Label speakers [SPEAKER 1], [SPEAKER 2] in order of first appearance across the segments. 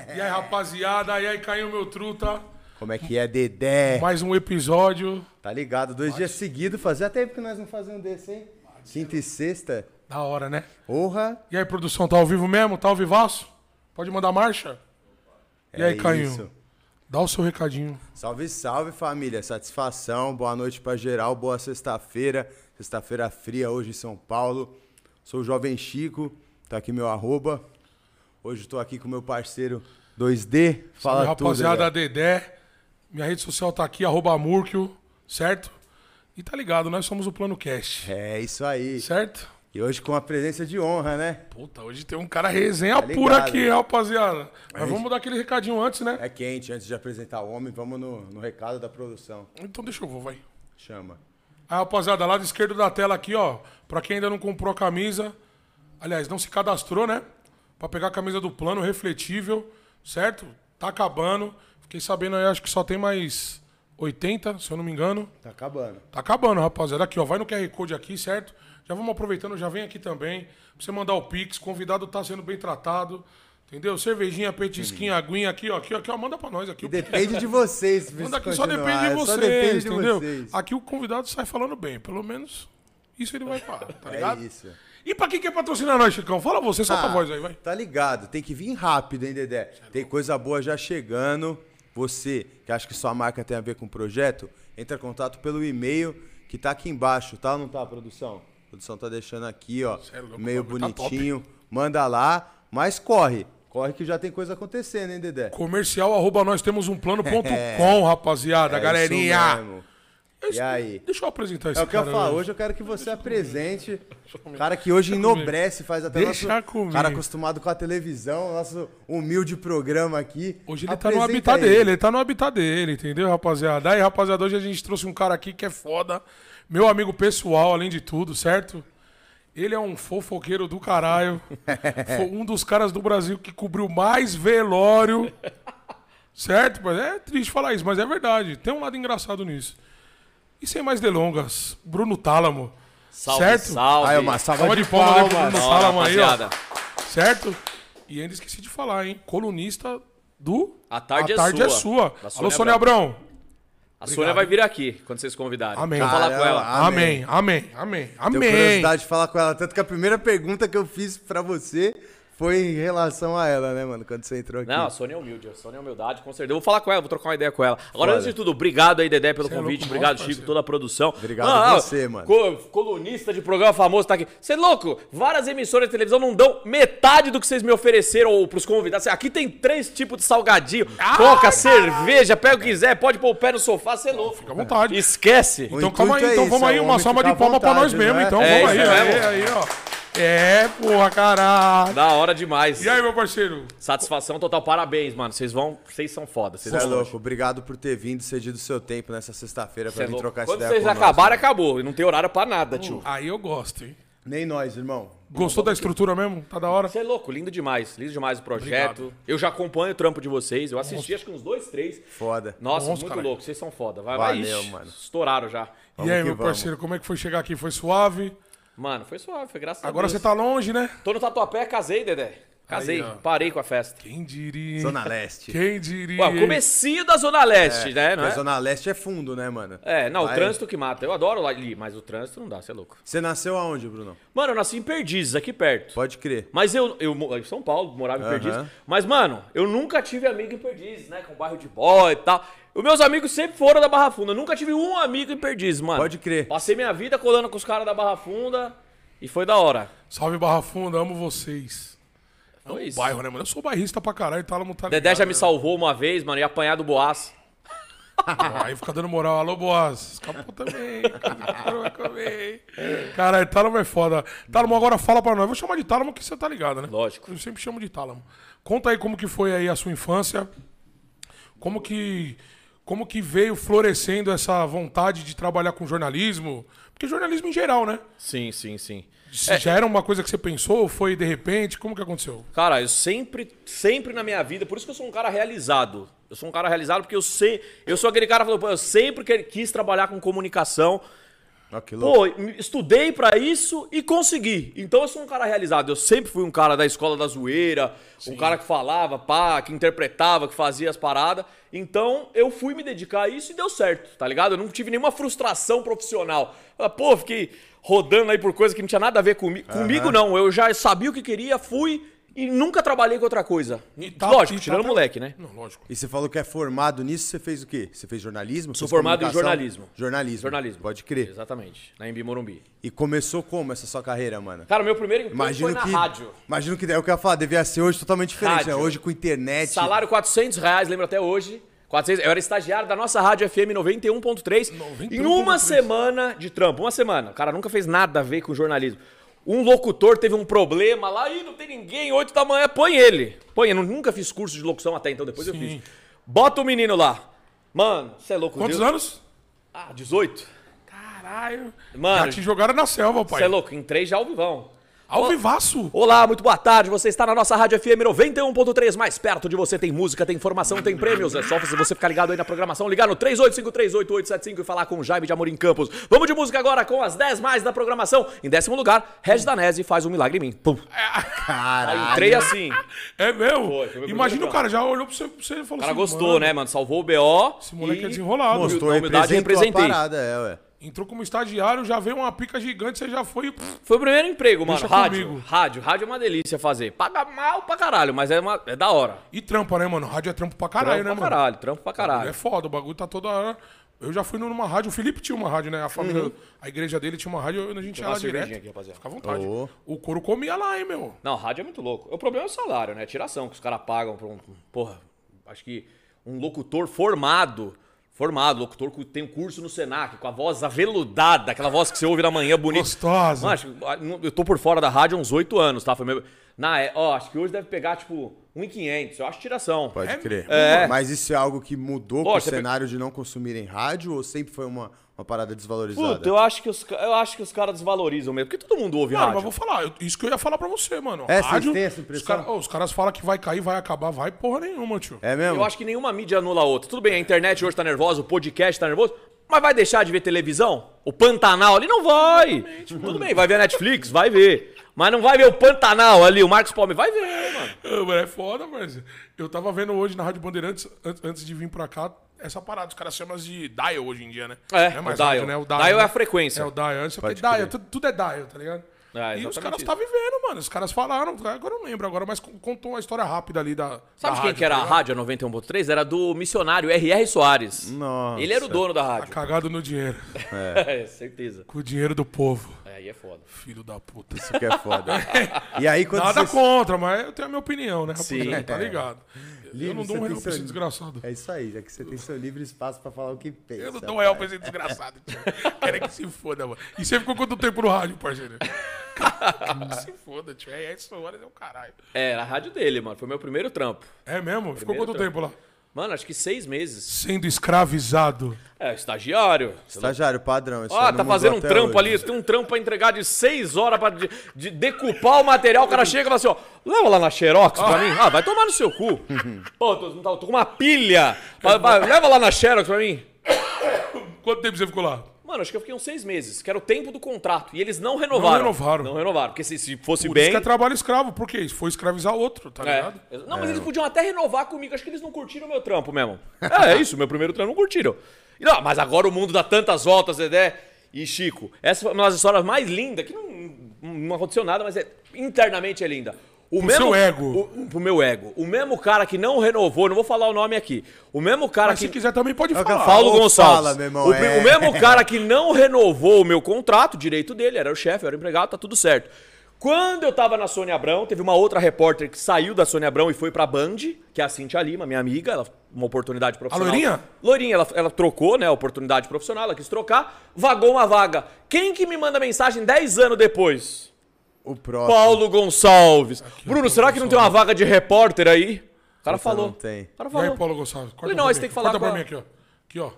[SPEAKER 1] E aí, rapaziada, e aí caiu meu truta.
[SPEAKER 2] Como é que é, Dedé?
[SPEAKER 1] Mais um episódio.
[SPEAKER 2] Tá ligado? Dois dias seguidos. Fazia tempo que nós não fazíamos desse, hein? Quinta e sexta.
[SPEAKER 1] Da hora, né?
[SPEAKER 2] Porra.
[SPEAKER 1] E aí, produção, tá ao vivo mesmo? Tá ao vivaço? Pode mandar marcha? E
[SPEAKER 2] É
[SPEAKER 1] aí, Caio?
[SPEAKER 2] isso.
[SPEAKER 1] Dá o seu recadinho.
[SPEAKER 2] Salve, salve, família. Satisfação. Boa noite pra geral. Boa sexta-feira. Sexta-feira fria hoje em São Paulo. Sou o Jovem Chico. Tá aqui meu arroba. Hoje tô aqui com meu parceiro 2D. Fala
[SPEAKER 1] Salve,
[SPEAKER 2] tudo,
[SPEAKER 1] rapaziada
[SPEAKER 2] Dedé.
[SPEAKER 1] Dedé. Minha rede social tá aqui, arroba Murkio, certo? E tá ligado, nós somos o Plano Cast,
[SPEAKER 2] É isso aí.
[SPEAKER 1] certo?
[SPEAKER 2] E hoje com a presença de honra, né?
[SPEAKER 1] Puta, hoje tem um cara resenha
[SPEAKER 2] Tá
[SPEAKER 1] pura
[SPEAKER 2] ligado.
[SPEAKER 1] aqui, hein, rapaziada. Mas
[SPEAKER 2] gente-
[SPEAKER 1] vamos dar aquele recadinho antes, né?
[SPEAKER 2] É quente. Antes de apresentar o homem, vamos no, no recado da produção.
[SPEAKER 1] Então deixa eu vou, vai.
[SPEAKER 2] Chama.
[SPEAKER 1] Aí, rapaziada, lado esquerdo da tela aqui, ó. Pra quem ainda não comprou a camisa, aliás, não se cadastrou, né? Pra pegar a camisa do plano refletível, certo? Tá acabando. Fiquei sabendo aí, acho que só tem mais 80, se eu não me engano.
[SPEAKER 2] Tá acabando.
[SPEAKER 1] Tá acabando, rapaziada. Aqui, ó. Vai no QR Code aqui, certo? Já vamos aproveitando, já vem aqui também. Pra você mandar o Pix. Convidado tá sendo bem tratado. Entendeu? Cervejinha, petisquinho, aguinha aqui, ó. Aqui, ó, aqui, ó. Manda pra nós aqui. o Pix.
[SPEAKER 2] Depende de vocês.
[SPEAKER 1] Manda aqui,
[SPEAKER 2] se
[SPEAKER 1] só
[SPEAKER 2] continuar, é
[SPEAKER 1] depende de
[SPEAKER 2] só
[SPEAKER 1] vocês,
[SPEAKER 2] depende de
[SPEAKER 1] entendeu?
[SPEAKER 2] vocês.
[SPEAKER 1] Aqui o convidado sai falando bem, pelo menos isso ele vai parar, tá ligado?
[SPEAKER 2] É isso.
[SPEAKER 1] E pra quem quer patrocinar nós, Chicão? Fala você, solta a voz aí, vai. é
[SPEAKER 2] Tá ligado, tem que vir rápido, hein, Dedé? Tem coisa boa já chegando. Você que acha que sua marca tem a ver com o projeto, entra em contato pelo e-mail que tá aqui embaixo, tá? Não tá, produção? A produção tá deixando aqui, ó.
[SPEAKER 1] é louco,
[SPEAKER 2] meio
[SPEAKER 1] o bagulho tá
[SPEAKER 2] bonitinho. Manda lá, mas corre. Corre que já tem coisa acontecendo, hein, Dedé?
[SPEAKER 1] Comercial arroba nós temos um plano.com, rapaziada,
[SPEAKER 2] É isso
[SPEAKER 1] galerinha.
[SPEAKER 2] mesmo.
[SPEAKER 1] É isso-
[SPEAKER 2] E aí?
[SPEAKER 1] Deixa eu apresentar esse
[SPEAKER 2] É o que eu
[SPEAKER 1] cara.
[SPEAKER 2] falo,
[SPEAKER 1] né?
[SPEAKER 2] hoje eu quero que você apresente. um Cara que hoje enobrece, faz até
[SPEAKER 1] Deixa
[SPEAKER 2] nosso.
[SPEAKER 1] comigo.
[SPEAKER 2] Cara acostumado com a televisão, nosso humilde programa aqui.
[SPEAKER 1] Hoje ele tá no
[SPEAKER 2] Apresenta
[SPEAKER 1] habitat
[SPEAKER 2] ele.
[SPEAKER 1] dele, ele tá no habitat dele, entendeu, rapaziada? Aí, rapaziada, hoje a gente trouxe um cara aqui que é foda, meu amigo pessoal, além de tudo, certo? Ele é um fofoqueiro do caralho. Foi um dos caras do Brasil que cobriu mais velório. Certo? Mas é triste falar isso, mas é verdade. Tem um lado engraçado nisso. E sem mais delongas, Bruno Tálamo.
[SPEAKER 3] Salve,
[SPEAKER 1] certo?
[SPEAKER 3] salve.
[SPEAKER 2] Aí, uma
[SPEAKER 1] Salva
[SPEAKER 2] salva
[SPEAKER 1] de
[SPEAKER 2] de
[SPEAKER 1] palmas aí pro
[SPEAKER 2] palmas.
[SPEAKER 1] Bruno
[SPEAKER 3] Salve,
[SPEAKER 1] Tálamo aí, ó.
[SPEAKER 3] rapaziada.
[SPEAKER 1] Certo? E ainda esqueci de falar, hein? Colunista do.
[SPEAKER 3] A Tarde
[SPEAKER 1] a
[SPEAKER 3] é
[SPEAKER 1] tarde é
[SPEAKER 3] Sua.
[SPEAKER 1] sua.
[SPEAKER 3] Da Sônia
[SPEAKER 1] Alô, Sônia Abrão.
[SPEAKER 3] A Sônia vai vir aqui quando vocês convidarem.
[SPEAKER 1] Amém. Ah, é.
[SPEAKER 3] Vou falar com
[SPEAKER 2] Caramba.
[SPEAKER 3] ela.
[SPEAKER 1] Amém, amém, amém,
[SPEAKER 2] Tenho
[SPEAKER 1] amém.
[SPEAKER 2] curiosidade de falar com ela. Tanto que a primeira pergunta que eu fiz pra você foi em relação a ela, né, mano? Quando você entrou aqui.
[SPEAKER 3] Não, a Sônia é humilde, a Sônia é humildade, com certeza. Eu Vou falar com ela, vou trocar uma ideia com ela. Agora,
[SPEAKER 2] Foda.
[SPEAKER 3] antes de tudo, obrigado aí, Dedé, pelo
[SPEAKER 1] é
[SPEAKER 3] convite.
[SPEAKER 1] louco, nossa,
[SPEAKER 3] obrigado, Chico,
[SPEAKER 1] parceiro.
[SPEAKER 3] toda a produção.
[SPEAKER 2] Obrigado
[SPEAKER 3] Ah,
[SPEAKER 2] a
[SPEAKER 3] ah,
[SPEAKER 2] você, mano.
[SPEAKER 3] co- colunista de programa famoso tá aqui. Você é louco? Várias emissoras de televisão não dão metade do que vocês me ofereceram ou pros convidados. Aqui tem três tipos de salgadinho:
[SPEAKER 1] Ah,
[SPEAKER 3] coca, cerveja, pega o que quiser, pode pôr o pé no sofá, você é louco.
[SPEAKER 1] Fica à vontade.
[SPEAKER 3] Esquece.
[SPEAKER 1] Então calma aí,
[SPEAKER 2] intuito é
[SPEAKER 1] então vamos
[SPEAKER 2] isso,
[SPEAKER 1] aí,
[SPEAKER 2] é o
[SPEAKER 1] uma
[SPEAKER 2] homem
[SPEAKER 1] salva de
[SPEAKER 2] ficar à
[SPEAKER 1] palmas pra nós
[SPEAKER 2] vontade,
[SPEAKER 1] mesmo,
[SPEAKER 2] né?
[SPEAKER 1] então.
[SPEAKER 3] É
[SPEAKER 1] vamos aí,
[SPEAKER 3] isso mesmo.
[SPEAKER 1] aí, aí, ó. É, porra, caralho.
[SPEAKER 3] Da hora demais.
[SPEAKER 1] E aí, meu parceiro?
[SPEAKER 3] Satisfação total, parabéns, mano. Vocês vão, vocês são foda. Vocês
[SPEAKER 2] Você é
[SPEAKER 3] são
[SPEAKER 2] louco. Obrigado por ter vindo e cedido seu tempo nessa sexta-feira
[SPEAKER 3] Cê
[SPEAKER 2] pra
[SPEAKER 3] é
[SPEAKER 2] vir
[SPEAKER 3] louco.
[SPEAKER 2] trocar essa
[SPEAKER 3] Quando
[SPEAKER 2] ideia
[SPEAKER 3] vocês
[SPEAKER 2] com nós,
[SPEAKER 3] acabaram,
[SPEAKER 2] mano.
[SPEAKER 3] acabou. E não tem horário pra nada, tio.
[SPEAKER 1] Aí eu gosto, hein?
[SPEAKER 2] Nem nós, irmão.
[SPEAKER 1] Gostou da estrutura mesmo? Tá da hora?
[SPEAKER 3] Você é louco, lindo demais. Lindo demais o projeto. Eu já acompanho o trampo de vocês. Eu assisti acho que uns dois, três.
[SPEAKER 2] Foda.
[SPEAKER 3] Nossa,
[SPEAKER 1] Bons,
[SPEAKER 3] muito
[SPEAKER 1] cara.
[SPEAKER 3] louco. Vocês são foda. Vai, vai.
[SPEAKER 2] Valeu,
[SPEAKER 3] Ixi,
[SPEAKER 2] mano.
[SPEAKER 3] Estouraram já.
[SPEAKER 1] E
[SPEAKER 2] Vamos
[SPEAKER 1] aí,
[SPEAKER 2] que
[SPEAKER 1] meu
[SPEAKER 2] vamos.
[SPEAKER 1] parceiro, como é que foi chegar aqui? Foi suave?
[SPEAKER 3] Mano, foi suave, foi graças
[SPEAKER 1] Agora
[SPEAKER 3] a
[SPEAKER 1] você
[SPEAKER 3] Deus.
[SPEAKER 1] tá longe, né?
[SPEAKER 3] Tô no Tatuapé, casei, Dedé. Casei,
[SPEAKER 1] Aí, ó.
[SPEAKER 3] parei com a festa.
[SPEAKER 1] Quem diria? hein?
[SPEAKER 2] Zona Leste.
[SPEAKER 1] Quem diria?
[SPEAKER 3] Ué,
[SPEAKER 1] hein?
[SPEAKER 3] comecinho da Zona Leste, né? Não
[SPEAKER 2] Mas
[SPEAKER 3] é?
[SPEAKER 2] Zona Leste é fundo, né, mano?
[SPEAKER 3] é, não,
[SPEAKER 2] Vai.
[SPEAKER 3] o trânsito que mata. Eu adoro lá ali, mas o trânsito não dá, você é louco.
[SPEAKER 2] Você nasceu aonde, Bruno?
[SPEAKER 3] Mano, eu nasci em Perdizes, aqui perto.
[SPEAKER 2] Pode crer.
[SPEAKER 3] Mas eu, eu mo- em São Paulo, morava em
[SPEAKER 2] Aham.
[SPEAKER 3] Perdizes. Mas, mano, eu nunca tive amigo em Perdizes, né? Com bairro de boy e tal. Os meus amigos sempre foram da Barra Funda. Eu nunca tive um amigo em Perdizes, mano.
[SPEAKER 2] Pode crer.
[SPEAKER 3] Passei minha vida colando com os caras da Barra Funda e foi da hora.
[SPEAKER 1] Salve Barra Funda, amo vocês. É um
[SPEAKER 3] Foi isso.
[SPEAKER 1] bairro, né, mano? Eu sou bairrista pra caralho, tá lá tá
[SPEAKER 3] Dedé
[SPEAKER 1] ligado,
[SPEAKER 3] já me
[SPEAKER 1] né?
[SPEAKER 3] salvou uma vez, mano, e apanhar do Boas.
[SPEAKER 1] Aí fica dando moral. Alô, Boas. Escapou também. Escapou, vai comer. Caralho, Tálamo é foda. Tálamo, agora fala pra nós. Vou chamar de Tálamo que você tá ligado, né?
[SPEAKER 3] Lógico.
[SPEAKER 1] Eu sempre chamo de Tálamo. Conta aí como que foi aí a sua infância. Como que... Como que veio florescendo essa vontade de trabalhar com jornalismo? Porque jornalismo em geral, né?
[SPEAKER 3] Sim, sim, sim.
[SPEAKER 1] Se Já era uma coisa que você pensou? ou Foi de repente? Como que aconteceu?
[SPEAKER 3] Cara, eu sempre, sempre na minha vida, por isso que eu sou um cara realizado. Eu sou um cara realizado porque eu sei, eu sou aquele cara que falou, pô, eu sempre que- quis trabalhar com comunicação.
[SPEAKER 4] Ó, que louco.
[SPEAKER 3] Pô, estudei pra isso e consegui. Então eu sou um cara realizado. Eu sempre fui um cara da escola da zoeira, um cara que falava, pá, que interpretava, que fazia as paradas. Então eu fui me dedicar a isso e deu certo, tá ligado? Eu não tive nenhuma frustração profissional. Ah, Pô, fiquei rodando aí por coisa que não tinha nada a ver comigo. Comigo não, eu já sabia o que queria, fui e nunca trabalhei com outra coisa.
[SPEAKER 1] E tá-
[SPEAKER 3] Lógico,
[SPEAKER 1] e tá
[SPEAKER 3] tirando
[SPEAKER 1] per-
[SPEAKER 3] moleque,
[SPEAKER 4] Hum.
[SPEAKER 3] né?
[SPEAKER 1] Não, lógico.
[SPEAKER 4] E você falou que é formado nisso, você fez o quê? Você fez jornalismo?
[SPEAKER 3] Sou
[SPEAKER 4] fez
[SPEAKER 3] formado em
[SPEAKER 4] comunicação?
[SPEAKER 3] jornalismo.
[SPEAKER 4] Jornalismo.
[SPEAKER 3] Jornalismo.
[SPEAKER 4] Pode crer.
[SPEAKER 3] Exatamente, na Embi Morumbi.
[SPEAKER 4] E começou como essa sua carreira, mano?
[SPEAKER 3] Cara, meu primeiro emprego
[SPEAKER 4] Imagino
[SPEAKER 3] foi na
[SPEAKER 4] que.
[SPEAKER 3] rádio.
[SPEAKER 4] Imagino que é o que eu ia falar, devia ser hoje totalmente diferente, né?
[SPEAKER 3] Rádio.
[SPEAKER 4] Hoje com internet.
[SPEAKER 3] Salário 400 reais, lembro até hoje. 400, eu era estagiário da nossa rádio FM 91.3. Em uma
[SPEAKER 1] 91.3.
[SPEAKER 3] semana de trampo, uma semana. O cara nunca fez nada a ver com jornalismo. Um locutor teve um problema lá, e não tem ninguém, 8 da manhã, põe ele. Põe, eu nunca fiz curso de locução até então, depois eu fiz. Bota o menino lá. Mano, você é louco.
[SPEAKER 1] Quantos
[SPEAKER 3] Deus-
[SPEAKER 1] anos?
[SPEAKER 3] Ah, 18.
[SPEAKER 1] Caralho.
[SPEAKER 3] Mano,
[SPEAKER 1] Já te jogaram na selva, pai.
[SPEAKER 3] Você é louco, entrei já ao vivão.
[SPEAKER 1] Ao vivaço.
[SPEAKER 3] Olá, muito boa tarde. Você está na nossa Rádio FM 91.3. Mais perto de você tem música, tem informação, tem prêmios. É só você ficar ligado aí na programação, ligar no 38538875 e falar com o Jaime de Amorim Campos. Vamos de música agora com as 10 mais da programação. Em décimo lugar, Regis Danese faz um milagre em mim. Pum.
[SPEAKER 4] Caralho.
[SPEAKER 3] Entrei assim. O
[SPEAKER 1] É meu?
[SPEAKER 3] Foi, foi meu
[SPEAKER 1] Imagina
[SPEAKER 3] primeiro
[SPEAKER 1] o cara já olhou pra você, pra você e falou
[SPEAKER 3] cara
[SPEAKER 1] assim,
[SPEAKER 3] gostou,
[SPEAKER 1] "Mano,
[SPEAKER 3] né, mano? Salvou o BO.
[SPEAKER 1] Esse moleque
[SPEAKER 3] e
[SPEAKER 1] é desenrolado.
[SPEAKER 4] Mostrou,
[SPEAKER 3] Na humildade,
[SPEAKER 4] representou
[SPEAKER 3] representei.
[SPEAKER 4] a parada, é, ué.
[SPEAKER 1] Entrou como estagiário, já veio uma pica gigante, você já foi... e, pff,
[SPEAKER 3] Foi o primeiro emprego, mano.
[SPEAKER 1] Deixa
[SPEAKER 3] rádio.
[SPEAKER 1] comigo.
[SPEAKER 3] Rádio. Rádio é uma delícia fazer. Paga mal pra caralho, mas é, uma, é da hora.
[SPEAKER 1] E trampa, né, mano? Rádio é trampo pra
[SPEAKER 3] Trampo
[SPEAKER 1] caralho, né,
[SPEAKER 3] pra
[SPEAKER 1] mano?
[SPEAKER 3] caralho, trampo pra caralho.
[SPEAKER 1] É foda, o bagulho tá toda hora... Eu já fui numa rádio, o Felipe tinha uma rádio, né? A família, a igreja dele tinha uma rádio, a gente ia
[SPEAKER 3] Uhum. uma
[SPEAKER 1] lá
[SPEAKER 3] cervejinha
[SPEAKER 1] direto.
[SPEAKER 3] aqui, rapaziada.
[SPEAKER 1] Fica à vontade.
[SPEAKER 4] Ô.
[SPEAKER 1] O couro comia lá, hein, meu?
[SPEAKER 3] Não, rádio é muito louco. O problema é o salário, né? Tiração que os caras pagam pra um. Porra, acho que um locutor formado. Formado, locutor que tem um curso no Senac, com a voz aveludada, aquela voz que você ouve na manhã bonita.
[SPEAKER 1] Gostosa.
[SPEAKER 3] Mano, acho que- ah, não- eu tô por fora da rádio há uns oito anos, tá? Foi meu... Na, é- ó, acho que hoje deve pegar, tipo, 1,500. Eu acho tiração.
[SPEAKER 4] Pode
[SPEAKER 1] É
[SPEAKER 4] crer.
[SPEAKER 3] É.
[SPEAKER 4] Mas isso é algo que mudou com o
[SPEAKER 3] Lógico, você pe-
[SPEAKER 4] cenário de não consumirem rádio ou sempre foi uma, uma parada desvalorizada?
[SPEAKER 3] Puta, eu acho, que os, ca- eu acho que os caras desvalorizam mesmo, porque todo mundo ouve
[SPEAKER 1] Mano,
[SPEAKER 3] rádio.
[SPEAKER 1] mas vou falar, eu- isso que eu ia falar pra você, mano.
[SPEAKER 4] É, vocês têm essa
[SPEAKER 1] os,
[SPEAKER 4] impressão?
[SPEAKER 1] cara- ô, os caras falam que vai cair, vai acabar, vai porra nenhuma, tio.
[SPEAKER 4] É mesmo?
[SPEAKER 3] Eu acho que nenhuma mídia anula a outra. Tudo bem, a internet hoje tá nervosa, o podcast tá nervoso, mas vai deixar de ver televisão? O Pantanal ali não vai. Tudo bem, vai ver a Netflix? Vai ver. Mas não vai ver o Pantanal ali, o Marcos Palme. Vai ver, mano.
[SPEAKER 1] Ah, mas é foda, mas eu tava vendo hoje na Rádio Bandeirantes, an- antes de vir pra cá, essa parada. Os caras chamam de dial hoje em dia, né?
[SPEAKER 3] É,
[SPEAKER 1] Não
[SPEAKER 3] o dial.
[SPEAKER 1] rádio, O dial,
[SPEAKER 3] Dial é a
[SPEAKER 1] né?
[SPEAKER 3] frequência.
[SPEAKER 1] É o dial. Antes
[SPEAKER 4] Pode
[SPEAKER 1] porque dial,
[SPEAKER 4] crer.
[SPEAKER 1] tudo, tudo é dial, tá ligado?
[SPEAKER 3] É,
[SPEAKER 1] e os
[SPEAKER 3] exatamente
[SPEAKER 1] caras
[SPEAKER 3] isso.
[SPEAKER 1] tá vivendo, mano. Os caras falaram, agora eu não lembro agora, mas con- contou uma história rápida ali da. da
[SPEAKER 3] Sabe de quem
[SPEAKER 1] rádio,
[SPEAKER 3] que era
[SPEAKER 1] tá
[SPEAKER 3] a
[SPEAKER 1] ligado?
[SPEAKER 3] rádio a 91.3? Era do missionário R.R. Soares.
[SPEAKER 4] Nossa.
[SPEAKER 3] Ele era o dono da rádio.
[SPEAKER 1] Cagado no dinheiro.
[SPEAKER 3] É, certeza.
[SPEAKER 1] Com o dinheiro do povo.
[SPEAKER 3] É, aí é foda.
[SPEAKER 1] Filho da puta.
[SPEAKER 4] Isso que é foda. e aí quando
[SPEAKER 1] Nada
[SPEAKER 4] você...
[SPEAKER 1] contra, mas eu tenho a minha opinião, né,
[SPEAKER 3] Sim. é.
[SPEAKER 1] rapaziada? Tá ligado? eu não
[SPEAKER 4] Livre,
[SPEAKER 1] dou um
[SPEAKER 4] você tem
[SPEAKER 1] real pra esse
[SPEAKER 4] sangue.
[SPEAKER 1] desgraçado.
[SPEAKER 4] É isso aí, é que você tem seu livre espaço pra falar o que pensa.
[SPEAKER 1] Eu não dou um real pra
[SPEAKER 4] pai.
[SPEAKER 1] esse desgraçado, tio. Quero é que se foda, mano. E você ficou quanto tempo no rádio, parceiro? Quero que se foda, tio. É isso, horas é o caralho.
[SPEAKER 3] É, era a rádio dele, mano. Foi meu primeiro trampo.
[SPEAKER 1] É mesmo? Ficou
[SPEAKER 3] Primeiro
[SPEAKER 1] quanto tempo lá?
[SPEAKER 3] Mano, acho que seis meses.
[SPEAKER 1] Sendo escravizado.
[SPEAKER 3] É, estagiário.
[SPEAKER 4] Estagiário padrão.
[SPEAKER 1] Ah,
[SPEAKER 4] isso
[SPEAKER 3] Ó,
[SPEAKER 4] aí não
[SPEAKER 3] tá
[SPEAKER 4] mudou
[SPEAKER 3] fazendo um
[SPEAKER 4] até
[SPEAKER 3] trampo
[SPEAKER 4] hoje.
[SPEAKER 3] ali, tem um trampo pra entregar de 6 horas pra de, de decupar o material, o cara chega e fala assim, ó, leva lá na Xerox pra mim. Ah, vai tomar no seu cu. Pô, tô, tá, tô- tô com uma pilha. Vai- vai, leva lá na Xerox pra mim.
[SPEAKER 1] Quanto tempo você ficou lá?
[SPEAKER 3] Mano, acho que eu fiquei uns seis meses, que era o tempo do contrato. E eles não renovaram.
[SPEAKER 1] Não renovaram.
[SPEAKER 3] Não renovaram, porque se, se fosse
[SPEAKER 1] Por
[SPEAKER 3] bem...
[SPEAKER 1] isso que é trabalho escravo. Por quê? Foi escravizar outro, tá
[SPEAKER 3] É.
[SPEAKER 1] ligado?
[SPEAKER 3] Não, mas eles podiam até renovar comigo. Acho que eles não curtiram o meu trampo mesmo. É, é isso, meu primeiro trampo não curtiram. E Não, mas agora o mundo dá tantas voltas, Dedé e Chico. Essa foi uma das histórias mais lindas, que não, não aconteceu nada, mas é, internamente é linda. O
[SPEAKER 1] Pro seu ego.
[SPEAKER 3] O, pro meu ego. O mesmo cara que não renovou, não vou falar o nome aqui. O mesmo cara
[SPEAKER 1] Mas
[SPEAKER 3] É que.
[SPEAKER 1] se quiser também pode
[SPEAKER 4] o que eu
[SPEAKER 1] falar.
[SPEAKER 4] falo.
[SPEAKER 3] Paulo
[SPEAKER 4] Ou
[SPEAKER 3] Gonçalves.
[SPEAKER 4] fala, meu irmão,
[SPEAKER 3] o, pri-
[SPEAKER 4] é.
[SPEAKER 3] o mesmo cara que não renovou o meu contrato, direito dele, era o chefe, eu era o empregado, tá tudo certo. Quando eu tava na Sônia Abrão, teve uma outra repórter que saiu da Sônia Abrão e foi pra Band, que é a Cintia Lima, minha amiga, ela, uma oportunidade profissional.
[SPEAKER 1] loirinha?
[SPEAKER 3] Loirinha, ela, ela trocou, né, a oportunidade profissional, ela quis trocar, vagou uma vaga. Quem que me manda mensagem 10 anos depois?
[SPEAKER 4] O próximo.
[SPEAKER 3] Paulo Gonçalves. Bruno,
[SPEAKER 1] Paulo
[SPEAKER 3] será que não tem uma vaga de repórter aí? O
[SPEAKER 4] Puta,
[SPEAKER 3] cara falou.
[SPEAKER 4] não tem.
[SPEAKER 3] O cara
[SPEAKER 1] E aí,
[SPEAKER 3] falou.
[SPEAKER 1] Paulo Gonçalves? Corta
[SPEAKER 3] Falei, não,
[SPEAKER 1] pra
[SPEAKER 3] aí
[SPEAKER 1] mim
[SPEAKER 3] você tem que
[SPEAKER 1] aqui.
[SPEAKER 3] falar
[SPEAKER 1] Corta
[SPEAKER 3] com
[SPEAKER 1] pra
[SPEAKER 3] a-
[SPEAKER 1] mim aqui, ó. Aqui, ó.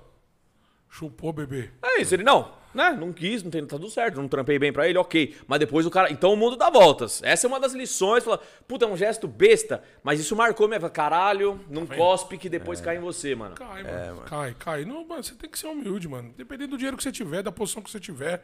[SPEAKER 1] Chupou, bebê.
[SPEAKER 3] É isso, ele não. né? Não quis, não tem, tá tudo certo, não trampei bem pra ele, ok. Mas depois o cara. Então o mundo dá voltas. Essa é uma das lições. Fala, puta, é um gesto besta, mas isso marcou minha. vida. Caralho, não
[SPEAKER 4] Tá
[SPEAKER 3] cospe que
[SPEAKER 4] É.
[SPEAKER 3] depois cai em você, É, mano.
[SPEAKER 1] Cai, mano. Cai, cai. Não, mano, você tem que ser humilde, mano. Dependendo do dinheiro que você tiver, da posição que você tiver,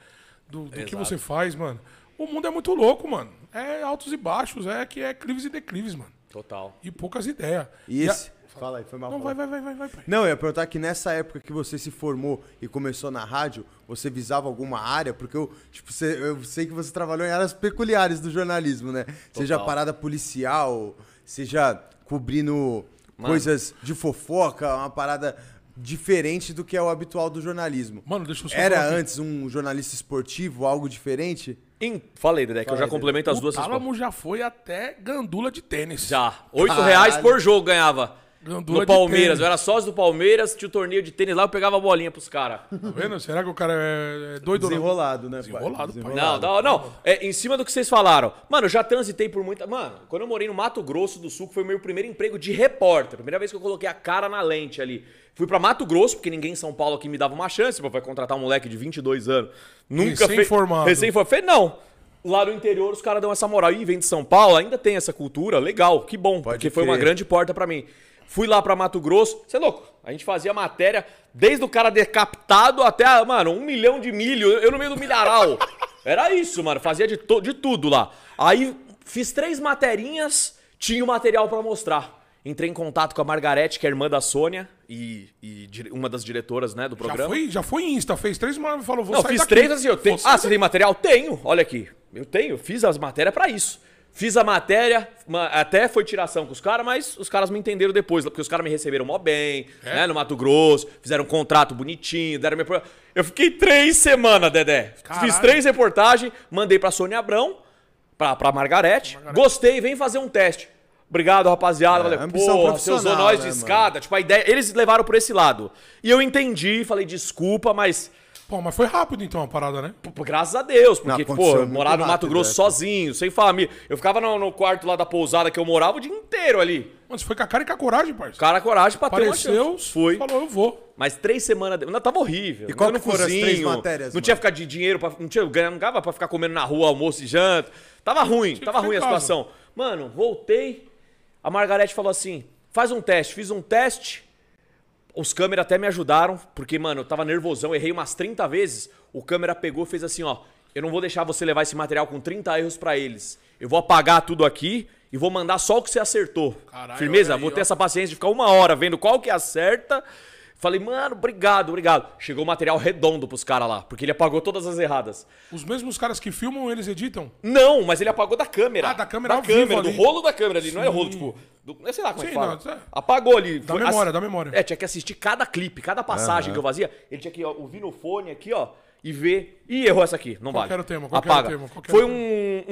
[SPEAKER 1] do, do que você faz, mano. O mundo é muito louco, mano. É altos e baixos, é que é clives e declives, mano.
[SPEAKER 3] Total.
[SPEAKER 1] E poucas ideias.
[SPEAKER 4] E
[SPEAKER 1] a-
[SPEAKER 4] esse. Fala aí, foi mal.
[SPEAKER 1] Não, vai,
[SPEAKER 4] falado.
[SPEAKER 1] vai, vai, vai, vai. pai.
[SPEAKER 4] Não, eu ia perguntar que nessa época que você se formou e começou na rádio, você visava alguma área? Porque eu, tipo, você- eu sei que você trabalhou em áreas peculiares do jornalismo, né? Seja parada policial, seja cobrindo coisas de fofoca, uma parada diferente do que é o habitual do jornalismo.
[SPEAKER 1] Mano, deixa eu só
[SPEAKER 4] Era
[SPEAKER 1] falar aqui.
[SPEAKER 4] antes um jornalista esportivo, algo diferente?
[SPEAKER 3] Em... Falei, Dedé, que eu já
[SPEAKER 4] Dedé.
[SPEAKER 3] complemento as
[SPEAKER 1] O
[SPEAKER 3] duas. respostas.
[SPEAKER 1] Tálamo já foi até gandula de tênis.
[SPEAKER 3] Já. Oito
[SPEAKER 4] Caralho.
[SPEAKER 3] reais por jogo ganhava.
[SPEAKER 1] Gandula
[SPEAKER 3] no
[SPEAKER 1] de
[SPEAKER 3] Palmeiras.
[SPEAKER 1] tênis.
[SPEAKER 3] Eu era sócio do Palmeiras, tinha o torneio de tênis lá, eu pegava a bolinha pros caras.
[SPEAKER 1] Tá vendo? Será que o cara é é doido ou não?
[SPEAKER 4] Desenrolado, né, pai?
[SPEAKER 1] Desenrolado, pai.
[SPEAKER 3] Não, não, não. É, em cima do que vocês falaram. Mano, eu já transitei por muita. Mano, quando eu morei no Mato Grosso do Sul, que foi o meu primeiro emprego de repórter. Primeira vez que eu coloquei a cara na lente ali. Fui pra Mato Grosso, porque ninguém em São Paulo aqui me dava uma chance. Pô, vai contratar um moleque de 22 anos. Nunca fez.
[SPEAKER 1] Recém-formado.
[SPEAKER 3] Recém-formado. Falei, Não. Lá no interior os caras dão essa moral. Ih, vem de São Paulo, ainda tem essa cultura. Legal, que bom. porque foi uma
[SPEAKER 4] crer.
[SPEAKER 3] grande grande porta pra mim. Fui lá pra Mato Grosso, você é louco? A gente fazia matéria desde o cara decapitado até, ah, mano, um milhão de milho, eu no meio do milharal. Era isso, mano, fazia de, to- de tudo lá. Aí fiz três materinhas, tinha o material pra mostrar. Entrei em contato com a Margarete, que é irmã da Sônia e, e dire- uma das diretoras, né, do
[SPEAKER 1] Já
[SPEAKER 3] programa.
[SPEAKER 1] foi, já foi em Insta, fez três, mas falou, vou
[SPEAKER 3] Não,
[SPEAKER 1] sair
[SPEAKER 3] fiz
[SPEAKER 1] daqui.
[SPEAKER 3] três assim, eu tenho.
[SPEAKER 1] Vou sair
[SPEAKER 3] Ah, você tem material? Tenho, olha aqui. Eu tenho, fiz as matérias pra isso. Fiz a matéria, ma- até foi tiração com os caras, mas os caras me entenderam depois, porque os caras me receberam mó bem,
[SPEAKER 1] É?
[SPEAKER 3] né, no Mato Grosso, fizeram um contrato bonitinho, deram minha... pro- Eu fiquei três semanas, Dedé. Fiz
[SPEAKER 1] Caralho.
[SPEAKER 3] três reportagens, mandei pra Sônia Abrão, pra, pra Margarete, gostei, vem fazer um teste. Obrigado,
[SPEAKER 1] É,
[SPEAKER 3] rapaziada. Valeu.
[SPEAKER 4] ambição
[SPEAKER 3] Pô, você usou
[SPEAKER 4] profissional,
[SPEAKER 3] nós de
[SPEAKER 4] né, mano?
[SPEAKER 3] escada. Tipo, a ideia. Eles levaram por esse lado. E eu entendi, falei, desculpa, mas
[SPEAKER 1] Pô, mas foi rápido então a parada, né?
[SPEAKER 3] Pô, Graças a Deus, porque,
[SPEAKER 4] Não,
[SPEAKER 3] pô,
[SPEAKER 4] aconteceu
[SPEAKER 3] eu
[SPEAKER 4] muito
[SPEAKER 3] morava no Mato
[SPEAKER 4] rápido,
[SPEAKER 3] Grosso
[SPEAKER 4] né?
[SPEAKER 3] sozinho, sem família. Eu ficava no, no quarto lá da pousada que eu morava o dia inteiro ali.
[SPEAKER 1] Mano, você foi com a cara e com a coragem, parceiro.
[SPEAKER 3] Cara, coragem pra ter uma
[SPEAKER 1] Apareceu,
[SPEAKER 3] chance. Foi.
[SPEAKER 1] falou, eu vou.
[SPEAKER 3] Mas três semanas... De... Não, tava horrível. E
[SPEAKER 4] qual que foram as três matérias,
[SPEAKER 3] Não
[SPEAKER 4] mano?
[SPEAKER 3] tinha ficar de dinheiro, pra... não tinha ganhava- não dava pra ficar comendo na rua, almoço e janta. Tava ruim,
[SPEAKER 1] que
[SPEAKER 3] tava
[SPEAKER 1] ficar
[SPEAKER 3] ruim a
[SPEAKER 1] em casa.
[SPEAKER 3] situação. Mano, voltei, a Margarete falou assim, faz um teste. Fiz um teste, os câmeras até me ajudaram, porque, mano, eu tava nervosão, errei umas 30 vezes. O câmera pegou e fez assim, ó. Eu não vou deixar você levar esse material com 30 erros pra eles. Eu vou apagar tudo aqui e vou mandar só o que você acertou.
[SPEAKER 1] Caralho,
[SPEAKER 3] Firmeza?
[SPEAKER 1] olha aí,
[SPEAKER 3] vou ter
[SPEAKER 1] ó.
[SPEAKER 3] essa paciência de ficar uma hora vendo qual que acerta. Falei, mano, obrigado, obrigado. Chegou o material redondo pros caras lá, porque ele apagou todas as erradas.
[SPEAKER 1] Os mesmos caras que filmam, eles editam.
[SPEAKER 3] Não, mas ele apagou da câmera.
[SPEAKER 1] Ah, da câmera
[SPEAKER 3] Da
[SPEAKER 1] ao vivo
[SPEAKER 3] câmera, do
[SPEAKER 1] ali.
[SPEAKER 3] rolo da câmera ali, não é
[SPEAKER 1] Sim.
[SPEAKER 3] rolo, tipo. Do, eu sei lá como é que
[SPEAKER 1] Sim,
[SPEAKER 3] fala.
[SPEAKER 1] não, é-
[SPEAKER 3] Apagou ali.
[SPEAKER 1] Da memória, da memória.
[SPEAKER 3] É, tinha que assistir cada clipe, cada passagem que eu fazia. Ele tinha que ó, ouvir no fone aqui, ó, e ver. Ih, errou essa aqui, não
[SPEAKER 1] Qual
[SPEAKER 3] vale.
[SPEAKER 1] que era o tema? Qual que era
[SPEAKER 3] Apaga.
[SPEAKER 1] o tema? Qual que era
[SPEAKER 3] Foi
[SPEAKER 1] o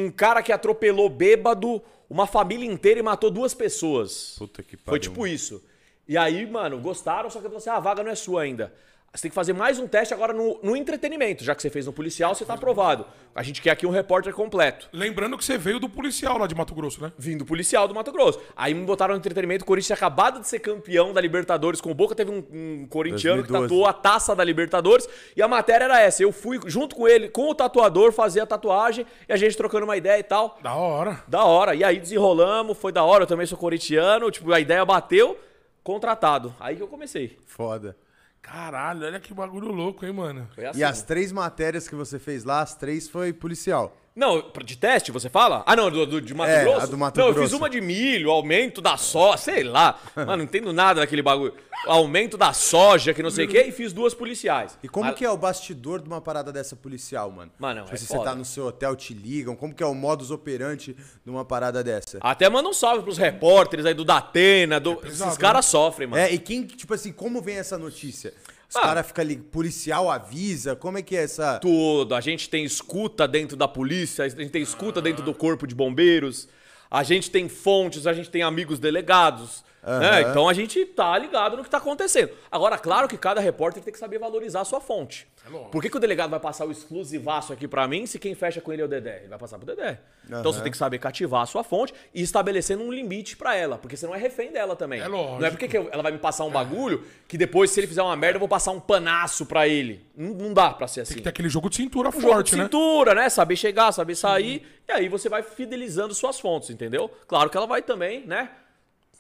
[SPEAKER 3] um, um cara que atropelou bêbado uma família inteira e matou duas pessoas.
[SPEAKER 4] Puta que
[SPEAKER 3] Foi
[SPEAKER 4] pariu,
[SPEAKER 3] tipo isso. E aí, mano, gostaram, só que falou assim: ah, a vaga não é sua ainda. Você tem que fazer mais um teste agora no, no entretenimento, já que você fez no policial, você tá aprovado. A gente quer aqui um repórter completo.
[SPEAKER 1] Lembrando que você veio do policial lá de Mato Grosso, né?
[SPEAKER 3] Vindo policial do Mato Grosso. Aí me botaram no entretenimento. O Corinthians tinha acabado de ser campeão da Libertadores com o Boca. Teve um, um corintiano que
[SPEAKER 4] 2012.
[SPEAKER 3] tatuou a taça da Libertadores. E a matéria era essa. Eu fui junto com ele, com o tatuador, fazer a tatuagem. E a gente trocando uma ideia e tal.
[SPEAKER 1] Da hora.
[SPEAKER 3] Da hora. E aí desenrolamos. Foi da hora. Eu também sou corintiano. Tipo, a ideia bateu. Contratado. Aí que eu comecei.
[SPEAKER 4] Foda.
[SPEAKER 1] Caralho, olha que bagulho louco, hein, mano.
[SPEAKER 3] Foi assim.
[SPEAKER 4] E as três matérias que você fez lá, as três foi policial.
[SPEAKER 3] Não, pra- de teste, você fala? Ah, não, do, do- de Mato
[SPEAKER 4] É,
[SPEAKER 3] Grosso?
[SPEAKER 4] a do Mato
[SPEAKER 3] não, eu
[SPEAKER 4] Grosso.
[SPEAKER 3] fiz uma de milho, aumento da soja, sei lá. Mano, não entendo nada daquele bagulho. Aumento da soja, que não sei o quê, e fiz duas policiais.
[SPEAKER 4] E como
[SPEAKER 3] Mas-
[SPEAKER 4] que é o bastidor de uma parada dessa policial, mano?
[SPEAKER 3] Mano, é
[SPEAKER 4] tipo, se
[SPEAKER 3] foda.
[SPEAKER 4] você tá no seu hotel, te ligam. Como que é o modus operandi de uma parada dessa?
[SPEAKER 3] Até manda um salve pros repórteres aí do Datena, do...
[SPEAKER 1] pesado,
[SPEAKER 3] esses caras sofrem, mano. Ah.
[SPEAKER 4] É, e quem, tipo assim, como vem essa notícia? Os
[SPEAKER 3] Mano.
[SPEAKER 4] caras ficam ali, policial avisa, como é que é essa...
[SPEAKER 3] tudo. A gente tem escuta dentro da polícia, a gente tem escuta dentro do corpo de bombeiros, a gente tem fontes, a gente tem amigos delegados. né? Então a gente tá ligado no que tá acontecendo. Agora, claro que cada repórter tem que saber valorizar a sua fonte.
[SPEAKER 1] É
[SPEAKER 3] Por que, que o delegado vai passar o exclusivaço aqui pra mim se quem fecha com ele é o Dedé? Ele vai passar pro Dedé. Então você tem que saber cativar a sua fonte e estabelecendo um limite pra ela, porque você não é refém dela também.
[SPEAKER 1] É lógico.
[SPEAKER 3] Não é porque que eu- ela vai me passar um bagulho que depois, se ele fizer uma merda, eu vou passar um panaço pra ele. Não, não dá pra ser assim.
[SPEAKER 1] Tem aquele jogo de cintura
[SPEAKER 3] Um jogo de
[SPEAKER 1] forte, né?
[SPEAKER 3] cintura, né? Saber chegar, saber sair. E aí você vai fidelizando suas fontes, entendeu? Claro que ela vai também, né?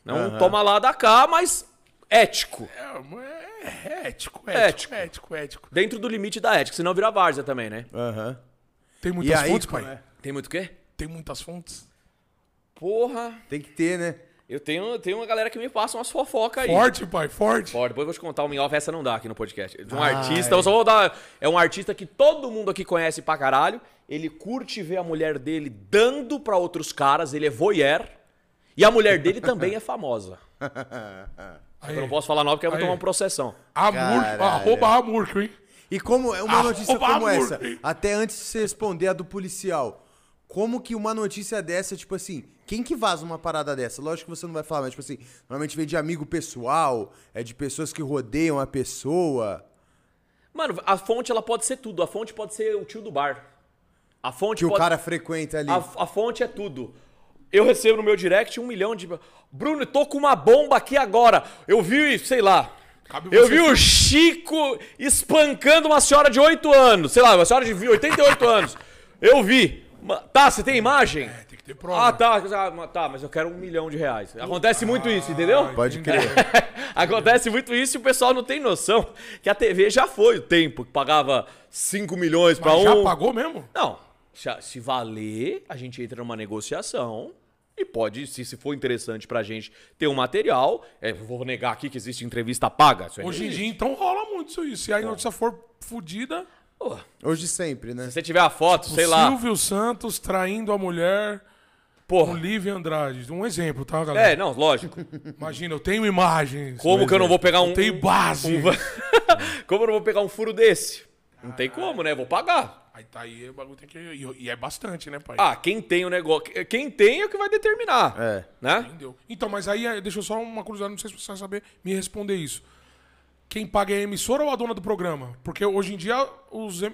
[SPEAKER 3] Não toma lá da cá, mas ético.
[SPEAKER 1] É, é ético,
[SPEAKER 3] Ético.
[SPEAKER 1] ético, ético, ético.
[SPEAKER 3] Dentro do limite da ética, senão vira várzea também, né?
[SPEAKER 4] Aham.
[SPEAKER 1] Tem muitas
[SPEAKER 4] aí,
[SPEAKER 1] fontes,
[SPEAKER 4] como
[SPEAKER 1] pai?
[SPEAKER 4] é?
[SPEAKER 3] Tem muito o quê?
[SPEAKER 1] né? Tem muitas fontes.
[SPEAKER 3] Porra,
[SPEAKER 4] Tem que ter, né?
[SPEAKER 3] eu tenho, tenho uma galera que me passa umas fofocas aí.
[SPEAKER 1] Forte, pai, forte.
[SPEAKER 3] Ó, depois eu vou te contar uma off, essa não dá aqui no podcast. De um artista, eu só vou dar. É um artista que todo mundo aqui conhece pra caralho. Ele curte ver a mulher dele dando pra outros caras, ele é voyeur. E a mulher dele também é famosa.
[SPEAKER 1] Aí.
[SPEAKER 3] Eu não posso falar nome porque eu vou
[SPEAKER 1] Aí.
[SPEAKER 3] tomar uma processão.
[SPEAKER 1] Amurco,
[SPEAKER 4] Caralho.
[SPEAKER 1] arroba Amurco, hein?
[SPEAKER 4] E como é uma
[SPEAKER 3] Ah,
[SPEAKER 1] Arroba
[SPEAKER 4] notícia como
[SPEAKER 1] amor.
[SPEAKER 4] essa? Até antes de você responder a do policial. Como que uma notícia dessa, tipo assim, quem que vaza uma parada dessa? Lógico que você não vai falar, mas tipo assim, normalmente vem de amigo pessoal, é de pessoas que rodeiam a pessoa.
[SPEAKER 3] Mano, a fonte ela pode ser tudo. A fonte pode ser o tio do bar. A fonte
[SPEAKER 4] Que o
[SPEAKER 3] pode...
[SPEAKER 4] cara frequenta ali.
[SPEAKER 3] A, a fonte é tudo. Eu recebo no meu direct um milhão de. Bruno, tô com uma bomba aqui agora. Eu vi, sei lá.
[SPEAKER 1] Cabe
[SPEAKER 3] Eu
[SPEAKER 1] você-
[SPEAKER 3] vi o Chico espancando uma senhora de 8 anos. Sei lá, uma senhora de 88 anos. Eu vi. Ma- Tá, você tem imagem?
[SPEAKER 1] É, Tem que ter prova.
[SPEAKER 3] Ah, tá. ah, ma- Tá, mas eu quero um milhão de reais. Acontece muito isso, entendeu?
[SPEAKER 4] Pode crer.
[SPEAKER 3] Acontece muito isso e o pessoal não tem noção que a TV já foi o tempo que pagava 5 milhões pra
[SPEAKER 1] Mas já
[SPEAKER 3] um.
[SPEAKER 1] pagou mesmo?
[SPEAKER 3] Não. Se, a- se valer, a gente entra numa negociação e pode, se, se for interessante pra gente ter um material, é, eu vou negar aqui que existe entrevista paga. Isso é
[SPEAKER 1] Hoje em
[SPEAKER 3] isso.
[SPEAKER 1] dia, então, rola muito isso aí. Se a notícia for fodida,
[SPEAKER 3] Pô,
[SPEAKER 4] Hoje sempre, né?
[SPEAKER 3] se você tiver a foto, sei lá.
[SPEAKER 1] tipo, Silvio Santos traindo a mulher com
[SPEAKER 3] Porra.
[SPEAKER 1] Lívia Andrade. Um exemplo, tá, galera?
[SPEAKER 3] É, não, lógico.
[SPEAKER 1] Imagina, eu tenho imagens.
[SPEAKER 3] Como que eu não vou pegar um.
[SPEAKER 1] Eu tenho base.
[SPEAKER 3] como eu não vou pegar um furo desse? Não tem como, né? Vou pagar.
[SPEAKER 1] Aí tá aí, o bagulho tem que. E, e é bastante, né, pai?
[SPEAKER 3] Ah, quem tem o negócio. Quem tem é o que vai determinar.
[SPEAKER 4] É.
[SPEAKER 3] Né?
[SPEAKER 1] Entendeu? Então, mas aí, eh, deixa eu só uma curiosidade, não sei se você vai saber me responder isso. Quem paga é a emissora ou a dona do programa? Porque hoje em dia, os em-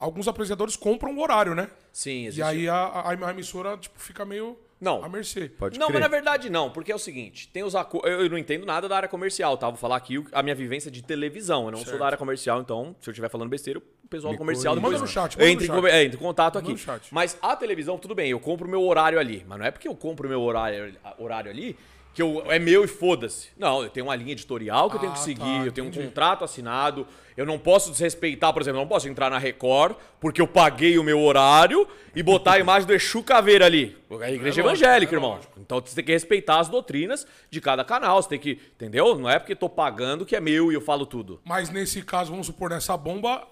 [SPEAKER 1] alguns apresentadores compram o horário, né?
[SPEAKER 3] Sim, existe.
[SPEAKER 1] E aí a, a- a emissora tipo, fica meio
[SPEAKER 3] Não.
[SPEAKER 1] à mercê.
[SPEAKER 4] Pode
[SPEAKER 3] não,
[SPEAKER 4] crer.
[SPEAKER 3] mas na verdade não, porque é o seguinte, tem os aco- eu eu não entendo nada da área comercial, tá? Vou falar aqui o- a minha vivência de televisão, eu não sou da área comercial, então se eu estiver falando besteira, o pessoal comercial
[SPEAKER 1] corrija.
[SPEAKER 3] depois
[SPEAKER 1] Manda no chat, manda no
[SPEAKER 3] entra, em
[SPEAKER 1] chat.
[SPEAKER 3] co- é, entra em contato
[SPEAKER 1] Manda
[SPEAKER 3] aqui.
[SPEAKER 1] no chat.
[SPEAKER 3] Mas a televisão, tudo bem, eu compro o meu horário ali, mas não é porque eu compro o meu horário, horário ali que eu, é meu e foda-se. Não, eu tenho uma linha editorial que eu tenho que
[SPEAKER 1] Ah,
[SPEAKER 3] seguir,
[SPEAKER 1] tá,
[SPEAKER 3] eu tenho um
[SPEAKER 1] entendi.
[SPEAKER 3] contrato assinado, eu não posso desrespeitar, por exemplo, eu não posso entrar na Record porque eu paguei o meu horário e botar a imagem do Exu Caveira ali. É igreja
[SPEAKER 1] É lógico,
[SPEAKER 3] evangélica,
[SPEAKER 1] é
[SPEAKER 3] irmão.
[SPEAKER 1] lógico.
[SPEAKER 3] Então você tem que respeitar as doutrinas de cada canal, você tem que, entendeu? Não é porque tô pagando que é meu e eu falo tudo.
[SPEAKER 1] Mas nesse caso, vamos supor, nessa bomba.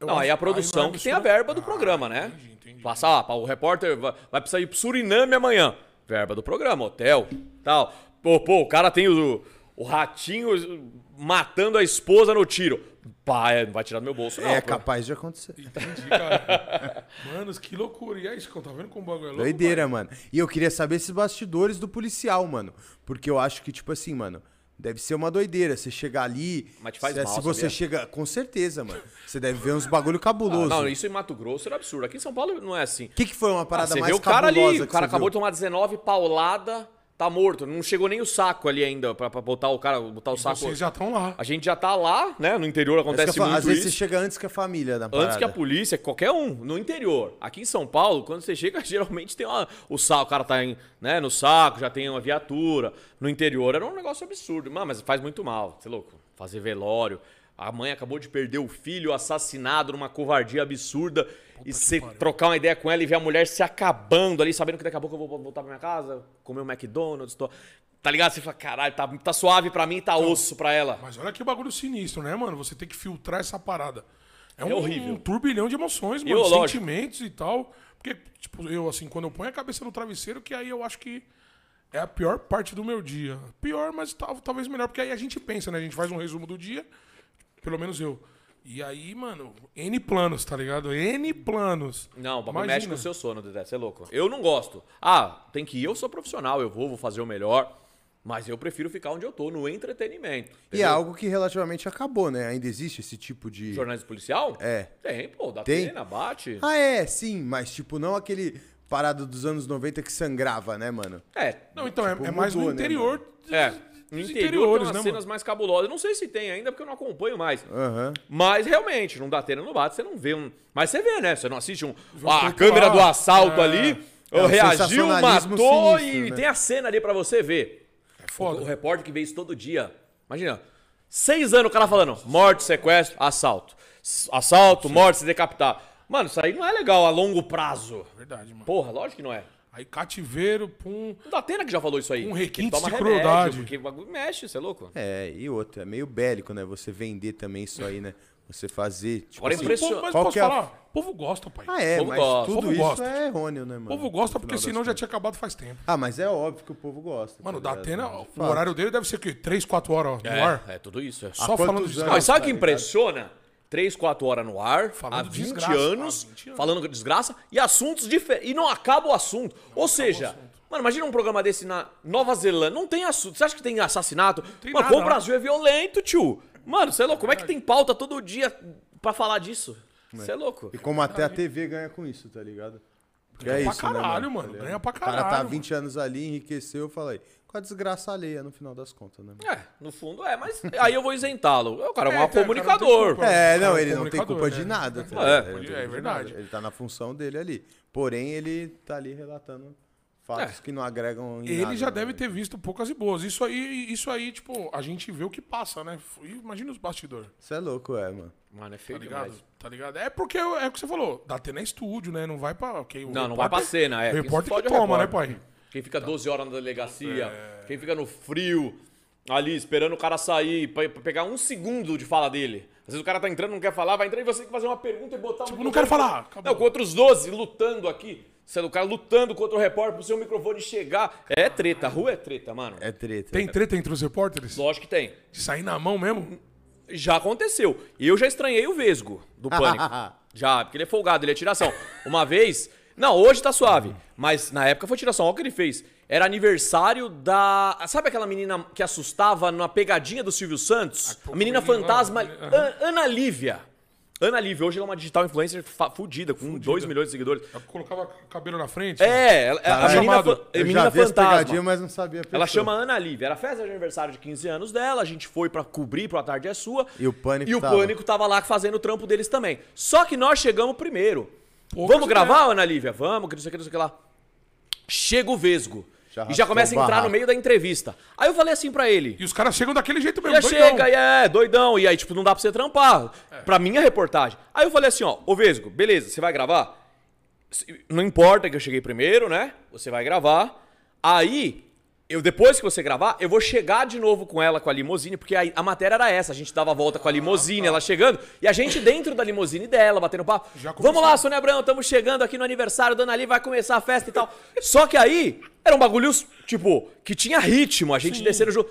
[SPEAKER 1] eu
[SPEAKER 3] Não,
[SPEAKER 1] acho-
[SPEAKER 3] aí é a produção
[SPEAKER 1] não é
[SPEAKER 3] que tem a
[SPEAKER 1] emissora.
[SPEAKER 3] verba do programa, né?
[SPEAKER 1] Ah, entendi, entendi.
[SPEAKER 3] Passar, ó, pá, o repórter vai, vai precisar ir pro Suriname amanhã. Verba do programa, hotel, tal. Pô, pô, o cara tem o, o ratinho matando a esposa no tiro. Pá, é, não vai tirar do meu bolso, não.
[SPEAKER 4] É
[SPEAKER 3] pô.
[SPEAKER 4] capaz de acontecer.
[SPEAKER 1] Ah, Entendi, cara. Mano, que loucura. E é isso que eu tá vendo como o bagulho é louco?
[SPEAKER 4] Doideira, mano. E eu queria saber esses bastidores do policial, mano. Porque eu acho que, tipo assim, mano, deve ser uma doideira. Você chegar ali.
[SPEAKER 3] Mas te faz
[SPEAKER 4] se,
[SPEAKER 3] mal,
[SPEAKER 4] se você
[SPEAKER 3] sabia?
[SPEAKER 4] chega. Com certeza, mano. Você deve ver uns bagulho
[SPEAKER 3] Ah,
[SPEAKER 4] cabuloso.
[SPEAKER 3] não,
[SPEAKER 4] O
[SPEAKER 3] isso em Mato Grosso era absurdo. Aqui em São Paulo não é assim.
[SPEAKER 4] que, que foi uma
[SPEAKER 3] Ah,
[SPEAKER 4] parada
[SPEAKER 3] você
[SPEAKER 4] mais
[SPEAKER 3] vê o cara
[SPEAKER 4] cabulosa
[SPEAKER 3] ali, o
[SPEAKER 4] que
[SPEAKER 3] cara
[SPEAKER 4] você
[SPEAKER 3] acabou de
[SPEAKER 4] viu?
[SPEAKER 3] tomar 19 paulada, tá morto. Não chegou nem o saco ali ainda pra, pra botar o cara, botar o saco.
[SPEAKER 1] Vocês já estão lá.
[SPEAKER 3] A gente já tá lá, né? No interior
[SPEAKER 4] É Isso que eu
[SPEAKER 3] acontece
[SPEAKER 4] falo,
[SPEAKER 3] muito
[SPEAKER 4] Às vezes
[SPEAKER 3] isso.
[SPEAKER 4] você chega antes que a família da parada.
[SPEAKER 3] Antes que a polícia, qualquer um, no interior. Aqui em São Paulo, quando você chega, geralmente tem uma, o sal, o cara tá em, né, no saco, já tem uma viatura. No interior era um negócio absurdo. Mano, mas faz muito mal, você é louco. Fazer velório. A mãe acabou de perder o filho assassinado numa covardia absurda. e você trocar uma ideia com ela e ver a mulher se acabando ali, sabendo que daqui a pouco eu vou voltar pra minha casa, comer um McDonald's. Tô... Tá ligado? Você fala, caralho, tá, tá suave pra mim, tá osso pra ela.
[SPEAKER 1] Mas olha que bagulho sinistro, né, mano? Você tem que filtrar essa parada. É, um,
[SPEAKER 3] horrível.
[SPEAKER 1] um turbilhão de emoções,
[SPEAKER 3] E
[SPEAKER 1] mano.
[SPEAKER 3] eu, lógico.
[SPEAKER 1] sentimentos e tal. Porque, tipo, eu, assim, quando eu ponho a cabeça no travesseiro, que aí eu acho que é a pior parte do meu dia. Pior, mas tal- talvez melhor, porque aí a gente pensa, né? A gente faz um resumo do dia, pelo menos eu. E aí, mano, N planos, tá ligado? N planos.
[SPEAKER 3] Não, o bagulho
[SPEAKER 1] Imagina.
[SPEAKER 3] mexe com o seu sono, Dedé, você é louco. Eu não gosto. Ah, tem que ir, eu sou profissional, eu vou, vou fazer o melhor. Mas eu prefiro ficar onde eu tô, no entretenimento.
[SPEAKER 4] E é
[SPEAKER 3] entendeu?
[SPEAKER 4] algo que relativamente acabou, né? Ainda existe esse tipo de.
[SPEAKER 3] Jornalismo policial?
[SPEAKER 4] É.
[SPEAKER 3] Tem, pô, dá
[SPEAKER 4] Tem?
[SPEAKER 3] pena, bate.
[SPEAKER 4] Ah, é, sim, mas tipo, não aquele parado dos anos 90 que sangrava, né, mano?
[SPEAKER 3] É.
[SPEAKER 1] Não, então, é,
[SPEAKER 4] Tipo,
[SPEAKER 1] é mais
[SPEAKER 4] mudou,
[SPEAKER 1] no
[SPEAKER 4] né,
[SPEAKER 1] interior. dos-
[SPEAKER 3] É. No
[SPEAKER 1] dos
[SPEAKER 3] interior tem
[SPEAKER 1] interiores, né,
[SPEAKER 3] umas
[SPEAKER 1] mano?
[SPEAKER 3] cenas mais cabulosas. Não sei se tem ainda, porque eu não acompanho mais.
[SPEAKER 4] Aham.
[SPEAKER 3] Mas realmente, não dá tela não bate, você não vê um. Mas você vê, né? Você não assiste um. Ah, a
[SPEAKER 1] cultuar.
[SPEAKER 3] câmera do assalto
[SPEAKER 1] É.
[SPEAKER 3] ali,
[SPEAKER 4] É, o
[SPEAKER 3] reagiu,
[SPEAKER 4] sensacionalismo
[SPEAKER 3] matou
[SPEAKER 4] sinistro,
[SPEAKER 3] e
[SPEAKER 4] né?
[SPEAKER 3] tem a cena ali pra você ver.
[SPEAKER 1] É
[SPEAKER 3] O
[SPEAKER 1] foda.
[SPEAKER 3] repórter que vê isso todo dia. Imagina. Seis anos o cara falando: morte, sequestro, assalto. S- Assalto, morte, se decapitar. Mano, isso aí não é legal a longo prazo.
[SPEAKER 1] Verdade, mano.
[SPEAKER 3] Porra, lógico que não é.
[SPEAKER 1] Aí cativeiro, pum.
[SPEAKER 3] O Datena que já falou isso aí.
[SPEAKER 1] Um
[SPEAKER 3] que
[SPEAKER 1] requinte
[SPEAKER 3] toma
[SPEAKER 1] de
[SPEAKER 3] remédio,
[SPEAKER 1] crueldade.
[SPEAKER 3] Porque o bagulho mexe, você é louco?
[SPEAKER 4] É, e outra, é meio bélico, né? Você vender também isso aí, né? Você fazer. Tipo,
[SPEAKER 3] Agora é
[SPEAKER 4] assim-
[SPEAKER 1] Mas, o
[SPEAKER 3] impressionante.
[SPEAKER 1] povo, mas
[SPEAKER 4] Qual
[SPEAKER 1] posso
[SPEAKER 4] que é a-
[SPEAKER 1] falar? O povo gosta, pai.
[SPEAKER 4] Ah, é,
[SPEAKER 3] povo
[SPEAKER 4] mas
[SPEAKER 3] gosta.
[SPEAKER 1] O
[SPEAKER 4] tudo
[SPEAKER 1] povo
[SPEAKER 4] isso
[SPEAKER 1] gosta.
[SPEAKER 4] é errôneo, né, mano?
[SPEAKER 1] O povo gosta porque
[SPEAKER 4] No final
[SPEAKER 1] senão
[SPEAKER 4] das
[SPEAKER 1] já tinha acabado faz tempo.
[SPEAKER 4] contas. Ah, mas é óbvio que o povo gosta.
[SPEAKER 1] Mano, o
[SPEAKER 4] tá ligado?
[SPEAKER 1] Datena,
[SPEAKER 4] De
[SPEAKER 1] o
[SPEAKER 4] fato.
[SPEAKER 1] horário dele deve ser o quê? 3, 4 horas no ar?
[SPEAKER 3] É, é tudo isso. É
[SPEAKER 1] Só
[SPEAKER 4] quantos
[SPEAKER 1] falando de
[SPEAKER 4] anos?
[SPEAKER 3] Não, e
[SPEAKER 4] Não,
[SPEAKER 3] sabe o
[SPEAKER 4] tá
[SPEAKER 3] que
[SPEAKER 4] ligado?
[SPEAKER 3] impressiona? Três, quatro horas no ar,
[SPEAKER 1] Falando
[SPEAKER 3] há
[SPEAKER 1] de
[SPEAKER 3] 20
[SPEAKER 1] desgraça,
[SPEAKER 3] anos,
[SPEAKER 1] há 20 anos.
[SPEAKER 3] falando de desgraça, e assuntos diferentes. E não acaba o assunto. Ou seja, mano, imagina um programa desse na Nova Zelândia. Não tem assunto. Você acha que tem assassinato?
[SPEAKER 1] tem
[SPEAKER 3] mano,
[SPEAKER 1] nada,
[SPEAKER 3] como o
[SPEAKER 1] né?
[SPEAKER 3] Brasil é violento, tio. Mano, você é louco. Como é que tem pauta todo dia pra falar disso? Você é louco.
[SPEAKER 4] E como até a TV ganha com isso, tá ligado? Porque
[SPEAKER 1] Ganha
[SPEAKER 4] é
[SPEAKER 1] pra
[SPEAKER 4] isso, né,
[SPEAKER 1] caralho,
[SPEAKER 4] Tá
[SPEAKER 1] mano,
[SPEAKER 4] ligado?
[SPEAKER 1] ganha pra
[SPEAKER 4] O cara tá há
[SPEAKER 1] caralho,
[SPEAKER 4] 20 anos ali, enriqueceu, fala aí. Com a desgraça alheia, no final das contas, né? mano?
[SPEAKER 3] É, no fundo é, mas aí eu vou isentá-lo. O cara é um
[SPEAKER 1] É,
[SPEAKER 3] mau
[SPEAKER 1] cara,
[SPEAKER 3] comunicador.
[SPEAKER 1] o cara
[SPEAKER 4] É,
[SPEAKER 1] Cara,
[SPEAKER 4] não,
[SPEAKER 1] é
[SPEAKER 4] ele não tem
[SPEAKER 1] comunicador,
[SPEAKER 4] culpa
[SPEAKER 1] né?
[SPEAKER 4] de nada. tá
[SPEAKER 3] É,
[SPEAKER 4] ligado? Ele
[SPEAKER 3] pode-
[SPEAKER 4] não tem
[SPEAKER 1] é
[SPEAKER 4] culpa de
[SPEAKER 1] verdade.
[SPEAKER 4] nada. Ele tá na função dele ali. Porém, ele tá ali relatando fatos
[SPEAKER 3] É.
[SPEAKER 4] que não agregam em nada,
[SPEAKER 1] Ele já
[SPEAKER 4] né?
[SPEAKER 1] deve ter visto poucas e boas. Isso aí, isso aí, tipo, a gente vê o que passa, né? E Imagina os bastidores,
[SPEAKER 4] Isso é louco, é, mano.
[SPEAKER 3] Mano, é
[SPEAKER 1] tá
[SPEAKER 3] feio
[SPEAKER 1] ligado?
[SPEAKER 3] demais.
[SPEAKER 1] Tá ligado? É porque é o que você falou, Datena é estúdio, né? Não vai pra. ok, o
[SPEAKER 3] Não, não vai
[SPEAKER 1] repórter-
[SPEAKER 3] pra cena, é.
[SPEAKER 1] O
[SPEAKER 3] Quem se
[SPEAKER 1] repórter que
[SPEAKER 3] fode é o
[SPEAKER 1] toma, né,
[SPEAKER 3] repórter.
[SPEAKER 1] pai? É.
[SPEAKER 3] Quem fica 12 horas na delegacia, quem fica no frio, ali esperando o cara sair, pra, pra pegar um segundo de fala dele. Às vezes o cara tá entrando, não quer falar, vai entrar e você tem que fazer uma pergunta e botar um.
[SPEAKER 1] Tipo, não quero falar, acabou.
[SPEAKER 3] Não, com outros 12 lutando aqui. Sendo o cara lutando contra o repórter pro seu microfone chegar. É treta, a rua é treta, mano.
[SPEAKER 4] É treta.
[SPEAKER 1] Tem treta entre os repórteres?
[SPEAKER 3] Lógico que tem.
[SPEAKER 1] De sair na mão mesmo?
[SPEAKER 3] Já aconteceu. Eu já estranhei o Vesgo do Pânico. já, porque ele é folgado, ele é tiração. Uma vez. Não, hoje tá suave. Mas na época foi tiração. Olha o que ele fez. Era aniversário da. Sabe aquela menina que assustava na pegadinha do Silvio Santos? A,
[SPEAKER 1] pouco
[SPEAKER 3] menina
[SPEAKER 1] menina,
[SPEAKER 3] fantasma.
[SPEAKER 1] aham.
[SPEAKER 3] An- Ana Lívia. Ana Lívia, hoje ela é uma digital influencer fa- fudida, com 2 milhões de seguidores.
[SPEAKER 1] Eu colocava o cabelo na frente?
[SPEAKER 3] É, ela,
[SPEAKER 2] Tá
[SPEAKER 3] a
[SPEAKER 4] Caralho.
[SPEAKER 3] menina,
[SPEAKER 1] Chamado.
[SPEAKER 3] fa-
[SPEAKER 4] Eu
[SPEAKER 3] menina
[SPEAKER 4] já vi as
[SPEAKER 3] fantasma.
[SPEAKER 4] pegadinhas, mas não sabia a
[SPEAKER 3] Ela
[SPEAKER 4] pessoa.
[SPEAKER 3] chama Ana Lívia. Era a festa de aniversário de 15 anos dela, a gente foi pra cobrir pro A Tarde é Sua.
[SPEAKER 4] E o Pânico
[SPEAKER 3] E o
[SPEAKER 4] tava.
[SPEAKER 3] Pânico tava lá fazendo o trampo deles também. Só que nós chegamos primeiro.
[SPEAKER 1] Poucas
[SPEAKER 3] Vamos gravar, Ana Lívia? Vamos, que não sei o que, não sei o que lá. Chega o Vesgo.
[SPEAKER 4] Já
[SPEAKER 3] e já
[SPEAKER 4] arrastou
[SPEAKER 3] começa a
[SPEAKER 4] o
[SPEAKER 3] entrar no
[SPEAKER 4] barraco.
[SPEAKER 3] meio da entrevista. Aí eu falei assim pra ele.
[SPEAKER 1] E os caras chegam daquele jeito mesmo,
[SPEAKER 3] Já
[SPEAKER 1] doidão. É.
[SPEAKER 3] chega, e é, doidão. E aí, tipo, não dá pra você trampar. Pra minha reportagem. Aí eu falei assim, ó, ô Vesgo, beleza, você vai gravar? Se- Não importa que eu cheguei primeiro, né? Você vai gravar. Aí, eu depois que você gravar, eu vou chegar de novo com ela, com a limousine, porque a, a matéria era essa. A gente dava a volta com a
[SPEAKER 1] Ah,
[SPEAKER 3] limousine,
[SPEAKER 1] tá.
[SPEAKER 3] ela chegando, e a gente dentro da limousine dela, batendo papo.
[SPEAKER 1] Já começou.
[SPEAKER 3] Vamos lá, Sônia Abrão, estamos chegando aqui no aniversário, Dona Ali vai começar a festa e tal. Só que aí, era um bagulho, tipo, que tinha ritmo, a gente descendo junto.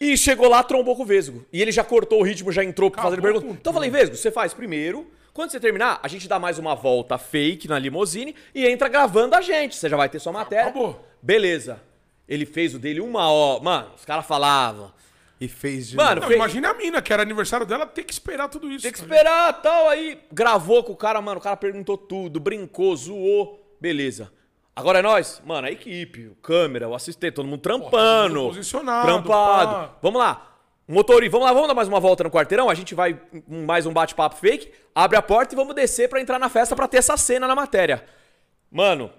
[SPEAKER 3] E chegou lá, trombou com o Vesgo. E ele já cortou o ritmo, já entrou
[SPEAKER 1] Acabou
[SPEAKER 3] fazendo pergunta.
[SPEAKER 1] com
[SPEAKER 3] Então eu falei, Vesgo, você faz primeiro. Quando você terminar, a gente dá mais uma volta fake na limousine e entra gravando a gente. Você já vai ter sua matéria.
[SPEAKER 1] Acabou.
[SPEAKER 3] Beleza. Ele fez o dele uma hora. Mano, os caras falavam.
[SPEAKER 4] E fez de
[SPEAKER 3] Mano,
[SPEAKER 4] novo.
[SPEAKER 1] Não,
[SPEAKER 3] Fe-
[SPEAKER 1] imagina a mina, que era aniversário dela, ter que esperar tudo isso.
[SPEAKER 3] Tem que
[SPEAKER 1] tá
[SPEAKER 3] esperar, tal, aí gravou com o cara, mano, o cara perguntou tudo, brincou, zoou, beleza. Agora é nós? Mano, a equipe, o câmera, o assistente, todo mundo trampando,
[SPEAKER 1] todo mundo posicionado,
[SPEAKER 3] trampado.
[SPEAKER 1] pá.
[SPEAKER 3] Vamos lá, motorista, vamos lá, vamos dar mais uma volta no quarteirão, a gente vai um- mais um bate-papo fake, abre a porta e vamos descer pra entrar na festa pra ter essa cena na matéria. Mano,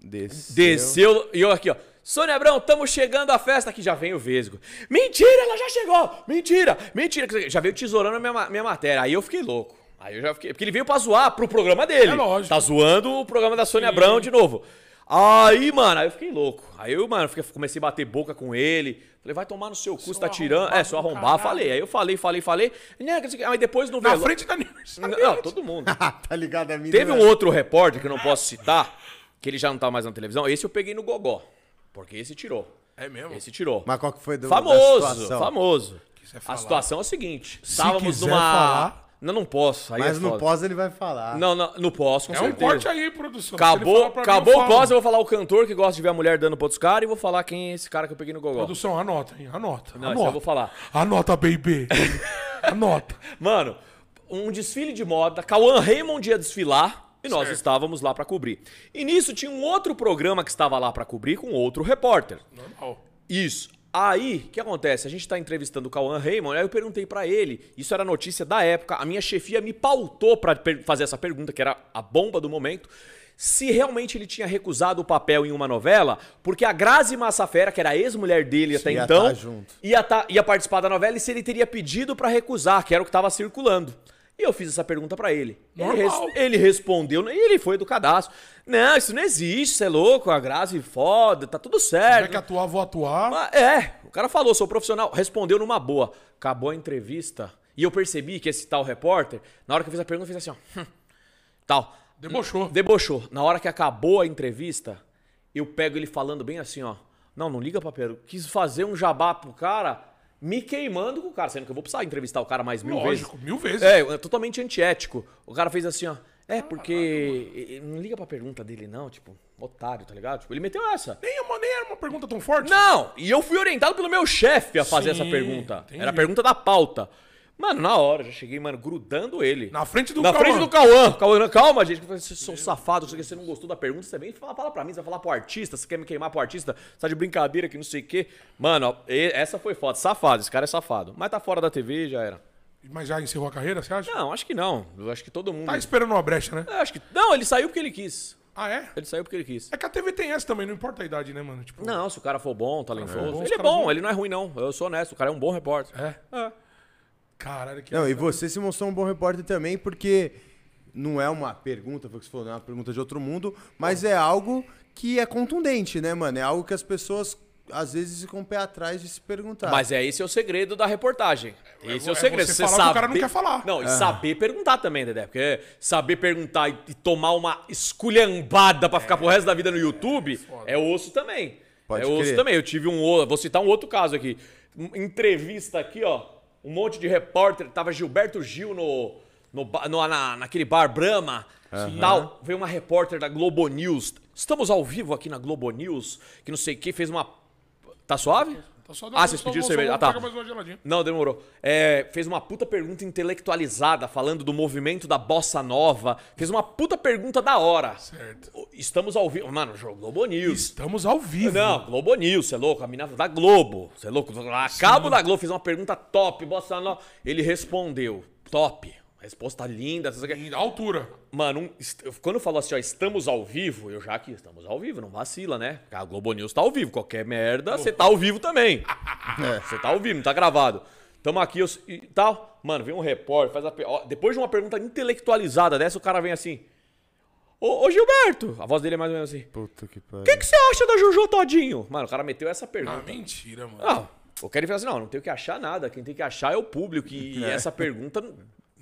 [SPEAKER 4] Desceu.
[SPEAKER 3] Desceu e eu aqui, ó. Sônia Abrão, estamos chegando à festa que já vem o Vesgo. Mentira, ela já chegou! Mentira, mentira. Já veio tesourando a minha, ma- minha matéria. Aí eu fiquei louco. Aí eu já fiquei. Porque ele veio pra zoar pro programa dele.
[SPEAKER 1] É lógico.
[SPEAKER 3] Tá zoando o programa da Sônia Abrão de novo. Aí, mano, aí eu fiquei louco. Aí eu, mano, fiquei- comecei a bater boca com ele. Falei, vai tomar no seu cu, você tá tirando. É,
[SPEAKER 1] arrombado
[SPEAKER 3] só
[SPEAKER 1] do
[SPEAKER 3] arrombar.
[SPEAKER 1] caralho.
[SPEAKER 3] Falei, aí eu falei, falei, falei. Né, que não sei o quê. Aí depois no
[SPEAKER 1] ligado?
[SPEAKER 3] velório.
[SPEAKER 1] Na frente da aniversário.
[SPEAKER 3] Não, todo mundo.
[SPEAKER 4] tá ligado a mim?
[SPEAKER 3] Teve um outro repórter que eu não posso citar, que ele já não tá mais na televisão. Esse eu peguei no Gogó. Porque esse tirou.
[SPEAKER 1] É mesmo?
[SPEAKER 3] Esse tirou.
[SPEAKER 4] Mas qual que foi do, da
[SPEAKER 3] famoso,
[SPEAKER 4] situação?
[SPEAKER 3] famoso.
[SPEAKER 1] Quiser
[SPEAKER 3] A
[SPEAKER 1] falar.
[SPEAKER 3] situação é o seguinte:
[SPEAKER 1] Se
[SPEAKER 3] estávamos
[SPEAKER 1] quiser
[SPEAKER 3] numa.
[SPEAKER 1] falar.
[SPEAKER 3] Não, não posso. Aí
[SPEAKER 4] Mas
[SPEAKER 3] é
[SPEAKER 4] no
[SPEAKER 3] foda.
[SPEAKER 4] pós ele vai falar.
[SPEAKER 3] Não, não, não posso, com
[SPEAKER 1] É um
[SPEAKER 3] certeza.
[SPEAKER 1] corte aí, produção. Se ele
[SPEAKER 3] Acabou,
[SPEAKER 1] falar pra mim, eu
[SPEAKER 3] acabou o
[SPEAKER 1] falo.
[SPEAKER 3] pós, eu vou falar o cantor que gosta de ver a mulher dando pra outros caras e vou falar quem é esse cara que eu peguei no Gogol.
[SPEAKER 1] Produção, anota, hein? Anota.
[SPEAKER 3] Não, isso
[SPEAKER 1] anota.
[SPEAKER 3] eu vou falar.
[SPEAKER 1] Anota, baby. anota.
[SPEAKER 3] Mano, um desfile de moda, Cauã Raymond ia desfilar e nós estávamos lá pra cobrir. E nisso tinha um outro programa que estava lá pra cobrir com outro repórter.
[SPEAKER 1] Normal.
[SPEAKER 3] Isso. Aí, o que acontece? A gente tá entrevistando o Cauã Raymond, aí eu perguntei pra ele, isso era notícia da época, a minha chefia me pautou pra per- fazer essa pergunta, que era a bomba do momento, se realmente ele tinha recusado o papel em uma novela, porque a Grazi Massafera, que era a ex-mulher dele até
[SPEAKER 4] Ia
[SPEAKER 3] então,
[SPEAKER 4] tá junto.
[SPEAKER 3] Ia, tá- ia participar da novela e se ele teria pedido pra recusar, que era o que tava circulando. E eu fiz essa pergunta pra ele. Ele, res-
[SPEAKER 1] Normal.
[SPEAKER 3] ele respondeu, né, e ele foi do cadastro. Não, isso não existe, você é louco, a Grazi foda, tá tudo certo.
[SPEAKER 1] Quer que atuar, vou atuar.
[SPEAKER 3] Ah, É, o cara falou, sou profissional, respondeu numa boa. Acabou a entrevista e eu percebi que esse tal repórter, na hora que eu fiz a pergunta, fez assim, ó. "Hum", tal.
[SPEAKER 1] Debochou.
[SPEAKER 3] Debochou. Na hora que acabou a entrevista, eu pego ele falando bem assim, ó. Não, não liga, papeiro. Quis fazer um jabá pro cara, me queimando com o cara, sendo que eu vou precisar entrevistar o cara mais mil vezes.
[SPEAKER 1] Lógico, mil vezes.
[SPEAKER 3] É, é totalmente antiético. O cara fez assim, ó. É, porque. e- e Não liga pra pergunta dele, não, tipo, otário, tá ligado? Tipo, ele meteu essa.
[SPEAKER 1] Nem, é uma, nem era uma pergunta tão forte.
[SPEAKER 3] Não, e eu fui orientado pelo meu chefe a fazer
[SPEAKER 1] Sim,
[SPEAKER 3] essa pergunta.
[SPEAKER 1] entendi.
[SPEAKER 3] Era a pergunta da pauta. Mano, na hora, já cheguei, mano, grudando ele.
[SPEAKER 1] Na frente do
[SPEAKER 3] Na
[SPEAKER 1] Cauã.
[SPEAKER 3] frente do Cauã. Cauã, calma, gente. Vocês são safados, não sei o que, você não gostou da pergunta, você vem fala, fala pra mim, você vai falar pro artista, você quer me queimar pro artista, você tá de brincadeira que não sei o quê. Mano, ó, e- essa foi foda. Safado, esse cara é safado. Mas tá fora da TV, já era.
[SPEAKER 1] Mas já encerrou a carreira, você acha?
[SPEAKER 3] Não, acho que não. Eu acho que todo mundo.
[SPEAKER 1] Tá esperando uma brecha, né?
[SPEAKER 3] É, acho que. Não, ele saiu porque ele quis.
[SPEAKER 1] Ah, é?
[SPEAKER 3] Ele saiu porque ele quis.
[SPEAKER 1] É que a TV tem essa também, não importa a idade, né, mano? Tipo,
[SPEAKER 3] Não, se o cara for bom, talentoso.
[SPEAKER 1] bom, os
[SPEAKER 3] ele é
[SPEAKER 1] caras
[SPEAKER 3] bom,
[SPEAKER 1] vão-
[SPEAKER 3] ele não é ruim, não. Eu sou honesto, o cara é um bom repórter.
[SPEAKER 1] É? Caralho, que.
[SPEAKER 4] Não, e você se mostrou um bom repórter também, porque não é uma pergunta, foi o que você falou, não é uma pergunta de outro mundo, mas é algo que é contundente, né, mano? É algo que as pessoas às vezes ficam um pé atrás de se perguntar.
[SPEAKER 3] Mas é esse é o segredo da reportagem. Esse é,
[SPEAKER 1] é
[SPEAKER 3] o segredo.
[SPEAKER 1] você
[SPEAKER 3] Você
[SPEAKER 1] falar o
[SPEAKER 3] saber...
[SPEAKER 1] que o cara não quer falar.
[SPEAKER 4] É.
[SPEAKER 3] Não, e saber perguntar também, Dedé. Porque saber perguntar e e tomar uma esculhambada pra ficar pro resto da vida no YouTube é, osso também.
[SPEAKER 4] Pode
[SPEAKER 3] é osso
[SPEAKER 4] crer.
[SPEAKER 3] também. Eu tive um outro. Vou citar um outro caso aqui. Um- Entrevista aqui, ó. Um monte de repórter. Tava Gilberto Gil no, no, ba- no- na, naquele bar Brahma. e Tal. Veio uma repórter da Globo News. Estamos ao vivo aqui na Globo News, que não sei o que, fez uma. Tá suave?
[SPEAKER 1] Tá só-
[SPEAKER 3] ah, vocês
[SPEAKER 1] só-
[SPEAKER 3] pediram
[SPEAKER 1] só-
[SPEAKER 3] cerveja.
[SPEAKER 1] só
[SPEAKER 3] Ah, tá.
[SPEAKER 1] pega mais um. uma geladinha.
[SPEAKER 3] Não, demorou. É, fez uma puta pergunta intelectualizada, falando do movimento da bossa nova. Fez uma puta pergunta da hora.
[SPEAKER 1] Certo.
[SPEAKER 3] Estamos ao vivo. Mano, jogo Globo News.
[SPEAKER 1] Estamos ao vivo.
[SPEAKER 3] Não, Globo News, você é louco. A mina da Globo. Você é louco. A cabo da Globo fez uma pergunta top, bossa nova. Ele respondeu. Top. Resposta linda. não sei o quê.
[SPEAKER 1] Em altura.
[SPEAKER 3] Mano, um- est- eu- quando eu falo assim, ó, estamos ao vivo, eu já aqui, estamos ao vivo, não vacila, né? Porque A Globo News tá ao vivo, qualquer merda, você tá ao vivo também. É, Você tá ao vivo, não tá gravado. Tamo aqui eu s- e tal. Mano, vem um repórter, faz a. pe- ó, depois de uma pergunta intelectualizada dessa, o cara vem assim. Ô, ô Gilberto! A voz dele é mais ou menos assim. O
[SPEAKER 4] Puta que pariu.
[SPEAKER 3] que, que você acha da Jojo Todinho? Mano, o cara meteu essa pergunta.
[SPEAKER 1] Ah, mentira, mano.
[SPEAKER 3] Ah, eu quero falar assim, não, não tenho que achar nada. Quem tem que achar é o público. E, e essa pergunta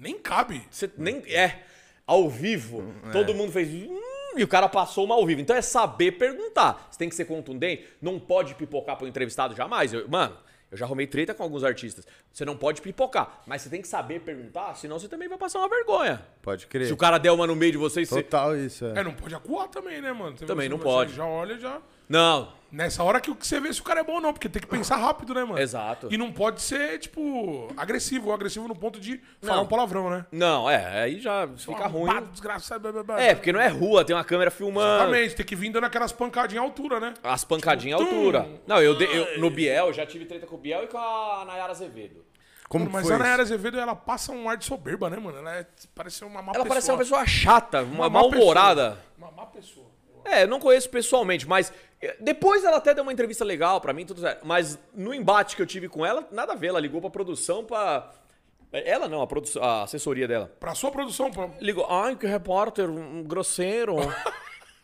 [SPEAKER 1] Nem cabe.
[SPEAKER 3] você nem. É. Ao vivo. Todo mundo fez. "Hum", e o cara passou uma ao vivo. Então é saber perguntar. Você tem que ser contundente. Não pode pipocar pro entrevistado jamais. Eu- mano, eu já arrumei treta com alguns artistas. Você não pode pipocar. Mas você tem que saber perguntar, senão você também vai passar uma vergonha.
[SPEAKER 4] Pode crer.
[SPEAKER 3] Se o cara der uma no meio de vocês, você.
[SPEAKER 4] Total isso, é.
[SPEAKER 1] É, não pode acuar também, né, mano? Tem-
[SPEAKER 3] Também não
[SPEAKER 1] você
[SPEAKER 3] pode.
[SPEAKER 1] Já olha, já.
[SPEAKER 3] Não.
[SPEAKER 1] Nessa hora que o que você vê se o cara é bom ou não, porque tem que pensar rápido, né, mano?
[SPEAKER 3] Ah. Exato.
[SPEAKER 1] E não pode ser, tipo, agressivo. ou Agressivo no ponto de falar
[SPEAKER 3] Não.
[SPEAKER 1] um palavrão, né?
[SPEAKER 3] Não, é. Aí já fica ruim.
[SPEAKER 1] Arrombado, Desgraçado. blá, blá, blá.
[SPEAKER 3] É, porque ah. não é rua, tem uma câmera filmando.
[SPEAKER 1] Exatamente, tem que vir dando aquelas pancadinhas à altura, né?
[SPEAKER 3] As pancadinhas à
[SPEAKER 1] Tum.
[SPEAKER 3] altura. Não, eu, dei- eu- no Biel, eu já tive treta com o Biel e com a Nayara Azevedo.
[SPEAKER 4] Como que
[SPEAKER 1] Mas
[SPEAKER 4] foi
[SPEAKER 1] a Nayara
[SPEAKER 4] isso?
[SPEAKER 1] Azevedo, ela passa um ar de soberba, né, mano? Ela é, parece uma má
[SPEAKER 3] Ela
[SPEAKER 1] pessoa.
[SPEAKER 3] parece uma pessoa chata, uma,
[SPEAKER 1] má
[SPEAKER 3] mal-humorada.
[SPEAKER 1] pessoa. Uma má pessoa.
[SPEAKER 3] É, eu não conheço pessoalmente, mas eh, depois ela até deu uma entrevista legal pra mim, tudo certo. Mas no embate que eu tive com ela, nada a ver. Ela ligou pra produção pra. eh, Ela não, a, produção, a assessoria dela.
[SPEAKER 1] Pra sua produção, pra...
[SPEAKER 3] Ligou, ai, que repórter, um grosseiro.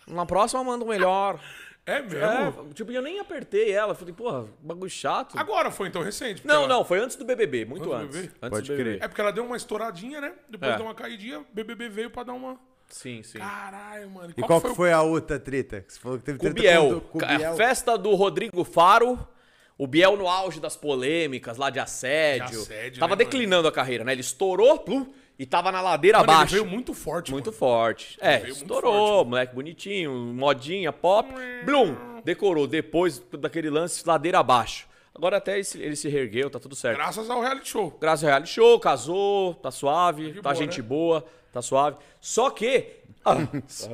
[SPEAKER 3] Na próxima manda um melhor.
[SPEAKER 1] é mesmo?
[SPEAKER 3] É, tipo, eu nem apertei ela. Falei, porra, bagulho chato.
[SPEAKER 1] Agora foi, então, recente. porque
[SPEAKER 3] Não,
[SPEAKER 1] ela-
[SPEAKER 3] não, foi antes do BBB,
[SPEAKER 1] Antes do
[SPEAKER 3] muito Ah, antes.
[SPEAKER 1] BBB?
[SPEAKER 3] Antes
[SPEAKER 4] Pode
[SPEAKER 3] do BBB.
[SPEAKER 1] É porque ela deu uma estouradinha, né? Depois
[SPEAKER 3] É.
[SPEAKER 1] deu uma caidinha, BBB veio pra dar uma...
[SPEAKER 3] Sim, sim.
[SPEAKER 1] Caralho, mano.
[SPEAKER 4] E qual que foi a outra treta? Que você falou que teve
[SPEAKER 3] Com o
[SPEAKER 4] treta
[SPEAKER 3] Biel. é
[SPEAKER 4] do- com o
[SPEAKER 3] Ca-
[SPEAKER 4] Biel.
[SPEAKER 3] Festa do Rodrigo Faro. O Biel no auge das polêmicas lá de assédio.
[SPEAKER 1] De assédio,
[SPEAKER 3] tava
[SPEAKER 1] né,
[SPEAKER 3] declinando a carreira, né? Ele estourou plum, e tava na ladeira
[SPEAKER 1] Mano,
[SPEAKER 3] abaixo.
[SPEAKER 1] Ele veio muito forte.
[SPEAKER 3] Muito
[SPEAKER 1] mano.
[SPEAKER 3] forte. É,
[SPEAKER 1] veio muito
[SPEAKER 3] estourou,
[SPEAKER 1] forte,
[SPEAKER 3] moleque bonitinho, modinha, pop. Blum, decorou. Depois daquele lance, ladeira abaixo. Agora até esse- ele se reergueu, tá tudo certo.
[SPEAKER 1] Graças ao reality show.
[SPEAKER 3] Graças ao reality show, casou, tá suave, tá
[SPEAKER 1] boa,
[SPEAKER 3] gente
[SPEAKER 1] né?
[SPEAKER 3] boa, tá suave. Só que. ah,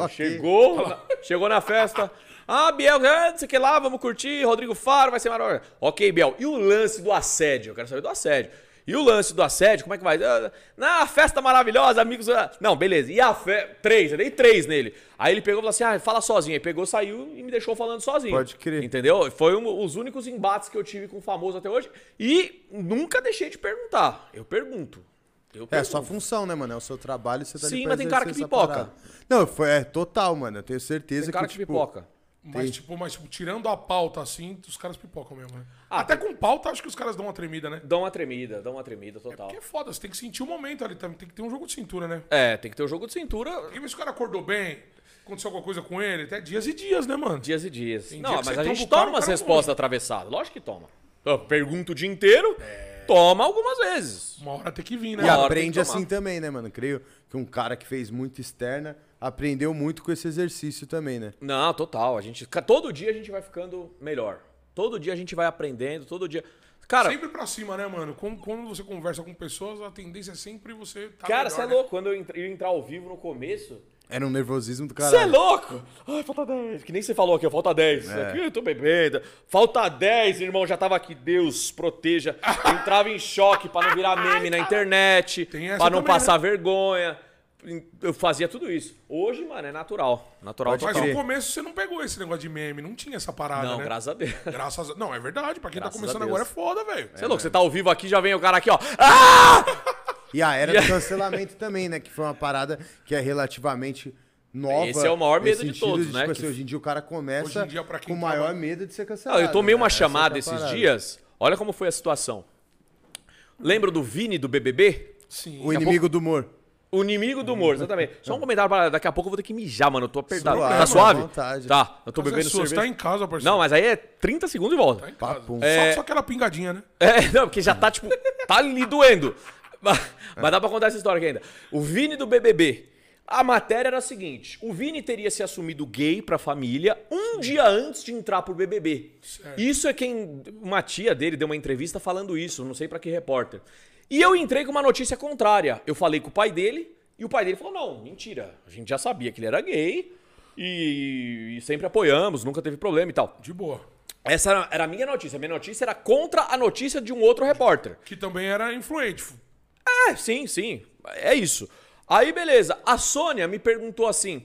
[SPEAKER 4] que-
[SPEAKER 3] chegou,
[SPEAKER 1] Tá
[SPEAKER 3] na- chegou na festa. Ah, Biel, é, não sei o que lá, vamos curtir, Rodrigo Faro vai ser maravilhoso. Ok, Biel, e o lance do assédio? Eu quero saber do assédio. E o lance do assédio, como é que vai? Ah, Na festa maravilhosa, amigos. ah, Não, beleza. E a fé. Três, eu dei três nele. Aí ele pegou e falou assim: ah, fala sozinho. Aí pegou, saiu e me deixou falando sozinho.
[SPEAKER 4] Pode crer.
[SPEAKER 3] Entendeu? Foi um, os únicos embates que eu tive com o famoso até hoje. E nunca deixei de perguntar. Eu pergunto. Eu
[SPEAKER 4] É
[SPEAKER 3] pergunto.
[SPEAKER 4] a sua função, né, mano? É o seu trabalho, você tá ali
[SPEAKER 3] Sim,
[SPEAKER 4] pra
[SPEAKER 3] mas tem cara
[SPEAKER 4] exercer
[SPEAKER 3] que
[SPEAKER 4] essa
[SPEAKER 3] pipoca.
[SPEAKER 4] parada. Não, foi, é total, mano. Eu tenho certeza
[SPEAKER 3] Tem cara
[SPEAKER 4] que,
[SPEAKER 3] que,
[SPEAKER 4] tipo,
[SPEAKER 3] pipoca.
[SPEAKER 1] Mas, tipo, mas, tipo, tirando a pauta, assim, os caras pipocam mesmo, né?
[SPEAKER 3] Ah,
[SPEAKER 1] Até com pauta, acho que os caras dão uma tremida, né?
[SPEAKER 3] Dá uma tremida, dá uma tremida total.
[SPEAKER 1] Porque é foda, você tem que sentir o momento ali também. Tem que ter um jogo de cintura, né?
[SPEAKER 3] É, tem que ter o jogo de cintura
[SPEAKER 1] E mas o cara acordou bem, aconteceu alguma coisa com ele, até dias e dias, né, mano?
[SPEAKER 3] dias e dias.
[SPEAKER 1] dia
[SPEAKER 3] Não,
[SPEAKER 1] que
[SPEAKER 3] mas
[SPEAKER 1] você
[SPEAKER 3] a
[SPEAKER 1] tromba
[SPEAKER 3] gente
[SPEAKER 1] o cara,
[SPEAKER 3] toma
[SPEAKER 1] o
[SPEAKER 3] as
[SPEAKER 1] cara
[SPEAKER 3] respostas atravessadas. Lógico que toma. Eu pergunto o dia inteiro,
[SPEAKER 1] É.
[SPEAKER 3] toma algumas vezes.
[SPEAKER 1] Uma hora tem que vir, né?
[SPEAKER 4] E
[SPEAKER 3] Uma hora tem que
[SPEAKER 4] aprende
[SPEAKER 3] tomar.
[SPEAKER 4] assim também, né, mano? Creio que um cara que fez muito externa aprendeu muito com esse exercício também, né?
[SPEAKER 3] Não, total. A gente, ca- todo dia a gente vai ficando melhor. Todo dia a gente vai aprendendo, todo dia. Cara,
[SPEAKER 1] Sempre pra cima, né, mano? Como- Quando você conversa com pessoas, a tendência é sempre você tá
[SPEAKER 3] cara,
[SPEAKER 1] melhor,
[SPEAKER 3] você é
[SPEAKER 1] né?
[SPEAKER 3] louco. Quando eu entra- eu entrar ao vivo no começo,
[SPEAKER 4] Era um nervosismo do
[SPEAKER 3] Você é
[SPEAKER 4] caralho.
[SPEAKER 3] louco? Ai, falta 10. Que nem você falou aqui, ó, falta 10.
[SPEAKER 1] É.
[SPEAKER 3] Aqui eu tô bebendo. Falta 10, irmão, já tava aqui. Deus proteja. Entrava em choque pra não virar meme na internet,
[SPEAKER 1] Tem essa
[SPEAKER 3] pra não
[SPEAKER 1] também, né?
[SPEAKER 3] passar vergonha. Eu fazia tudo isso. Hoje, mano, é natural. Natural
[SPEAKER 4] Pode
[SPEAKER 1] Mas
[SPEAKER 3] total.
[SPEAKER 4] crer.
[SPEAKER 1] no começo você não pegou esse negócio de meme, não tinha essa parada,
[SPEAKER 3] Não,
[SPEAKER 1] né?
[SPEAKER 3] graças a Deus. Você
[SPEAKER 1] Graças a... Não, é verdade. Pra quem
[SPEAKER 3] Graças a
[SPEAKER 1] tá começando
[SPEAKER 3] Deus.
[SPEAKER 1] agora é foda, velho.
[SPEAKER 3] é louco, você tá ao vivo aqui, já vem o cara aqui, ó. Ah!
[SPEAKER 4] E a era do cancelamento também, né? Que foi uma parada que é relativamente nova.
[SPEAKER 3] Esse é o maior medo
[SPEAKER 4] nesse
[SPEAKER 3] de
[SPEAKER 4] sentido
[SPEAKER 3] todos, né?
[SPEAKER 4] Tipo
[SPEAKER 3] Que-
[SPEAKER 4] assim, hoje em dia o cara começa
[SPEAKER 1] Hoje em dia, pra quem
[SPEAKER 4] com o maior
[SPEAKER 1] trabalha-
[SPEAKER 4] medo de ser
[SPEAKER 3] Não,
[SPEAKER 4] cancelado.
[SPEAKER 3] eu tomei uma
[SPEAKER 4] né? Essa
[SPEAKER 1] tá
[SPEAKER 4] que é a
[SPEAKER 3] chamada esses
[SPEAKER 4] parada.
[SPEAKER 3] dias. Olha como foi a situação. Lembra do Vini do BBB?
[SPEAKER 1] Sim.
[SPEAKER 4] O inimigo do humor.
[SPEAKER 3] O inimigo do humor, exatamente. Só um comentário pra daqui a pouco eu vou ter que mijar, mano. Eu tô apertado.
[SPEAKER 4] Suave,
[SPEAKER 3] tá suave?
[SPEAKER 4] à vontade.
[SPEAKER 3] Tá, eu tô
[SPEAKER 1] Mas é
[SPEAKER 3] bebendo
[SPEAKER 1] sua, Você
[SPEAKER 3] cerveja.
[SPEAKER 1] tá em casa, parceiro.
[SPEAKER 3] Não, mas aí é 30 segundos e volta.
[SPEAKER 1] Tá em casa.
[SPEAKER 4] Papum.
[SPEAKER 1] Só, só aquela pingadinha, né?
[SPEAKER 3] É, não, porque já tá, tipo, tá lhe doendo. Mas, mas dá pra contar essa história aqui ainda. O Vini do BBB. A matéria era a seguinte: o Vini teria se assumido gay pra família um dia antes de entrar pro BBB. Isso é quem. Uma tia dele deu uma entrevista falando isso, não sei pra que repórter. E eu entrei com uma notícia contrária. Eu falei com o pai dele e o pai dele falou: não, mentira. A gente já sabia que ele era gay e- e sempre apoiamos, nunca teve problema e tal.
[SPEAKER 1] De boa.
[SPEAKER 3] Essa era- era a minha notícia. A minha notícia era contra a notícia de um outro repórter.
[SPEAKER 1] Que também era influente.
[SPEAKER 3] É, sim, sim. É isso. Aí, beleza. A Sônia me perguntou assim.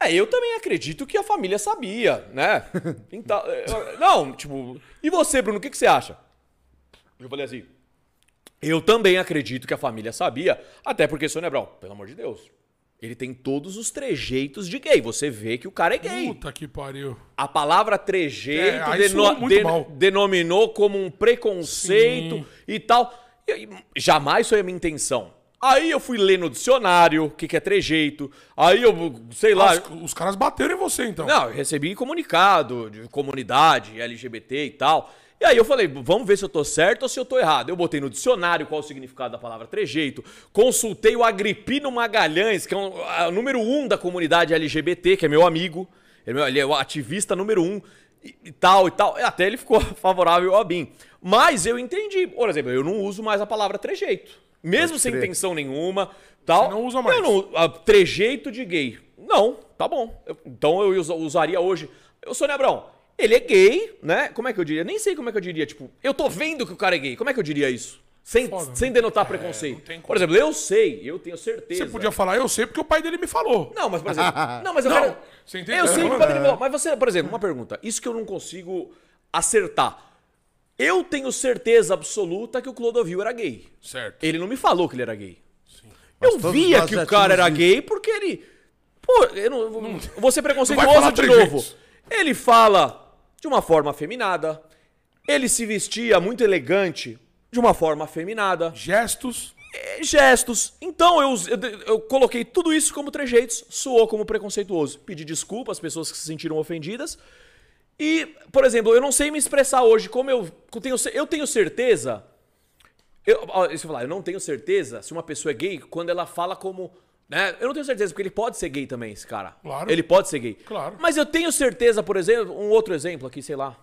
[SPEAKER 3] É, eu também acredito que a família sabia, né? Então, eu- não, tipo. E você, Bruno, o que, que você acha? Eu falei assim. Eu também acredito que a família sabia, até porque Sônia Brown, pelo amor de Deus, ele tem todos os trejeitos de gay. Você vê que o cara é gay.
[SPEAKER 1] Puta que pariu.
[SPEAKER 3] A palavra trejeito
[SPEAKER 1] É, isso
[SPEAKER 3] deno-
[SPEAKER 1] é muito
[SPEAKER 3] den-
[SPEAKER 1] mal.
[SPEAKER 3] denominou como um preconceito
[SPEAKER 1] Sim.
[SPEAKER 3] e tal. E- e jamais foi a minha intenção. Aí eu fui ler no dicionário o que, que é trejeito. Aí eu, sei lá.
[SPEAKER 1] Os, os caras bateram em você, então.
[SPEAKER 3] Não, eu recebi comunicado de comunidade LGBT e tal. E aí eu falei, vamos ver se eu tô certo ou se eu tô errado. Eu botei no dicionário qual o significado da palavra trejeito, consultei o Agripino Magalhães, que é um- a- o número um da comunidade LGBT, que é meu amigo, ele é meu- ele é o ativista número um e, e tal e tal. E Até ele ficou favorável ao BIM. Mas eu entendi, por exemplo, eu não uso mais a palavra trejeito. Mesmo sem
[SPEAKER 4] crer.
[SPEAKER 3] intenção nenhuma, tal.
[SPEAKER 1] Você não usa mais.
[SPEAKER 3] Eu não, a- trejeito de gay. Não, tá bom. Eu- então eu usa- usaria hoje. Eu sou Nebrão. Ele é gay, né? Como é que eu diria? Nem sei como é que eu diria. Tipo, eu tô vendo que o cara é gay. Como é que eu diria isso? Sem,
[SPEAKER 1] Foda, né? É,
[SPEAKER 3] sem denotar preconceito.
[SPEAKER 1] tem como.
[SPEAKER 3] Por exemplo, eu sei, eu tenho certeza.
[SPEAKER 1] Você podia falar, eu sei porque o pai dele me falou.
[SPEAKER 3] Não, mas por exemplo. não, mas eu
[SPEAKER 1] Não,
[SPEAKER 3] quero.
[SPEAKER 1] você entendeu? É,
[SPEAKER 3] Eu sei que o Padre Mel- Mas você, por exemplo, uma pergunta. Isso que eu não consigo acertar. Eu tenho certeza absoluta que o Clodovil era gay.
[SPEAKER 1] Certo.
[SPEAKER 3] Ele não me falou que ele era gay.
[SPEAKER 4] Mas
[SPEAKER 3] Eu
[SPEAKER 4] todos
[SPEAKER 3] via
[SPEAKER 4] nós
[SPEAKER 3] que
[SPEAKER 4] já
[SPEAKER 3] o cara era
[SPEAKER 4] tínhamos
[SPEAKER 3] gay porque ele. Pô, eu não, vou ser
[SPEAKER 1] Não vai
[SPEAKER 3] preconceituoso
[SPEAKER 1] falar
[SPEAKER 3] de
[SPEAKER 1] três
[SPEAKER 3] novo.
[SPEAKER 1] vezes.
[SPEAKER 3] Ele fala de uma forma afeminada. Ele se vestia muito elegante de uma forma afeminada.
[SPEAKER 1] Gestos.
[SPEAKER 3] É, Gestos. Então eu, us- eu, de- eu coloquei tudo isso como trejeitos, soou como preconceituoso. Pedi desculpa às pessoas que se sentiram ofendidas. E, por exemplo, eu não sei me expressar hoje como eu tenho, eu tenho certeza. Eu, ó, deixa eu falar, eu não tenho certeza se uma pessoa é gay quando ela fala como. Né? Eu não tenho certeza, porque ele pode ser gay também, esse cara.
[SPEAKER 1] Claro.
[SPEAKER 3] Ele pode ser gay.
[SPEAKER 1] Claro.
[SPEAKER 3] Mas eu tenho certeza, por exemplo, um outro exemplo aqui, sei lá.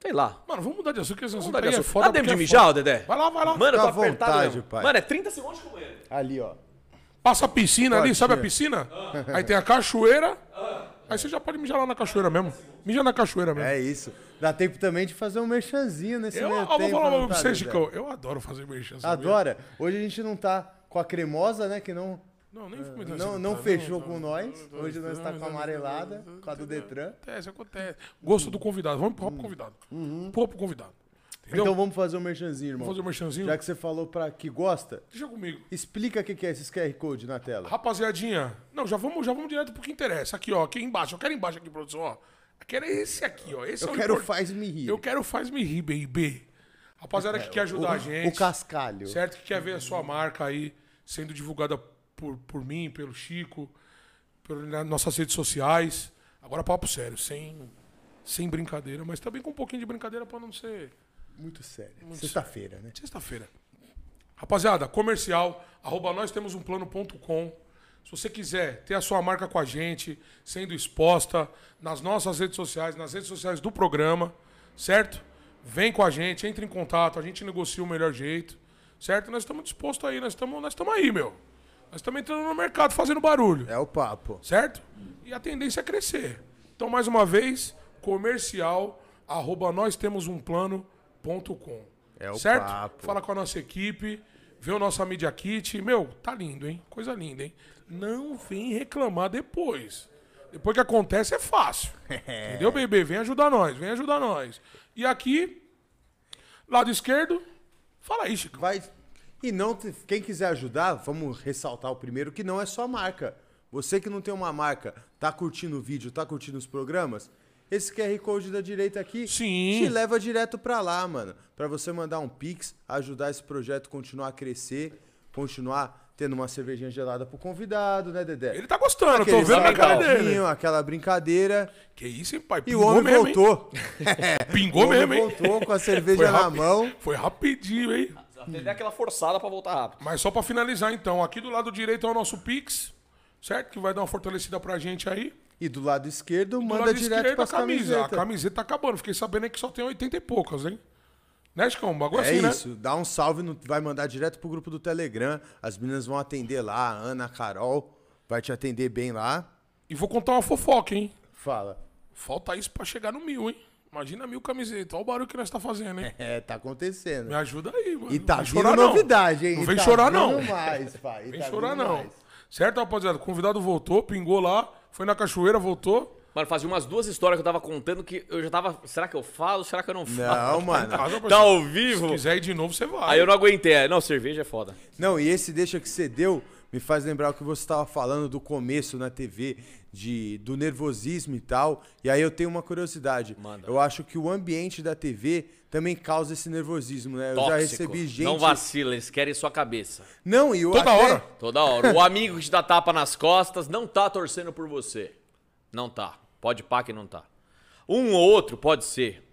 [SPEAKER 3] Sei lá.
[SPEAKER 1] Mano, vamos mudar de assunto, que esse assunto
[SPEAKER 3] Não dá
[SPEAKER 1] aí é
[SPEAKER 3] assunto.
[SPEAKER 1] foda.
[SPEAKER 3] Dá tempo
[SPEAKER 1] porque
[SPEAKER 3] Tá de
[SPEAKER 1] é
[SPEAKER 3] mijar,
[SPEAKER 1] foda.
[SPEAKER 3] ô, Dedé?
[SPEAKER 1] Vai lá, vai lá.
[SPEAKER 3] Mano, eu tô
[SPEAKER 2] Fica à
[SPEAKER 3] apertado
[SPEAKER 2] vontade,
[SPEAKER 3] mesmo.
[SPEAKER 2] pai.
[SPEAKER 3] Mano, é 30 segundos de comer.
[SPEAKER 2] Ali, ó.
[SPEAKER 1] Passa a piscina ali,
[SPEAKER 2] Pode
[SPEAKER 1] sabe a
[SPEAKER 2] ser.
[SPEAKER 1] piscina? Aí tem a cachoeira. Aí você já pode mijar lá na cachoeira mesmo. Mija na cachoeira mesmo.
[SPEAKER 2] É isso. Dá tempo também de fazer um merchanzinho nesse
[SPEAKER 1] Eu,
[SPEAKER 2] meio
[SPEAKER 1] eu
[SPEAKER 2] tempo.
[SPEAKER 1] vou falar uma coisa
[SPEAKER 2] não
[SPEAKER 1] pra
[SPEAKER 2] tá,
[SPEAKER 1] você,
[SPEAKER 2] Dedé?
[SPEAKER 1] Chicão. Eu adoro fazer merchan. sabia?
[SPEAKER 2] Adora. Hoje a gente não tá com a cremosa, né? Que não,
[SPEAKER 1] Não, nem fui
[SPEAKER 2] É,
[SPEAKER 1] assim,
[SPEAKER 2] não, tá, não fechou com nós. Hoje nós tá com a amarelada, com a do Detran.
[SPEAKER 1] Acontece, acontece. Gosto do convidado. Vamos
[SPEAKER 2] Uhum.
[SPEAKER 1] empurrar pro convidado. Empurra pro convidado. Entendeu?
[SPEAKER 2] Então vamos fazer um merchanzinho, irmão.
[SPEAKER 1] Vamos fazer um merchanzinho?
[SPEAKER 2] Já que você falou pra que gosta,
[SPEAKER 1] Deixa comigo.
[SPEAKER 2] explica o que que é esses QR Code na tela.
[SPEAKER 1] Rapaziadinha, não, já vamos, já vamos direto pro que interessa. Aqui, ó, aqui embaixo. Eu quero embaixo aqui, produção, ó. Eu quero esse aqui, ó. Esse é
[SPEAKER 2] Eu
[SPEAKER 1] o
[SPEAKER 2] quero
[SPEAKER 1] import-
[SPEAKER 2] faz-me rir.
[SPEAKER 1] Eu quero faz me rir, baby. Rapaziada que quer ajudar a gente.
[SPEAKER 2] É, O cascalho.
[SPEAKER 1] Certo? Que quer ver a sua marca aí sendo divulgada por, por mim, pelo Chico, por, nas nossas redes sociais. Agora papo sério, sem, sem brincadeira, mas também com um pouquinho de brincadeira pra não ser
[SPEAKER 2] Muito sério. Sexta-feira, né?
[SPEAKER 1] sexta-feira. Rapaziada, comercial, arroba nós temos um plano.com. Se você quiser ter a sua marca com a gente, sendo exposta nas nossas redes sociais, nas redes sociais do programa, certo? Vem com a gente, entre em contato, a gente negocia o melhor jeito, certo? Nós estamos dispostos aí, nós estamos nós estamos aí, meu. Nós estamos entrando no mercado fazendo barulho
[SPEAKER 2] É o papo.
[SPEAKER 1] certo? E a tendência é crescer. Então, mais uma vez, comercial, arroba nós temos um plano.com.
[SPEAKER 2] É o
[SPEAKER 1] certo?
[SPEAKER 2] papo.
[SPEAKER 1] Fala com a nossa equipe, vê o nosso Media Kit. Meu, tá lindo, hein? Coisa linda, hein? Não vem reclamar depois. Depois que acontece é fácil. Entendeu, bebê? Vem ajudar nós, vem ajudar nós. E aqui, lado esquerdo, fala aí, Chico.
[SPEAKER 2] Vai. E não, te- quem quiser ajudar, vamos ressaltar o primeiro que não é só marca. Você que não tem uma marca, tá curtindo o vídeo, tá curtindo os programas, esse QR Code da direita aqui
[SPEAKER 1] Sim.
[SPEAKER 2] te leva direto pra lá, mano. Pra você mandar um pix, ajudar esse projeto a continuar a crescer, continuar tendo uma cervejinha gelada pro convidado, né, Dedé?
[SPEAKER 1] Ele tá gostando,
[SPEAKER 2] Aquele
[SPEAKER 1] tô vendo na cara
[SPEAKER 2] salgadinho,
[SPEAKER 1] dele.
[SPEAKER 2] Aquela brincadeira.
[SPEAKER 1] Que isso, hein, pai?
[SPEAKER 2] E o homem
[SPEAKER 1] mesmo, hein?
[SPEAKER 2] voltou.
[SPEAKER 1] Pingou
[SPEAKER 2] o homem
[SPEAKER 1] mesmo, hein?
[SPEAKER 2] voltou com
[SPEAKER 1] Foi
[SPEAKER 2] a cerveja na
[SPEAKER 1] rapi-
[SPEAKER 2] mão.
[SPEAKER 1] Foi rapidinho, hein?
[SPEAKER 3] Até dá é aquela forçada pra voltar rápido.
[SPEAKER 1] Mas só pra finalizar, então, aqui do lado direito é o nosso Pix, certo? Que vai dar uma fortalecida pra gente aí.
[SPEAKER 2] E do lado esquerdo,
[SPEAKER 1] Do
[SPEAKER 2] manda
[SPEAKER 1] lado
[SPEAKER 2] direto
[SPEAKER 1] esquerdo,
[SPEAKER 2] pra camiseta.
[SPEAKER 1] A camiseta tá acabando. Fiquei sabendo aí que só tem 80 e poucas, hein? Né, Chicão? Um bagulho
[SPEAKER 2] É
[SPEAKER 1] assim, né?
[SPEAKER 2] isso, dá um salve, no- vai mandar direto pro grupo do Telegram. As meninas vão atender lá, a Ana, a Carol, vai te atender bem lá.
[SPEAKER 1] E vou contar uma fofoca, hein?
[SPEAKER 2] Fala.
[SPEAKER 1] Falta isso pra chegar no mil, hein? Imagina mil camisetas. Olha o barulho que nós tá fazendo, hein?
[SPEAKER 2] É, tá acontecendo.
[SPEAKER 1] Me ajuda aí, mano.
[SPEAKER 2] E
[SPEAKER 1] Não
[SPEAKER 2] tá
[SPEAKER 1] vem
[SPEAKER 2] vindo novidade, hein?
[SPEAKER 1] Não
[SPEAKER 2] E
[SPEAKER 1] vem
[SPEAKER 2] tá
[SPEAKER 1] chorar,
[SPEAKER 2] vindo
[SPEAKER 1] não.
[SPEAKER 2] mais, pai. E
[SPEAKER 1] Vem
[SPEAKER 2] tá
[SPEAKER 1] chorar,
[SPEAKER 2] vindo
[SPEAKER 1] não.
[SPEAKER 2] mais.
[SPEAKER 1] Certo, rapaziada? O convidado voltou, pingou lá, foi na cachoeira, voltou.
[SPEAKER 3] Mano, fazia umas duas histórias que eu tava contando que eu já tava. Será que eu falo? Será que eu não falo?
[SPEAKER 2] Não, mano.
[SPEAKER 1] Casa,
[SPEAKER 3] Tá
[SPEAKER 1] parceiro.
[SPEAKER 3] ao
[SPEAKER 1] Se
[SPEAKER 3] vivo?
[SPEAKER 1] quiser ir de novo, você vai.
[SPEAKER 3] Aí eu não aguentei. Aí, Não, cerveja é foda.
[SPEAKER 2] Não, e esse deixa que você deu me faz lembrar o que você tava falando do começo na TV, de, do nervosismo e tal. E aí eu tenho uma curiosidade.
[SPEAKER 3] Manda.
[SPEAKER 2] Eu acho que o ambiente da TV também causa esse nervosismo, né? Eu já recebi gente.
[SPEAKER 3] Não vacila, eles querem sua cabeça.
[SPEAKER 2] Não, e eu
[SPEAKER 1] Toda
[SPEAKER 2] até-
[SPEAKER 1] hora.
[SPEAKER 3] Toda hora. O amigo que te dá tapa nas costas não tá torcendo por você. Não tá. Pode pá que não tá. Um ou outro pode ser.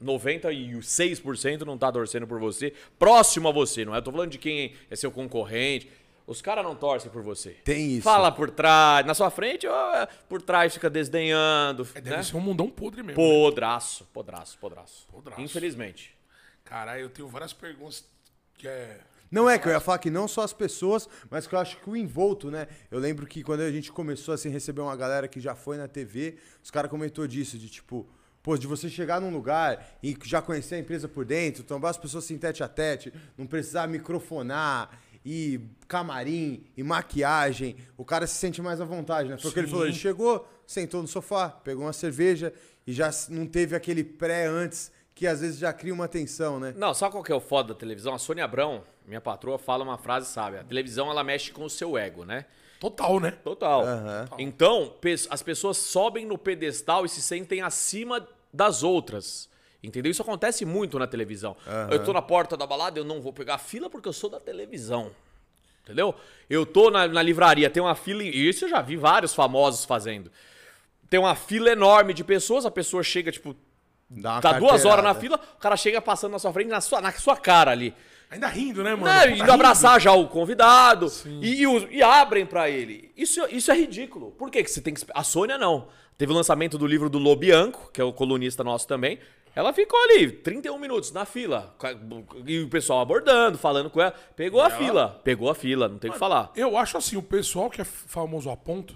[SPEAKER 3] 96% não tá torcendo por você. Próximo a você, não é? Eu tô falando de quem é seu concorrente. Os caras não torcem por você.
[SPEAKER 2] Tem isso.
[SPEAKER 3] Fala por trás. Na sua frente, ó, por trás fica desdenhando.
[SPEAKER 1] É, Deve
[SPEAKER 3] né?
[SPEAKER 1] ser um mundão podre mesmo.
[SPEAKER 3] Podraço, podraço, podraço.
[SPEAKER 1] Podraço.
[SPEAKER 3] Infelizmente.
[SPEAKER 1] Caralho, eu tenho várias perguntas que é.
[SPEAKER 2] Não é que eu ia falar que não só as pessoas, mas que eu acho que o envolto, né? Eu lembro que quando a gente começou assim, receber uma galera que já foi na TV, os caras comentou disso, de tipo, pô, de você chegar num lugar e já conhecer a empresa por dentro, tomar as pessoas assim tete a tete, não precisar microfonar e camarim e maquiagem, o cara se sente mais à vontade, né? Foi o que ele
[SPEAKER 1] Sim.
[SPEAKER 2] falou, ele chegou, sentou no sofá, pegou uma cerveja e já s- não teve aquele pré antes que às vezes já cria uma tensão, né?
[SPEAKER 3] Não, sabe qual que é o foda da televisão? A Sônia Abrão, minha patroa, fala uma frase sábia. A televisão, ela mexe com o seu ego, né?
[SPEAKER 1] Total, né?
[SPEAKER 3] Total.
[SPEAKER 2] Aham.
[SPEAKER 3] Então, pes- as pessoas sobem no pedestal e se sentem acima das outras. Entendeu? Isso acontece muito na televisão. Eu tô na porta da balada, eu não vou pegar fila porque eu sou da televisão. Entendeu? Eu tô na, na livraria, tem uma fila. e Isso eu já vi vários famosos fazendo. tem uma fila enorme de pessoas, a pessoa chega, tipo,
[SPEAKER 2] Dá uma
[SPEAKER 3] tá duas
[SPEAKER 2] carteirada.
[SPEAKER 3] horas na fila, o cara chega passando na sua frente, na sua, na sua cara ali.
[SPEAKER 1] Ainda rindo, né, mano?
[SPEAKER 3] Né,
[SPEAKER 1] Tá
[SPEAKER 3] indo
[SPEAKER 1] rindo.
[SPEAKER 3] abraçar já o convidado e, e os- e abrem pra ele. Isso, isso é ridículo. Por que que você tem que. esp- A Sônia não. Teve o lançamento do livro do Lobianco, que é o colunista nosso também. Ela ficou ali 31 minutos na fila. ca- E o pessoal abordando, falando com ela. Pegou a fila. Pegou a fila, não tem o que falar.
[SPEAKER 1] Eu acho assim, o pessoal que é famoso a ponto,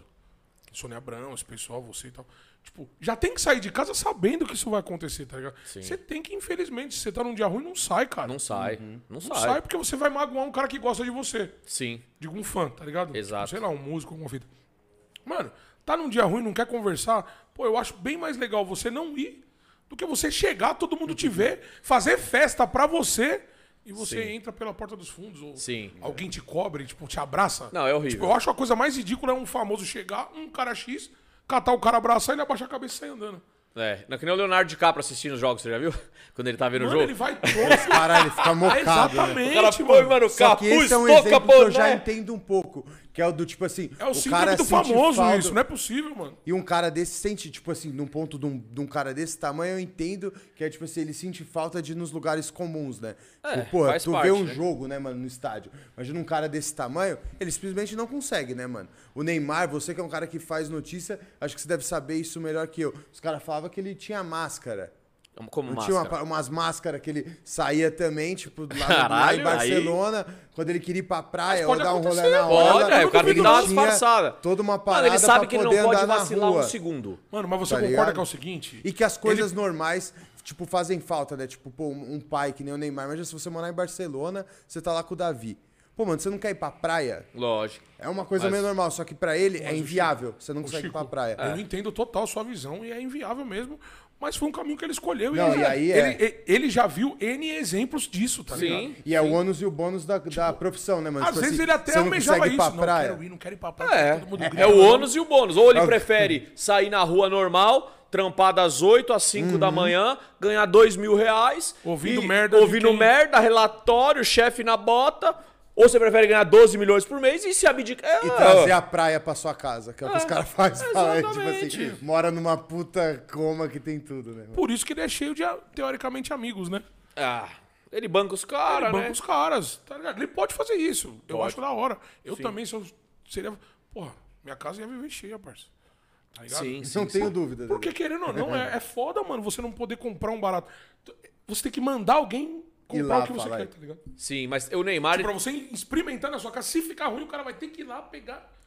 [SPEAKER 1] é Sônia Abrão, esse pessoal, você e tal, tipo, já tem que sair de casa sabendo que isso vai acontecer, tá ligado? Você tem que, infelizmente, se você tá num dia ruim, não sai, cara.
[SPEAKER 3] Não sai.
[SPEAKER 2] Uhum.
[SPEAKER 3] Não
[SPEAKER 1] Não
[SPEAKER 3] sai.
[SPEAKER 1] sai porque você vai magoar um cara que gosta de você.
[SPEAKER 3] Sim.
[SPEAKER 1] Digo, um fã, tá ligado?
[SPEAKER 3] Exato.
[SPEAKER 1] Tipo, sei lá, um músico, alguma vida. Mano, tá num dia ruim, não quer conversar, pô, eu acho bem mais legal você não ir do que você chegar, todo mundo te ver, fazer festa pra você e você entra pela porta dos fundos ou
[SPEAKER 3] Sim.
[SPEAKER 1] alguém te cobre, tipo, te abraça.
[SPEAKER 3] Não, é horrível.
[SPEAKER 1] Tipo, eu acho a coisa mais ridícula é um famoso chegar, um cara X, catar o cara, abraçar ele, abaixar a cabeça e sair andando.
[SPEAKER 3] É. Não é que nem o Leonardo DiCaprio assistindo os jogos, você já viu? Quando ele tá vendo o
[SPEAKER 1] Mano,
[SPEAKER 3] jogo.
[SPEAKER 1] ele vai todo.
[SPEAKER 2] Caralho, ele fica
[SPEAKER 1] É
[SPEAKER 2] mocado, né?
[SPEAKER 1] exatamente,
[SPEAKER 3] O cara
[SPEAKER 1] mano.
[SPEAKER 3] põe, mano, o
[SPEAKER 2] Só que
[SPEAKER 3] capuz, né?
[SPEAKER 2] esse é um
[SPEAKER 3] toca,
[SPEAKER 2] exemplo que eu já
[SPEAKER 3] boné.
[SPEAKER 2] entendo um pouco. Que é o do tipo assim.
[SPEAKER 1] É o, síndrome
[SPEAKER 2] cara
[SPEAKER 1] do
[SPEAKER 2] sentir
[SPEAKER 1] famoso
[SPEAKER 2] falta-
[SPEAKER 1] isso,
[SPEAKER 3] né?
[SPEAKER 1] não é possível, mano.
[SPEAKER 2] E um cara desse sente, tipo assim, num ponto de um, de um cara desse tamanho, eu entendo que é tipo assim, ele sente falta de ir nos lugares comuns, né?
[SPEAKER 3] É,
[SPEAKER 2] Tipo, porra,
[SPEAKER 3] faz
[SPEAKER 2] tu
[SPEAKER 3] parte,
[SPEAKER 2] vê um
[SPEAKER 3] né?
[SPEAKER 2] jogo, né, mano, no estádio. Imagina um cara desse tamanho, ele simplesmente não consegue, né, mano? O Neymar, você que é um cara que faz notícia, acho que você deve saber isso melhor que eu. Os caras falavam que ele tinha máscara.
[SPEAKER 3] Como
[SPEAKER 2] Eu
[SPEAKER 3] máscara.
[SPEAKER 2] Tinha uma- umas máscaras que ele saía também, tipo, lá, lá
[SPEAKER 3] Caralho,
[SPEAKER 2] em Barcelona, quando ele queria ir pra praia
[SPEAKER 1] Mas
[SPEAKER 2] ou
[SPEAKER 1] pode
[SPEAKER 2] dar um rolê
[SPEAKER 1] acontecer,
[SPEAKER 2] na
[SPEAKER 1] pode,
[SPEAKER 2] orla.
[SPEAKER 1] é, o cara
[SPEAKER 2] ele
[SPEAKER 1] tem que dar uma
[SPEAKER 2] tinha
[SPEAKER 3] disfarçada.
[SPEAKER 2] Toda uma parada
[SPEAKER 3] Mano, ele sabe
[SPEAKER 2] pra
[SPEAKER 3] que ele não
[SPEAKER 2] poder
[SPEAKER 3] pode
[SPEAKER 2] andar na
[SPEAKER 3] vacilar um
[SPEAKER 2] rua.
[SPEAKER 3] segundo.
[SPEAKER 1] Mano, mas você
[SPEAKER 2] Tá
[SPEAKER 1] concorda
[SPEAKER 2] ligado?
[SPEAKER 1] que é o seguinte?
[SPEAKER 2] E que as coisas normais, tipo, fazem falta, né? Tipo, pô, um um pai que nem o Neymar. Imagina se você morar em Barcelona, você tá lá com o Davi. Pô, mano, você não quer ir pra praia?
[SPEAKER 3] Lógico.
[SPEAKER 2] É uma coisa
[SPEAKER 3] Mas-
[SPEAKER 2] meio normal, só que pra ele é inviável. Você não consegue ir
[SPEAKER 1] Chico, É.
[SPEAKER 2] pra praia.
[SPEAKER 1] Tipo, Eu
[SPEAKER 3] É.
[SPEAKER 1] não entendo total sua visão e é inviável mesmo, mas foi um caminho que ele escolheu.
[SPEAKER 2] Não,
[SPEAKER 1] ele,
[SPEAKER 2] e
[SPEAKER 1] já-
[SPEAKER 2] aí é-
[SPEAKER 1] ele, e- ele já viu N exemplos disso, tá
[SPEAKER 3] Sim. tipo
[SPEAKER 1] ligado?
[SPEAKER 2] E é o ônus e o bônus da, da profissão, né, mano?
[SPEAKER 1] Às
[SPEAKER 2] Tipo
[SPEAKER 1] vezes
[SPEAKER 2] assim,
[SPEAKER 1] ele até
[SPEAKER 2] você não
[SPEAKER 1] almejava isso.
[SPEAKER 2] consegue ir pra
[SPEAKER 1] Não
[SPEAKER 2] praia.
[SPEAKER 1] quero ir, não quero ir pra praia.
[SPEAKER 3] É.
[SPEAKER 1] todo mundo grita,
[SPEAKER 3] É o
[SPEAKER 1] não.
[SPEAKER 3] ônus e o bônus. Ou
[SPEAKER 2] É
[SPEAKER 3] ele prefere sair na rua normal, trampar das 8 às 5
[SPEAKER 2] Uhum.
[SPEAKER 3] da manhã, ganhar 2 mil reais.
[SPEAKER 1] Ouvindo
[SPEAKER 3] e-
[SPEAKER 1] merda de
[SPEAKER 3] Ouvindo
[SPEAKER 1] quem-
[SPEAKER 3] merda, relatório, chefe na bota. Ou você prefere ganhar 12 milhões por mês e se abdicar.
[SPEAKER 2] E
[SPEAKER 3] É,
[SPEAKER 2] trazer a praia pra sua casa, que é o que os caras fazem. Fala, tipo assim,
[SPEAKER 3] exatamente.
[SPEAKER 2] mora numa puta coma que tem tudo, né? mano?
[SPEAKER 1] Por isso que ele é cheio de, teoricamente, amigos, né?
[SPEAKER 3] Ah, ele banca os
[SPEAKER 1] Ele
[SPEAKER 3] caras,
[SPEAKER 1] banca
[SPEAKER 3] né?
[SPEAKER 1] os caras, tá ligado? Ele pode fazer isso. Eu acho da hora. Eu também, se eu seria... Porra, minha casa ia viver cheia, parça. Tá ligado?
[SPEAKER 3] Sim, sim.
[SPEAKER 2] Não tenho dúvida. né?
[SPEAKER 1] Porque querendo ou não, é, é foda, mano, você não poder comprar um barato. Você tem que mandar alguém
[SPEAKER 2] Ir
[SPEAKER 1] comprar
[SPEAKER 2] lá
[SPEAKER 1] o que você
[SPEAKER 2] falar.
[SPEAKER 1] quer, tá ligado?
[SPEAKER 3] Sim, mas o Neymar.
[SPEAKER 1] É Pra você experimentar na sua casa, se ficar ruim, o cara vai ter que ir lá pegar.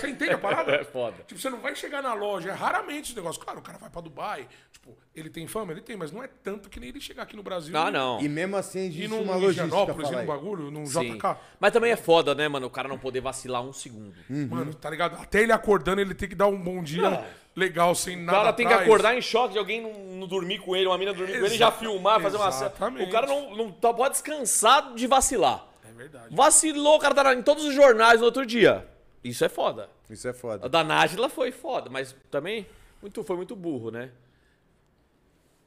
[SPEAKER 1] Você entende a parada?
[SPEAKER 3] É foda.
[SPEAKER 1] Tipo, você não vai chegar na loja, é raramente esse negócio. Claro, o cara vai pra Dubai, tipo, ele tem fama? Ele tem, mas não é tanto que nem ele chegar aqui no Brasil.
[SPEAKER 3] Ah,
[SPEAKER 1] e-
[SPEAKER 3] não.
[SPEAKER 2] E mesmo assim
[SPEAKER 1] E
[SPEAKER 2] existe
[SPEAKER 1] num
[SPEAKER 2] uma logística.
[SPEAKER 1] Higienópolis, e
[SPEAKER 2] fala
[SPEAKER 1] num
[SPEAKER 2] aí.
[SPEAKER 1] bagulho, num
[SPEAKER 3] Sim.
[SPEAKER 1] JK.
[SPEAKER 3] Mas também é foda, né, mano? O cara não poder vacilar um segundo.
[SPEAKER 1] Mano, tá ligado? Até ele acordando, ele tem que dar um bom dia legal, sem
[SPEAKER 3] O
[SPEAKER 1] nada
[SPEAKER 3] cara tem que
[SPEAKER 1] atrás.
[SPEAKER 3] acordar em choque de alguém não, não dormir com ele, uma mina dormir com ele, já
[SPEAKER 1] Exata-
[SPEAKER 3] filmar, fazer uma cena.
[SPEAKER 1] exatamente.
[SPEAKER 3] O cara não, não tá- pode descansar de vacilar.
[SPEAKER 1] É verdade.
[SPEAKER 3] Vacilou, o cara tá na- em todos os jornais no outro dia. Isso é foda.
[SPEAKER 2] Isso é
[SPEAKER 3] A
[SPEAKER 2] foda.
[SPEAKER 3] da Nájila foi foda, mas também muito, foi muito burro, né?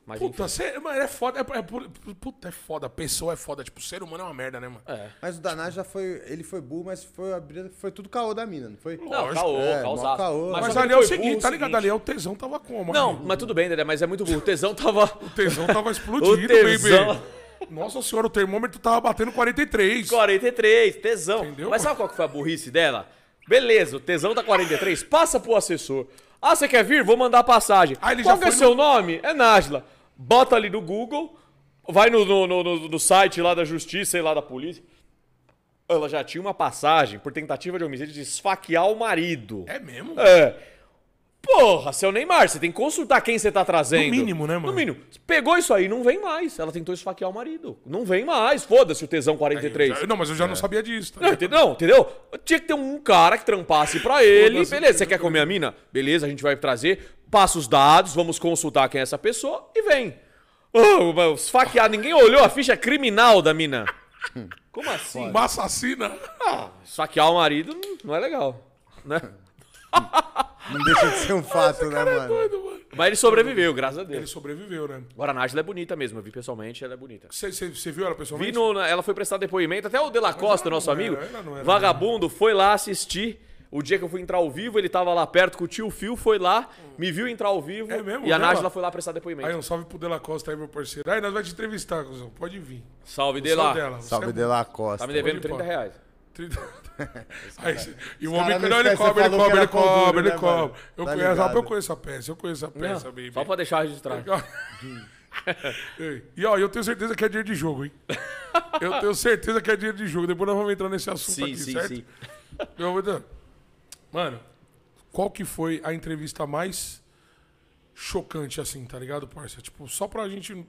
[SPEAKER 3] Mas enfim.
[SPEAKER 1] Puta, cê, mano, é foda. É, é por- puta, é foda. Pessoa é foda. Tipo, ser humano é uma merda, né, mano?
[SPEAKER 3] É.
[SPEAKER 2] Mas o Daná já foi. Ele foi burro, mas foi, a briga- foi tudo caô da mina, não foi?
[SPEAKER 3] Não,
[SPEAKER 1] lógico,
[SPEAKER 3] caô,
[SPEAKER 2] é,
[SPEAKER 3] causado.
[SPEAKER 2] mó caô.
[SPEAKER 1] Mas
[SPEAKER 3] só que
[SPEAKER 1] ali é o
[SPEAKER 3] foi burro
[SPEAKER 1] seguinte, tá ligado?
[SPEAKER 3] seguinte-
[SPEAKER 1] Ali é o tesão tava como?
[SPEAKER 3] Não,
[SPEAKER 1] amigo?
[SPEAKER 3] mas tudo bem, Dedé, mas é muito burro. O tesão tava.
[SPEAKER 1] O tesão tava explodido,
[SPEAKER 3] O tesão.
[SPEAKER 1] baby. Nossa senhora, o termômetro tava batendo 43.
[SPEAKER 3] 43, tesão.
[SPEAKER 1] Entendeu?
[SPEAKER 3] Mas sabe qual que foi a burrice dela? Beleza, o tesão tá 43, passa pro assessor. Ah, você quer vir? Vou mandar a passagem.
[SPEAKER 1] Ah, ele
[SPEAKER 3] qual
[SPEAKER 1] já
[SPEAKER 3] que é
[SPEAKER 1] foi
[SPEAKER 3] seu nome? É Nájila. Bota ali no Google, vai no, no, no- no- no site lá da justiça e lá da polícia. Ela já tinha uma passagem por tentativa de homicídio de esfaquear o marido.
[SPEAKER 1] É mesmo?
[SPEAKER 3] É. Porra, seu Neymar, você tem que consultar quem você tá trazendo.
[SPEAKER 1] No mínimo, né, mano?
[SPEAKER 3] No mínimo. Pegou isso aí, não vem mais. Ela tentou esfaquear o marido. Não vem mais. Foda-se o tesão
[SPEAKER 1] Eu
[SPEAKER 3] 43.
[SPEAKER 1] já- não, mas eu
[SPEAKER 3] É.
[SPEAKER 1] já não sabia disso. Tá
[SPEAKER 3] Não,
[SPEAKER 1] ligado?
[SPEAKER 3] ente- não, entendeu? Tinha que ter um cara que trampasse pra ele. Beleza, você quer comer a mina? Beleza, a gente vai trazer. Passa os dados, vamos consultar quem é essa pessoa e vem. Oh, mas esfaquear, ninguém olhou a ficha criminal da mina. Como assim?
[SPEAKER 1] Uma assassina.
[SPEAKER 3] Esfaquear o marido não- não é legal, né?
[SPEAKER 2] Não deixa de ser um fato, né,
[SPEAKER 3] é
[SPEAKER 2] mano?
[SPEAKER 1] Doido, mano.
[SPEAKER 3] Mas ele sobreviveu, graças a Deus.
[SPEAKER 1] Ele sobreviveu, né?
[SPEAKER 3] Agora, a Nájila é bonita mesmo. Eu vi pessoalmente, ela é bonita.
[SPEAKER 1] Você viu ela
[SPEAKER 3] Vi
[SPEAKER 1] pessoalmente?
[SPEAKER 3] no, na- ela foi prestar depoimento, até o De La Costa,
[SPEAKER 1] ela
[SPEAKER 3] nosso
[SPEAKER 1] não é.
[SPEAKER 3] amigo,
[SPEAKER 1] era, ela não era,
[SPEAKER 3] vagabundo, foi lá assistir. O dia que eu fui entrar ao vivo, ele tava lá perto com o tio Fio, foi lá, me viu entrar ao vivo.
[SPEAKER 1] É mesmo,
[SPEAKER 3] e a
[SPEAKER 1] né,
[SPEAKER 3] Nájila
[SPEAKER 1] lá?
[SPEAKER 3] foi lá prestar depoimento.
[SPEAKER 1] Aí um salve pro Dela Costa aí, meu parceiro. Aí nós vamos te entrevistar, cuzão. Pode vir.
[SPEAKER 3] Salve
[SPEAKER 1] Você é
[SPEAKER 3] dele lá.
[SPEAKER 1] Dela, você
[SPEAKER 4] Salve
[SPEAKER 1] é
[SPEAKER 4] de La Costa.
[SPEAKER 3] Tá me devendo
[SPEAKER 1] Pode ir,
[SPEAKER 3] 30
[SPEAKER 1] pode.
[SPEAKER 3] reais.
[SPEAKER 1] Trinta- Aí, e o
[SPEAKER 4] cara
[SPEAKER 1] homem
[SPEAKER 4] não
[SPEAKER 1] não, ele
[SPEAKER 4] esquece,
[SPEAKER 1] cobra,
[SPEAKER 4] você
[SPEAKER 1] ele
[SPEAKER 4] falou que era
[SPEAKER 1] cobra, ele cobra,
[SPEAKER 4] pão duro,
[SPEAKER 1] ele
[SPEAKER 4] né,
[SPEAKER 1] cobra.
[SPEAKER 4] mano?
[SPEAKER 1] Eu
[SPEAKER 4] Tá
[SPEAKER 1] conheço,
[SPEAKER 4] ligado.
[SPEAKER 1] eu conheço a peça, eu conheço a peça, baby.
[SPEAKER 3] Só pra deixar registrado.
[SPEAKER 1] Ei, E ó, eu tenho certeza que é dinheiro de jogo, hein? Eu tenho certeza que é dinheiro de jogo. Depois nós vamos entrar nesse assunto aqui, certo? Então, Eu vou dar- Mano, qual que foi a entrevista mais chocante, assim, tá ligado, parça? Tipo, só pra gente.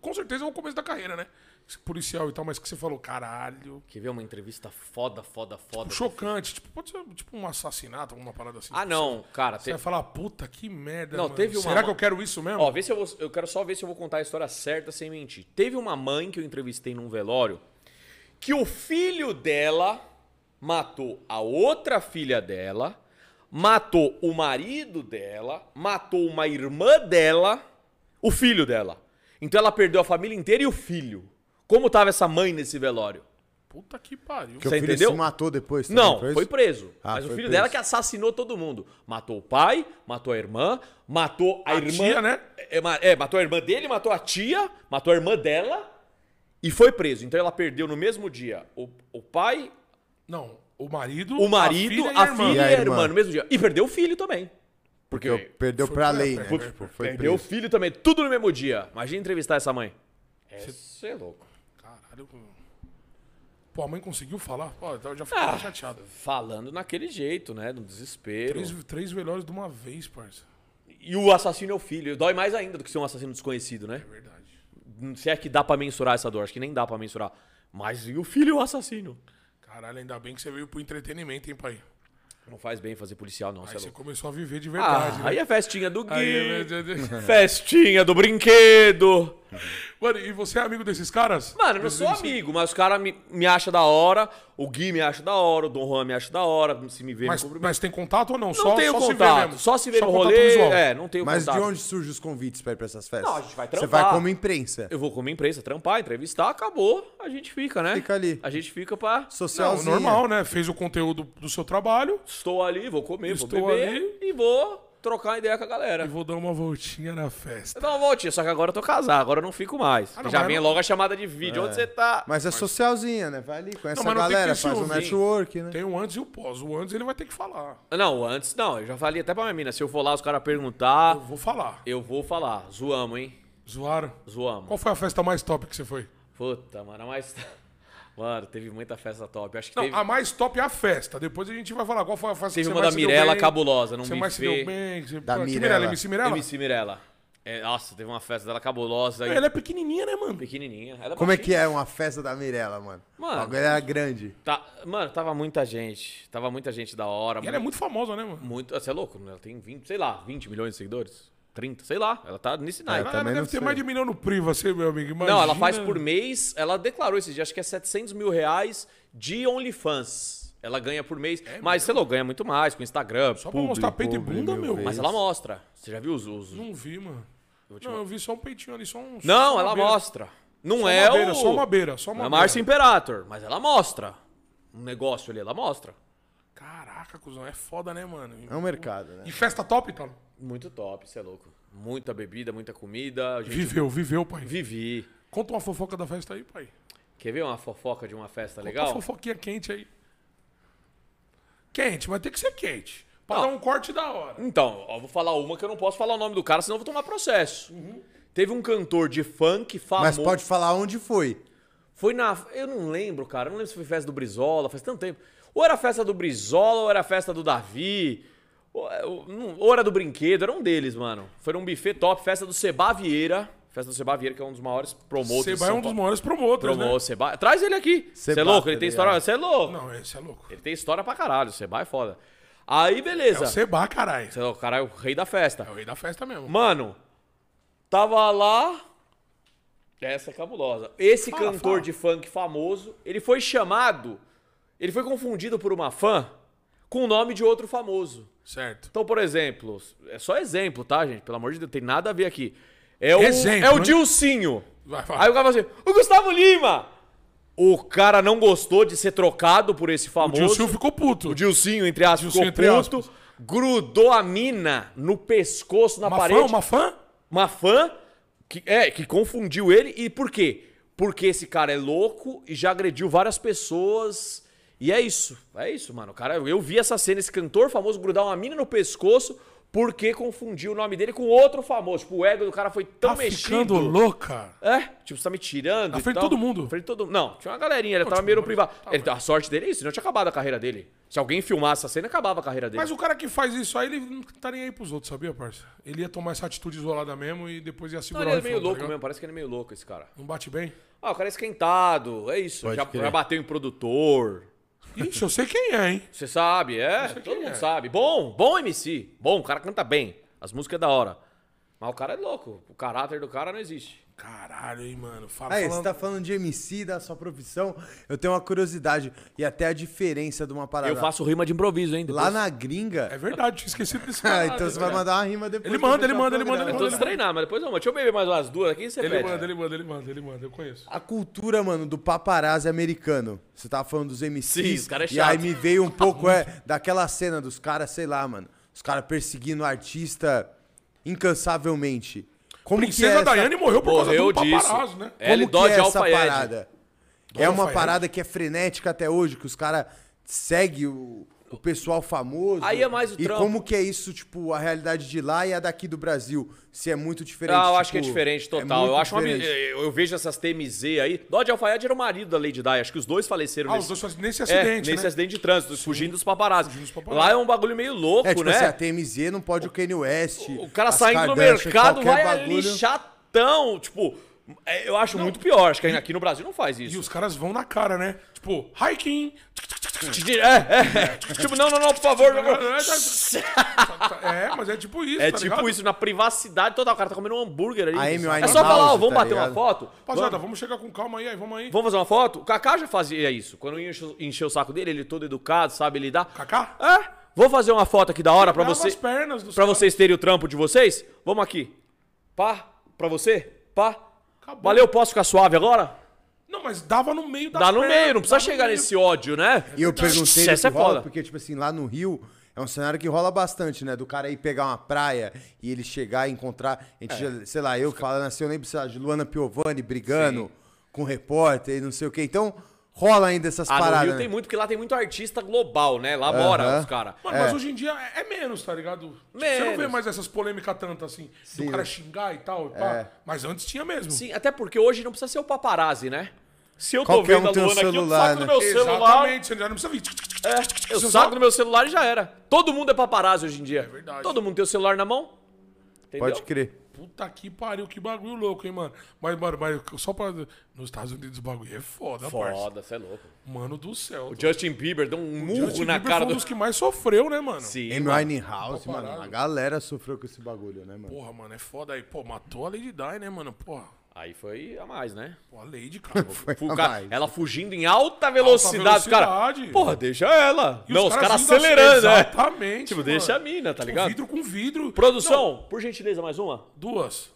[SPEAKER 1] Com certeza é o começo da carreira, né? Esse policial e tal, mas que você falou, caralho.
[SPEAKER 3] Quer ver uma entrevista foda, foda, foda?
[SPEAKER 1] Chocante, tipo, pode ser tipo um assassinato, alguma parada assim.
[SPEAKER 3] Ah, não, cara.
[SPEAKER 1] Você
[SPEAKER 3] Te...
[SPEAKER 1] vai falar, puta, que merda.
[SPEAKER 3] Não,
[SPEAKER 1] mano.
[SPEAKER 3] teve uma-
[SPEAKER 1] Será que eu quero isso mesmo?
[SPEAKER 3] Ó, vê se eu, vou, eu quero só ver se eu vou contar a história certa sem mentir. Teve uma mãe que eu entrevistei num velório que o filho dela matou a outra filha dela, matou o marido dela, matou uma irmã dela, o filho dela. Então ela perdeu a família inteira e o filho. Como tava essa mãe nesse velório?
[SPEAKER 1] Puta que pariu.
[SPEAKER 4] Que o
[SPEAKER 3] Você
[SPEAKER 4] filho
[SPEAKER 3] entendeu?
[SPEAKER 4] se matou depois também,
[SPEAKER 3] Não, foi,
[SPEAKER 4] isso?
[SPEAKER 3] preso.
[SPEAKER 4] Ah,
[SPEAKER 3] mas o
[SPEAKER 4] foi
[SPEAKER 3] filho
[SPEAKER 4] preso.
[SPEAKER 3] dela que assassinou todo mundo. Matou o pai, matou a irmã, matou a,
[SPEAKER 1] A
[SPEAKER 3] irmã.
[SPEAKER 1] tia, né?
[SPEAKER 3] É, ma- é, matou a irmã dele, matou a tia, matou a irmã dela e foi preso. Então ela perdeu no mesmo dia o, o pai,
[SPEAKER 1] Não, o marido.
[SPEAKER 3] o marido,
[SPEAKER 1] e a irmã.
[SPEAKER 3] e
[SPEAKER 4] E a
[SPEAKER 3] a irmã
[SPEAKER 4] irmã.
[SPEAKER 3] no mesmo dia. E perdeu o filho também. Porque
[SPEAKER 4] Porque perdeu pra lei, né?
[SPEAKER 1] foi-
[SPEAKER 4] Tipo, foi
[SPEAKER 3] perdeu o
[SPEAKER 4] preso.
[SPEAKER 3] filho também, tudo no mesmo dia. Imagina entrevistar essa mãe. Você é louco.
[SPEAKER 1] Caralho. mano. Pô, a mãe conseguiu falar? Ó, eu já fiquei
[SPEAKER 3] Ah,
[SPEAKER 1] chateado.
[SPEAKER 3] falando naquele jeito, né? No desespero.
[SPEAKER 1] Três, três velórios de uma vez, parça.
[SPEAKER 3] E o assassino é o filho. Dói mais ainda do que ser um assassino desconhecido, né?
[SPEAKER 1] É verdade.
[SPEAKER 3] Se é que dá pra mensurar essa dor, acho que nem dá pra mensurar. Mas e o filho e o assassino?
[SPEAKER 1] Caralho, ainda bem que você veio pro entretenimento, hein, pai?
[SPEAKER 3] Não faz bem fazer policial, não,
[SPEAKER 1] Aí
[SPEAKER 3] cê é
[SPEAKER 1] você
[SPEAKER 3] Tá louco.
[SPEAKER 1] começou a viver de
[SPEAKER 3] Ah,
[SPEAKER 1] verdade, né?
[SPEAKER 3] aí é festinha do Gui.
[SPEAKER 1] Aí é verdade.
[SPEAKER 3] Festinha do brinquedo.
[SPEAKER 1] Mano, e você é amigo desses caras?
[SPEAKER 3] Mano, eu não
[SPEAKER 1] Desses
[SPEAKER 3] sou
[SPEAKER 1] MC?
[SPEAKER 3] amigo, mas os caras me, me acham da hora. O Gui me acha da hora, o Dom Juan me acha da hora. Se me vê,
[SPEAKER 1] Mas,
[SPEAKER 3] me cumprimenta.
[SPEAKER 1] mas tem contato ou não?
[SPEAKER 3] Não
[SPEAKER 1] só,
[SPEAKER 3] tenho
[SPEAKER 1] só se vê
[SPEAKER 3] contato.
[SPEAKER 1] mesmo.
[SPEAKER 3] só se vê no
[SPEAKER 1] contato
[SPEAKER 3] rolê.
[SPEAKER 1] visual.
[SPEAKER 3] É, não tenho
[SPEAKER 4] Mas de
[SPEAKER 3] contato.
[SPEAKER 4] onde surgem os convites pra ir pra essas festas?
[SPEAKER 3] Não, a gente vai
[SPEAKER 4] Você
[SPEAKER 3] trampar.
[SPEAKER 4] vai como imprensa.
[SPEAKER 3] Eu vou como imprensa, trampar, entrevistar, acabou. A gente fica, né?
[SPEAKER 4] Fica ali.
[SPEAKER 3] A gente fica pra.
[SPEAKER 1] Não,
[SPEAKER 4] Socialzinha.
[SPEAKER 1] normal, né? Fez o conteúdo do seu trabalho
[SPEAKER 3] Estou ali, vou comer,
[SPEAKER 1] Estou
[SPEAKER 3] vou beber
[SPEAKER 1] ali.
[SPEAKER 3] e vou trocar ideia com a galera.
[SPEAKER 1] e vou dar uma voltinha na festa.
[SPEAKER 3] Eu dou uma voltinha, só que agora eu tô casado, agora eu não fico mais.
[SPEAKER 1] Ah, não,
[SPEAKER 3] já
[SPEAKER 1] mas
[SPEAKER 3] vem
[SPEAKER 1] não-
[SPEAKER 3] logo a chamada de vídeo, onde você tá?
[SPEAKER 4] Mas é socialzinha, né? Vai ali, conhece
[SPEAKER 1] Não, mas
[SPEAKER 4] a
[SPEAKER 1] não tem
[SPEAKER 4] galera,
[SPEAKER 1] que se
[SPEAKER 4] faz um
[SPEAKER 1] ouvir.
[SPEAKER 4] network, né?
[SPEAKER 1] Tem o antes e o pós. O antes ele vai ter que falar.
[SPEAKER 3] Não, antes não, eu já falei até pra minha mina, se eu for lá os caras perguntar,
[SPEAKER 1] Eu vou falar.
[SPEAKER 3] eu vou falar, zoamos, hein?
[SPEAKER 1] Zoaram.
[SPEAKER 3] Zoamos.
[SPEAKER 1] Qual foi a festa mais top que você foi?
[SPEAKER 3] Puta, mano, mas... tá- Mano, teve muita festa top, acho que
[SPEAKER 1] Não,
[SPEAKER 3] teve...
[SPEAKER 1] a mais top é a festa. Depois a gente vai falar qual foi a festa que
[SPEAKER 3] Teve uma
[SPEAKER 1] você
[SPEAKER 3] da
[SPEAKER 1] mais se deu
[SPEAKER 3] Mirella
[SPEAKER 1] bem,
[SPEAKER 3] cabulosa, num
[SPEAKER 1] Você mais se deu
[SPEAKER 3] buffet.
[SPEAKER 1] bem. que Você...
[SPEAKER 4] Da
[SPEAKER 1] Que
[SPEAKER 4] Mirella.
[SPEAKER 1] MC Mirella?
[SPEAKER 3] MC Mirella. É, nossa, teve uma festa dela cabulosa, aí,
[SPEAKER 1] Ela é pequenininha, né, mano?
[SPEAKER 3] pequenininha. Ela
[SPEAKER 4] Como é
[SPEAKER 3] baixinha.
[SPEAKER 4] que é uma festa da Mirella, mano?
[SPEAKER 3] Mano.
[SPEAKER 4] Agora
[SPEAKER 2] é
[SPEAKER 4] era grande.
[SPEAKER 1] é?
[SPEAKER 3] Tá, mano, tava muita gente, tava muita gente da hora.
[SPEAKER 1] E ela é muito famosa, né, mano?
[SPEAKER 3] Muito, você é louco, né? ela tem 20, sei lá, 20 milhões de seguidores? 30, sei lá, ela tá nesse naipe.
[SPEAKER 1] Ela, ela
[SPEAKER 4] também
[SPEAKER 1] deve
[SPEAKER 4] não
[SPEAKER 1] ter
[SPEAKER 4] sei.
[SPEAKER 1] mais de milhão no priva, você, meu amigo. Imagina.
[SPEAKER 3] Não, ela faz por mês, ela declarou esse dia, acho que é 700 mil reais de OnlyFans. Ela ganha por mês, mas sei lá, ganha muito mais com Instagram,
[SPEAKER 1] É Só pra
[SPEAKER 3] público.
[SPEAKER 1] mostrar peito
[SPEAKER 4] publi,
[SPEAKER 1] e bunda,
[SPEAKER 4] meu
[SPEAKER 1] meu.
[SPEAKER 4] bem.
[SPEAKER 3] Mas ela mostra. Você já viu os... os-
[SPEAKER 1] Não vi, mano.
[SPEAKER 3] te
[SPEAKER 1] Não, eu vi só um peitinho ali, só um. só
[SPEAKER 3] Não,
[SPEAKER 1] uma
[SPEAKER 3] ela
[SPEAKER 1] beira.
[SPEAKER 3] mostra. Não
[SPEAKER 1] Só
[SPEAKER 3] é
[SPEAKER 1] uma beira,
[SPEAKER 3] o... É
[SPEAKER 1] só uma beira, só uma
[SPEAKER 3] a
[SPEAKER 1] beira.
[SPEAKER 3] Márcia Imperator, mas ela mostra. Um negócio ali, ela mostra.
[SPEAKER 1] Caraca, cuzão, é foda, né, mano?
[SPEAKER 4] É um mercado, né?
[SPEAKER 1] E festa top, tá?
[SPEAKER 3] Muito top, você é louco. Muita bebida, muita comida. a gente
[SPEAKER 1] Viveu, viveu, pai.
[SPEAKER 3] Vivi.
[SPEAKER 1] Conta uma fofoca da festa aí, pai.
[SPEAKER 3] Quer ver uma fofoca de uma festa
[SPEAKER 1] Uma
[SPEAKER 3] legal?
[SPEAKER 1] fofoquinha quente aí. Quente, mas tem que ser quente. Pra
[SPEAKER 3] Não.
[SPEAKER 1] dar um corte da hora.
[SPEAKER 3] Então, ó, vou falar uma que eu não posso falar o nome do cara, senão eu vou tomar processo. Teve um cantor de funk
[SPEAKER 4] Mas
[SPEAKER 3] famoso.
[SPEAKER 4] pode falar onde foi.
[SPEAKER 1] Tá
[SPEAKER 3] Foi na. Eu não lembro, cara. Eu não lembro se foi festa do Brizola, faz tanto tempo. Ou era festa do Brizola, ou era festa do Davi. Ou, ou- não- ou era do Brinquedo, era um deles, mano. Foi um buffet top, festa do Seba Vieira. Festa do Seba Vieira, que é um dos maiores promotores.
[SPEAKER 1] Você
[SPEAKER 3] de
[SPEAKER 1] vai
[SPEAKER 3] São
[SPEAKER 1] um dos
[SPEAKER 3] Paulo.
[SPEAKER 1] maiores promotores,
[SPEAKER 3] Promo-
[SPEAKER 1] né?
[SPEAKER 3] Seba... Traz ele aqui. Você
[SPEAKER 4] Seba,
[SPEAKER 3] é louco, ele
[SPEAKER 4] tá
[SPEAKER 3] tem
[SPEAKER 4] ligado?
[SPEAKER 3] história. Você é louco.
[SPEAKER 1] Não, esse é louco.
[SPEAKER 3] Ele tem história pra caralho. O Seba é foda. Aí, beleza.
[SPEAKER 1] É o Seba, caralho.
[SPEAKER 3] Você é louco, caralho, o rei da festa.
[SPEAKER 1] É o rei da festa mesmo.
[SPEAKER 3] Mano, tava lá. Essa é cabulosa. Esse
[SPEAKER 1] Fala,
[SPEAKER 3] cantor
[SPEAKER 1] fala.
[SPEAKER 3] de funk famoso, ele foi chamado. Ele foi confundido por uma fã com o nome de outro famoso.
[SPEAKER 1] Certo.
[SPEAKER 3] Então, por exemplo, é só exemplo, tá, gente? Pelo amor de Deus, tem nada a ver aqui. É o,
[SPEAKER 1] Exemplo,
[SPEAKER 3] é o
[SPEAKER 1] né?
[SPEAKER 3] Dilcinho.
[SPEAKER 1] Vai, vai.
[SPEAKER 3] Aí o cara fala assim: o Gustavo Lima! O O cara não gostou de ser trocado por esse
[SPEAKER 1] O
[SPEAKER 3] famoso.
[SPEAKER 1] Dilcinho ficou puto.
[SPEAKER 3] O Dilcinho, entre aspas,
[SPEAKER 1] Dilcinho,
[SPEAKER 3] ficou
[SPEAKER 1] entre
[SPEAKER 3] puto.
[SPEAKER 1] aspas.
[SPEAKER 3] Grudou a mina no pescoço, na
[SPEAKER 1] uma
[SPEAKER 3] parede.
[SPEAKER 1] fã, uma fã?
[SPEAKER 3] Uma fã que, é, que confundiu ele. E por quê? Porque esse cara é louco e já agrediu várias pessoas. E é isso. É isso, mano. Cara, eu vi essa cena, esse cantor famoso grudar uma mina no pescoço porque confundiu o nome dele com outro famoso. Tipo, o ego do cara foi tão
[SPEAKER 1] Tá
[SPEAKER 3] mexido.
[SPEAKER 1] ficando louca.
[SPEAKER 3] É, tipo, você tá me tirando.
[SPEAKER 1] Na
[SPEAKER 3] e
[SPEAKER 1] frente de
[SPEAKER 3] tal.
[SPEAKER 1] todo mundo.
[SPEAKER 3] Na frente de todo mundo. Não, tinha uma galerinha, ele
[SPEAKER 1] Não,
[SPEAKER 3] tava
[SPEAKER 1] tipo,
[SPEAKER 3] meio
[SPEAKER 1] mas-
[SPEAKER 3] privado.
[SPEAKER 1] tá,
[SPEAKER 3] Ele- a sorte dele é isso, não tinha acabado a carreira dele. Se alguém filmasse essa cena, acabava a carreira dele.
[SPEAKER 1] Mas o cara que faz isso aí, ele não tá nem aí pros outros, sabia, parça? Ele ia tomar essa atitude isolada mesmo e depois ia
[SPEAKER 3] não,
[SPEAKER 1] segurar
[SPEAKER 3] ele
[SPEAKER 1] o
[SPEAKER 3] é meio
[SPEAKER 1] refrão, tá
[SPEAKER 3] louco
[SPEAKER 1] ligado?
[SPEAKER 3] mesmo, parece que ele é meio louco esse cara.
[SPEAKER 1] Não bate bem?
[SPEAKER 3] Ah, o cara é esquentado, é isso.
[SPEAKER 2] Pode
[SPEAKER 3] Já,
[SPEAKER 2] crer.
[SPEAKER 3] já bateu em produtor.
[SPEAKER 1] Ixi, eu sei quem é, hein?
[SPEAKER 3] Você sabe, é? Todo mundo sabe. Bom, bom MC. Bom, o cara canta bem. As músicas é da hora. Mas o cara é louco. O caráter do cara não existe.
[SPEAKER 1] Caralho, hein, mano. Fala,
[SPEAKER 2] Aí, você
[SPEAKER 1] falando-
[SPEAKER 2] tá falando de MC, da sua profissão. Eu tenho uma curiosidade e até a diferença de uma parada.
[SPEAKER 3] Eu faço rima de improviso, hein?
[SPEAKER 2] Tá, Lá
[SPEAKER 3] Depois.
[SPEAKER 2] na gringa.
[SPEAKER 1] É verdade, tinha esquecido desse
[SPEAKER 2] Ah,
[SPEAKER 1] cara. tá
[SPEAKER 2] então você vai mandar uma rima depois.
[SPEAKER 1] Ele
[SPEAKER 2] pra
[SPEAKER 1] manda, ele
[SPEAKER 2] fechar o
[SPEAKER 1] manda, ele manda,
[SPEAKER 2] programa.
[SPEAKER 1] ele
[SPEAKER 3] Eu tô treinar, mas depois não. Deixa eu beber mais umas duas aqui e você
[SPEAKER 1] Ele
[SPEAKER 3] pede. Ah,
[SPEAKER 1] manda, ele manda, ele manda, ele manda, eu conheço.
[SPEAKER 2] A cultura, mano, do paparazzi americano. Você tava falando dos MCs.
[SPEAKER 3] Sim, os cara é
[SPEAKER 2] E aí
[SPEAKER 3] chato.
[SPEAKER 2] me veio um pouco, é, daquela cena dos caras, sei lá, mano. Os caras perseguindo o artista incansavelmente. Como que é
[SPEAKER 1] Princesa
[SPEAKER 2] essa-
[SPEAKER 1] Daiane morreu por causa
[SPEAKER 3] Morreu
[SPEAKER 1] do
[SPEAKER 3] disso.
[SPEAKER 1] paparazzo, né?
[SPEAKER 3] É, ele
[SPEAKER 2] Como
[SPEAKER 3] dodge
[SPEAKER 2] que é essa
[SPEAKER 3] Alfaiate.
[SPEAKER 2] parada? é uma
[SPEAKER 1] Alfaiate.
[SPEAKER 2] parada que é frenética até hoje, que os caras seguem o, o pessoal famoso.
[SPEAKER 3] Aí é mais o
[SPEAKER 2] E
[SPEAKER 3] trampo.
[SPEAKER 2] como que é isso, tipo, a realidade de lá e a daqui do Brasil? Se é muito diferente.
[SPEAKER 3] Ah, eu acho
[SPEAKER 2] tipo,
[SPEAKER 3] que é diferente,
[SPEAKER 2] é
[SPEAKER 3] total.
[SPEAKER 2] muito
[SPEAKER 3] eu acho uma mi-
[SPEAKER 2] diferente.
[SPEAKER 3] eu, eu vejo essas TMZ aí. Dodge Alfaiate era o marido da Lady Di. Acho que os dois faleceram
[SPEAKER 1] Ah,
[SPEAKER 3] nesse...
[SPEAKER 1] os dois fazem nesse
[SPEAKER 3] É,
[SPEAKER 1] acidente,
[SPEAKER 3] nesse
[SPEAKER 1] né?
[SPEAKER 3] acidente de trânsito, fugindo dos paparazzi.
[SPEAKER 1] Fugindo dos paparazzi.
[SPEAKER 3] Lá é um bagulho meio louco,
[SPEAKER 2] É, tipo
[SPEAKER 3] né?
[SPEAKER 2] assim, a TMZ não pode o Kanye West.
[SPEAKER 3] O cara
[SPEAKER 2] as
[SPEAKER 3] saindo do
[SPEAKER 2] Kardashian,
[SPEAKER 3] mercado vai
[SPEAKER 2] qualquer
[SPEAKER 3] ali chatão. Tipo, é, eu acho muito pior. Acho que aqui no Brasil não faz
[SPEAKER 1] E
[SPEAKER 3] isso.
[SPEAKER 1] os caras vão na cara, né? Tipo, hiking.
[SPEAKER 3] É, é. Tipo, não, não, não, por favor.
[SPEAKER 1] Tá,
[SPEAKER 3] por favor.
[SPEAKER 1] É, mas é tipo isso,
[SPEAKER 3] É
[SPEAKER 1] tá
[SPEAKER 3] tipo
[SPEAKER 1] ligado?
[SPEAKER 3] isso, na privacidade total. O cara tá comendo um hambúrguer ali.
[SPEAKER 2] A Amy
[SPEAKER 3] é só
[SPEAKER 2] Winehouse,
[SPEAKER 3] falar, ó,
[SPEAKER 2] tá
[SPEAKER 3] vamos bater uma
[SPEAKER 2] ligado?
[SPEAKER 3] foto?
[SPEAKER 1] Rapaziada, vamos chegar com calma aí, aí, vamos aí.
[SPEAKER 3] Vamos fazer uma foto? O Kaká já fazia isso. Quando eu enche- encheu o saco dele, ele todo educado, sabe lidar.
[SPEAKER 1] Kaká?
[SPEAKER 3] É. Vou fazer uma foto aqui da hora pra
[SPEAKER 1] Lava
[SPEAKER 3] você.
[SPEAKER 1] as pernas dos
[SPEAKER 3] Pra
[SPEAKER 1] caras.
[SPEAKER 3] vocês terem o trampo de vocês. Vamos aqui. Pá, pra você. Pá.
[SPEAKER 1] Acabou.
[SPEAKER 3] Valeu, posso ficar suave agora?
[SPEAKER 1] Não, mas dava no meio da
[SPEAKER 3] Dá no meio, não precisa chegar nesse ódio, né?
[SPEAKER 2] E eu perguntei
[SPEAKER 3] Essa
[SPEAKER 2] Essa
[SPEAKER 3] é foda.
[SPEAKER 2] porque, tipo assim, lá no Rio é um cenário que rola bastante, né? Do cara ir pegar uma praia e ele chegar e encontrar. A gente
[SPEAKER 3] É.
[SPEAKER 2] já- sei lá, eu falando assim, eu lembro, sei lá, de Luana Piovani brigando com repórter e não sei o quê. Então, rola ainda essas
[SPEAKER 3] Ah, no
[SPEAKER 2] paradas.
[SPEAKER 3] Rio
[SPEAKER 2] né?
[SPEAKER 3] tem muito, porque lá tem muito artista global, né? Lá mora
[SPEAKER 2] Aham.
[SPEAKER 3] os caras.
[SPEAKER 1] Mano, mas hoje em dia é é menos, tá ligado? Tipo, Você não vê
[SPEAKER 3] Menos.
[SPEAKER 1] mais essas polêmicas tanto assim, do
[SPEAKER 2] Sim.
[SPEAKER 1] cara xingar e tal, e pá. mas antes tinha mesmo.
[SPEAKER 3] Sim, assim, até porque hoje não precisa ser o paparazzi, né? Se eu
[SPEAKER 2] Qualquer
[SPEAKER 3] tô vendo
[SPEAKER 2] um
[SPEAKER 3] a
[SPEAKER 2] tem um
[SPEAKER 3] Luana aqui, eu
[SPEAKER 2] celular,
[SPEAKER 3] saco do meu
[SPEAKER 2] né?
[SPEAKER 3] celular.
[SPEAKER 1] Exatamente, você já não precisa vir.
[SPEAKER 3] É, eu
[SPEAKER 1] Você
[SPEAKER 3] saco
[SPEAKER 1] só-
[SPEAKER 3] do meu celular e já era. Todo mundo é paparazzi hoje em dia. É
[SPEAKER 1] verdade.
[SPEAKER 3] Todo mundo tem o celular na mão. Entendeu?
[SPEAKER 2] Pode crer.
[SPEAKER 1] Puta que pariu, que bagulho louco, hein, mano. Mas, mano, mas só pra. Nos Estados Unidos o bagulho é foda, parça.
[SPEAKER 3] Foda, você é louco.
[SPEAKER 1] Mano do céu.
[SPEAKER 3] O Justin Bieber deu um murro
[SPEAKER 1] Justin
[SPEAKER 3] na
[SPEAKER 1] Bieber foi
[SPEAKER 3] cara
[SPEAKER 1] um
[SPEAKER 3] do.
[SPEAKER 1] dos que mais sofreu, né, mano?
[SPEAKER 3] Sim,
[SPEAKER 2] Amy
[SPEAKER 3] mano.
[SPEAKER 2] Winehouse, mano, a galera sofreu com esse bagulho, né, mano?
[SPEAKER 1] Porra, mano, é foda aí. Pô, matou a Lady Di, né, mano? Porra,
[SPEAKER 3] Aí foi a mais, né?
[SPEAKER 1] pô, a Lady, cara.
[SPEAKER 3] Fu-
[SPEAKER 2] a
[SPEAKER 3] cara,
[SPEAKER 2] mais.
[SPEAKER 3] ela fugindo em alta velocidade,
[SPEAKER 1] Alta
[SPEAKER 3] cara.
[SPEAKER 1] velocidade.
[SPEAKER 3] Porra, deixa ela.
[SPEAKER 1] E
[SPEAKER 3] Não, os caras
[SPEAKER 1] vindo
[SPEAKER 3] acelerando,
[SPEAKER 1] assim,
[SPEAKER 3] né?
[SPEAKER 1] Exatamente.
[SPEAKER 3] Tipo,
[SPEAKER 1] mano.
[SPEAKER 3] deixa a mina, tá
[SPEAKER 1] Tipo,
[SPEAKER 3] ligado?
[SPEAKER 1] Vidro com vidro.
[SPEAKER 3] Produção, por gentileza, mais uma.
[SPEAKER 1] Duas.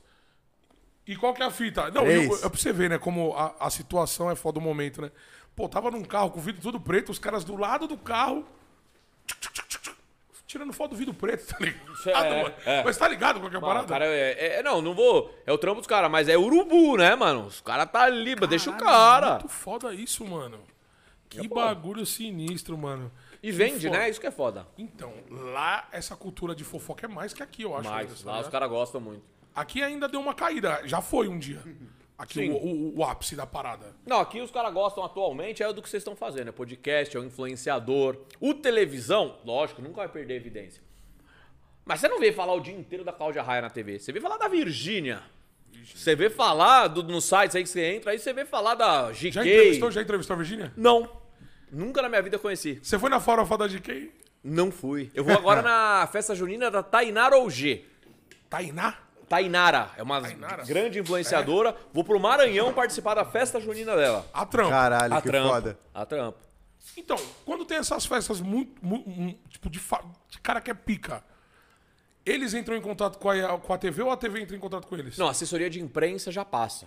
[SPEAKER 1] E qual que é a fita? Não,
[SPEAKER 2] Três.
[SPEAKER 1] e o- é pra você ver, né? Como a, a situação é foda o momento, né? Pô, tava num carro com o vidro todo preto, os caras do lado do carro. tchuc, tchuc, tchuc, tchuc, Tirando foto do vidro preto, tá ligado?
[SPEAKER 3] é,
[SPEAKER 1] mano?
[SPEAKER 3] é.
[SPEAKER 1] Mas tá ligado com a
[SPEAKER 3] Mano,
[SPEAKER 1] parada?
[SPEAKER 3] cara, é, é- não, não vou. É o trampo dos caras, mas é urubu, né, mano? Os caras tá ali, deixa o
[SPEAKER 1] Caralho, é
[SPEAKER 3] cara.
[SPEAKER 1] Muito foda isso, mano. Que bagulho sinistro, mano.
[SPEAKER 3] E
[SPEAKER 1] Que
[SPEAKER 3] vende,
[SPEAKER 1] foda.
[SPEAKER 3] né? Isso que é foda.
[SPEAKER 1] Então, lá essa cultura de fofoca é mais que aqui, eu acho. ainda,
[SPEAKER 3] Mas
[SPEAKER 1] tá
[SPEAKER 3] lá os
[SPEAKER 1] ligado?
[SPEAKER 3] caras gostam muito.
[SPEAKER 1] Aqui ainda deu uma caída, já foi um dia. Aqui
[SPEAKER 3] Sim.
[SPEAKER 1] o, o- o ápice da parada.
[SPEAKER 3] Não, aqui os caras gostam atualmente, é do que vocês estão fazendo. É podcast, é o influenciador. O televisão, lógico, nunca vai perder evidência. Mas você não vê falar o dia inteiro da Cláudia Raia na TV. Você vê falar da Virgínia. Você vê falar do, nos sites aí que você entra, aí você vê falar da GK.
[SPEAKER 1] Já entrevistou, já entrevistou a Virgínia?
[SPEAKER 3] Não. Nunca na minha vida conheci.
[SPEAKER 1] Você foi na farofada de quem?
[SPEAKER 3] Não fui. Eu vou agora na festa junina da Tainara OG.
[SPEAKER 1] Tainá?
[SPEAKER 3] Tainara, é uma
[SPEAKER 1] Tainara?
[SPEAKER 3] grande influenciadora. Vou pro Maranhão participar da festa junina dela.
[SPEAKER 1] A trampa.
[SPEAKER 2] Caralho,
[SPEAKER 3] A
[SPEAKER 2] que
[SPEAKER 3] trampo.
[SPEAKER 2] foda.
[SPEAKER 3] A trampo.
[SPEAKER 1] Então, quando tem essas festas muito, mu- mu- tipo, de, fa- de cara que é pica, eles entram em contato com a, com a TV ou a TV entra em contato com eles?
[SPEAKER 3] Não, assessoria de imprensa já passa.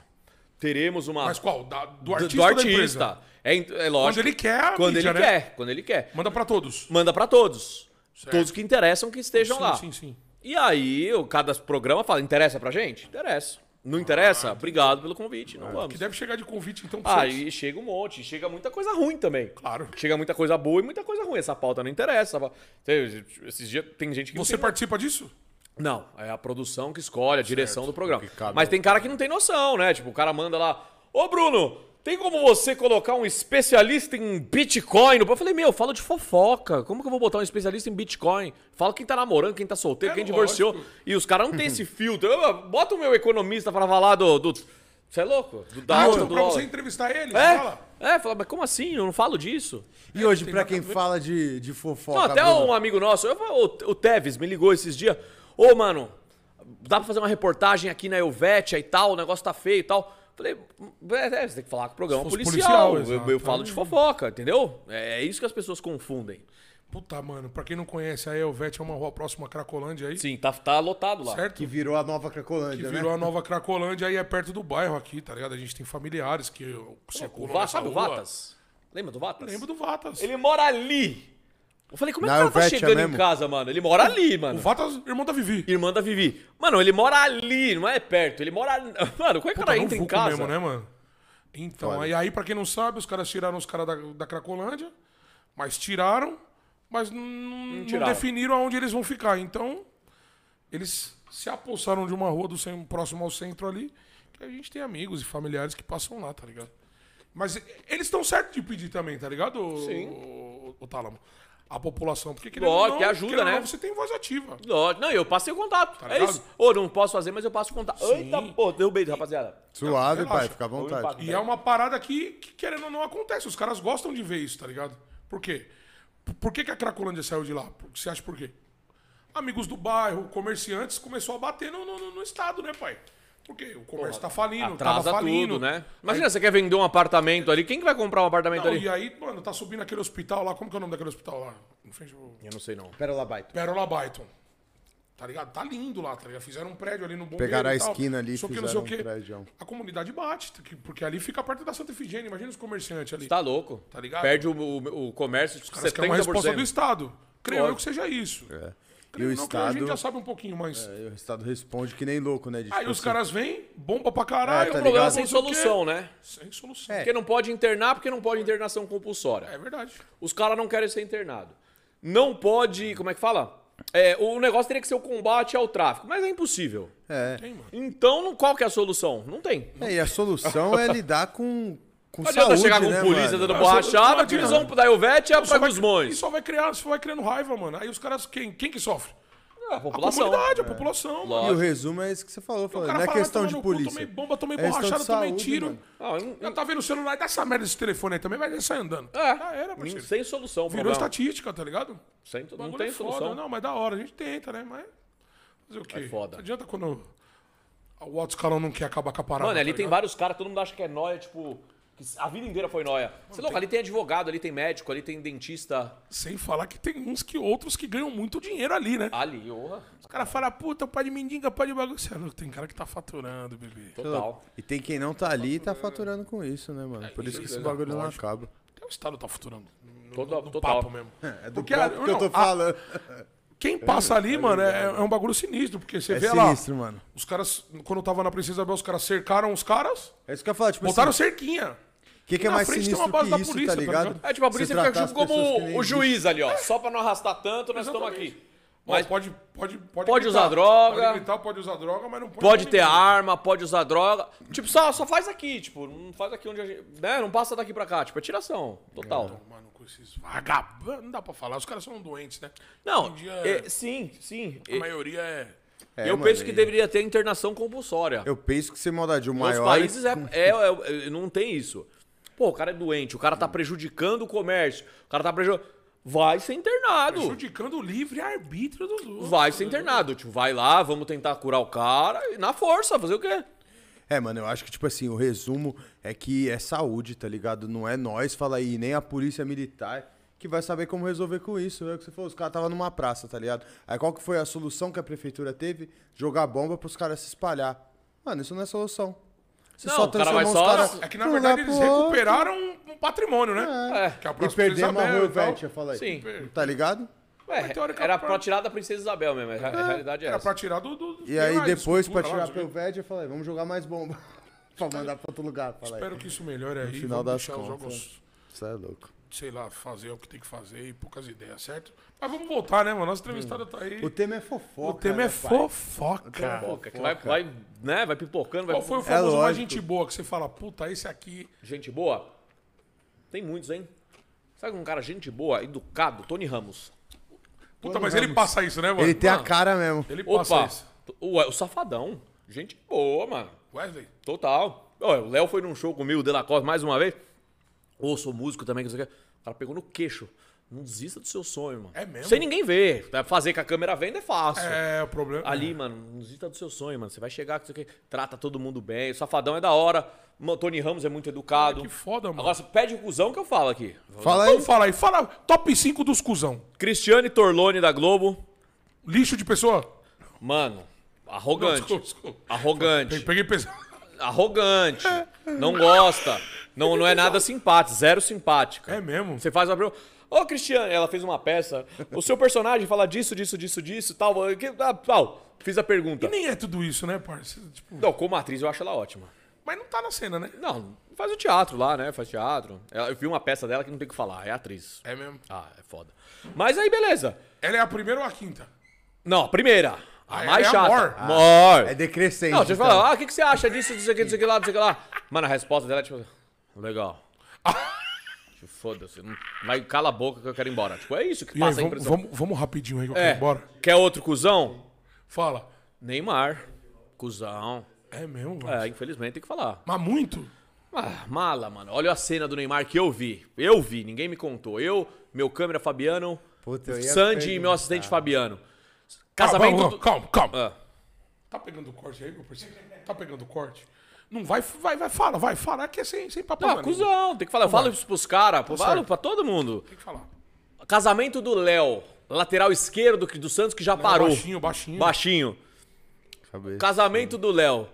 [SPEAKER 3] Teremos uma.
[SPEAKER 1] Mas qual? Da- do
[SPEAKER 3] do,
[SPEAKER 1] artista
[SPEAKER 3] do
[SPEAKER 1] ou da empresa?
[SPEAKER 3] artista. É, in- é lógico.
[SPEAKER 1] Quando ele quer, a
[SPEAKER 3] Quando
[SPEAKER 1] mídia,
[SPEAKER 3] ele
[SPEAKER 1] né?
[SPEAKER 3] quer, quando ele quer.
[SPEAKER 1] Manda pra todos.
[SPEAKER 3] Manda pra todos. Todos que interessam que estejam
[SPEAKER 1] sim,
[SPEAKER 3] lá.
[SPEAKER 1] sim, sim.
[SPEAKER 3] E aí, o- cada programa fala: interessa pra gente? Interessa. Não interessa? Obrigado pelo convite. Não vamos.
[SPEAKER 1] Ah, É, Que deve chegar de convite, então, pra
[SPEAKER 3] Ah,
[SPEAKER 1] vocês.
[SPEAKER 3] e chega um monte, chega muita coisa ruim também.
[SPEAKER 1] Claro.
[SPEAKER 3] Chega muita coisa boa e muita coisa ruim. Essa pauta não interessa. essa pa- Tem- Esses dias tem gente que. não
[SPEAKER 1] Você
[SPEAKER 3] tem-
[SPEAKER 1] participa disso?
[SPEAKER 3] Não, é a produção que escolhe, a direção do programa.
[SPEAKER 4] que cabe
[SPEAKER 1] um
[SPEAKER 3] Mas
[SPEAKER 4] ao-
[SPEAKER 3] tem cara que não tem noção, né? Tipo, o cara manda lá: Ô Bruno, tem como você colocar um especialista em Bitcoin? no pro-?" Eu falei: Meu, eu falo de fofoca. Como que eu vou botar um especialista em Bitcoin? Falo quem tá namorando, quem tá solteiro,
[SPEAKER 1] É
[SPEAKER 3] quem divorciou.
[SPEAKER 1] lógico.
[SPEAKER 3] E os caras não têm esse filtro. Eu, "Ah, bota o meu economista pra falar do. do... Você é louco? Do, da
[SPEAKER 1] Ah,
[SPEAKER 3] alta,
[SPEAKER 1] tipo,
[SPEAKER 3] do
[SPEAKER 1] pra
[SPEAKER 3] dólar.
[SPEAKER 1] você entrevistar ele?
[SPEAKER 3] É,
[SPEAKER 1] Fala.
[SPEAKER 3] é, fala, mas como assim? Eu não falo disso.
[SPEAKER 4] E hoje, pra quem fala de, de fofoca.
[SPEAKER 3] Não, até
[SPEAKER 4] Bruno,
[SPEAKER 3] um amigo nosso, eu falo, o, o Teves, me ligou esses dias. Ô, mano, dá pra fazer uma reportagem aqui na Elvetia e tal, o negócio tá feio e tal. Falei, é, é, você tem que falar com o programa
[SPEAKER 1] Se fosse
[SPEAKER 3] policial.
[SPEAKER 1] policial,
[SPEAKER 3] eu, eu
[SPEAKER 1] exato. é.
[SPEAKER 3] falo de fofoca, entendeu? É, é isso que as pessoas confundem.
[SPEAKER 1] Puta, mano, pra quem não conhece, a Elvete é uma rua próxima à Cracolândia aí,
[SPEAKER 3] Sim, tá, tá lotado lá.
[SPEAKER 1] certo?
[SPEAKER 4] Que virou a nova Cracolândia,
[SPEAKER 1] Que
[SPEAKER 4] né?
[SPEAKER 1] virou a nova Cracolândia aí é perto do bairro aqui, tá ligado? A gente tem familiares que
[SPEAKER 3] O
[SPEAKER 1] circulam
[SPEAKER 3] Va-
[SPEAKER 1] nessa
[SPEAKER 3] sabe o
[SPEAKER 1] rua.
[SPEAKER 3] Vatas? Lembra do Vatas?
[SPEAKER 1] Lembro do Vatas.
[SPEAKER 3] Ele mora ali. Eu falei, como é que
[SPEAKER 4] Na
[SPEAKER 3] o cara tá
[SPEAKER 4] Helvetia
[SPEAKER 3] chegando em
[SPEAKER 4] mesmo?
[SPEAKER 3] casa, mano? Ele mora ali,
[SPEAKER 1] O
[SPEAKER 3] mano.
[SPEAKER 1] Vatas, irmão da Vivi.
[SPEAKER 3] Irmã da Vivi. Mano, ele mora ali, não é perto. Ele mora. Mano, como é que o
[SPEAKER 1] Tá
[SPEAKER 3] cara
[SPEAKER 1] no
[SPEAKER 3] entra em
[SPEAKER 1] vulco
[SPEAKER 3] casa?
[SPEAKER 1] mesmo, né, mano? Então, aí, aí pra quem não sabe, os caras tiraram os caras da, da Cracolândia, mas tiraram, mas n- não,
[SPEAKER 3] tiraram.
[SPEAKER 1] definiram aonde eles vão ficar. Então, eles se apossaram de uma rua do cen- próximo ao centro ali, que a gente tem amigos e familiares que passam lá, tá ligado? Mas e- eles estão certos de pedir também, tá ligado, o-
[SPEAKER 3] Sim.
[SPEAKER 1] o, o Tálamo? A população. Porque que
[SPEAKER 3] Lógico, que ajuda, né?
[SPEAKER 1] Você tem voz ativa.
[SPEAKER 3] Ó, Não, eu passei o contato.
[SPEAKER 1] Tá
[SPEAKER 3] é
[SPEAKER 1] ligado?
[SPEAKER 3] isso. Ô, não posso fazer, mas eu passo o contato. Eita, pô, derrubei, rapaziada.
[SPEAKER 4] Suave,
[SPEAKER 1] Relaxa.
[SPEAKER 4] pai, fica à vontade.
[SPEAKER 1] E é uma parada que, que, querendo ou não, acontece. Os caras gostam de ver isso, tá ligado? Por quê? P- Por que, que a Cracolândia saiu de lá? Por- Você acha por quê? Amigos do bairro, comerciantes, começou a bater no, no- no- no Estado, né, pai? Porque o comércio tá falindo, tava
[SPEAKER 3] Atrasa
[SPEAKER 1] falindo.
[SPEAKER 3] tudo, né? Imagina, você quer vender um apartamento ali. Quem que vai comprar um apartamento
[SPEAKER 1] Não,
[SPEAKER 3] ali?
[SPEAKER 1] e aí, mano, tá subindo aquele hospital lá. Como que é o nome daquele hospital lá? Em frente ao-
[SPEAKER 3] Eu não sei, não.
[SPEAKER 4] Pérola Baito.
[SPEAKER 1] Pérola Byton. Tá ligado? Tá lindo lá, tá ligado? Fizeram um prédio ali no bom
[SPEAKER 4] Pegaram a esquina ali,
[SPEAKER 1] só que não sei
[SPEAKER 4] fizeram
[SPEAKER 1] o quê.
[SPEAKER 4] um prédio.
[SPEAKER 1] A comunidade bate, tá que- porque ali fica perto da Santa Efigênia. Imagina os comerciantes ali.
[SPEAKER 3] Tá louco.
[SPEAKER 1] Tá ligado?
[SPEAKER 3] Perde o, o, o comércio de
[SPEAKER 1] Parece que é uma resposta do
[SPEAKER 3] 70%.
[SPEAKER 1] Estado. Creio eu
[SPEAKER 3] Lógico.
[SPEAKER 1] que seja isso.
[SPEAKER 4] É. E
[SPEAKER 1] Creio
[SPEAKER 4] o
[SPEAKER 1] não, creio, a gente
[SPEAKER 4] Estado.
[SPEAKER 1] já sabe um pouquinho, mas.
[SPEAKER 4] é, O Estado responde que nem louco, né? de
[SPEAKER 1] Aí
[SPEAKER 4] tipo
[SPEAKER 1] os
[SPEAKER 4] assim,
[SPEAKER 1] caras vêm, bomba pra caralho,
[SPEAKER 4] É,
[SPEAKER 1] é,
[SPEAKER 4] tá ligado?
[SPEAKER 1] um problema
[SPEAKER 3] Problema sem
[SPEAKER 1] não sei o quê.
[SPEAKER 3] solução, né?
[SPEAKER 1] Sem solução.
[SPEAKER 4] É.
[SPEAKER 1] É,
[SPEAKER 3] Porque não pode internar, porque não pode internação compulsória.
[SPEAKER 1] verdade.
[SPEAKER 3] Os caras não querem ser internados. Não pode. Como é que fala? É, o negócio teria que ser o combate ao tráfico, mas é impossível.
[SPEAKER 4] É.
[SPEAKER 1] Tem, mano.
[SPEAKER 3] Então, não- qual que é a solução? Não tem.
[SPEAKER 4] É, e a solução é lidar com, com
[SPEAKER 3] Não adianta
[SPEAKER 4] saúde,
[SPEAKER 3] chegar com
[SPEAKER 4] né,
[SPEAKER 3] polícia
[SPEAKER 4] mano?
[SPEAKER 3] dando
[SPEAKER 1] Não, só- só
[SPEAKER 3] borrachada, que
[SPEAKER 1] adianta.
[SPEAKER 3] eles vão da Elvete a
[SPEAKER 1] Só
[SPEAKER 3] pra
[SPEAKER 1] vai- E
[SPEAKER 3] Gusmões.
[SPEAKER 1] só vai, criar, só vai criando raiva, mano. Aí os caras, quem, quem que sofre?
[SPEAKER 3] A
[SPEAKER 1] A
[SPEAKER 3] população.
[SPEAKER 1] comunidade, a população. mano.
[SPEAKER 4] E o resumo é isso que você falou,
[SPEAKER 1] O
[SPEAKER 4] falando. É.
[SPEAKER 1] cara
[SPEAKER 4] Não é
[SPEAKER 1] fala,
[SPEAKER 4] questão
[SPEAKER 1] "Toma
[SPEAKER 4] de
[SPEAKER 1] no cu,
[SPEAKER 4] polícia.
[SPEAKER 1] Tomei bomba, tomei
[SPEAKER 4] É questão de
[SPEAKER 1] borrachada, tomei
[SPEAKER 4] saúde,
[SPEAKER 1] tiro.
[SPEAKER 4] mano.
[SPEAKER 3] Ah, eu não-
[SPEAKER 1] Já tá vendo o celular, dá essa merda desse telefone aí também, vai já sai andando.
[SPEAKER 3] É.
[SPEAKER 1] Já era, parceiro.
[SPEAKER 3] sem solução, o
[SPEAKER 1] Virou
[SPEAKER 3] problema.
[SPEAKER 1] estatística, tá ligado?
[SPEAKER 3] Sem-
[SPEAKER 1] O
[SPEAKER 3] não
[SPEAKER 1] bagulho
[SPEAKER 3] tem
[SPEAKER 1] é foda.
[SPEAKER 3] solução.
[SPEAKER 1] Não, mas da hora, a gente tenta, né? Mas. Fazer o quê?
[SPEAKER 3] É foda.
[SPEAKER 1] Não adianta quando o alto escalão não quer acabar com a parada.
[SPEAKER 3] Mano, ali
[SPEAKER 1] tá
[SPEAKER 3] tem
[SPEAKER 1] ligado?
[SPEAKER 3] vários caras, todo mundo acha que é nóia, tipo. que A vida inteira foi nóia. Você é louco, ali tem advogado, ali tem médico, ali tem dentista.
[SPEAKER 1] Sem falar que tem uns que outros que ganham muito dinheiro ali, né?
[SPEAKER 3] Ali, orra.
[SPEAKER 1] Os caras falam, puta, pai de mendiga, pai de bagulho. Você é louco, tem cara que tá faturando, bebê.
[SPEAKER 3] Total.
[SPEAKER 4] E tem quem não tá ali e tá faturando com isso, né, mano? Por isso que esse bagulho não acaba.
[SPEAKER 1] Até o Estado tá faturando. No,
[SPEAKER 3] Total,
[SPEAKER 1] no
[SPEAKER 3] total.
[SPEAKER 1] papo mesmo.
[SPEAKER 4] É do
[SPEAKER 1] Porque,
[SPEAKER 4] papo que eu
[SPEAKER 1] não,
[SPEAKER 4] tô
[SPEAKER 1] a-
[SPEAKER 4] falando.
[SPEAKER 1] Quem passa ali, mano, é, é um bagulho sinistro, porque você
[SPEAKER 4] É
[SPEAKER 1] vê
[SPEAKER 4] sinistro,
[SPEAKER 1] lá.
[SPEAKER 4] mano.
[SPEAKER 1] Os caras, quando eu tava na Princesa Isabel, os caras cercaram os caras,
[SPEAKER 4] É isso que eu ia falar, tipo
[SPEAKER 1] botaram
[SPEAKER 4] assim,
[SPEAKER 1] cerquinha.
[SPEAKER 4] o que, que é
[SPEAKER 1] na
[SPEAKER 4] mais
[SPEAKER 1] frente tem
[SPEAKER 4] sinistro
[SPEAKER 1] uma base
[SPEAKER 4] que
[SPEAKER 1] da
[SPEAKER 4] isso,
[SPEAKER 1] polícia,
[SPEAKER 4] tá
[SPEAKER 1] tá
[SPEAKER 4] ligado?
[SPEAKER 1] ligado?
[SPEAKER 3] É, tipo, a polícia
[SPEAKER 4] Você
[SPEAKER 3] fica
[SPEAKER 4] tratar
[SPEAKER 3] junto
[SPEAKER 4] as pessoas que
[SPEAKER 3] como
[SPEAKER 4] nem
[SPEAKER 3] o
[SPEAKER 4] existem.
[SPEAKER 3] juiz ali, ó. Só pra não arrastar tanto, nós estamos
[SPEAKER 1] Exatamente.
[SPEAKER 3] aqui.
[SPEAKER 1] Ó,
[SPEAKER 3] Mas
[SPEAKER 1] pode, pode, pode,
[SPEAKER 3] pode
[SPEAKER 1] gritar.
[SPEAKER 3] usar droga.
[SPEAKER 1] Pode gritar, pode usar droga, mas não pode.
[SPEAKER 3] Pode ter
[SPEAKER 1] ninguém.
[SPEAKER 3] arma, pode usar droga. Tipo, só, só faz aqui, tipo, não faz aqui onde a gente. Né? Não passa daqui pra cá. Tipo, é tiração. Total.
[SPEAKER 1] Mano, com esses vagabundos. Não dá pra falar, os caras são doentes, né? Hoje
[SPEAKER 3] Não,
[SPEAKER 1] em dia,
[SPEAKER 3] é, sim, sim.
[SPEAKER 1] a maioria é.
[SPEAKER 4] É,
[SPEAKER 3] eu
[SPEAKER 4] mano,
[SPEAKER 3] penso que
[SPEAKER 4] e-
[SPEAKER 3] deveria ter internação compulsória.
[SPEAKER 4] Eu penso que sem maldade, o
[SPEAKER 3] Os
[SPEAKER 4] maior...
[SPEAKER 3] países é, é- é- é- não tem isso. Pô, o cara é doente, o cara tá prejudicando o comércio, o cara tá prejudicando. Vai ser internado.
[SPEAKER 1] Prejudicando o livre-arbítrio dos outros. né?
[SPEAKER 3] Vai ser internado. Tipo, vai lá, vamos tentar curar o cara e na força, fazer o quê?
[SPEAKER 4] É, mano, eu acho que, tipo assim, o resumo é que é saúde, tá ligado? Não é nós, fala aí, nem a polícia militar que vai saber como resolver com isso. É o que você falou, os caras estavam numa praça, tá ligado? Aí qual que foi a solução que a prefeitura teve? Jogar bomba pros caras se espalhar. Mano, isso não é solução. Você
[SPEAKER 3] Não,
[SPEAKER 4] só
[SPEAKER 3] o cara vai
[SPEAKER 4] transformou
[SPEAKER 3] só-
[SPEAKER 4] os caras.
[SPEAKER 1] É que, na verdade, eles recuperaram um patrimônio, né?
[SPEAKER 3] É.
[SPEAKER 1] Que a
[SPEAKER 4] E
[SPEAKER 1] próxima
[SPEAKER 4] perder
[SPEAKER 1] Isabel
[SPEAKER 4] Marro
[SPEAKER 1] e tal.
[SPEAKER 4] Velho, eu falei.
[SPEAKER 3] Sim.
[SPEAKER 4] Tá ligado?
[SPEAKER 3] Ué,
[SPEAKER 1] Mas, teoricamente,
[SPEAKER 3] é, era
[SPEAKER 1] pra-
[SPEAKER 3] pra tirar da Princesa Isabel mesmo, a re- a realidade é
[SPEAKER 1] Era pra
[SPEAKER 3] essa.
[SPEAKER 1] tirar do. do-
[SPEAKER 4] E aí
[SPEAKER 1] sei lá,
[SPEAKER 4] depois, pra
[SPEAKER 1] escultura lá,
[SPEAKER 4] tirar
[SPEAKER 1] não sei o
[SPEAKER 4] pelo velho, eu falei, vamos jogar mais bomba. pra mandar pra outro lugar.
[SPEAKER 1] quê.
[SPEAKER 4] Falei,
[SPEAKER 1] Espero que isso melhore aí.
[SPEAKER 4] final
[SPEAKER 1] vamos
[SPEAKER 4] das
[SPEAKER 1] deixar os
[SPEAKER 4] contas.
[SPEAKER 1] jogos,
[SPEAKER 4] isso é louco.
[SPEAKER 1] sei lá, fazer o que tem que fazer e poucas ideias, certo? Mas vamos voltar, né, mano? Nossa entrevistada tá aí.
[SPEAKER 4] O tema é fofoca.
[SPEAKER 1] O tema é
[SPEAKER 4] né, pai? é
[SPEAKER 1] fofoca.
[SPEAKER 3] Fofoca, que vai, vai, né, vai pipocando, vai
[SPEAKER 1] Qual foi o famoso mais
[SPEAKER 4] lógico.
[SPEAKER 1] gente boa que você fala, puta, esse aqui.
[SPEAKER 3] Gente boa? Tem muitos, hein? Sabe um cara gente boa, educado? Tony Ramos.
[SPEAKER 1] Puta, mas ele passa isso, né, mano?
[SPEAKER 4] Ele tem a
[SPEAKER 1] Mano,
[SPEAKER 4] cara mesmo.
[SPEAKER 1] Ele passa
[SPEAKER 3] Opa!
[SPEAKER 1] é isso.
[SPEAKER 3] O, o Safadão. Gente boa, mano.
[SPEAKER 1] Wesley.
[SPEAKER 3] Total. Ó, o Léo foi num show comigo, o De La Costa, mais uma vez. Ô, sou músico também, que não sei o que. O cara pegou no queixo. Não desista do seu sonho, mano.
[SPEAKER 1] É mesmo?
[SPEAKER 3] Sem ninguém ver. Fazer com a câmera vendo é fácil.
[SPEAKER 1] É, o problema.
[SPEAKER 3] Ali, mano, não desista do seu sonho, mano. Você vai chegar, que não sei o quê. Trata todo mundo bem. O Safadão é da hora. O Tony Ramos é muito educado.
[SPEAKER 1] Que foda, mano.
[SPEAKER 3] Agora, você pede o cuzão que eu falo aqui.
[SPEAKER 4] Fala aí.
[SPEAKER 1] Então fala aí, fala top 5 dos cuzão.
[SPEAKER 3] Cristiane Torlone da Globo.
[SPEAKER 1] Lixo de pessoa?
[SPEAKER 3] Mano,
[SPEAKER 1] Não,
[SPEAKER 3] arrogante.
[SPEAKER 1] desculpa, desculpa. Pe-
[SPEAKER 3] Arrogante.
[SPEAKER 1] Peguei pesado.
[SPEAKER 3] Arrogante. Não gosta. Não, não é nada simpático. Zero simpática.
[SPEAKER 1] É mesmo?
[SPEAKER 3] Você faz uma pergunta. Ô, Cristiane, ela fez uma peça. O seu personagem fala disso, disso, disso, disso, tal. que- ah, tal. Fiz a pergunta.
[SPEAKER 1] Nem é tudo isso, né, parceiro? Tipo,
[SPEAKER 3] Não, como atriz eu acho ela ótima.
[SPEAKER 1] mas não tá na cena, né?
[SPEAKER 3] Não, faz o teatro lá, né? Faz teatro. Ela- Eu vi uma peça dela que não tem o que falar, é atriz.
[SPEAKER 1] É mesmo.
[SPEAKER 3] Ah, é foda. Mas aí, beleza.
[SPEAKER 1] Ela é a primeira ou a quinta?
[SPEAKER 3] Não, a primeira. A
[SPEAKER 1] Ah,
[SPEAKER 3] mais
[SPEAKER 1] é
[SPEAKER 3] chata.
[SPEAKER 1] amor. Ah,
[SPEAKER 3] Amor.
[SPEAKER 4] É decrescente.
[SPEAKER 3] Não, deixa eu
[SPEAKER 4] então.
[SPEAKER 3] falar, ah, o que, que você acha disso, disso aqui, disso aqui lá, disso aqui lá? Mano, a resposta dela é tipo, legal. Tipo, Foda-se, não- vai, cala a boca que eu quero ir embora. Tipo, é isso que
[SPEAKER 1] E aí,
[SPEAKER 3] passa a
[SPEAKER 1] vamos,
[SPEAKER 3] impressão.
[SPEAKER 1] vamos, vamos rapidinho aí que eu
[SPEAKER 3] É,
[SPEAKER 1] quero ir embora.
[SPEAKER 3] quer outro cuzão?
[SPEAKER 1] Fala.
[SPEAKER 3] Neymar. Cuzão.
[SPEAKER 1] É mesmo, mano.
[SPEAKER 3] É, infelizmente tem que falar.
[SPEAKER 1] Mas muito?
[SPEAKER 3] Ah, mala, mano. Olha a cena do Neymar que eu vi. Eu vi, ninguém me contou. Eu, meu câmera Fabiano,
[SPEAKER 4] Puta, eu ia
[SPEAKER 3] Sandy e meu
[SPEAKER 4] perguntar.
[SPEAKER 3] assistente Fabiano.
[SPEAKER 1] Calma,
[SPEAKER 3] Casamento.
[SPEAKER 1] calma,
[SPEAKER 3] do-
[SPEAKER 1] calma, calma.
[SPEAKER 3] Ah,
[SPEAKER 1] Tá pegando o corte aí, meu parceiro? Tá pegando o corte? Não vai, vai, vai, fala, vai, fala. Aqui é sem, sem papo,
[SPEAKER 3] Não,
[SPEAKER 1] mano.
[SPEAKER 3] Ah, cuzão, tem que falar. Eu falo isso pros caras, falo
[SPEAKER 1] Tá certo.
[SPEAKER 3] pra todo mundo.
[SPEAKER 1] Tem que falar.
[SPEAKER 3] Casamento do Léo, lateral esquerdo do Santos que já parou.
[SPEAKER 1] Baixinho, baixinho.
[SPEAKER 3] Baixinho.
[SPEAKER 4] Cabeça.
[SPEAKER 3] Casamento do Léo.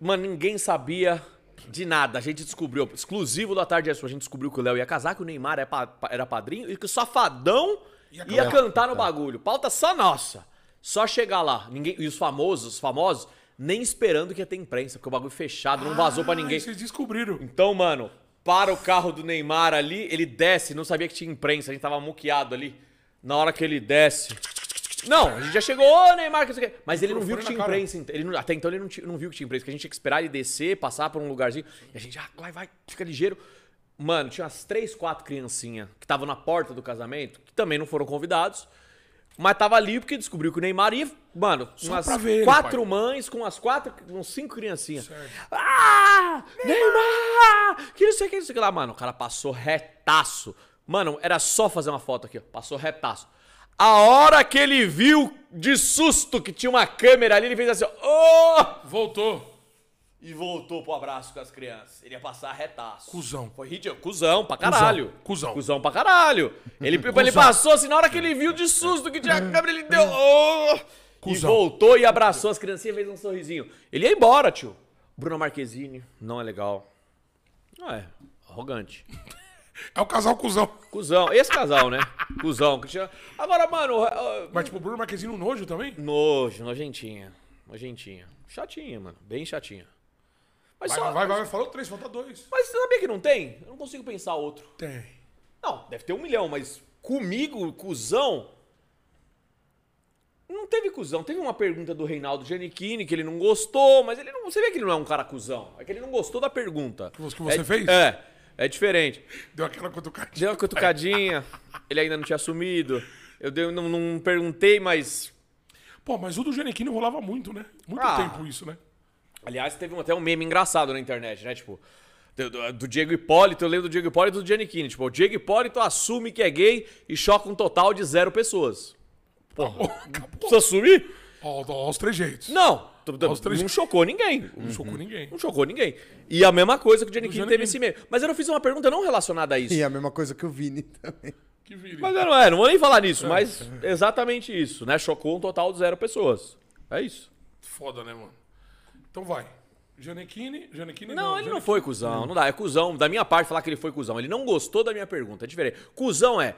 [SPEAKER 3] Mano, ninguém sabia de nada. A gente descobriu, exclusivo da tarde Extra, a gente descobriu que o Léo ia casar, que o Neymar é pa- pa- era padrinho e que o Safadão ia,
[SPEAKER 1] Ia
[SPEAKER 3] cantar no bagulho. Pauta só nossa. Só chegar lá. Ninguém, e os famosos, os famosos, nem esperando que ia ter imprensa, porque o bagulho fechado, não vazou pra ninguém.
[SPEAKER 1] Aí vocês descobriram.
[SPEAKER 3] Então, mano, para o carro do Neymar ali, ele desce, não sabia que tinha imprensa, a gente tava muqueado ali. Na hora que ele desce. Não, a gente já chegou, ô Neymar, que não sei o quê. Mas ele não viu que tinha imprensa. ent- Ele não- até então ele não, ti- não viu que tinha imprensa, que a gente tinha que esperar ele descer, passar por um lugarzinho. E a gente, ah, vai, vai, fica ligeiro. Mano, tinha umas três, quatro criancinhas que estavam na porta do casamento, que também não foram convidados. Mas tava ali porque descobriu que o Neymar ia. Mano, umas
[SPEAKER 1] pra ver ele,
[SPEAKER 3] quatro
[SPEAKER 1] pai.
[SPEAKER 3] mães com as quatro, uns cinco criancinhas. Ah! Neymar! Que não sei o que, não sei o que lá, mano. O cara passou retaço. Mano, era só fazer uma foto aqui, ó. Passou retaço. A hora que ele viu de susto que tinha uma câmera ali, ele fez assim, ó. Oh!
[SPEAKER 1] Voltou.
[SPEAKER 3] E voltou pro abraço com as crianças. Ele ia passar retaço.
[SPEAKER 1] Cusão.
[SPEAKER 3] Foi ridículo. Cusão pra caralho.
[SPEAKER 1] Cusão.
[SPEAKER 3] Cusão pra caralho. Ele, ele passou assim, na hora que ele viu de susto que tinha a câmera, ele deu. "Oh!" E
[SPEAKER 1] É. Cusão.
[SPEAKER 3] voltou e abraçou as criancinhas e fez um sorrisinho. Ele ia embora, tio. Bruno Marquezine, não é legal. Não é. Arrogante.
[SPEAKER 1] É o casal cuzão.
[SPEAKER 3] Cusão. Esse casal, né? Cusão. Cristiano. Agora, mano. ah,
[SPEAKER 1] Mas tipo, o Bruno Marquezine um nojo também?
[SPEAKER 3] Nojo, nojentinha. Nojentinha. Chatinha, mano. Bem chatinha. Mas
[SPEAKER 1] Vai,
[SPEAKER 3] só.
[SPEAKER 1] vai, vai, vai. Falou três, falta dois.
[SPEAKER 3] Mas você sabia que não tem? Eu não consigo pensar outro.
[SPEAKER 1] Tem.
[SPEAKER 3] Não, deve ter um milhão, mas comigo, cuzão. Não teve cuzão. Teve uma pergunta do Reinaldo Giannichini que ele não gostou, mas ele não. Você vê que ele não é um cara cuzão. É que ele não gostou da pergunta.
[SPEAKER 1] Que você- que você
[SPEAKER 3] é,
[SPEAKER 1] fez?
[SPEAKER 3] É. É diferente.
[SPEAKER 1] Deu aquela cutucadinha.
[SPEAKER 3] Deu uma cutucadinha, ele ainda não tinha assumido. Eu dei- não, não perguntei, mas.
[SPEAKER 1] Pô, mas o do Genequino rolava muito, né? Muito
[SPEAKER 3] Ah.
[SPEAKER 1] tempo isso, né?
[SPEAKER 3] Aliás, teve um- até um meme engraçado na internet, né? Tipo, do, do- do Diego Hipólito, eu lembro do Diego Hipólito e do Giannichini. Tipo, o Diego Hipólito assume que é gay e choca um total de zero pessoas.
[SPEAKER 1] Pô, acabou.
[SPEAKER 3] Precisa assumir?
[SPEAKER 1] Ó, ó, os trejeitos.
[SPEAKER 3] Não! Uhum. T- t-
[SPEAKER 1] Aos três-
[SPEAKER 3] Não chocou ninguém.
[SPEAKER 1] Não chocou ninguém.
[SPEAKER 3] Não chocou ninguém. E a mesma coisa que o Gianni
[SPEAKER 1] O
[SPEAKER 3] Kim
[SPEAKER 1] Gianni
[SPEAKER 3] teve
[SPEAKER 1] Kim.
[SPEAKER 3] esse meio. Mas eu não fiz uma pergunta não relacionada é a isso.
[SPEAKER 4] E a mesma coisa que o Vini também.
[SPEAKER 1] Que vira.
[SPEAKER 3] Mas eu não, é, não vou nem falar nisso, mas exatamente isso, né? Chocou um total de zero pessoas. É isso.
[SPEAKER 1] Foda, né, mano? Então vai. Janequine? Janequine
[SPEAKER 3] Não, ele não
[SPEAKER 1] Janequine.
[SPEAKER 3] foi cuzão, não dá. É cuzão, da minha parte, falar que ele foi cuzão. Ele não gostou da minha pergunta, é diferente. Cuzão é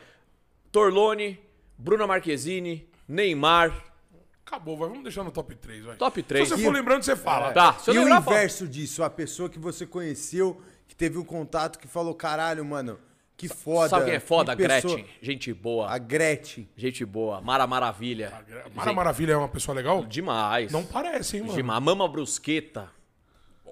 [SPEAKER 3] Torlone, Bruna Marquezine, Neymar.
[SPEAKER 1] Acabou, vai. Vamos deixar no top 3, vai.
[SPEAKER 3] Top três.
[SPEAKER 1] Se você for lembrando, você fala.
[SPEAKER 3] Tá, se eu
[SPEAKER 2] E o
[SPEAKER 3] lembrar, eu falo.
[SPEAKER 2] inverso disso, a pessoa que você conheceu, que teve um contato, que falou, caralho, mano, que foda.
[SPEAKER 3] Sabe quem é foda?
[SPEAKER 2] que pessoa-
[SPEAKER 3] Gretchen. Gente boa.
[SPEAKER 2] A Gretchen.
[SPEAKER 3] Gente boa. Mara Maravilha.
[SPEAKER 1] Mara Maravilha é uma pessoa legal?
[SPEAKER 3] Demais.
[SPEAKER 1] Não parece, hein, mano?
[SPEAKER 3] Demais. A Mama Brusqueta.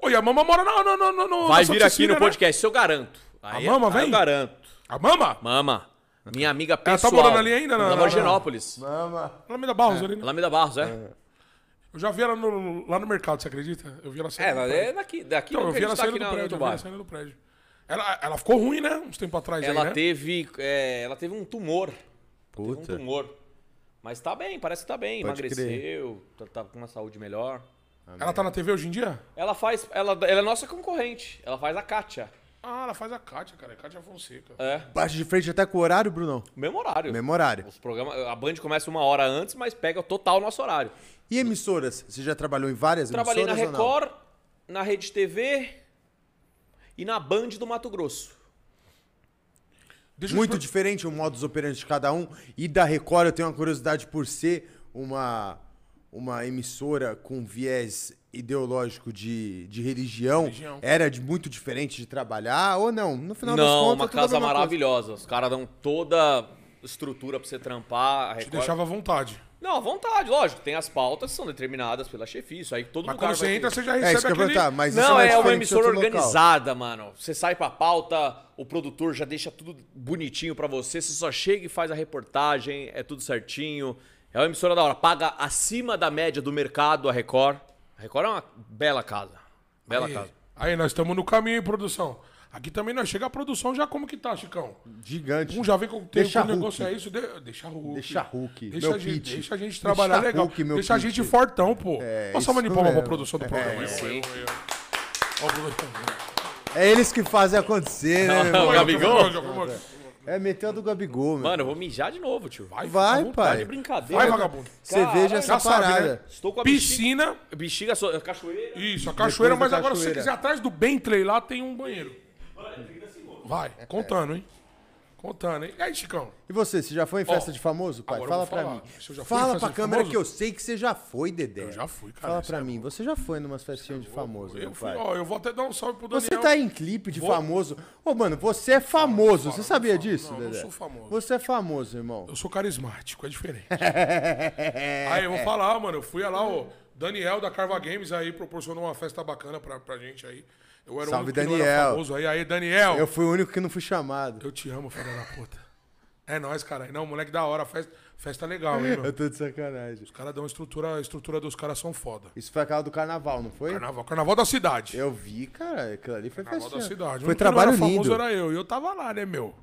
[SPEAKER 1] Oi, a mama mora na, na, na, na, na
[SPEAKER 3] Vai
[SPEAKER 1] nossa
[SPEAKER 3] vir aqui
[SPEAKER 1] oficina,
[SPEAKER 3] no
[SPEAKER 1] né?
[SPEAKER 3] podcast, isso eu garanto. Aí-
[SPEAKER 1] A Mama
[SPEAKER 3] aí
[SPEAKER 1] vem?
[SPEAKER 3] Eu garanto.
[SPEAKER 1] A mama?
[SPEAKER 2] É.
[SPEAKER 3] Mama, minha amiga
[SPEAKER 1] tá
[SPEAKER 3] pessoal.
[SPEAKER 1] morando ali ainda, na-
[SPEAKER 3] Na
[SPEAKER 1] na-
[SPEAKER 3] Marginópolis.
[SPEAKER 2] Mama.
[SPEAKER 1] Ela me dá barros ali, né?
[SPEAKER 3] Alameda Barros, é?
[SPEAKER 1] Eu já vi ela no- lá no mercado, você acredita? Eu vi ela saindo.
[SPEAKER 3] É,
[SPEAKER 1] do
[SPEAKER 3] mas
[SPEAKER 1] prédio.
[SPEAKER 3] é daqui. Daqui
[SPEAKER 1] Então, eu vi
[SPEAKER 3] acredito,
[SPEAKER 1] ela
[SPEAKER 3] tá
[SPEAKER 1] saindo do
[SPEAKER 3] na-
[SPEAKER 1] prédio, né? eu
[SPEAKER 3] no
[SPEAKER 1] vi ela
[SPEAKER 3] bairro.
[SPEAKER 1] saindo do prédio. Ela, ela ficou ruim, né? Uns tempos atrás
[SPEAKER 3] Ela
[SPEAKER 1] aí, né?
[SPEAKER 3] teve. é, ela teve um tumor. Teve
[SPEAKER 2] Puta.
[SPEAKER 3] um tumor. Mas tá bem, parece que tá bem.
[SPEAKER 2] Pode
[SPEAKER 3] Emagreceu, tá, tá com uma saúde melhor.
[SPEAKER 1] Ela tá na TV hoje em dia?
[SPEAKER 3] Ela faz. Ela, ela é nossa concorrente. Ela faz a Kátia.
[SPEAKER 1] Ah, ela faz a Kátia, cara. É Kátia Fonseca.
[SPEAKER 3] É.
[SPEAKER 2] Bate de frente até com o horário, Brunão? É
[SPEAKER 3] Mesmo horário.
[SPEAKER 2] Mesmo horário.
[SPEAKER 3] Os programas, a Band começa uma hora antes, mas pega total o nosso horário.
[SPEAKER 2] E emissoras? Você já trabalhou em várias
[SPEAKER 3] Trabalhei na
[SPEAKER 2] emissoras ou não?
[SPEAKER 3] Record, na Rede TV e na Band do Mato Grosso.
[SPEAKER 1] Deixa eu
[SPEAKER 2] Muito
[SPEAKER 1] te
[SPEAKER 2] diferente o modus operandi de cada um. E da Record eu tenho uma curiosidade por ser uma, uma emissora com viés ideológico de, de religião.
[SPEAKER 1] Religião.
[SPEAKER 2] Era de, muito diferente de trabalhar ou não? No final das
[SPEAKER 3] Não,
[SPEAKER 2] contas,
[SPEAKER 3] uma
[SPEAKER 2] tudo a
[SPEAKER 3] casa
[SPEAKER 2] mesma coisa.
[SPEAKER 3] maravilhosa. Os caras dão toda estrutura pra você trampar. A
[SPEAKER 1] Te
[SPEAKER 3] Record...
[SPEAKER 1] deixava à vontade.
[SPEAKER 3] Não, à vontade, lógico. Tem as pautas que são determinadas pela chefia. Isso aí todo
[SPEAKER 1] Mas
[SPEAKER 3] lugar
[SPEAKER 1] quando você
[SPEAKER 3] vai ter.
[SPEAKER 1] entra, você já
[SPEAKER 2] É,
[SPEAKER 1] recebe
[SPEAKER 2] isso que eu ia
[SPEAKER 1] aquele...
[SPEAKER 2] perguntar, mas isso
[SPEAKER 3] Não,
[SPEAKER 2] mais
[SPEAKER 3] é uma
[SPEAKER 2] diferente de
[SPEAKER 3] emissora
[SPEAKER 2] outro local.
[SPEAKER 3] organizada, mano. Você sai pra pauta, o produtor já deixa tudo bonitinho pra você, você só chega e faz a reportagem, é tudo certinho. É uma emissora da hora, paga acima da média do mercado a Record. A Record é uma bela casa. Bela casa.
[SPEAKER 1] Aí, aí, nós estamos no caminho, hein, produção. Aqui também nós chega a produção já como que tá, Chicão?
[SPEAKER 2] Gigante.
[SPEAKER 1] Um já vem com tem
[SPEAKER 2] Deixa
[SPEAKER 1] um negócio
[SPEAKER 2] Hulk.
[SPEAKER 1] é isso, de- deixa Hulk.
[SPEAKER 2] Deixa Hulk,
[SPEAKER 1] Deixa,
[SPEAKER 2] meu
[SPEAKER 1] a, gente,
[SPEAKER 2] pitch.
[SPEAKER 1] deixa a gente trabalhar
[SPEAKER 2] Deixa
[SPEAKER 1] legal.
[SPEAKER 2] Hulk, meu
[SPEAKER 1] deixa a
[SPEAKER 2] pitch.
[SPEAKER 1] gente fortão, pô.
[SPEAKER 2] É,
[SPEAKER 1] Ó,
[SPEAKER 2] isso
[SPEAKER 1] salva de palmas pra
[SPEAKER 2] mesmo.
[SPEAKER 1] produção do programa. Eu, eu,
[SPEAKER 3] sim.
[SPEAKER 1] eu, eu. Ó, produção.
[SPEAKER 2] É eles que fazem acontecer, né, meu
[SPEAKER 3] Não,
[SPEAKER 2] irmão?
[SPEAKER 3] O Gabigol?
[SPEAKER 2] É meter a do Gabigol, meu.
[SPEAKER 3] Mano, eu vou mijar de novo, tio. Tá
[SPEAKER 1] Vai, fica à
[SPEAKER 2] Vai,
[SPEAKER 1] vontade.
[SPEAKER 2] pai.
[SPEAKER 3] de brincadeira.
[SPEAKER 1] Vai, vagabundo.
[SPEAKER 2] Cerveja é
[SPEAKER 3] Caralho,
[SPEAKER 2] essa
[SPEAKER 1] Já sabe,
[SPEAKER 2] parada.
[SPEAKER 1] né?
[SPEAKER 3] Estou com a bexiga,
[SPEAKER 1] Piscina.
[SPEAKER 3] bexiga so- cachoeira.
[SPEAKER 1] Isso, a cachoeira, mas
[SPEAKER 2] Depois da
[SPEAKER 1] agora se você
[SPEAKER 2] cachoeira.
[SPEAKER 1] quiser atrás do Bentley lá tem um banheiro. Vai,
[SPEAKER 2] É,
[SPEAKER 1] contando, hein? Contando, hein? E aí, Chicão?
[SPEAKER 2] E você, você já foi em festa de famoso, pai?
[SPEAKER 1] agora eu
[SPEAKER 2] Fala
[SPEAKER 1] vou
[SPEAKER 2] pra
[SPEAKER 1] falar.
[SPEAKER 2] mim.
[SPEAKER 1] Se eu já fui em
[SPEAKER 2] Fala
[SPEAKER 1] festa
[SPEAKER 2] pra
[SPEAKER 1] de
[SPEAKER 2] câmera
[SPEAKER 1] famoso?
[SPEAKER 2] que eu sei que você já foi, Dedé.
[SPEAKER 1] Eu já fui, cara.
[SPEAKER 2] Fala
[SPEAKER 1] Isso
[SPEAKER 2] pra
[SPEAKER 1] é
[SPEAKER 2] mim, você já foi numas festinhas de famoso, meu
[SPEAKER 1] Eu fui,
[SPEAKER 2] pai?
[SPEAKER 1] ó, eu vou até dar um salve pro Daniel.
[SPEAKER 2] Você tá em clipe de
[SPEAKER 1] Vou-
[SPEAKER 2] famoso. Ô, mano, você é famoso. Você sabia
[SPEAKER 1] falo,
[SPEAKER 2] disso,
[SPEAKER 1] não, eu
[SPEAKER 2] Dedé?
[SPEAKER 1] não sou famoso.
[SPEAKER 2] Você é famoso, irmão.
[SPEAKER 1] Eu sou carismático, é diferente. aí eu vou falar, mano. Eu fui lá, o Daniel da Carva Games aí proporcionou uma festa bacana pra, pra gente aí. Eu era
[SPEAKER 2] Salve,
[SPEAKER 1] o único que não era
[SPEAKER 2] Daniel.
[SPEAKER 1] famoso aí. Aí, Daniel,
[SPEAKER 2] Eu
[SPEAKER 1] eu...
[SPEAKER 2] fui o único que não fui chamado.
[SPEAKER 1] te amo, filha da puta. É nóis, cara. Não, moleque da hora, festa, festa legal, hein, meu?
[SPEAKER 2] Eu tô de sacanagem.
[SPEAKER 1] Os caras dão estrutura, a estrutura dos caras são foda.
[SPEAKER 2] Isso foi aquela do carnaval, não foi?
[SPEAKER 1] Carnaval, carnaval da cidade.
[SPEAKER 2] Eu vi, cara. Aquilo ali foi
[SPEAKER 1] Carnaval da
[SPEAKER 2] festinha.
[SPEAKER 1] cidade. O
[SPEAKER 2] Foi
[SPEAKER 1] único que não
[SPEAKER 2] trabalho
[SPEAKER 1] era famoso
[SPEAKER 2] lindo.
[SPEAKER 1] era eu. E eu tava lá, né, meu?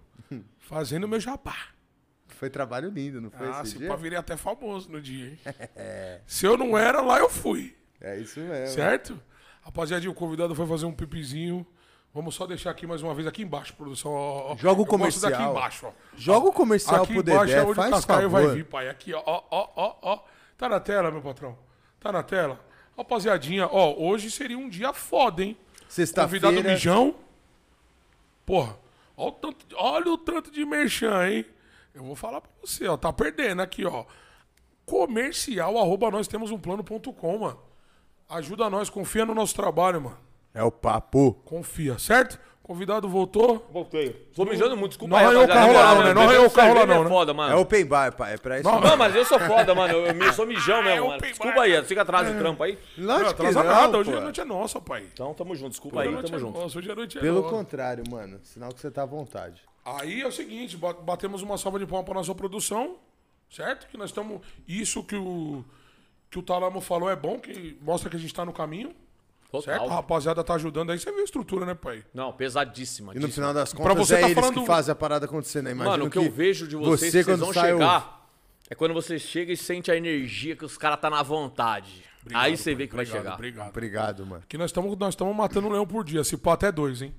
[SPEAKER 1] Fazendo meu jabá.
[SPEAKER 2] Foi trabalho lindo, não foi
[SPEAKER 1] Ah,
[SPEAKER 2] esse
[SPEAKER 1] se
[SPEAKER 2] dia?
[SPEAKER 1] pá, virei até famoso no dia, hein? se eu não era, lá eu fui.
[SPEAKER 2] É isso mesmo.
[SPEAKER 1] Certo? Rapaziadinha, o convidado foi fazer um pipizinho. Vamos só deixar aqui mais uma vez, aqui embaixo, produção. ó, ó.
[SPEAKER 2] Joga o
[SPEAKER 1] Eu gosto
[SPEAKER 2] comercial.
[SPEAKER 1] daqui embaixo, ó.
[SPEAKER 2] Joga o comercial
[SPEAKER 1] aqui
[SPEAKER 2] pro
[SPEAKER 1] embaixo
[SPEAKER 2] Dedé,
[SPEAKER 1] é onde
[SPEAKER 2] faz
[SPEAKER 1] o Cascaio
[SPEAKER 2] favor.
[SPEAKER 1] vai vir, pai. Aqui, ó, ó, ó, ó, ó. Tá na tela, meu patrão. Tá na tela. Rapaziadinha, ó, hoje seria um dia foda, hein?
[SPEAKER 2] Sexta-feira.
[SPEAKER 1] Convidado mijão. Porra, olha o tanto, de- olha o tanto de merchan, hein? Eu vou falar pra você, ó. Tá perdendo aqui, ó. Comercial, arroba nós temos um plano.com, mano. Ajuda nós, confia no nosso trabalho, mano.
[SPEAKER 2] É o papo.
[SPEAKER 1] Confia, certo? Convidado voltou.
[SPEAKER 3] Voltei. Tô mijando muito, desculpa
[SPEAKER 1] Não arranhou o carro
[SPEAKER 3] rapaziada.
[SPEAKER 1] lá, não,
[SPEAKER 3] Obrigado,
[SPEAKER 1] né?
[SPEAKER 3] mano.
[SPEAKER 1] Não arranhou o
[SPEAKER 3] Bebendo
[SPEAKER 1] carro lá,
[SPEAKER 3] cerveja
[SPEAKER 1] não,
[SPEAKER 3] é
[SPEAKER 1] né?
[SPEAKER 3] foda, mano.
[SPEAKER 2] É open bar, pai. É pra isso.
[SPEAKER 1] Não,
[SPEAKER 2] mesmo.
[SPEAKER 3] Não, mas eu sou foda, mano. Eu, eu sou mijão mesmo,
[SPEAKER 1] É
[SPEAKER 3] mano.
[SPEAKER 1] open
[SPEAKER 3] Desculpa
[SPEAKER 1] bar.
[SPEAKER 3] aí, fica atrás do trampo aí.
[SPEAKER 1] Não
[SPEAKER 2] Lógico que
[SPEAKER 1] atrasa nada, hoje
[SPEAKER 2] pô.
[SPEAKER 1] a noite é nossa, pai.
[SPEAKER 3] Então, tamo junto. Desculpa
[SPEAKER 1] Hoje a
[SPEAKER 3] aí,
[SPEAKER 1] noite
[SPEAKER 3] tamo
[SPEAKER 1] é
[SPEAKER 3] junto.
[SPEAKER 1] nossa, hoje a noite é
[SPEAKER 2] Pelo
[SPEAKER 1] nossa.
[SPEAKER 2] contrário, mano. Sinal que você tá à vontade.
[SPEAKER 1] Aí é o seguinte, ba- batemos uma salva de palmas para nossa produção, certo? Que nós estamos. Isso que o que o Talamo falou é bom, que mostra que a gente está no caminho, certo? A
[SPEAKER 3] Total.
[SPEAKER 1] rapaziada tá ajudando aí, você viu a estrutura, né, pai?
[SPEAKER 3] Não, pesadíssima.
[SPEAKER 2] E no
[SPEAKER 3] disso.
[SPEAKER 2] final das
[SPEAKER 1] pra
[SPEAKER 2] contas
[SPEAKER 1] você
[SPEAKER 2] é
[SPEAKER 1] tá
[SPEAKER 2] eles
[SPEAKER 1] falando-
[SPEAKER 2] que fazem a parada acontecer, né? Imagino
[SPEAKER 3] Mano, o que, eu vejo de vocês,
[SPEAKER 2] você
[SPEAKER 3] que vocês
[SPEAKER 2] quando
[SPEAKER 3] vão
[SPEAKER 2] sai o-
[SPEAKER 3] chegar, é quando você chega e sente a energia que os caras tá na vontade. aí você vê que vai
[SPEAKER 1] Obrigado,
[SPEAKER 3] chegar.
[SPEAKER 1] Obrigado.
[SPEAKER 2] Obrigado, mano.
[SPEAKER 1] Que nós estamos nós estamos matando um leão por dia, se pá até dois, hein?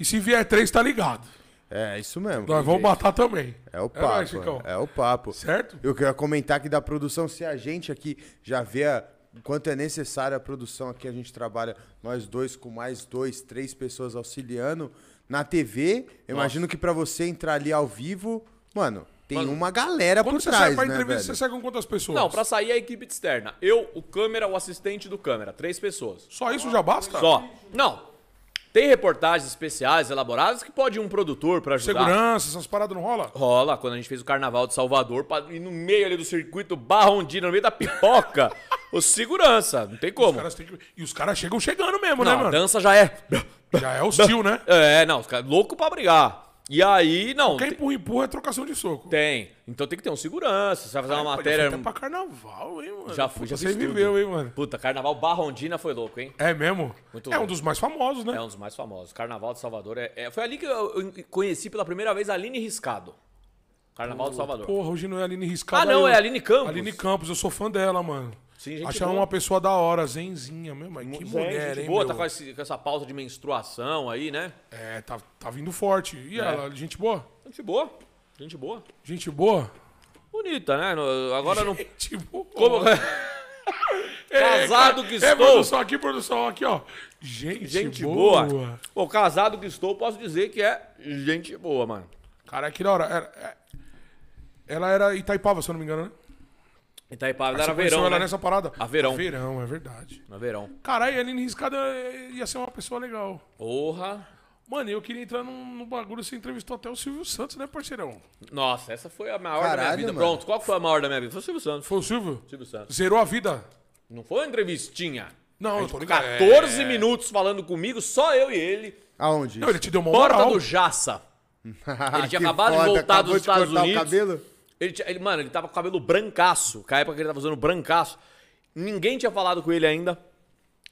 [SPEAKER 1] E se vier três, tá ligado.
[SPEAKER 2] É, isso mesmo.
[SPEAKER 1] Nós vamos matar também.
[SPEAKER 2] É o
[SPEAKER 1] nóis,
[SPEAKER 2] papo.
[SPEAKER 1] Chicão.
[SPEAKER 2] É, o papo.
[SPEAKER 1] Certo?
[SPEAKER 2] Eu queria comentar que da produção, se a gente aqui já vê a
[SPEAKER 4] Enquanto é necessária a produção aqui, a gente trabalha nós dois com mais dois, três pessoas auxiliando. Na TV, eu imagino que pra você entrar ali ao vivo, mano, tem
[SPEAKER 3] Mano,
[SPEAKER 4] uma galera
[SPEAKER 1] Quando
[SPEAKER 4] por
[SPEAKER 1] você
[SPEAKER 4] trás,
[SPEAKER 1] sai pra
[SPEAKER 4] né,
[SPEAKER 1] entrevista,
[SPEAKER 4] velho?
[SPEAKER 1] você sai com quantas pessoas?
[SPEAKER 3] Não, pra sair é a equipe externa. Eu, o câmera, o assistente do câmera. Três pessoas.
[SPEAKER 1] Só isso já basta?
[SPEAKER 3] Só. Não. Tem reportagens especiais elaboradas que pode ir um produtor pra ajudar.
[SPEAKER 1] Segurança, essas paradas não rola?
[SPEAKER 3] Rola, quando a gente fez o carnaval de Salvador, pra- e no meio ali do circuito Barrondina, no meio da pipoca, o segurança, não tem
[SPEAKER 1] Os
[SPEAKER 3] como.
[SPEAKER 1] caras têm que- E os caras chegam chegando mesmo, né,
[SPEAKER 3] Não, a
[SPEAKER 1] mano?
[SPEAKER 3] dança já é.
[SPEAKER 1] Já é hostil, né?
[SPEAKER 3] É, não, os caras louco pra brigar. E aí, não,
[SPEAKER 1] Quem
[SPEAKER 3] tem,
[SPEAKER 1] empurra, empurra é trocação de soco.
[SPEAKER 3] tem. Então tem que ter um segurança, você vai fazer uma
[SPEAKER 1] Pô,
[SPEAKER 3] matéria.
[SPEAKER 1] Já foi até pra carnaval, hein, mano?
[SPEAKER 3] Já fui,
[SPEAKER 1] Puta,
[SPEAKER 3] já
[SPEAKER 1] Você
[SPEAKER 3] fiz tudo.
[SPEAKER 1] viveu, hein, mano?
[SPEAKER 3] Puta, carnaval Barrondina foi louco, hein?
[SPEAKER 1] É mesmo?
[SPEAKER 3] Muito
[SPEAKER 1] é um
[SPEAKER 3] louco.
[SPEAKER 1] dos mais famosos, né?
[SPEAKER 3] É um dos mais famosos. Carnaval de Salvador. É, é- foi ali que eu eu conheci pela primeira vez a Aline Riscado. Carnaval de Salvador.
[SPEAKER 1] Porra, hoje não é a Aline Riscada.
[SPEAKER 3] Ah, não,
[SPEAKER 1] eu.
[SPEAKER 3] é a Aline Campos.
[SPEAKER 1] Aline Campos, eu sou fã dela, mano.
[SPEAKER 3] Sim, gente
[SPEAKER 1] Acho ela
[SPEAKER 3] boa.
[SPEAKER 1] uma pessoa da hora, zenzinha mesmo. mas Que mulher,
[SPEAKER 3] gente
[SPEAKER 1] hein,
[SPEAKER 3] boa,
[SPEAKER 1] meu?
[SPEAKER 3] tá com, esse- com essa pausa de menstruação aí, né?
[SPEAKER 1] É, tá, tá vindo forte. E ela, gente boa?
[SPEAKER 3] Gente boa. Gente boa.
[SPEAKER 1] Gente boa?
[SPEAKER 3] Bonita, né? No- Agora não.
[SPEAKER 1] Gente boa.
[SPEAKER 3] Como... casado que
[SPEAKER 1] É,
[SPEAKER 3] estou.
[SPEAKER 1] produção aqui, produção aqui, ó. Gente,
[SPEAKER 3] gente
[SPEAKER 1] boa.
[SPEAKER 3] boa. Pô, casado que estou, posso dizer que é gente boa, mano.
[SPEAKER 1] Cara, que da hora. Era- é- Ela era Itaipava, se eu não me engano, né?
[SPEAKER 3] Itaipava
[SPEAKER 1] Você
[SPEAKER 3] tá era
[SPEAKER 1] conheceu
[SPEAKER 3] verão.
[SPEAKER 1] ela
[SPEAKER 3] Né?
[SPEAKER 1] nessa parada?
[SPEAKER 3] A Verão.
[SPEAKER 1] Verão, é verdade.
[SPEAKER 3] Na verão.
[SPEAKER 1] Caralho, a Aline Riscada eh, ia ser uma pessoa legal.
[SPEAKER 3] Porra.
[SPEAKER 1] Mano, eu queria entrar num, num bagulho, você entrevistou até o Silvio Santos, né, parceirão?
[SPEAKER 3] Nossa, essa foi a maior da minha
[SPEAKER 4] Caralho,
[SPEAKER 3] vida.
[SPEAKER 4] mano.
[SPEAKER 3] Pronto, qual que foi a maior da minha vida? Foi o Silvio Santos.
[SPEAKER 1] Foi o Silvio?
[SPEAKER 3] Silvio Santos.
[SPEAKER 1] Zerou a vida.
[SPEAKER 3] Não foi uma entrevistinha.
[SPEAKER 1] Não, eu tô ligado. É.
[SPEAKER 3] 14 minutos falando comigo, só eu e ele.
[SPEAKER 4] Aonde? Ah,
[SPEAKER 1] Não, ele te deu uma
[SPEAKER 3] Porta
[SPEAKER 1] moral.
[SPEAKER 3] do Jaça. Ele tinha
[SPEAKER 4] Que
[SPEAKER 3] acabado de
[SPEAKER 4] foda,
[SPEAKER 3] voltar
[SPEAKER 4] acabou
[SPEAKER 3] dos
[SPEAKER 4] de cortar
[SPEAKER 3] Estados
[SPEAKER 4] o
[SPEAKER 3] Unidos.
[SPEAKER 4] cabelo?
[SPEAKER 3] Ele, tinha- ele- mano, ele tava com o cabelo brancaço. Com a época que ele tava usando brancaço. Ninguém tinha falado com ele ainda.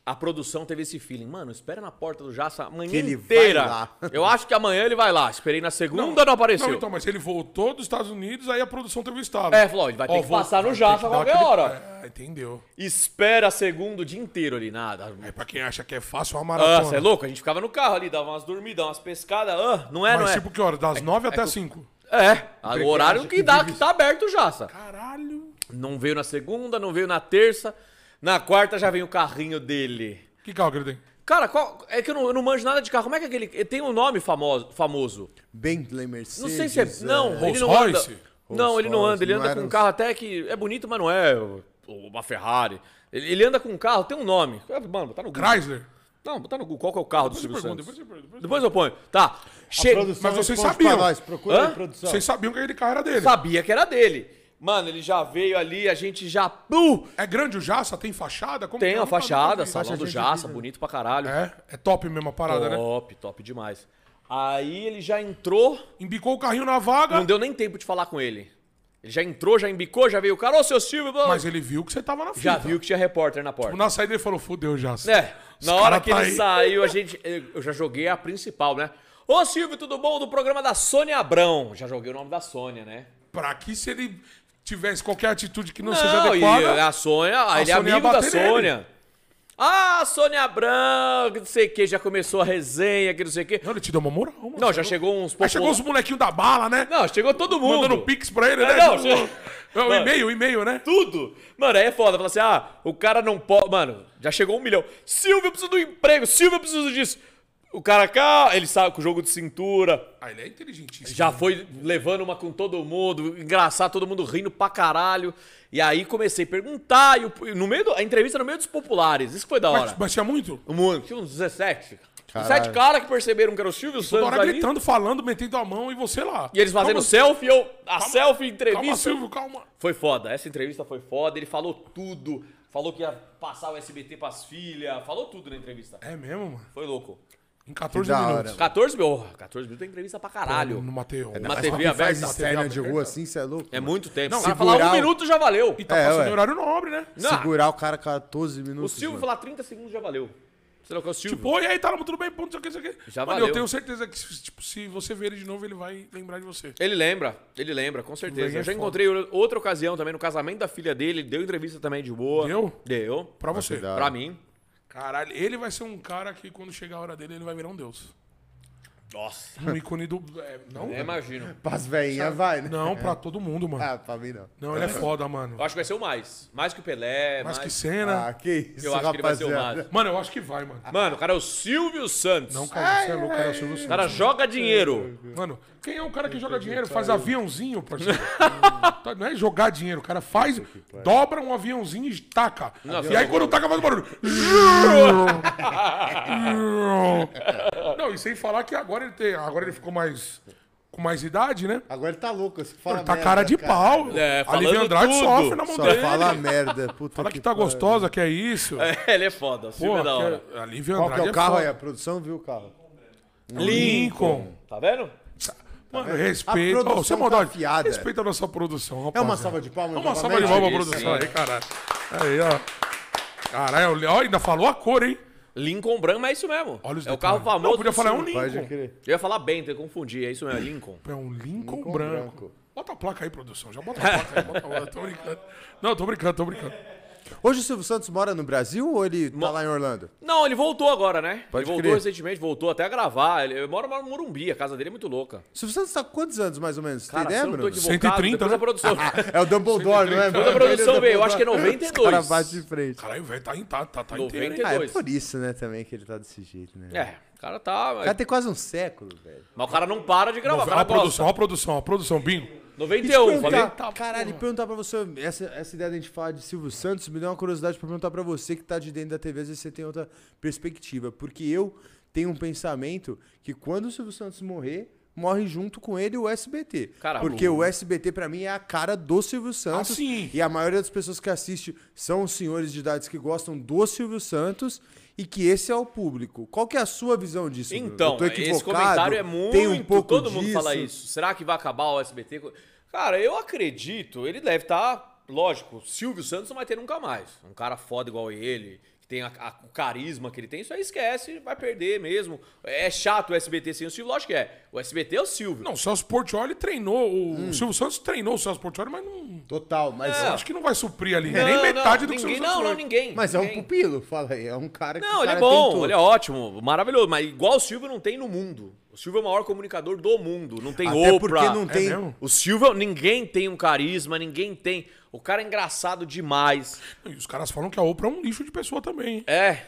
[SPEAKER 3] A produção teve esse feeling. Mano, espera na porta do Jaça amanhã
[SPEAKER 4] Que ele
[SPEAKER 3] inteira.
[SPEAKER 4] vai lá.
[SPEAKER 3] Eu acho que amanhã ele vai lá. Esperei na segunda, não, apareceu.
[SPEAKER 1] Não, então, mas ele voltou dos Estados Unidos, aí a produção teve o estado.
[SPEAKER 3] É, falou, ó, ele vai ter que passar no Jaça a qualquer hora.
[SPEAKER 1] É, entendeu.
[SPEAKER 3] Espera segundo o dia inteiro ali. Nada.
[SPEAKER 1] É pra quem acha que é fácil, é uma
[SPEAKER 3] Ah,
[SPEAKER 1] maratona.
[SPEAKER 3] você é louco? A gente ficava no carro ali, dava umas dormidas, umas pescadas. Ah, não é,
[SPEAKER 1] Mas
[SPEAKER 3] não é.
[SPEAKER 1] tipo que hora? Das nove até as 5.
[SPEAKER 3] É, o horário que, dá, que tá aberto já, sa.
[SPEAKER 1] Caralho.
[SPEAKER 3] Não veio na segunda, não veio na terça. Na quarta já vem o carrinho dele.
[SPEAKER 1] Que carro que ele tem?
[SPEAKER 3] Cara, qual- é que eu não, eu não manjo nada de carro. Como é que é aquele. Tem um nome famoso. famoso.
[SPEAKER 4] Bentley Mercedes.
[SPEAKER 3] Não sei se é. Não,
[SPEAKER 4] é,
[SPEAKER 3] ele não anda.
[SPEAKER 1] Rolls-Royce?
[SPEAKER 3] Não, ele não
[SPEAKER 4] Rolls-Royce,
[SPEAKER 3] anda. Ele
[SPEAKER 4] não
[SPEAKER 3] anda
[SPEAKER 4] era
[SPEAKER 3] com um
[SPEAKER 4] os-
[SPEAKER 3] carro até que é bonito, mas não é o- uma Ferrari. Ele, ele anda com um carro, tem um nome. Mano, tá no Google.
[SPEAKER 1] Chrysler?
[SPEAKER 3] Não, tá no Google. Qual que é o carro do
[SPEAKER 1] Depois eu
[SPEAKER 3] Silvio
[SPEAKER 1] pergunto,
[SPEAKER 3] Santos?
[SPEAKER 1] depois eu pergunto. depois eu
[SPEAKER 3] Depois eu ponho. Tá.
[SPEAKER 2] A
[SPEAKER 3] Chega.
[SPEAKER 2] produção
[SPEAKER 1] Mas vocês
[SPEAKER 2] responde
[SPEAKER 1] sabiam.
[SPEAKER 2] Pra nós. Procura
[SPEAKER 3] Hã?
[SPEAKER 2] aí, produção.
[SPEAKER 1] Vocês sabiam que aquele carro era dele.
[SPEAKER 3] Sabia que era dele. Mano, ele já veio ali, a gente já. Puh!
[SPEAKER 1] É grande o Jaça? Tem fachada? Como
[SPEAKER 3] Tem
[SPEAKER 1] que é?
[SPEAKER 3] a
[SPEAKER 1] Eu nunca-
[SPEAKER 3] fachada,
[SPEAKER 1] nunca vi.
[SPEAKER 3] salão do Jaça, bonito pra caralho.
[SPEAKER 1] É, é top mesmo a parada, né?
[SPEAKER 3] top, top demais. Aí ele já entrou,
[SPEAKER 1] Embicou o carrinho na vaga,
[SPEAKER 3] não deu nem tempo de falar com ele. Ele já entrou, já embicou, já veio o cara, ô seu Silvio, blá, blá.
[SPEAKER 1] mas ele viu que você tava na fita.
[SPEAKER 3] já viu que tinha repórter na porta.
[SPEAKER 1] Na saída ele falou, fudeu, Jaça.
[SPEAKER 3] É,
[SPEAKER 1] Os
[SPEAKER 3] na
[SPEAKER 1] cara
[SPEAKER 3] hora que
[SPEAKER 1] tá
[SPEAKER 3] ele
[SPEAKER 1] aí.
[SPEAKER 3] saiu, a gente. Eu já joguei a principal, né? Ô Silvio, tudo bom? Do programa da Sônia Abrão. Já joguei o nome da Sônia, né?
[SPEAKER 1] Pra que se ele tivesse qualquer atitude que não, seja
[SPEAKER 3] Não, e
[SPEAKER 1] adequada...
[SPEAKER 3] a Sônia, ele é
[SPEAKER 1] Sônia ia
[SPEAKER 3] amigo da
[SPEAKER 1] bater nele.
[SPEAKER 3] Sônia. Ah, Sônia Abrão, que não sei o que, já começou a resenha, que não sei o que.
[SPEAKER 1] Não, ele te deu uma moral, mano.
[SPEAKER 3] Não, já chegou uns
[SPEAKER 1] Aí chegou
[SPEAKER 3] popula-
[SPEAKER 1] os molequinhos da bala, né?
[SPEAKER 3] Não, chegou todo mundo.
[SPEAKER 1] Mandando pix pra ele,
[SPEAKER 3] É,
[SPEAKER 1] né?
[SPEAKER 3] não,
[SPEAKER 1] Tipo,
[SPEAKER 3] chegou-
[SPEAKER 1] é, o
[SPEAKER 3] Mano.
[SPEAKER 1] e-mail, o e-mail, né?
[SPEAKER 3] Tudo. Mano, aí é foda. Fala assim, ah, o cara não pode... Mano, já chegou um milhão. Silvio, eu preciso do emprego. Silvio, eu preciso disso. O cara cá, ele sabe com o jogo de cintura.
[SPEAKER 1] Ah, ele é inteligentíssimo.
[SPEAKER 3] Já foi levando uma com todo mundo, engraçado, todo mundo rindo pra caralho. E aí comecei a perguntar, e o- no meio do- a entrevista no meio dos populares, isso que foi da hora.
[SPEAKER 1] Mas, tipo, mas tinha muito?
[SPEAKER 3] Um monte, tinha uns 17.
[SPEAKER 4] Caralho.
[SPEAKER 3] 17 caras que perceberam que era o Silvio
[SPEAKER 1] Toda
[SPEAKER 3] Santos
[SPEAKER 1] hora
[SPEAKER 3] ali,
[SPEAKER 1] Então, gritando, falando, metendo a mão e você lá.
[SPEAKER 3] e eles fazendo
[SPEAKER 1] Calma,
[SPEAKER 3] selfie, eu, a selfie,
[SPEAKER 1] Calma,
[SPEAKER 3] entrevista.
[SPEAKER 1] Silvio, calma.
[SPEAKER 3] Foi foda, essa entrevista foi foda, ele falou tudo, falou que ia passar o SBT pras filhas, falou tudo na entrevista.
[SPEAKER 1] É mesmo, mano.
[SPEAKER 3] Foi louco.
[SPEAKER 1] Em 14
[SPEAKER 4] Que da
[SPEAKER 1] minutos.
[SPEAKER 4] hora.
[SPEAKER 3] 14 mil, oh, 14 mil tem entrevista pra caralho. É,
[SPEAKER 1] No Mateu.
[SPEAKER 3] Uma
[SPEAKER 1] Mas tá
[SPEAKER 3] TV
[SPEAKER 4] Quem faz
[SPEAKER 3] aberta.
[SPEAKER 4] externa de
[SPEAKER 1] aberta.
[SPEAKER 4] rua assim, você é louco?
[SPEAKER 3] É muito tempo.
[SPEAKER 1] Não,
[SPEAKER 3] Se falar um
[SPEAKER 4] segurar o-
[SPEAKER 3] minuto já valeu.
[SPEAKER 1] E tá
[SPEAKER 4] É,
[SPEAKER 1] passando
[SPEAKER 4] ué.
[SPEAKER 1] em horário nobre, né?
[SPEAKER 3] Não,
[SPEAKER 4] Segurar o cara 14
[SPEAKER 3] O
[SPEAKER 4] minutos.
[SPEAKER 3] Silvio
[SPEAKER 4] mano.
[SPEAKER 3] falar 30 segundos já valeu. Você não é o Silvio?
[SPEAKER 1] Pô, e aí, tá tudo bem, ponto, não sei o que, não sei o que.
[SPEAKER 3] Já
[SPEAKER 1] Mano, eu
[SPEAKER 3] valeu.
[SPEAKER 1] tenho certeza que se- tipo, se você ver ele de novo, ele vai lembrar de você.
[SPEAKER 3] Ele lembra, ele lembra, com certeza.
[SPEAKER 1] Ele é
[SPEAKER 3] Eu já
[SPEAKER 1] foda.
[SPEAKER 3] encontrei o- outra ocasião também no casamento da filha dele, ele deu entrevista também de boa.
[SPEAKER 1] Deu?
[SPEAKER 3] Deu.
[SPEAKER 1] Pra você.
[SPEAKER 4] cuidar.
[SPEAKER 3] Pra mim.
[SPEAKER 1] Caralho, ele vai ser um cara que quando chegar a hora dele, ele vai virar um deus.
[SPEAKER 3] Nossa.
[SPEAKER 1] Um ícone do. é, não,
[SPEAKER 3] Eu imagino.
[SPEAKER 5] Pras veinhas, vai, né?
[SPEAKER 1] não, pra todo mundo, mano.
[SPEAKER 5] Ah, pra mim não.
[SPEAKER 1] Não, ele é foda, mano.
[SPEAKER 3] Eu acho que vai ser o mais. Mais que o Pelé, mais,
[SPEAKER 1] Mas que cena.
[SPEAKER 5] Ah, que isso,
[SPEAKER 3] Eu acho que ele vai ser o
[SPEAKER 5] rapaziada.
[SPEAKER 3] mais.
[SPEAKER 1] Mano, eu acho que vai, mano.
[SPEAKER 3] Mano, o cara é o Silvio Santos.
[SPEAKER 1] Não, cara, você é louco, cara, é o Silvio
[SPEAKER 3] O
[SPEAKER 1] Santos.
[SPEAKER 3] cara joga dinheiro.
[SPEAKER 1] Mano, quem é o cara que joga dinheiro? Faz aviãozinho, parceiro. Tá, Não é jogar dinheiro, o cara faz, dobra um aviãozinho e taca.
[SPEAKER 3] Nossa,
[SPEAKER 1] e aí quando taca faz um barulho. não, e sem falar que agora ele tem, agora ele ficou mais com mais idade, né?
[SPEAKER 5] Agora ele tá louco. Você fala
[SPEAKER 1] tá
[SPEAKER 5] merda,
[SPEAKER 1] cara de pau.
[SPEAKER 3] É,
[SPEAKER 1] a
[SPEAKER 3] falando
[SPEAKER 1] Lívia Andrade
[SPEAKER 3] tudo.
[SPEAKER 1] sofre na mão
[SPEAKER 5] Só
[SPEAKER 1] dele.
[SPEAKER 5] fala merda. Puta
[SPEAKER 1] Fala que,
[SPEAKER 5] que
[SPEAKER 1] tá
[SPEAKER 5] pariu.
[SPEAKER 1] gostosa, que é isso.
[SPEAKER 3] É, ele é foda. O Silvio
[SPEAKER 1] Porra,
[SPEAKER 3] é da hora.
[SPEAKER 1] que é- a Lívia
[SPEAKER 5] Qual
[SPEAKER 1] Andrade
[SPEAKER 5] que é o carro aí?
[SPEAKER 1] foda.
[SPEAKER 5] A produção viu o carro.
[SPEAKER 1] Lincoln.
[SPEAKER 3] Tá vendo?
[SPEAKER 1] Mano, respeito.
[SPEAKER 5] A produção
[SPEAKER 1] Ô, sem maldade.
[SPEAKER 5] tá afiada.
[SPEAKER 1] Respeita a nossa produção, rapaz.
[SPEAKER 5] É uma salva de palmas.
[SPEAKER 1] É uma salva de
[SPEAKER 5] novamente?
[SPEAKER 1] palmas pra
[SPEAKER 3] Isso, é.
[SPEAKER 1] produção
[SPEAKER 3] sim.
[SPEAKER 1] aí, caralho. Aí, ó. Caralho, ó, ainda falou a cor, hein?
[SPEAKER 3] Lincoln branco, mas é isso mesmo.
[SPEAKER 1] Olha os
[SPEAKER 3] é o
[SPEAKER 1] detalhes.
[SPEAKER 3] carro famoso.
[SPEAKER 1] Não, podia
[SPEAKER 3] do
[SPEAKER 1] falar é um
[SPEAKER 3] Silvio.
[SPEAKER 5] Pode
[SPEAKER 1] Lincoln.
[SPEAKER 5] crer.
[SPEAKER 3] Eu ia falar Bento, eu confundi. É isso mesmo, é Lincoln.
[SPEAKER 1] É um Lincoln,
[SPEAKER 5] Lincoln
[SPEAKER 1] branco.
[SPEAKER 5] branco.
[SPEAKER 1] Bota a placa aí, produção. Já bota a placa aí. Bota a placa. Tô brincando. Não, tô brincando, tô brincando.
[SPEAKER 2] Hoje o Silvio Santos mora no Brasil ou ele tá lá em Orlando?
[SPEAKER 3] Não, ele voltou agora, né?
[SPEAKER 2] Pode
[SPEAKER 3] ele voltou
[SPEAKER 2] crer.
[SPEAKER 3] recentemente, voltou até a gravar. Ele, ele mora mora no Morumbi, a casa dele é muito louca.
[SPEAKER 2] O Silvio Santos tá com quantos anos, mais ou menos? Tem
[SPEAKER 3] Cara,
[SPEAKER 1] É,
[SPEAKER 2] ideia,
[SPEAKER 3] se eu não tô
[SPEAKER 2] Bruno?
[SPEAKER 3] equivocado,
[SPEAKER 1] 130,
[SPEAKER 3] depois
[SPEAKER 1] né?
[SPEAKER 3] a produção...
[SPEAKER 5] É o Dumbledore, não é?
[SPEAKER 3] Quando a produção veio, eu acho que é
[SPEAKER 2] O cara
[SPEAKER 3] 92.
[SPEAKER 2] bate de frente.
[SPEAKER 1] Caralho, velho, tá, in- tá, tá, tá inteiro, hein?
[SPEAKER 3] 92.
[SPEAKER 2] Ah, é por isso, né, também, que ele tá desse jeito, né?
[SPEAKER 3] É, o cara tá...
[SPEAKER 2] O cara tem quase um século, velho.
[SPEAKER 3] Mas o cara não para de gravar, o
[SPEAKER 1] Ó,
[SPEAKER 3] cara
[SPEAKER 1] A produção,
[SPEAKER 3] gosta.
[SPEAKER 1] a produção, a produção, bingo.
[SPEAKER 2] E te
[SPEAKER 3] 91, falei... tá,
[SPEAKER 2] perguntar- caralho, e perguntar pra você, essa, essa ideia de a gente falar de Silvio Santos me deu uma curiosidade pra perguntar pra você que tá de dentro da TV, às vezes você tem outra perspectiva. Porque eu tenho um pensamento que quando o Silvio Santos morrer, morre junto com ele o SBT.
[SPEAKER 3] Caralho.
[SPEAKER 2] Porque o SBT pra mim é a cara do Silvio Santos.
[SPEAKER 1] Ah, sim.
[SPEAKER 2] E a maioria das pessoas que assiste são os senhores de idades que gostam do Silvio Santos. E que esse é o público. Qual que é a sua visão disso? Bruno?
[SPEAKER 3] Então,
[SPEAKER 2] Eu tô
[SPEAKER 3] esse
[SPEAKER 2] equivocado?
[SPEAKER 3] comentário é muito.
[SPEAKER 2] Tem um pouco
[SPEAKER 3] todo mundo
[SPEAKER 2] disso?
[SPEAKER 3] fala isso. Será que vai acabar o SBT? Cara, eu acredito, ele deve estar. lógico, Silvio Santos não vai ter nunca mais. Um cara foda igual ele, que tem a- a- o carisma que ele tem, isso aí esquece, vai perder mesmo. É chato o SBT sem o Silvio, lógico que é. O SBT é o Silvio.
[SPEAKER 1] Não, o Celso Portioli treinou, o o Silvio Santos treinou o Celso Portioli, mas não...
[SPEAKER 5] Total, mas...
[SPEAKER 3] É.
[SPEAKER 1] Acho que não vai suprir ali, né?
[SPEAKER 3] Não,
[SPEAKER 1] nem
[SPEAKER 3] não,
[SPEAKER 1] é metade do que o
[SPEAKER 3] ninguém,
[SPEAKER 1] Silvio Santos
[SPEAKER 3] Não, não,
[SPEAKER 1] foi.
[SPEAKER 3] ninguém.
[SPEAKER 5] Mas é um
[SPEAKER 3] ninguém.
[SPEAKER 5] pupilo, fala aí. É um cara que
[SPEAKER 3] Não,
[SPEAKER 5] o
[SPEAKER 3] ele
[SPEAKER 5] cara
[SPEAKER 3] é bom,
[SPEAKER 5] tentou.
[SPEAKER 3] ele
[SPEAKER 1] um
[SPEAKER 3] é ótimo, maravilhoso. Mas igual o Silvio não tem no mundo. O Silvio é o maior comunicador do mundo. Não tem
[SPEAKER 2] Até
[SPEAKER 3] Oprah.
[SPEAKER 2] porque não
[SPEAKER 1] É
[SPEAKER 2] tem...
[SPEAKER 1] mesmo?
[SPEAKER 3] O Silvio, ninguém tem um carisma, ninguém tem. O cara é engraçado demais.
[SPEAKER 1] E os caras falam que a Oprah é um lixo de pessoa também, hein?
[SPEAKER 3] É.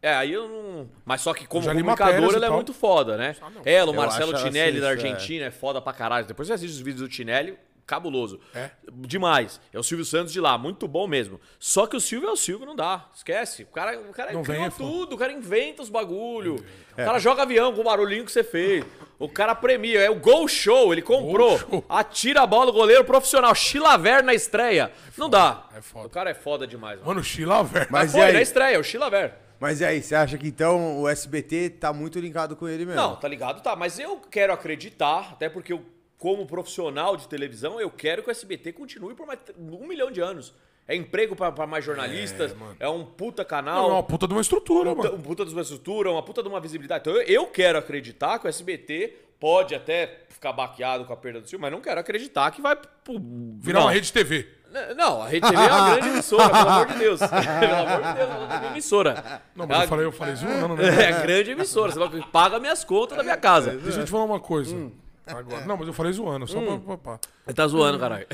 [SPEAKER 3] É, aí eu não. Mas só que como
[SPEAKER 1] Já li
[SPEAKER 3] comunicador
[SPEAKER 1] matérias e
[SPEAKER 3] ele é
[SPEAKER 1] tal.
[SPEAKER 3] muito foda, né? Ela, o
[SPEAKER 2] Eu
[SPEAKER 3] Marcelo
[SPEAKER 2] acho ela
[SPEAKER 3] Tinelli da
[SPEAKER 2] assim, isso,
[SPEAKER 3] Argentina é. foda pra caralho. Depois você assiste os vídeos do Tinelli, cabuloso.
[SPEAKER 1] É?
[SPEAKER 3] Demais. É o Silvio Santos de lá, muito bom mesmo. Só que o Silvio é o Silvio, não dá. Esquece. O cara, o cara
[SPEAKER 1] Não
[SPEAKER 3] cria
[SPEAKER 1] vem, é foda. É.
[SPEAKER 3] tudo, o cara inventa os bagulho. O cara joga avião com o barulhinho que você fez. O cara premia. É o Gol Show, ele comprou.
[SPEAKER 1] Show.
[SPEAKER 3] Atira a bola, goleiro profissional. Chilaver na estreia. não dá.
[SPEAKER 1] é foda.
[SPEAKER 3] O cara é foda demais. Mano.
[SPEAKER 1] Mano, Sheila, velho.
[SPEAKER 2] Mas
[SPEAKER 3] Foi
[SPEAKER 2] e aí?
[SPEAKER 3] na estreia, o Chilaver.
[SPEAKER 2] Mas e aí, você acha que então o SBT tá muito linkado com ele mesmo?
[SPEAKER 3] Não, tá ligado? Tá, mas eu quero acreditar, até porque eu, como profissional de televisão, eu quero que o SBT continue por mais t- um milhão de anos. É emprego pra pra mais jornalistas, é, um puta
[SPEAKER 1] Não,
[SPEAKER 3] canal,
[SPEAKER 1] é uma puta de uma estrutura,
[SPEAKER 3] um puta-
[SPEAKER 1] mano.
[SPEAKER 3] um puta de uma estrutura, uma puta de uma visibilidade. Então eu, eu quero acreditar que o SBT pode até ficar baqueado com a perda do Silvio, mas não quero acreditar que vai pro-
[SPEAKER 1] Virar
[SPEAKER 3] não.
[SPEAKER 1] uma rede TV.
[SPEAKER 3] N- Não, a Rede TV é uma grande emissora, pelo amor de Deus. pelo amor de Deus, é uma grande emissora.
[SPEAKER 1] Não, mas
[SPEAKER 3] É
[SPEAKER 1] eu falei, eu falei zoando,
[SPEAKER 3] uma-
[SPEAKER 1] né?
[SPEAKER 3] É grande emissora, você vai- paga minhas contas da minha casa.
[SPEAKER 1] Deixa eu te falar uma coisa.
[SPEAKER 3] Hum.
[SPEAKER 1] Agora. Não, mas eu falei zoando, só pra, pra- pra-
[SPEAKER 3] Ele tá
[SPEAKER 2] Uhum.
[SPEAKER 3] zoando, caralho.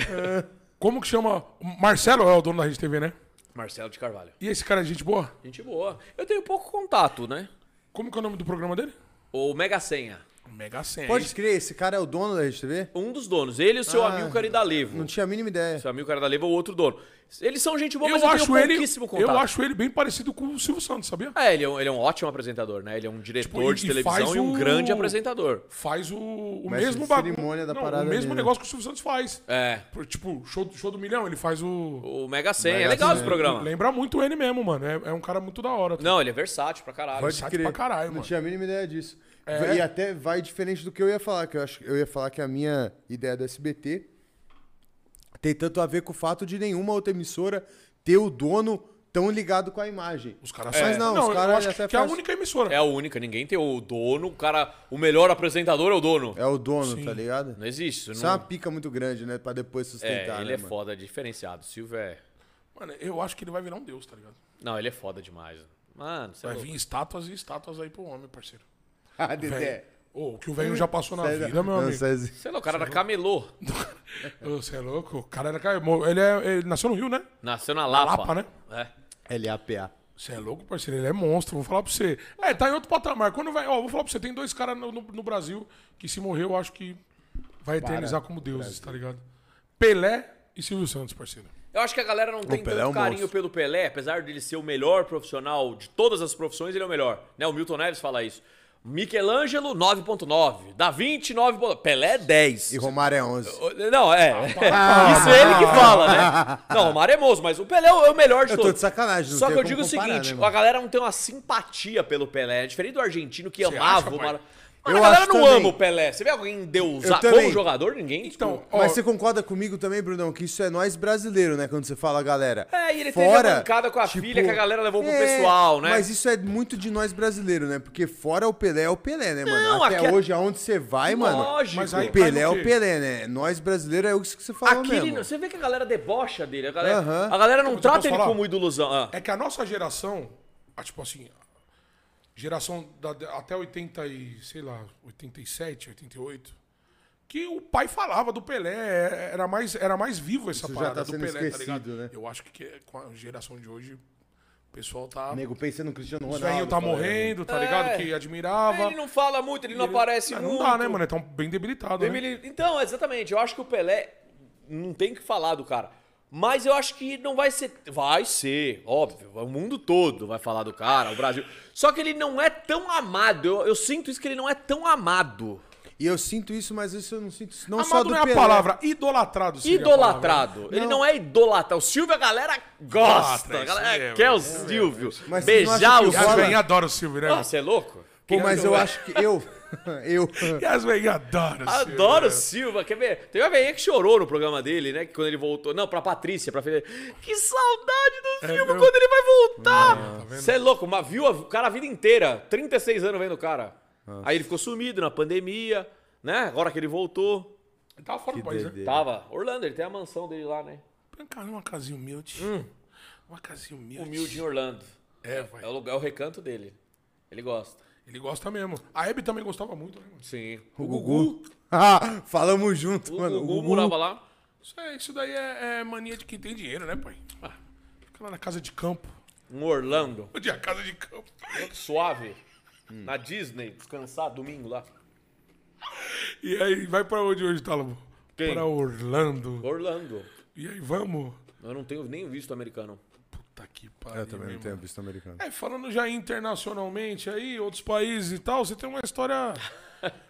[SPEAKER 1] Como que chama? O Marcelo é o dono da Rede TV, né?
[SPEAKER 3] Marcelo de Carvalho.
[SPEAKER 1] E esse cara é gente boa?
[SPEAKER 3] Gente boa. Eu tenho pouco contato, né?
[SPEAKER 1] Como que é o nome do programa dele?
[SPEAKER 3] O Mega Senha.
[SPEAKER 1] Mega Senha.
[SPEAKER 2] Pode crer, esse cara é o dono da RedeTV?
[SPEAKER 3] Um dos donos. Ele e o seu amigo Caridalevo.
[SPEAKER 2] Ah, Não tinha a mínima ideia.
[SPEAKER 3] Seu amigo Caridalevo é o outro dono. Eles são gente boa,
[SPEAKER 1] eu,
[SPEAKER 3] mas eu
[SPEAKER 1] acho
[SPEAKER 3] tenho
[SPEAKER 1] ele,
[SPEAKER 3] pouquíssimo contato.
[SPEAKER 1] eu acho ele bem parecido com o Silvio Santos, sabia?
[SPEAKER 3] É, ele é, um, ele é um ótimo apresentador, né? Ele é um diretor
[SPEAKER 1] Tipo, e-
[SPEAKER 3] de
[SPEAKER 1] e faz
[SPEAKER 3] televisão e um
[SPEAKER 1] o-
[SPEAKER 3] grande apresentador.
[SPEAKER 1] Faz o, o
[SPEAKER 2] Mestre
[SPEAKER 1] mesmo
[SPEAKER 2] de
[SPEAKER 1] bagulho.
[SPEAKER 2] cerimônia da
[SPEAKER 1] Não,
[SPEAKER 2] parada
[SPEAKER 1] o mesmo
[SPEAKER 2] ali, né?
[SPEAKER 1] negócio que o Silvio Santos faz.
[SPEAKER 3] É.
[SPEAKER 1] Por- Tipo, show, show do milhão, ele faz o.
[SPEAKER 3] O Mega Senha.
[SPEAKER 2] Mega
[SPEAKER 3] é legal esse
[SPEAKER 2] Senha.
[SPEAKER 3] programa.
[SPEAKER 1] Lembra muito ele mesmo, mano. É, é um cara muito da hora.
[SPEAKER 3] Não, ele é versátil pra caralho.
[SPEAKER 2] Pode
[SPEAKER 1] chato
[SPEAKER 2] crer.
[SPEAKER 1] pra caralho,
[SPEAKER 2] não
[SPEAKER 1] mano. É?
[SPEAKER 2] tinha a mínima ideia disso. E até vai diferente do que eu ia falar, que eu acho eu ia falar que a minha ideia do SBT tem tanto a ver com o fato de nenhuma outra emissora ter o dono tão ligado com a imagem.
[SPEAKER 1] Os caras
[SPEAKER 2] Mas não, os
[SPEAKER 1] eu
[SPEAKER 2] caras
[SPEAKER 1] acho
[SPEAKER 2] até
[SPEAKER 1] que é a
[SPEAKER 2] faz-
[SPEAKER 1] única emissora.
[SPEAKER 3] É a única, ninguém tem o dono, o cara. O melhor apresentador é o dono.
[SPEAKER 2] É o dono, tá ligado?
[SPEAKER 3] Não existe.
[SPEAKER 2] Isso é
[SPEAKER 3] Não...
[SPEAKER 2] uma pica muito grande, né? Pra depois
[SPEAKER 3] É,
[SPEAKER 2] sustentar,
[SPEAKER 3] ele
[SPEAKER 2] né,
[SPEAKER 3] é
[SPEAKER 2] mano?
[SPEAKER 3] foda, é diferenciado. Silvio é.
[SPEAKER 1] Mano, eu acho que ele vai virar um deus, tá ligado?
[SPEAKER 3] Não, ele é foda demais. Mano, você é
[SPEAKER 1] Vai
[SPEAKER 3] louco.
[SPEAKER 1] vir estátuas e estátuas aí pro homem, parceiro.
[SPEAKER 2] É.
[SPEAKER 5] Ah, Dedé.
[SPEAKER 1] Ô, o que o velho já passou na
[SPEAKER 2] César-
[SPEAKER 1] vida, tá meu
[SPEAKER 2] é Não,
[SPEAKER 1] amigo.
[SPEAKER 2] César-
[SPEAKER 3] Sei lá, é o cara era
[SPEAKER 1] é
[SPEAKER 3] camelô.
[SPEAKER 1] Você é louco? O cara era cara- Ele, é, ele nasceu no Rio, né?
[SPEAKER 3] Nasceu na Lapa.
[SPEAKER 1] Lapa, né?
[SPEAKER 3] É.
[SPEAKER 2] LAPA.
[SPEAKER 1] Você é louco, parceiro? Ele é monstro, vou falar pra você. É, tá em outro patamar. Quando vai. Ó, vou falar pra você, tem dois caras no, no- no Brasil que se morrer, eu acho que vai eternizar como deuses, tá ligado? Pelé e Silvio Santos, parceiro.
[SPEAKER 3] Eu acho que a galera não tem
[SPEAKER 4] Pelé é
[SPEAKER 3] tanto
[SPEAKER 4] um
[SPEAKER 3] carinho
[SPEAKER 4] monstro.
[SPEAKER 3] pelo Pelé, apesar dele ser o melhor profissional de todas as profissões, ele é o melhor. Né? O Milton Neves fala isso. Michelangelo, 9.9. Da 20, 9. Pelé, 10.
[SPEAKER 4] E Romário é 11.
[SPEAKER 3] Não, é.
[SPEAKER 4] Ah,
[SPEAKER 3] Isso é ele que fala, né? Não, o Mar é moço, mas o Pelé é o é o melhor de
[SPEAKER 4] Eu tô
[SPEAKER 3] todos.
[SPEAKER 4] de sacanagem, não
[SPEAKER 3] Só que
[SPEAKER 4] tem
[SPEAKER 3] eu
[SPEAKER 4] como
[SPEAKER 3] digo o
[SPEAKER 4] comparar,
[SPEAKER 3] seguinte:
[SPEAKER 4] né, mano?
[SPEAKER 3] a galera não tem uma simpatia pelo Pelé. É diferente do argentino que
[SPEAKER 1] Você
[SPEAKER 3] amava
[SPEAKER 1] acha,
[SPEAKER 3] o
[SPEAKER 1] pai?
[SPEAKER 3] Mar... Mas a
[SPEAKER 4] Eu
[SPEAKER 3] galera
[SPEAKER 4] acho
[SPEAKER 3] não
[SPEAKER 4] também.
[SPEAKER 3] ama o Pelé. Você vê alguém deusar
[SPEAKER 4] Eu
[SPEAKER 3] como
[SPEAKER 4] também.
[SPEAKER 3] jogador? Ninguém. tipo,
[SPEAKER 1] Então, ó,
[SPEAKER 4] Mas você concorda comigo também, Brunão, que isso é nós brasileiro, né? Quando você fala, galera. tipo,
[SPEAKER 3] É, e ele teve a bancada com a filha que a galera levou pro pessoal, né?
[SPEAKER 4] Mas isso é muito de nós brasileiro, né? Porque fora o Pelé é o Pelé, né,
[SPEAKER 3] Não,
[SPEAKER 4] mano? Até
[SPEAKER 3] aqui é-
[SPEAKER 4] hoje, aonde você vai, mano?
[SPEAKER 3] Lógico.
[SPEAKER 1] mas aí
[SPEAKER 4] O Pelé é
[SPEAKER 1] Vai no
[SPEAKER 4] o
[SPEAKER 1] quê?
[SPEAKER 4] Pelé, né? Nós brasileiros é isso que você falou
[SPEAKER 3] Aquele,
[SPEAKER 4] mesmo.
[SPEAKER 3] você vê que a galera debocha dele. A galera,
[SPEAKER 4] Aham.
[SPEAKER 3] a galera não
[SPEAKER 1] Mas eu
[SPEAKER 3] trata
[SPEAKER 1] posso
[SPEAKER 3] ele
[SPEAKER 1] falar?
[SPEAKER 3] como idolusão. Ah,
[SPEAKER 1] é que a nossa geração, ah, tipo assim, geração da- da- até 80 e, sei lá, 87, 88, que o pai falava do Pelé, é- era mais, era mais vivo essa
[SPEAKER 2] Isso já
[SPEAKER 1] parada
[SPEAKER 2] tá
[SPEAKER 1] do
[SPEAKER 2] sendo
[SPEAKER 1] Pelé, tá
[SPEAKER 2] esquecido,
[SPEAKER 1] ligado?
[SPEAKER 2] né?
[SPEAKER 1] Eu acho que, que é- com a geração de hoje, o pessoal tá...
[SPEAKER 2] O Nego pensa no Cristiano
[SPEAKER 1] Os
[SPEAKER 2] Ronaldo.
[SPEAKER 1] velhinhos tá
[SPEAKER 4] né?
[SPEAKER 2] falando.
[SPEAKER 1] morrendo, tá
[SPEAKER 3] É.
[SPEAKER 1] ligado? Que admirava.
[SPEAKER 3] Ele não fala muito, ele não
[SPEAKER 1] Ele-
[SPEAKER 3] aparece
[SPEAKER 1] Ah,
[SPEAKER 3] muito.
[SPEAKER 1] Não dá, né, mano? Ele tá um- bem debilitado, né?
[SPEAKER 3] Emily- Então, exatamente. Eu acho que o Pelé não tem o que falar do cara. Mas eu acho que não vai ser. Vai ser, óbvio. O mundo todo vai falar do cara, o Brasil. Só que ele não é tão amado. Eu, eu sinto isso que ele não é tão amado.
[SPEAKER 4] E eu sinto isso, mas isso eu não sinto isso. Não só
[SPEAKER 1] Amado
[SPEAKER 4] do
[SPEAKER 1] não é a
[SPEAKER 4] Pelé.
[SPEAKER 1] palavra, idolatrado seria a
[SPEAKER 3] idolatrado.
[SPEAKER 1] palavra, né?
[SPEAKER 3] Ele não. é idolatrado. O Silvio, a galera
[SPEAKER 4] Ah,
[SPEAKER 3] gosta.
[SPEAKER 1] Idolatra,
[SPEAKER 3] a
[SPEAKER 1] isso
[SPEAKER 3] galera
[SPEAKER 1] mesmo,
[SPEAKER 3] quer o Silvio.
[SPEAKER 4] é, Mas vocês não
[SPEAKER 3] Beijar
[SPEAKER 4] acham que o
[SPEAKER 1] E as
[SPEAKER 3] o
[SPEAKER 4] Bola-
[SPEAKER 3] Silvio.
[SPEAKER 1] velhinhas adoram o Silvio, né?
[SPEAKER 3] Ah,
[SPEAKER 1] mano?
[SPEAKER 3] Você é louco?
[SPEAKER 4] Pô, mas eu acho que eu. Eu.
[SPEAKER 1] E as velhinhas adoram o Silvio.
[SPEAKER 3] Adoro o
[SPEAKER 1] né?
[SPEAKER 3] Silva, quer ver? Teve uma velhinha que chorou no programa dele, né? Que quando ele voltou. Não, pra Patrícia, pra filha. Que saudade do Silva
[SPEAKER 1] eu-
[SPEAKER 3] quando ele vai
[SPEAKER 1] É tá
[SPEAKER 3] voltar!
[SPEAKER 1] vendo?
[SPEAKER 3] Você é louco, mas viu a- o cara a vida inteira, 36 anos vendo o cara. Aí ele ficou sumido na pandemia, né? Agora que ele voltou.
[SPEAKER 1] Ele tava fora do país, né?
[SPEAKER 4] doideira.
[SPEAKER 3] Tava. Orlando, ele tem a mansão dele lá, né?
[SPEAKER 1] Caramba, uma casinha humilde. Uma casinha humilde.
[SPEAKER 3] Humilde em Orlando.
[SPEAKER 1] É, vai.
[SPEAKER 3] É o, lugar, é o recanto dele. Ele gosta.
[SPEAKER 1] Ele gosta mesmo. A Hebe também gostava muito, né, mano?
[SPEAKER 3] Sim.
[SPEAKER 4] O Gugu. Ah, falamos junto,
[SPEAKER 3] O
[SPEAKER 4] mano.
[SPEAKER 3] Gugu, morava lá.
[SPEAKER 1] Isso, é- isso daí é, é mania de quem tem dinheiro, né, pai? Ah, fica lá na casa de campo.
[SPEAKER 3] Um Orlando.
[SPEAKER 1] Onde é a casa de campo?
[SPEAKER 3] Suave.
[SPEAKER 1] Hum.
[SPEAKER 3] Na Disney, descansar domingo lá.
[SPEAKER 1] E aí, vai pra onde hoje, Tálamo?
[SPEAKER 3] Quem?
[SPEAKER 1] Pra Orlando.
[SPEAKER 3] Orlando.
[SPEAKER 1] E aí, vamos?
[SPEAKER 3] Eu não tenho nem visto americano.
[SPEAKER 1] Puta que pariu.
[SPEAKER 4] Eu também não
[SPEAKER 1] meu
[SPEAKER 4] tenho
[SPEAKER 1] irmão.
[SPEAKER 4] visto americano.
[SPEAKER 1] É, falando já internacionalmente aí, outros países e tal, você tem uma história.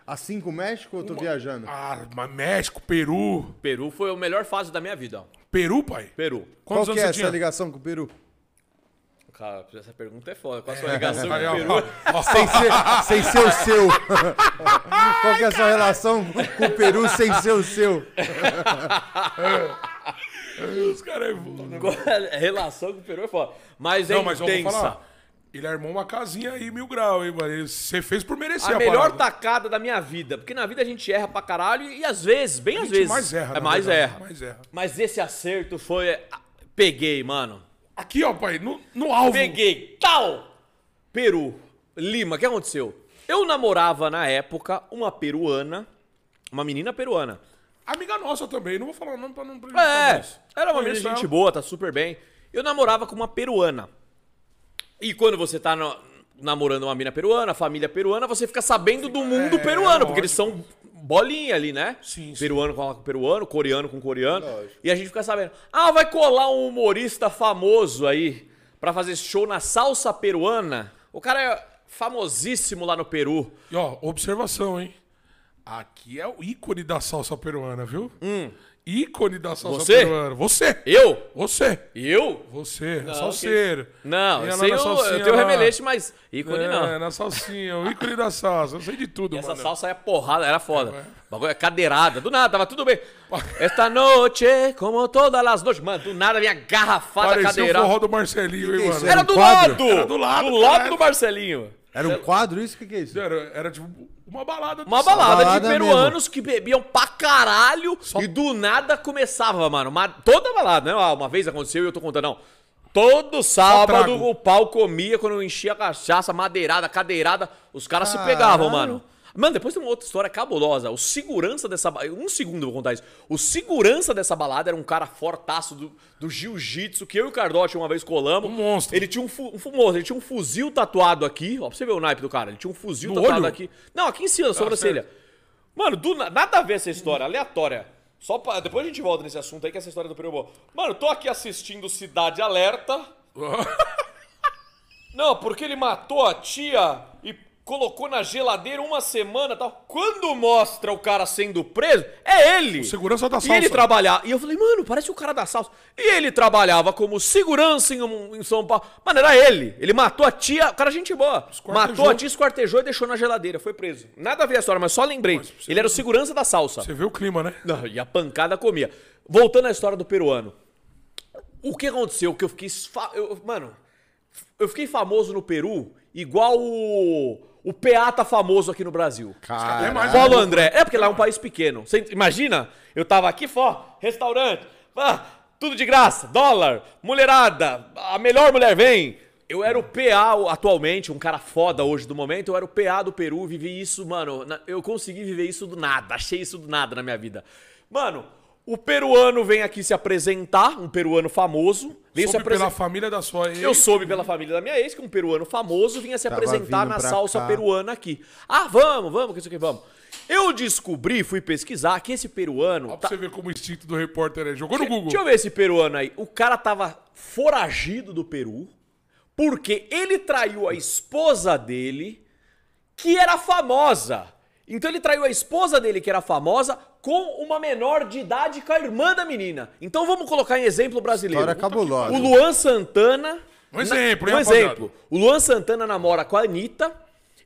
[SPEAKER 2] Assim com o México ou eu tô viajando?
[SPEAKER 1] Ah, mas México, Peru.
[SPEAKER 3] Peru foi a melhor fase da minha vida.
[SPEAKER 1] Peru, pai?
[SPEAKER 3] Peru.
[SPEAKER 1] Quantos
[SPEAKER 4] Qual
[SPEAKER 1] anos
[SPEAKER 4] que é
[SPEAKER 1] você
[SPEAKER 4] essa
[SPEAKER 1] tinha?
[SPEAKER 4] ligação com o Peru?
[SPEAKER 3] Cara, essa pergunta é foda. Qual a sua ligação com
[SPEAKER 1] Aí, ó,
[SPEAKER 3] o Peru?
[SPEAKER 1] ó, ó,
[SPEAKER 4] Sem ser, sem ser o seu. Qual que é a sua relação com o Peru sem ser o seu?
[SPEAKER 1] os caras é foda, mano.
[SPEAKER 3] Qual a relação com o Peru é foda. Mas é
[SPEAKER 1] Não, mas eu vou
[SPEAKER 3] intensa.
[SPEAKER 1] falar. Ele armou uma casinha aí, mil grau, hein, mano. Você fez por merecer
[SPEAKER 3] A
[SPEAKER 1] a
[SPEAKER 3] melhor
[SPEAKER 1] parada.
[SPEAKER 3] tacada da minha vida. Porque na vida a gente erra pra caralho e às vezes, bem
[SPEAKER 1] A
[SPEAKER 3] às
[SPEAKER 1] gente
[SPEAKER 3] vezes.
[SPEAKER 1] mais erra,
[SPEAKER 3] É
[SPEAKER 1] na
[SPEAKER 3] mais
[SPEAKER 1] verdade,
[SPEAKER 3] erra.
[SPEAKER 1] mais erra.
[SPEAKER 3] Mas esse acerto foi. Peguei, mano.
[SPEAKER 1] Aqui, ó, pai, no, no alvo.
[SPEAKER 3] Peguei. Tal! Peru. Lima, o que aconteceu? Eu namorava na época uma peruana. Uma menina peruana.
[SPEAKER 1] Amiga nossa também, não vou falar o nome pra não prejudicar
[SPEAKER 3] É,
[SPEAKER 1] nós.
[SPEAKER 3] era uma
[SPEAKER 1] Conheço
[SPEAKER 3] menina gente
[SPEAKER 1] ela.
[SPEAKER 3] boa, tá super bem. Eu namorava com uma peruana. E quando você tá na- namorando uma mina peruana, família peruana, você fica sabendo do mundo peruano, porque eles são bolinha ali, né?
[SPEAKER 1] é, Sim, sim.
[SPEAKER 3] Peruano com peruano, coreano com coreano. E a gente fica sabendo. Ah, vai colar um humorista famoso aí pra fazer show na salsa peruana. O cara é famosíssimo lá no Peru.
[SPEAKER 1] E ó, observação, hein? Aqui é o ícone da salsa peruana, viu? Ícone da salsa
[SPEAKER 3] Hum. Você?
[SPEAKER 1] peruana. Você!
[SPEAKER 3] Eu?
[SPEAKER 1] Você!
[SPEAKER 3] Eu?
[SPEAKER 1] Você, é salseiro.
[SPEAKER 3] Não,
[SPEAKER 1] E
[SPEAKER 3] eu
[SPEAKER 1] ela
[SPEAKER 3] sei
[SPEAKER 1] na
[SPEAKER 3] o,
[SPEAKER 1] salsinha
[SPEAKER 3] eu tenho
[SPEAKER 1] lá.
[SPEAKER 3] remeleixo, mas ícone
[SPEAKER 1] é,
[SPEAKER 3] não.
[SPEAKER 1] na salsinha, o ícone da salsa. Eu sei de tudo,
[SPEAKER 3] E essa
[SPEAKER 1] mano.
[SPEAKER 3] salsa é porrada, era foda.
[SPEAKER 1] É, é.
[SPEAKER 3] O bagulho é cadeirada, do nada, tava tudo bem. Esta noite, como todas as noites. Mano, do nada vinha garrafada
[SPEAKER 1] Parecia o
[SPEAKER 3] cadeirada.
[SPEAKER 1] forró do Marcelinho, hein,
[SPEAKER 4] Que
[SPEAKER 1] mano?
[SPEAKER 4] isso,
[SPEAKER 3] Era
[SPEAKER 4] Era um
[SPEAKER 3] do
[SPEAKER 4] quadro?
[SPEAKER 3] lado!
[SPEAKER 1] Era do lado,
[SPEAKER 3] Do lado
[SPEAKER 1] caralho.
[SPEAKER 3] do Marcelinho.
[SPEAKER 4] Era um quadro isso? O que, que é isso?
[SPEAKER 1] Era, era tipo uma balada. de
[SPEAKER 3] Uma
[SPEAKER 1] salsa.
[SPEAKER 3] balada,
[SPEAKER 4] balada
[SPEAKER 3] de
[SPEAKER 4] mesmo.
[SPEAKER 3] peruanos que bebiam pra caralho e do nada começava, mano. Uma- toda balada, né? Ah, Uma vez aconteceu e eu tô contando, não. Todo sábado
[SPEAKER 1] trago.
[SPEAKER 3] o pau comia quando eu enchia a cachaça, madeirada, cadeirada, os caras se pegavam, mano. Mano, depois tem uma outra história cabulosa. O segurança dessa balada. Um segundo eu vou contar isso. O segurança dessa balada era um cara fortaço do, do jiu-jitsu que eu e o Cardote uma vez colamos.
[SPEAKER 1] Um monstro.
[SPEAKER 3] Ele tinha um, fu- um fu- monstro, ele tinha um fuzil tatuado aqui. Ó, pra você ver o naipe do cara. Ele tinha um fuzil
[SPEAKER 1] No
[SPEAKER 3] tatuado
[SPEAKER 1] olho?
[SPEAKER 3] aqui. Não, aqui em cima,
[SPEAKER 1] Tá
[SPEAKER 3] na sobrancelha. Mano, do na- nada a ver essa história, aleatória. Só pra- Depois a gente volta nesse assunto aí, que é essa história do Perubó. Mano, tô aqui assistindo Cidade Alerta. Não, porque ele matou a tia e colocou na geladeira uma semana e tal. Quando mostra o cara sendo preso, é ele.
[SPEAKER 1] segurança da
[SPEAKER 3] E ele
[SPEAKER 1] salsa.
[SPEAKER 3] trabalhava. E eu falei, mano, parece o cara da salsa. E ele trabalhava como segurança em, um- em São Paulo. Mano, era ele. Ele matou a tia. O cara, é gente boa.
[SPEAKER 1] Esquartejou.
[SPEAKER 3] Matou a tia, esquartejou e deixou na geladeira. Foi preso. Nada a ver a história, mas só lembrei. ele era o segurança da salsa.
[SPEAKER 1] Você vê o clima, né?
[SPEAKER 3] Não, e a pancada comia. Voltando à história do peruano. O que aconteceu? Que eu fiquei. esfa- eu- mano, eu fiquei famoso no Peru igual o. O PA tá famoso aqui no Brasil.
[SPEAKER 1] É mais
[SPEAKER 3] Paulo André. É porque lá é um país pequeno. Você imagina? Eu tava aqui, ó, restaurante, ah, tudo de graça, dólar, mulherada, a melhor mulher vem. Eu era o PA o- atualmente, um cara foda hoje do momento, eu era o PA do Peru, vivi isso, mano, na- eu consegui viver isso do nada, achei isso do nada na minha vida. Mano, o peruano vem aqui se apresentar, um peruano famoso, vem se
[SPEAKER 1] Soube
[SPEAKER 3] apresentar.
[SPEAKER 1] pela família da sua ex.
[SPEAKER 3] Eu soube pela família da minha ex que um peruano famoso vinha se
[SPEAKER 2] Tava
[SPEAKER 3] apresentar
[SPEAKER 2] vindo
[SPEAKER 3] na
[SPEAKER 2] pra
[SPEAKER 3] salsa
[SPEAKER 2] cá.
[SPEAKER 3] peruana aqui. Ah, vamos, vamos, que isso aqui, vamos. Eu descobri, fui pesquisar, que esse peruano.
[SPEAKER 1] Ó,
[SPEAKER 3] tá-
[SPEAKER 1] pra você ver como o instinto do repórter é. Jogou no Google.
[SPEAKER 3] Deixa eu ver esse peruano aí. O cara tava foragido do Peru porque ele traiu a esposa dele, que era famosa. Então ele traiu a esposa dele, que era famosa, com uma menor de idade com a irmã da menina. Então vamos colocar em exemplo brasileiro.
[SPEAKER 2] História cabulosa.
[SPEAKER 3] O Luan Santana.
[SPEAKER 1] Um exemplo,
[SPEAKER 3] na,
[SPEAKER 1] hein,
[SPEAKER 3] Um
[SPEAKER 1] rapaziada?
[SPEAKER 3] exemplo. O Luan Santana namora com a Anitta.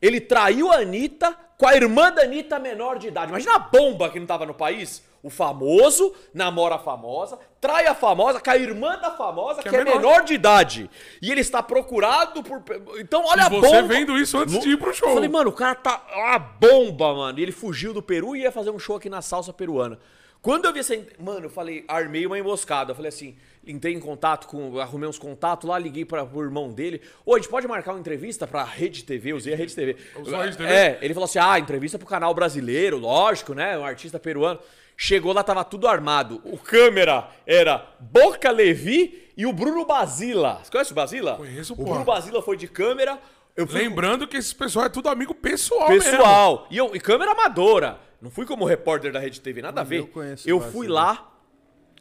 [SPEAKER 3] Ele traiu a Anitta com a irmã da Anitta menor de idade. Imagina a bomba que não tava no país. O famoso namora a famosa, trai a famosa com a irmã da famosa, que,
[SPEAKER 1] é
[SPEAKER 3] é, menor.
[SPEAKER 1] menor.
[SPEAKER 3] de idade. E ele está procurado por. Então, olha a
[SPEAKER 1] você
[SPEAKER 3] bomba.
[SPEAKER 1] vendo isso antes de ir pro show.
[SPEAKER 3] Eu falei, mano, o cara tá é uma bomba, mano. E ele fugiu do Peru e ia fazer um show aqui na salsa peruana. Quando eu vi essa. en- Mano, eu falei, armei uma emboscada. Eu falei assim, entrei em contato com. Arrumei uns contatos lá, liguei para o irmão dele. Ô, a gente pode marcar uma entrevista pra Rede TV? Eu usei a Rede TV.
[SPEAKER 1] Usou a Rede TV?
[SPEAKER 3] É, ele falou assim: ah, entrevista pro canal brasileiro, lógico, né? Um artista peruano. Chegou lá, tava tudo armado. O câmera era Boca Levi e o Bruno Basila. Você conhece o Basila?
[SPEAKER 1] Conheço,
[SPEAKER 3] O
[SPEAKER 1] porra.
[SPEAKER 3] Bruno Basila foi de câmera. Eu fui
[SPEAKER 1] Lembrando que esse pessoal é tudo amigo pessoal, mesmo.
[SPEAKER 3] pessoal. E, eu, e câmera amadora. Não fui como repórter da Rede TV, nada a ver.
[SPEAKER 2] eu conheço
[SPEAKER 3] eu
[SPEAKER 2] quase
[SPEAKER 3] fui
[SPEAKER 2] ninguém.
[SPEAKER 3] lá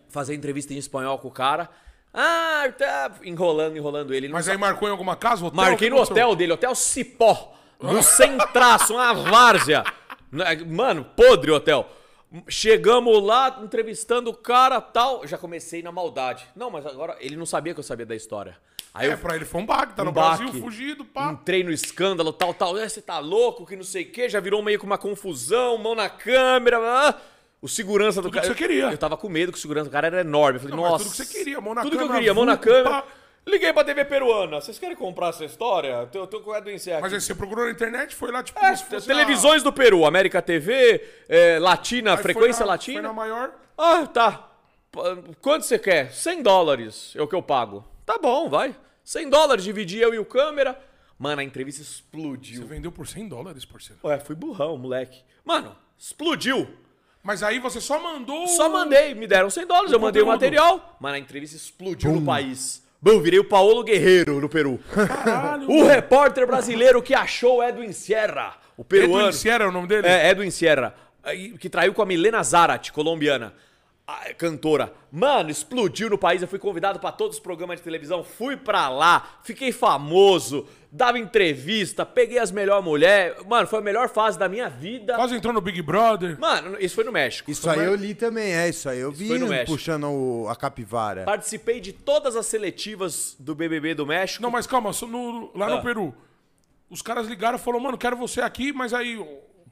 [SPEAKER 3] fazer entrevista em espanhol com o cara. Ah, tá enrolando, enrolando ele. Não
[SPEAKER 1] Mas
[SPEAKER 3] sa-
[SPEAKER 1] aí marcou em alguma casa? Hotel, que
[SPEAKER 3] Marquei no
[SPEAKER 1] aconteceu?
[SPEAKER 3] hotel dele, hotel Cipó. No centraço, uma várzea. Na- Mano, podre o hotel. Chegamos lá, entrevistando o cara tal. Já comecei na maldade. Não, mas agora ele não sabia que eu sabia da história. Aí
[SPEAKER 1] É,
[SPEAKER 3] eu
[SPEAKER 1] pra ele foi um baque, tá no
[SPEAKER 3] Um baque. Hum.
[SPEAKER 1] Brasil, fugido, pá.
[SPEAKER 3] Entrei no escândalo, tal, tal. "É, Você tá louco, que não sei o quê. Já virou meio que uma confusão, mão na câmera. ah." O segurança do
[SPEAKER 1] Tudo
[SPEAKER 3] cara.
[SPEAKER 1] que você queria.
[SPEAKER 3] Eu tava com medo que o segurança do cara era enorme. Eu falei,
[SPEAKER 1] Não, mas
[SPEAKER 3] nossa.
[SPEAKER 1] tudo que você queria, mão na
[SPEAKER 3] Tudo que eu
[SPEAKER 1] câmera,
[SPEAKER 3] queria, mão na
[SPEAKER 1] vulto,
[SPEAKER 3] câmera.
[SPEAKER 1] pá.
[SPEAKER 3] Liguei pra TV peruana. Vocês querem comprar essa história? Eu tô com o Edwin Serra.
[SPEAKER 1] Mas aí você procurou na internet, foi lá, tipo,
[SPEAKER 3] É,
[SPEAKER 1] como se fosse
[SPEAKER 3] televisões do Peru, América TV, é, Latina,
[SPEAKER 1] na- Aí foi
[SPEAKER 3] Frequência
[SPEAKER 1] na-
[SPEAKER 3] Latina.
[SPEAKER 1] Foi na maior.
[SPEAKER 3] Ah, tá. P- Quanto você quer? 100 dólares é o que eu pago. Tá bom, vai. 100 dólares, dividi eu e o câmera. Mano, a entrevista
[SPEAKER 1] Você
[SPEAKER 3] explodiu.
[SPEAKER 1] vendeu por 100 dólares, parceiro.
[SPEAKER 3] Ué, fui burrão, moleque. Mano, explodiu.
[SPEAKER 1] Mas aí você só mandou...
[SPEAKER 3] Só mandei, me deram 100 dólares, eu mandei o
[SPEAKER 1] conteúdo.
[SPEAKER 3] material. Mano, a entrevista explodiu no país. Bom, virei o Paolo Guerreiro no Peru. o repórter brasileiro que achou o Edwin Sierra, o peruano.
[SPEAKER 1] Edwin Sierra é o nome dele?
[SPEAKER 3] É, Edwin Sierra, aí, que traiu com a Milena Zarat, colombiana, a cantora. Mano, explodiu no país, eu fui convidado pra todos os programas de televisão, fui pra lá, fiquei famoso, dava entrevista, peguei as melhores mulheres. Mano, foi a melhor fase da minha vida.
[SPEAKER 1] Quase entrou no Big Brother.
[SPEAKER 3] Mano, isso foi no México.
[SPEAKER 2] Isso aí eu li também, é. Isso aí eu vi
[SPEAKER 3] foi
[SPEAKER 4] um
[SPEAKER 3] no México.
[SPEAKER 2] puxando o- a capivara.
[SPEAKER 3] Participei de todas as seletivas do BBB do México.
[SPEAKER 1] Não, mas calma, só no- lá
[SPEAKER 3] Ah.
[SPEAKER 1] no Peru, os caras ligaram e falaram, mano, quero você aqui, mas aí... ó,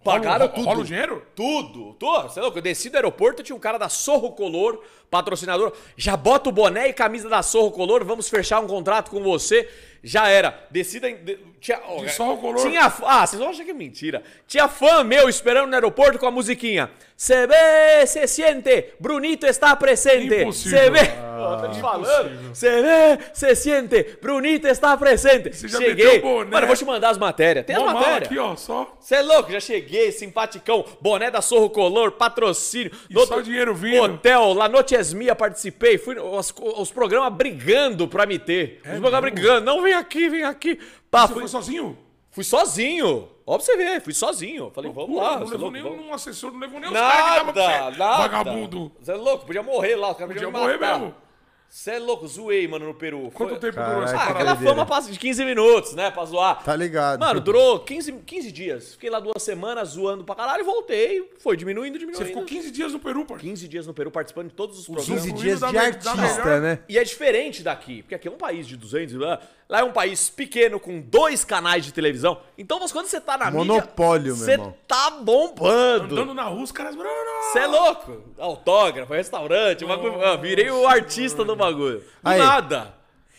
[SPEAKER 3] Pagaram
[SPEAKER 1] rola,
[SPEAKER 3] tudo.
[SPEAKER 1] Rola o dinheiro?
[SPEAKER 3] Tudo. Tô, você é louco? Eu desci do aeroporto, tinha um cara da Sorro Color, patrocinador. Já bota o boné e camisa da Sorro Color, vamos fechar um contrato com você. Já era. Descida. em- de- tinha, ó,
[SPEAKER 1] De sol color.
[SPEAKER 3] Tinha. f- Ah, vocês vão achar que é mentira. Tinha fã meu esperando no aeroporto com a musiquinha. Se vê, se siente, Brunito está presente.
[SPEAKER 1] Impossível. Ah,
[SPEAKER 3] Se vê. Ó, tô te falando. Se vê, se siente, Brunito está presente.
[SPEAKER 1] Você já
[SPEAKER 3] Cheguei.
[SPEAKER 1] meteu o boné.
[SPEAKER 3] Mano, eu vou te mandar as matérias. Tem as
[SPEAKER 1] Uma mala
[SPEAKER 3] matérias.
[SPEAKER 1] aqui, ó, só.
[SPEAKER 3] Você é louco, já cheguei, simpaticão, boné da Sorro Color, patrocínio.
[SPEAKER 1] E só dinheiro vindo.
[SPEAKER 3] Hotel, La Noches Mia, participei. Fui os, os programas brigando pra me ter. os programas brigando, não, vem aqui, vem aqui. Pá,
[SPEAKER 1] Você
[SPEAKER 3] fui,
[SPEAKER 1] É foi sozinho?
[SPEAKER 3] fui sozinho. Ó pra você ver, fui sozinho. Falei, vamos lá.
[SPEAKER 1] não
[SPEAKER 3] você é
[SPEAKER 1] levou
[SPEAKER 3] louco,
[SPEAKER 1] nem
[SPEAKER 3] vamos.
[SPEAKER 1] um assessor, não levou nem os caras que tava
[SPEAKER 3] Nada,
[SPEAKER 1] com você.
[SPEAKER 3] nada.
[SPEAKER 1] Vagabundo.
[SPEAKER 3] Você é louco, podia morrer lá, os caras
[SPEAKER 1] Podia
[SPEAKER 3] podiam me
[SPEAKER 1] morrer
[SPEAKER 3] matar.
[SPEAKER 1] mesmo.
[SPEAKER 3] Você é louco, zoei, mano, no Peru.
[SPEAKER 1] Quanto
[SPEAKER 3] Foi-
[SPEAKER 1] tempo durou
[SPEAKER 2] Caraca,
[SPEAKER 1] essa
[SPEAKER 3] Ah,
[SPEAKER 1] parada?
[SPEAKER 3] aquela fama passa de 15 minutos, né, pra zoar.
[SPEAKER 2] Tá ligado.
[SPEAKER 3] Mano, durou 15, 15 dias. Fiquei lá duas semanas zoando pra caralho e voltei. Foi diminuindo, diminuindo.
[SPEAKER 1] Você ficou 15 dias no Peru, parceiro.
[SPEAKER 3] 15 dias no Peru participando de todos os programas.
[SPEAKER 2] 15
[SPEAKER 1] Fluindo
[SPEAKER 2] dias
[SPEAKER 1] da
[SPEAKER 2] de
[SPEAKER 1] me- da
[SPEAKER 2] artista,
[SPEAKER 1] melhor-
[SPEAKER 2] né?
[SPEAKER 3] E é diferente daqui, porque aqui é um país de 200 e blá. Lá é um país pequeno, com dois canais de televisão. Então, mas quando você tá na
[SPEAKER 2] Monopólio,
[SPEAKER 3] mídia...
[SPEAKER 2] meu
[SPEAKER 3] você
[SPEAKER 2] irmão.
[SPEAKER 3] tá bombando.
[SPEAKER 1] Andando na rua, os caras.
[SPEAKER 3] Você é louco. Autógrafo, restaurante, bagulho. Ah, virei o artista do bagulho. Do
[SPEAKER 2] Aí.
[SPEAKER 3] nada.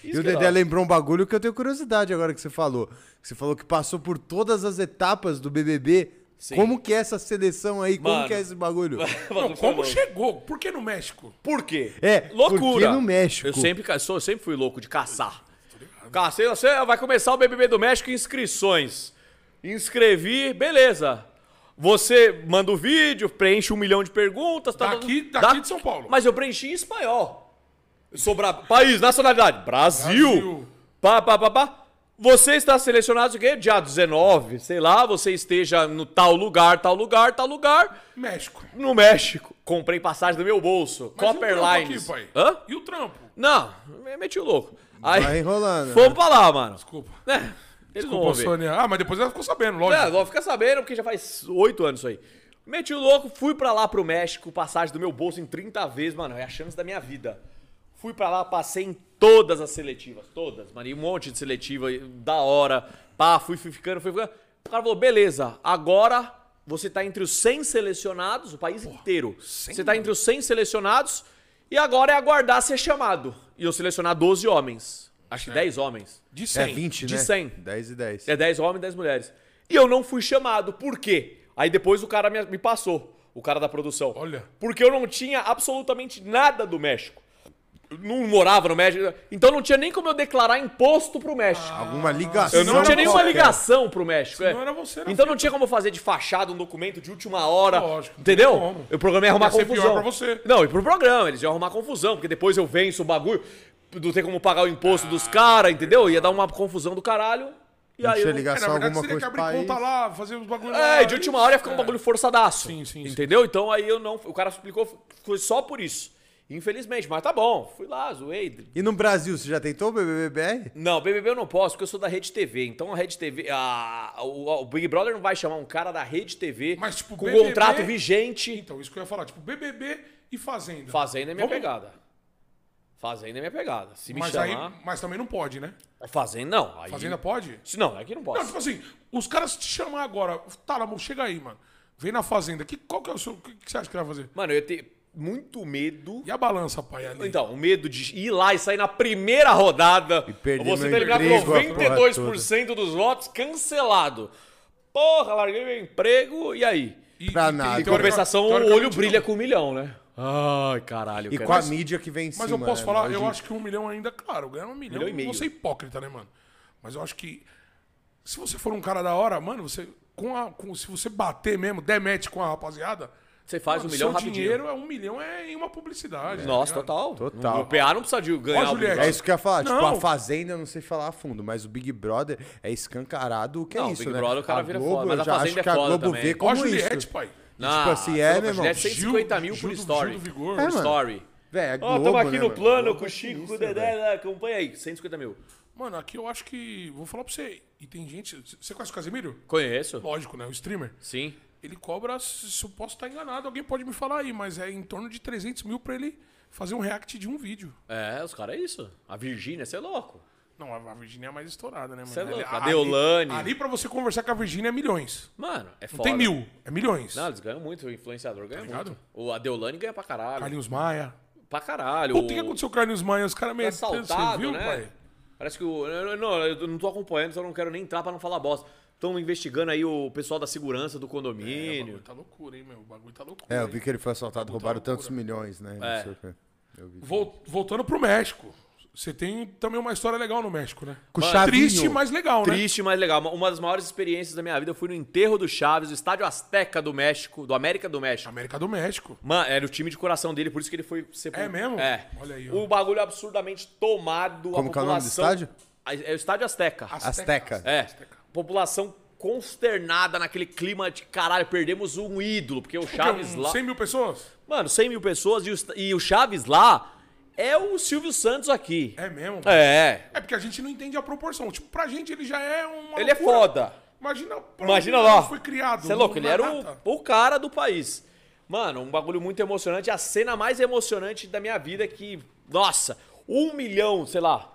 [SPEAKER 2] E
[SPEAKER 3] Isso
[SPEAKER 2] o
[SPEAKER 3] que é da
[SPEAKER 2] Dedé
[SPEAKER 3] hora.
[SPEAKER 2] lembrou um bagulho que eu tenho curiosidade agora que você falou. Você falou que passou por todas as etapas do BBB.
[SPEAKER 3] Sim.
[SPEAKER 2] Como que é essa seleção aí?
[SPEAKER 3] Mano.
[SPEAKER 2] Como que é esse bagulho?
[SPEAKER 1] Não,
[SPEAKER 3] Bagulho foi
[SPEAKER 1] como
[SPEAKER 3] é louco.
[SPEAKER 1] chegou? Por que no México?
[SPEAKER 3] Por quê?
[SPEAKER 2] É, por que no México?
[SPEAKER 3] Eu sempre, ca- sou, sempre fui louco de caçar. Cacei, você vai começar o BBB do México inscrições. Inscrevi, beleza. Você manda o vídeo, preenche um milhão de perguntas. Tá,
[SPEAKER 1] Daqui-
[SPEAKER 3] tá-
[SPEAKER 1] daqui de São Paulo.
[SPEAKER 3] Mas eu preenchi em espanhol. Eu Sou bra... País, nacionalidade, Brasil.
[SPEAKER 1] Brasil.
[SPEAKER 3] Pá, pá, pá, pá. Você está selecionado, sei o quê? Dia 19, sei lá, você esteja no tal lugar, tal lugar, tal lugar
[SPEAKER 1] México.
[SPEAKER 3] no México. Comprei passagem do meu bolso.
[SPEAKER 1] Mas
[SPEAKER 3] Copper
[SPEAKER 1] e o trampo
[SPEAKER 3] Lines.
[SPEAKER 1] Aqui, pai?
[SPEAKER 3] Hã?
[SPEAKER 1] E o trampo?
[SPEAKER 3] Não, me meti o louco. Aí,
[SPEAKER 2] Vai enrolando. né?
[SPEAKER 3] Fomos pra lá, mano.
[SPEAKER 1] Desculpa.
[SPEAKER 3] É, eles não
[SPEAKER 1] Desculpa,
[SPEAKER 3] vão ver.
[SPEAKER 1] Sônia. Ah, mas depois ela ficou sabendo,
[SPEAKER 3] É,
[SPEAKER 1] lógico.
[SPEAKER 3] vou ficar sabendo, porque já faz oito anos isso aí. Meti o louco, fui pra lá pro México, passagem do meu bolso em 30 vezes, mano, é a chance da minha vida. Fui pra lá, passei em todas as seletivas, todas, mano, e um monte de seletiva, e da hora, pá, fui, fui ficando, fui ficando. O cara falou, beleza, agora você tá entre os 100 selecionados, o país inteiro. Você tá entre os 100 selecionados e agora é aguardar ser chamado. E eu selecionar 12 homens, acho que 10 homens.
[SPEAKER 1] De 100.
[SPEAKER 2] É 20,
[SPEAKER 3] De
[SPEAKER 2] né?
[SPEAKER 3] 100.
[SPEAKER 2] 10 e 10.
[SPEAKER 3] É 10 homens e 10 mulheres. E eu não fui chamado. Por quê? Aí depois o cara me, me passou, o cara da produção.
[SPEAKER 1] Olha.
[SPEAKER 3] Porque eu não tinha absolutamente nada do México. Eu Não morava no México. Então não tinha nem como eu declarar imposto pro México.
[SPEAKER 1] Ah,
[SPEAKER 2] Alguma ligação.
[SPEAKER 3] eu não, tinha nenhuma
[SPEAKER 2] qualquer.
[SPEAKER 3] ligação pro México. é.
[SPEAKER 1] não era você né, na
[SPEAKER 3] então não tinha como eu fazer de fachada um documento de última hora.
[SPEAKER 1] Lógico, não tem
[SPEAKER 3] entendeu?
[SPEAKER 1] como.
[SPEAKER 3] Eu programei arrumar
[SPEAKER 1] Ia ser
[SPEAKER 3] confusão.
[SPEAKER 1] pior pra você.
[SPEAKER 3] Não, e pro programa, eles iam arrumar confusão, porque depois eu venço o bagulho, não tem como pagar o imposto dos caras, entendeu? Ia dar uma confusão do caralho. E aí
[SPEAKER 2] Tinha
[SPEAKER 3] eu-
[SPEAKER 1] É, na
[SPEAKER 2] ligação
[SPEAKER 1] verdade,
[SPEAKER 2] alguma
[SPEAKER 1] você teria que
[SPEAKER 2] coisa
[SPEAKER 1] abrir
[SPEAKER 2] pro país.
[SPEAKER 1] conta lá, fazer os bagulhos lá.
[SPEAKER 3] É, de última hora ia ficar um bagulho forçadaço.
[SPEAKER 1] Sim, sim, sim.
[SPEAKER 3] Entendeu? Então aí eu não. O cara explicou, foi só por isso. Infelizmente, mas tá bom. Fui lá, zoei.
[SPEAKER 2] E no Brasil, você já tentou o BBBR?
[SPEAKER 3] Não, BBB eu não posso, porque eu sou da Rede TV. Então a Rede TV. a- o, o Big Brother não vai chamar um cara da Rede TV
[SPEAKER 1] Mas, tipo,
[SPEAKER 3] com
[SPEAKER 1] BBB
[SPEAKER 3] contrato vigente.
[SPEAKER 1] Então, isso que eu ia falar. Tipo, BBB e Fazenda.
[SPEAKER 3] Fazenda é minha
[SPEAKER 1] Vamos-
[SPEAKER 3] pegada. Fazenda é minha pegada. Se me
[SPEAKER 1] Mas, aí,
[SPEAKER 3] chamar.
[SPEAKER 1] mas também não pode, né?
[SPEAKER 3] Fazenda não. Aí,
[SPEAKER 1] Fazenda pode?
[SPEAKER 3] Se Não, aqui não
[SPEAKER 1] Não,
[SPEAKER 3] posso.
[SPEAKER 1] tipo assim, os caras te chamam agora. Tá, Lamu, chega aí, mano. Vem na Fazenda. Que, qual que é o seu... O que que você acha que ele vai fazer?
[SPEAKER 3] Mano, eu ia ter muito medo.
[SPEAKER 1] E a balança, pai? Ali?
[SPEAKER 3] Então, o medo de ir lá e sair na primeira rodada. E
[SPEAKER 2] perder
[SPEAKER 3] você tá
[SPEAKER 2] meu
[SPEAKER 3] terminar com
[SPEAKER 2] emprego, a porra
[SPEAKER 3] 92% dos votos cancelado. Porra, larguei meu emprego e aí?
[SPEAKER 1] E-
[SPEAKER 2] pra
[SPEAKER 1] e-
[SPEAKER 2] nada.
[SPEAKER 1] e
[SPEAKER 2] Em
[SPEAKER 3] Em
[SPEAKER 1] teorica-
[SPEAKER 3] compensação, o
[SPEAKER 1] teoricamente,
[SPEAKER 3] olho brilha
[SPEAKER 1] não.
[SPEAKER 3] com um milhão, né? Ai, caralho.
[SPEAKER 2] E
[SPEAKER 3] cara.
[SPEAKER 2] com a mídia que vem em
[SPEAKER 1] Mas
[SPEAKER 2] cima,
[SPEAKER 1] eu posso
[SPEAKER 2] né?
[SPEAKER 1] falar,
[SPEAKER 2] Hoje-
[SPEAKER 1] eu acho que um milhão ainda, claro, ganhar um milhão,
[SPEAKER 3] Milhão e
[SPEAKER 1] eu
[SPEAKER 3] meio.
[SPEAKER 1] vou ser hipócrita, né, mano? Mas eu acho que se você for um cara da hora, mano, você com a, com, se você bater mesmo, der match com a rapaziada,
[SPEAKER 3] Você faz
[SPEAKER 1] mano,
[SPEAKER 3] um milhão
[SPEAKER 1] seu
[SPEAKER 3] rapidinho.
[SPEAKER 1] dinheiro é um milhão é em uma publicidade.
[SPEAKER 3] Nossa,
[SPEAKER 1] tá ligado?
[SPEAKER 3] total.
[SPEAKER 2] Total.
[SPEAKER 3] O PA não precisa de ganhar
[SPEAKER 1] Ó,
[SPEAKER 3] o Big
[SPEAKER 1] Juliette.
[SPEAKER 3] Brother.
[SPEAKER 2] É isso que eu ia falar. Tipo,
[SPEAKER 1] Não.
[SPEAKER 2] a Fazenda, eu não sei falar a fundo, mas o Big Brother é escancarado o que
[SPEAKER 3] Não, o
[SPEAKER 2] é isso,
[SPEAKER 3] Big
[SPEAKER 2] né?
[SPEAKER 3] Brother o cara
[SPEAKER 2] a
[SPEAKER 3] vira
[SPEAKER 2] Globo,
[SPEAKER 3] foda, mas
[SPEAKER 2] eu
[SPEAKER 3] a
[SPEAKER 2] já
[SPEAKER 3] Fazenda
[SPEAKER 2] acho
[SPEAKER 3] é
[SPEAKER 2] que a
[SPEAKER 3] foda
[SPEAKER 2] Globo
[SPEAKER 3] também.
[SPEAKER 2] vê
[SPEAKER 1] Ó a
[SPEAKER 2] como
[SPEAKER 1] Juliette,
[SPEAKER 2] isso.
[SPEAKER 1] pai.
[SPEAKER 3] Ah, Não,
[SPEAKER 2] tipo assim,
[SPEAKER 3] a
[SPEAKER 2] é,
[SPEAKER 3] Juliette
[SPEAKER 2] né, irmão?
[SPEAKER 3] 150 mil por story.
[SPEAKER 1] Gil do Vigor.
[SPEAKER 2] É,
[SPEAKER 3] Por
[SPEAKER 2] mano.
[SPEAKER 3] story.
[SPEAKER 2] Véi, é
[SPEAKER 3] Ó,
[SPEAKER 2] Globo,
[SPEAKER 3] tamo aqui
[SPEAKER 2] né,
[SPEAKER 3] no
[SPEAKER 2] mano?
[SPEAKER 3] plano
[SPEAKER 2] Globo
[SPEAKER 3] com o
[SPEAKER 2] é
[SPEAKER 3] Chico, com o
[SPEAKER 2] sinistro,
[SPEAKER 3] Dedé, né? acompanha aí, 150 mil.
[SPEAKER 1] Mano, aqui eu acho que vou falar pra você, e tem gente, você conhece o Casemiro?
[SPEAKER 3] Conheço.
[SPEAKER 1] Lógico, né, o streamer.
[SPEAKER 3] Sim.
[SPEAKER 1] Ele cobra, se eu posso estar enganado, alguém pode me falar aí, mas é em torno de 300 mil pra ele fazer um react de um vídeo.
[SPEAKER 3] É, os caras é isso. A Virgínia, você é louco.
[SPEAKER 1] Não, a a Virgínia é mais estourada, né, mano?
[SPEAKER 3] Cê é louco,
[SPEAKER 1] Ali-
[SPEAKER 3] a Deolane.
[SPEAKER 1] Ali, ali pra você conversar com a Virgínia é milhões.
[SPEAKER 3] Mano, é
[SPEAKER 1] Não
[SPEAKER 3] foda.
[SPEAKER 1] tem mil, é milhões.
[SPEAKER 3] Não, eles ganham muito, o influenciador ganha
[SPEAKER 1] ligado?
[SPEAKER 3] muito. O Adeolane ganha pra caralho.
[SPEAKER 1] Carlinhos Maia.
[SPEAKER 3] Pra caralho.
[SPEAKER 1] Puta, o que
[SPEAKER 3] o-
[SPEAKER 1] aconteceu com o Carlinhos Maia? Os caras
[SPEAKER 3] Foi
[SPEAKER 1] meio.
[SPEAKER 3] assaltado,
[SPEAKER 1] Você viu,
[SPEAKER 3] Tá né?
[SPEAKER 1] pai?
[SPEAKER 3] Parece que o. eu- eu- Não, eu não tô acompanhando, só não quero nem entrar pra não falar bosta. Estão investigando aí o pessoal da segurança do
[SPEAKER 1] É, o
[SPEAKER 3] condomínio.
[SPEAKER 1] bagulho tá loucura, hein, meu? O bagulho tá loucura.
[SPEAKER 2] É, eu
[SPEAKER 1] hein?
[SPEAKER 2] vi que ele foi assaltado, roubaram
[SPEAKER 1] loucura.
[SPEAKER 2] tantos milhões, né? Não
[SPEAKER 3] É.
[SPEAKER 2] sei o quê. Eu vi.
[SPEAKER 1] Vol- voltando pro México. Você tem também uma história legal no México, né?
[SPEAKER 2] Com o Chavinho.
[SPEAKER 1] Triste, mas legal, né?
[SPEAKER 3] Triste, mas legal. Uma- Uma das maiores experiências da minha vida foi no enterro do Chaves, o estádio Azteca do México, do América do México.
[SPEAKER 1] América do México.
[SPEAKER 3] Mano, era o time de coração dele, por isso que ele foi sepultado.
[SPEAKER 1] É mesmo?
[SPEAKER 3] É.
[SPEAKER 1] Olha aí, ó.
[SPEAKER 3] O bagulho absurdamente tomado.
[SPEAKER 2] Como
[SPEAKER 3] a
[SPEAKER 2] que é o nome do
[SPEAKER 3] população-
[SPEAKER 2] estádio?
[SPEAKER 3] A- É o estádio Azteca.
[SPEAKER 2] Azteca.
[SPEAKER 3] É. População consternada naquele clima de caralho, perdemos um ídolo, porque o Chaves
[SPEAKER 1] Porque, um,
[SPEAKER 3] lá.
[SPEAKER 1] 100 mil pessoas?
[SPEAKER 3] Mano, 100 mil pessoas e o, e o Chaves lá é o Silvio Santos aqui.
[SPEAKER 1] É mesmo? mano?
[SPEAKER 3] É.
[SPEAKER 1] É porque a gente não entende a proporção. Tipo, pra gente ele já é uma.
[SPEAKER 3] Ele é
[SPEAKER 1] loucura.
[SPEAKER 3] foda.
[SPEAKER 1] Imagina, pra
[SPEAKER 3] Imagina
[SPEAKER 1] onde ele
[SPEAKER 3] lá.
[SPEAKER 1] Foi criado.
[SPEAKER 3] Você é louco, ele
[SPEAKER 1] na
[SPEAKER 3] era o,
[SPEAKER 1] data.
[SPEAKER 3] o cara do país. Mano, um bagulho muito emocionante. A cena mais emocionante da minha vida que. Nossa, um milhão, sei lá.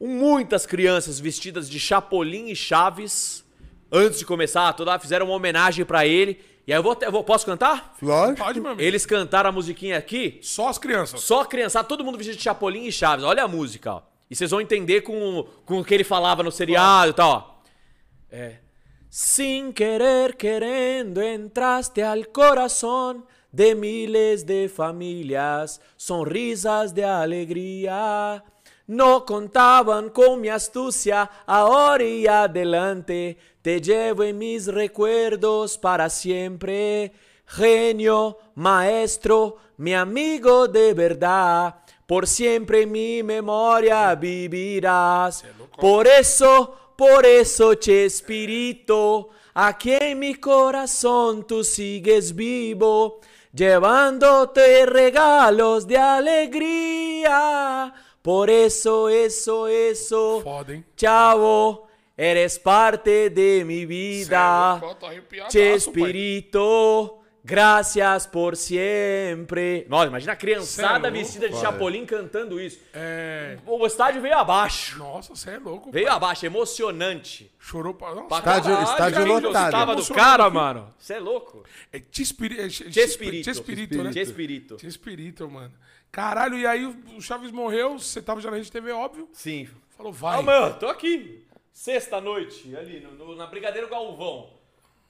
[SPEAKER 3] um- Muitas crianças vestidas de Chapolin e Chaves. Antes de começar, toda fizeram uma homenagem pra ele. E aí eu vou, até- eu vou- posso cantar?
[SPEAKER 2] Lógico.
[SPEAKER 1] Pode, meu amigo.
[SPEAKER 3] Eles cantaram a musiquinha aqui.
[SPEAKER 1] Só as crianças.
[SPEAKER 3] Só criançada, todo mundo vestido de Chapolin e Chaves. Olha a música, ó. E vocês vão entender com, com o que ele falava no seriado e tal, ó. É. Sin querer querendo entraste al corazón de miles de familias, sonrisas de alegría. No contaban con mi astucia, ahora y adelante te llevo en mis recuerdos para siempre. Genio, maestro, mi amigo de verdad, por siempre en mi memoria vivirás. Por eso, por eso, Chespirito, aquí en mi corazón tú sigues vivo, llevándote regalos de alegría. Por eso, eso, eso.
[SPEAKER 1] Foda, hein?
[SPEAKER 3] Chavo, eres parte de mi vida.
[SPEAKER 1] Cê é louco, eu tô arrepiadaço,
[SPEAKER 3] Chespirito, gracias por sempre. Nossa, imagina a
[SPEAKER 1] Cê é
[SPEAKER 3] criançada
[SPEAKER 1] louco,
[SPEAKER 3] vestida de
[SPEAKER 2] pai.
[SPEAKER 3] Chapolin cantando isso.
[SPEAKER 1] É.
[SPEAKER 3] O estádio veio abaixo.
[SPEAKER 1] Nossa, você é louco.
[SPEAKER 3] Veio
[SPEAKER 1] pai.
[SPEAKER 3] abaixo, emocionante.
[SPEAKER 1] Chorou pra. Nossa,
[SPEAKER 3] Pra
[SPEAKER 2] Estádio-
[SPEAKER 3] caralho,
[SPEAKER 2] estádio
[SPEAKER 3] quem
[SPEAKER 2] lotado.
[SPEAKER 3] gostava do
[SPEAKER 1] Emocionante.
[SPEAKER 3] cara, mano. Você é louco?
[SPEAKER 1] É Chespiri... é Che-
[SPEAKER 3] Chespirito.
[SPEAKER 1] Chespirito, né?
[SPEAKER 3] Chespirito.
[SPEAKER 1] Chespirito, mano. Caralho, e aí o Chaves morreu, você tava já na Rede TV, óbvio.
[SPEAKER 3] Sim.
[SPEAKER 1] Falou,
[SPEAKER 3] Ah,
[SPEAKER 1] vai.
[SPEAKER 3] mano, tô aqui. Sexta-noite, ali, no- no- na Brigadeiro Galvão.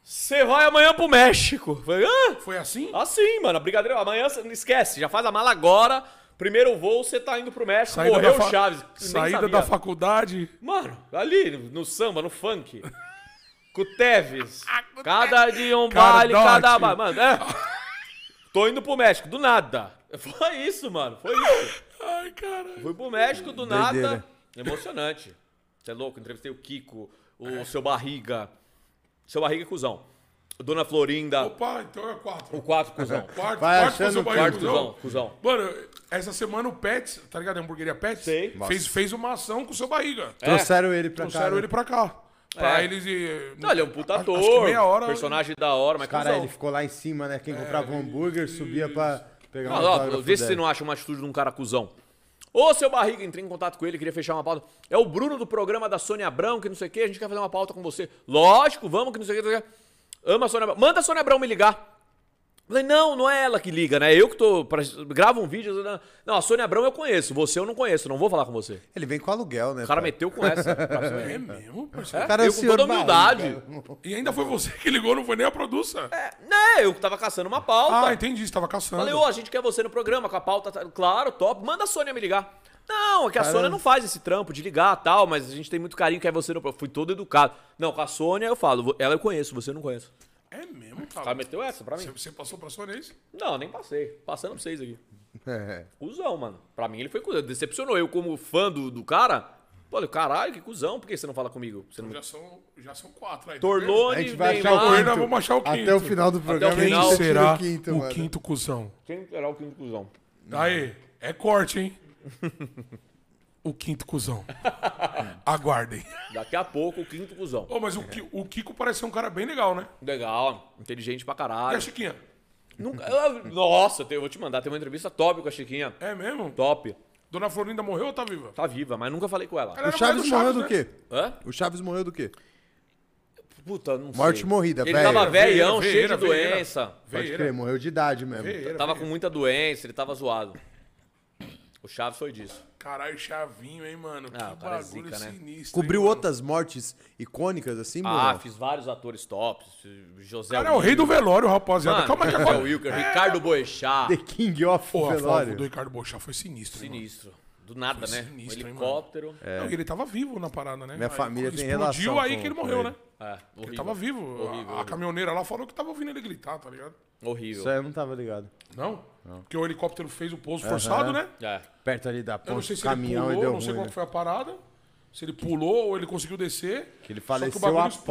[SPEAKER 3] Você vai amanhã pro México. Falei, ah,
[SPEAKER 1] Foi assim?
[SPEAKER 3] Assim, mano. Brigadeiro, amanhã você não esquece. Já faz a mala agora. Primeiro voo, você tá indo pro México. morreu
[SPEAKER 1] da
[SPEAKER 3] o
[SPEAKER 1] fa-
[SPEAKER 3] Chaves. nem
[SPEAKER 1] Saída
[SPEAKER 3] sabia.
[SPEAKER 1] da faculdade.
[SPEAKER 3] Mano, ali no, no samba, no funk. Com o Teves. cada dia um
[SPEAKER 1] Cardote.
[SPEAKER 3] baile, cada baile. Mano, é. Tô indo pro México, do nada. Foi isso, mano. Foi isso.
[SPEAKER 1] Ai, caralho.
[SPEAKER 3] Fui pro México, do
[SPEAKER 2] Doideira.
[SPEAKER 3] nada. Emocionante. Você é louco, entrevistei o Kiko, o seu barriga. Seu barriga é cuzão. Dona Florinda,
[SPEAKER 1] Opa, então é
[SPEAKER 3] o
[SPEAKER 1] quatro.
[SPEAKER 3] quatro cuzão.
[SPEAKER 1] Quarto, quarto
[SPEAKER 2] Vai
[SPEAKER 1] pra
[SPEAKER 2] achando
[SPEAKER 1] seu
[SPEAKER 2] o
[SPEAKER 1] Bahia,
[SPEAKER 3] Quarto
[SPEAKER 1] cuzão.
[SPEAKER 3] cuzão, cuzão.
[SPEAKER 1] Mano, essa semana o Pets, tá ligado? A hamburgueria Pets?
[SPEAKER 3] Sei.
[SPEAKER 1] Fez, fez uma ação com o seu barriga.
[SPEAKER 2] Trouxeram ele pra cá.
[SPEAKER 1] Trouxeram
[SPEAKER 2] né?
[SPEAKER 1] ele pra cá. Pra
[SPEAKER 3] É.
[SPEAKER 1] eles e.
[SPEAKER 3] Não, ele é um puta
[SPEAKER 1] Acho- acho que
[SPEAKER 3] ator,
[SPEAKER 1] meia hora-
[SPEAKER 3] personagem da hora, mas
[SPEAKER 2] Cara,
[SPEAKER 3] cuzão.
[SPEAKER 2] ele ficou lá em cima, né? Quem comprava um hambúrguer subia pra pegar um
[SPEAKER 3] É, Não, ó,
[SPEAKER 2] autógrafo
[SPEAKER 3] vê se você
[SPEAKER 2] dele.
[SPEAKER 3] não acha uma atitude de um cara cuzão. Ô, seu Barriga, entrei em contato com ele, queria fechar uma pauta. É o Bruno do programa da Sônia Abrão, que não sei o quê, a gente quer fazer uma pauta com você. Lógico, vamos, que não sei o quê. não sei o quê. Ama a Sônia Abrão. Manda a Sônia Abrão me ligar. Falei, não, não é ela que liga, né? Eu que tô. pra- Gravo um vídeo. Não, a Sônia Abrão eu conheço, você eu não conheço, não vou falar com você.
[SPEAKER 2] Ele vem com aluguel, né?
[SPEAKER 3] é- O cara
[SPEAKER 2] pai?
[SPEAKER 3] meteu com essa.
[SPEAKER 1] É mesmo, parceiro?
[SPEAKER 2] cara é
[SPEAKER 3] eu
[SPEAKER 2] o
[SPEAKER 3] com
[SPEAKER 2] senhor
[SPEAKER 3] toda humildade. É.
[SPEAKER 2] Barriga.
[SPEAKER 1] E ainda foi você que ligou, não foi nem a produção.
[SPEAKER 3] né, eu que tava caçando uma pauta.
[SPEAKER 1] Ah, entendi, você tava caçando.
[SPEAKER 3] Falei, ô, a gente quer você no programa com a pauta. tá- Claro, top. Manda a Sônia me ligar. Não, é que a Sônia não faz esse trampo de ligar tal, mas a gente tem muito carinho, quer você no programa. Fui todo educado. Não, com a Sônia eu falo, vo- ela eu conheço, você eu não conheço.
[SPEAKER 1] É mesmo, cara.
[SPEAKER 3] Ela meteu essa pra mim?
[SPEAKER 1] Você, você passou pra Sônia isso?
[SPEAKER 3] Não, nem passei. Passando pra vocês aqui.
[SPEAKER 2] É.
[SPEAKER 3] Cusão, mano. Pra mim ele foi cuzão. Decepcionou. Eu, como fã do, do cara, falei, caralho, que cuzão, por que você não fala comigo? Você não me.
[SPEAKER 1] Já são, já são quatro aí. tá
[SPEAKER 2] A
[SPEAKER 3] Torlone,
[SPEAKER 2] gente vai achar
[SPEAKER 3] Neymar-
[SPEAKER 2] o
[SPEAKER 1] Ainda
[SPEAKER 2] quinto.
[SPEAKER 1] vamos achar o quinto.
[SPEAKER 2] Até o final do programa
[SPEAKER 1] vendo? Quem
[SPEAKER 3] final.
[SPEAKER 2] a gente tira
[SPEAKER 1] será
[SPEAKER 2] o quinto,
[SPEAKER 1] o
[SPEAKER 2] mano.
[SPEAKER 1] quinto cuzão?
[SPEAKER 3] Quem era o quinto cuzão?
[SPEAKER 1] Aí, é corte, hein? o quinto cuzão. Aguardem.
[SPEAKER 3] Daqui a pouco, o quinto cuzão.
[SPEAKER 1] Ô, mas o, Ki- o Kiko parece ser um cara bem legal, né?
[SPEAKER 3] Legal, inteligente pra
[SPEAKER 1] E a
[SPEAKER 3] caralho.
[SPEAKER 1] Chiquinha?
[SPEAKER 3] Nunca. eu- nossa, eu te- eu vou te mandar. Tem uma entrevista top com a Chiquinha.
[SPEAKER 1] É mesmo?
[SPEAKER 3] Top.
[SPEAKER 1] Dona Florinda morreu ou tá viva?
[SPEAKER 3] Tá viva, mas nunca falei com ela.
[SPEAKER 1] Ela
[SPEAKER 2] O
[SPEAKER 1] era
[SPEAKER 2] Chaves
[SPEAKER 1] mulher
[SPEAKER 2] morreu né? do quê?
[SPEAKER 3] Hã?
[SPEAKER 2] O Chaves morreu do quê?
[SPEAKER 3] Puta, não sei.
[SPEAKER 2] Morte morrida,
[SPEAKER 3] Ele
[SPEAKER 2] velha.
[SPEAKER 3] tava
[SPEAKER 1] Veeira,
[SPEAKER 3] velhão, cheio de
[SPEAKER 1] veeira,
[SPEAKER 3] doença.
[SPEAKER 2] né?
[SPEAKER 1] Veeira.
[SPEAKER 2] Pode crer, morreu de idade mesmo.
[SPEAKER 1] Veeira,
[SPEAKER 3] Tava
[SPEAKER 1] veeira.
[SPEAKER 3] com muita doença, ele tava zoado. O Chaves foi disso.
[SPEAKER 1] Caralho, chavinho, hein, mano?
[SPEAKER 3] Ah, o
[SPEAKER 1] que
[SPEAKER 3] cara é
[SPEAKER 1] bagulho
[SPEAKER 3] zica, né?
[SPEAKER 1] sinistro.
[SPEAKER 2] Cobriu
[SPEAKER 1] hein, mano?
[SPEAKER 2] outras mortes icônicas, assim,
[SPEAKER 3] Ah,
[SPEAKER 2] mano?
[SPEAKER 3] fiz vários atores tops. José.
[SPEAKER 1] O cara é o rei do velório, rapaziada.
[SPEAKER 3] Mano, é
[SPEAKER 1] Calma aí que
[SPEAKER 3] José
[SPEAKER 1] agora.
[SPEAKER 3] Wilker, Ricardo Boechat.
[SPEAKER 2] The King of
[SPEAKER 1] Porra, Flávio,
[SPEAKER 2] Velório.
[SPEAKER 1] o do Ricardo Bochá foi sinistro. hein, mano?
[SPEAKER 3] Sinistro. Do nada,
[SPEAKER 1] Foi
[SPEAKER 3] né?
[SPEAKER 1] sinistro,
[SPEAKER 3] um
[SPEAKER 1] hein,
[SPEAKER 3] helicóptero.
[SPEAKER 2] É.
[SPEAKER 1] Não, e ele tava vivo na parada, né?
[SPEAKER 2] Minha família tem
[SPEAKER 1] Explodiu
[SPEAKER 2] relação
[SPEAKER 1] aí
[SPEAKER 2] com-
[SPEAKER 1] que ele
[SPEAKER 2] com
[SPEAKER 1] morreu,
[SPEAKER 2] ele.
[SPEAKER 1] né?
[SPEAKER 3] É,
[SPEAKER 1] Ele
[SPEAKER 3] horrível.
[SPEAKER 1] tava vivo. A-
[SPEAKER 3] Horrível,
[SPEAKER 1] a,
[SPEAKER 3] horrível.
[SPEAKER 1] caminhoneira lá falou que tava ouvindo ele gritar, tá ligado?
[SPEAKER 3] Horrível.
[SPEAKER 2] Isso aí eu não tava ligado.
[SPEAKER 1] Não? Porque o helicóptero fez o pouso forçado, né?
[SPEAKER 3] É.
[SPEAKER 2] Perto ali da
[SPEAKER 1] Eu não
[SPEAKER 2] ponte
[SPEAKER 1] sei
[SPEAKER 2] do
[SPEAKER 1] se ele
[SPEAKER 2] caminhão e
[SPEAKER 1] pulou,
[SPEAKER 2] deu
[SPEAKER 1] não sei
[SPEAKER 2] ruim.
[SPEAKER 1] qual
[SPEAKER 2] né?
[SPEAKER 1] que foi a parada. Se ele pulou ou ele conseguiu descer.
[SPEAKER 2] Que ele
[SPEAKER 1] Só
[SPEAKER 2] faleceu após.
[SPEAKER 1] É,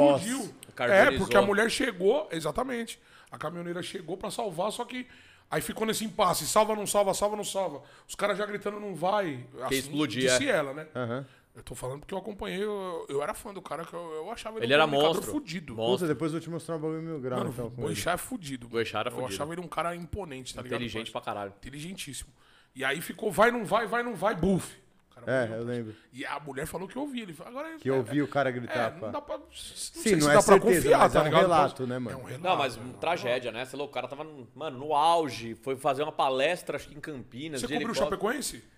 [SPEAKER 3] Carbonizou.
[SPEAKER 1] porque a mulher chegou, exatamente. A caminhoneira chegou pra salvar, só que aí ficou nesse impasse. Salva, não salva, salva, não salva. Os caras já gritando, não vai. Assim,
[SPEAKER 3] explodir,
[SPEAKER 1] Disse
[SPEAKER 3] é.
[SPEAKER 1] ela, né? Eu tô falando porque eu acompanhei, eu, eu era fã do cara, que eu, eu achava
[SPEAKER 3] Ele era
[SPEAKER 1] um comunicador
[SPEAKER 3] monstro.
[SPEAKER 1] fudido.
[SPEAKER 3] Monstro.
[SPEAKER 2] Puta, depois eu vou te mostrar um bagulho mil graus,
[SPEAKER 1] Mano,
[SPEAKER 2] então,
[SPEAKER 1] o
[SPEAKER 2] com ele.
[SPEAKER 1] Boixá é fudido. mano.
[SPEAKER 3] Boixá era
[SPEAKER 1] Eu
[SPEAKER 3] fudido.
[SPEAKER 1] achava ele um cara imponente, tá ligado?
[SPEAKER 3] Inteligente pra
[SPEAKER 1] Boixá?
[SPEAKER 3] caralho.
[SPEAKER 1] Inteligentíssimo. E aí ficou, vai, não vai, vai, não vai, buff. O cara
[SPEAKER 2] É,
[SPEAKER 1] morreu.
[SPEAKER 2] eu lembro.
[SPEAKER 1] E a mulher falou que ouvia ele. Agora,
[SPEAKER 2] Que eu ouvi o cara
[SPEAKER 1] É,
[SPEAKER 2] gritar,
[SPEAKER 1] não dá pra.
[SPEAKER 2] pá.
[SPEAKER 1] Não Sim,
[SPEAKER 2] não é certeza, mas é um relato, né, mano?
[SPEAKER 1] É um relato.
[SPEAKER 3] Não, mas uma tragédia, né? Sei lá, o cara tava, mano, no auge. Foi fazer uma palestra, acho que em Campinas.
[SPEAKER 1] Você
[SPEAKER 3] de
[SPEAKER 1] cobriu o
[SPEAKER 3] helicóptero.
[SPEAKER 1] Chapecoense?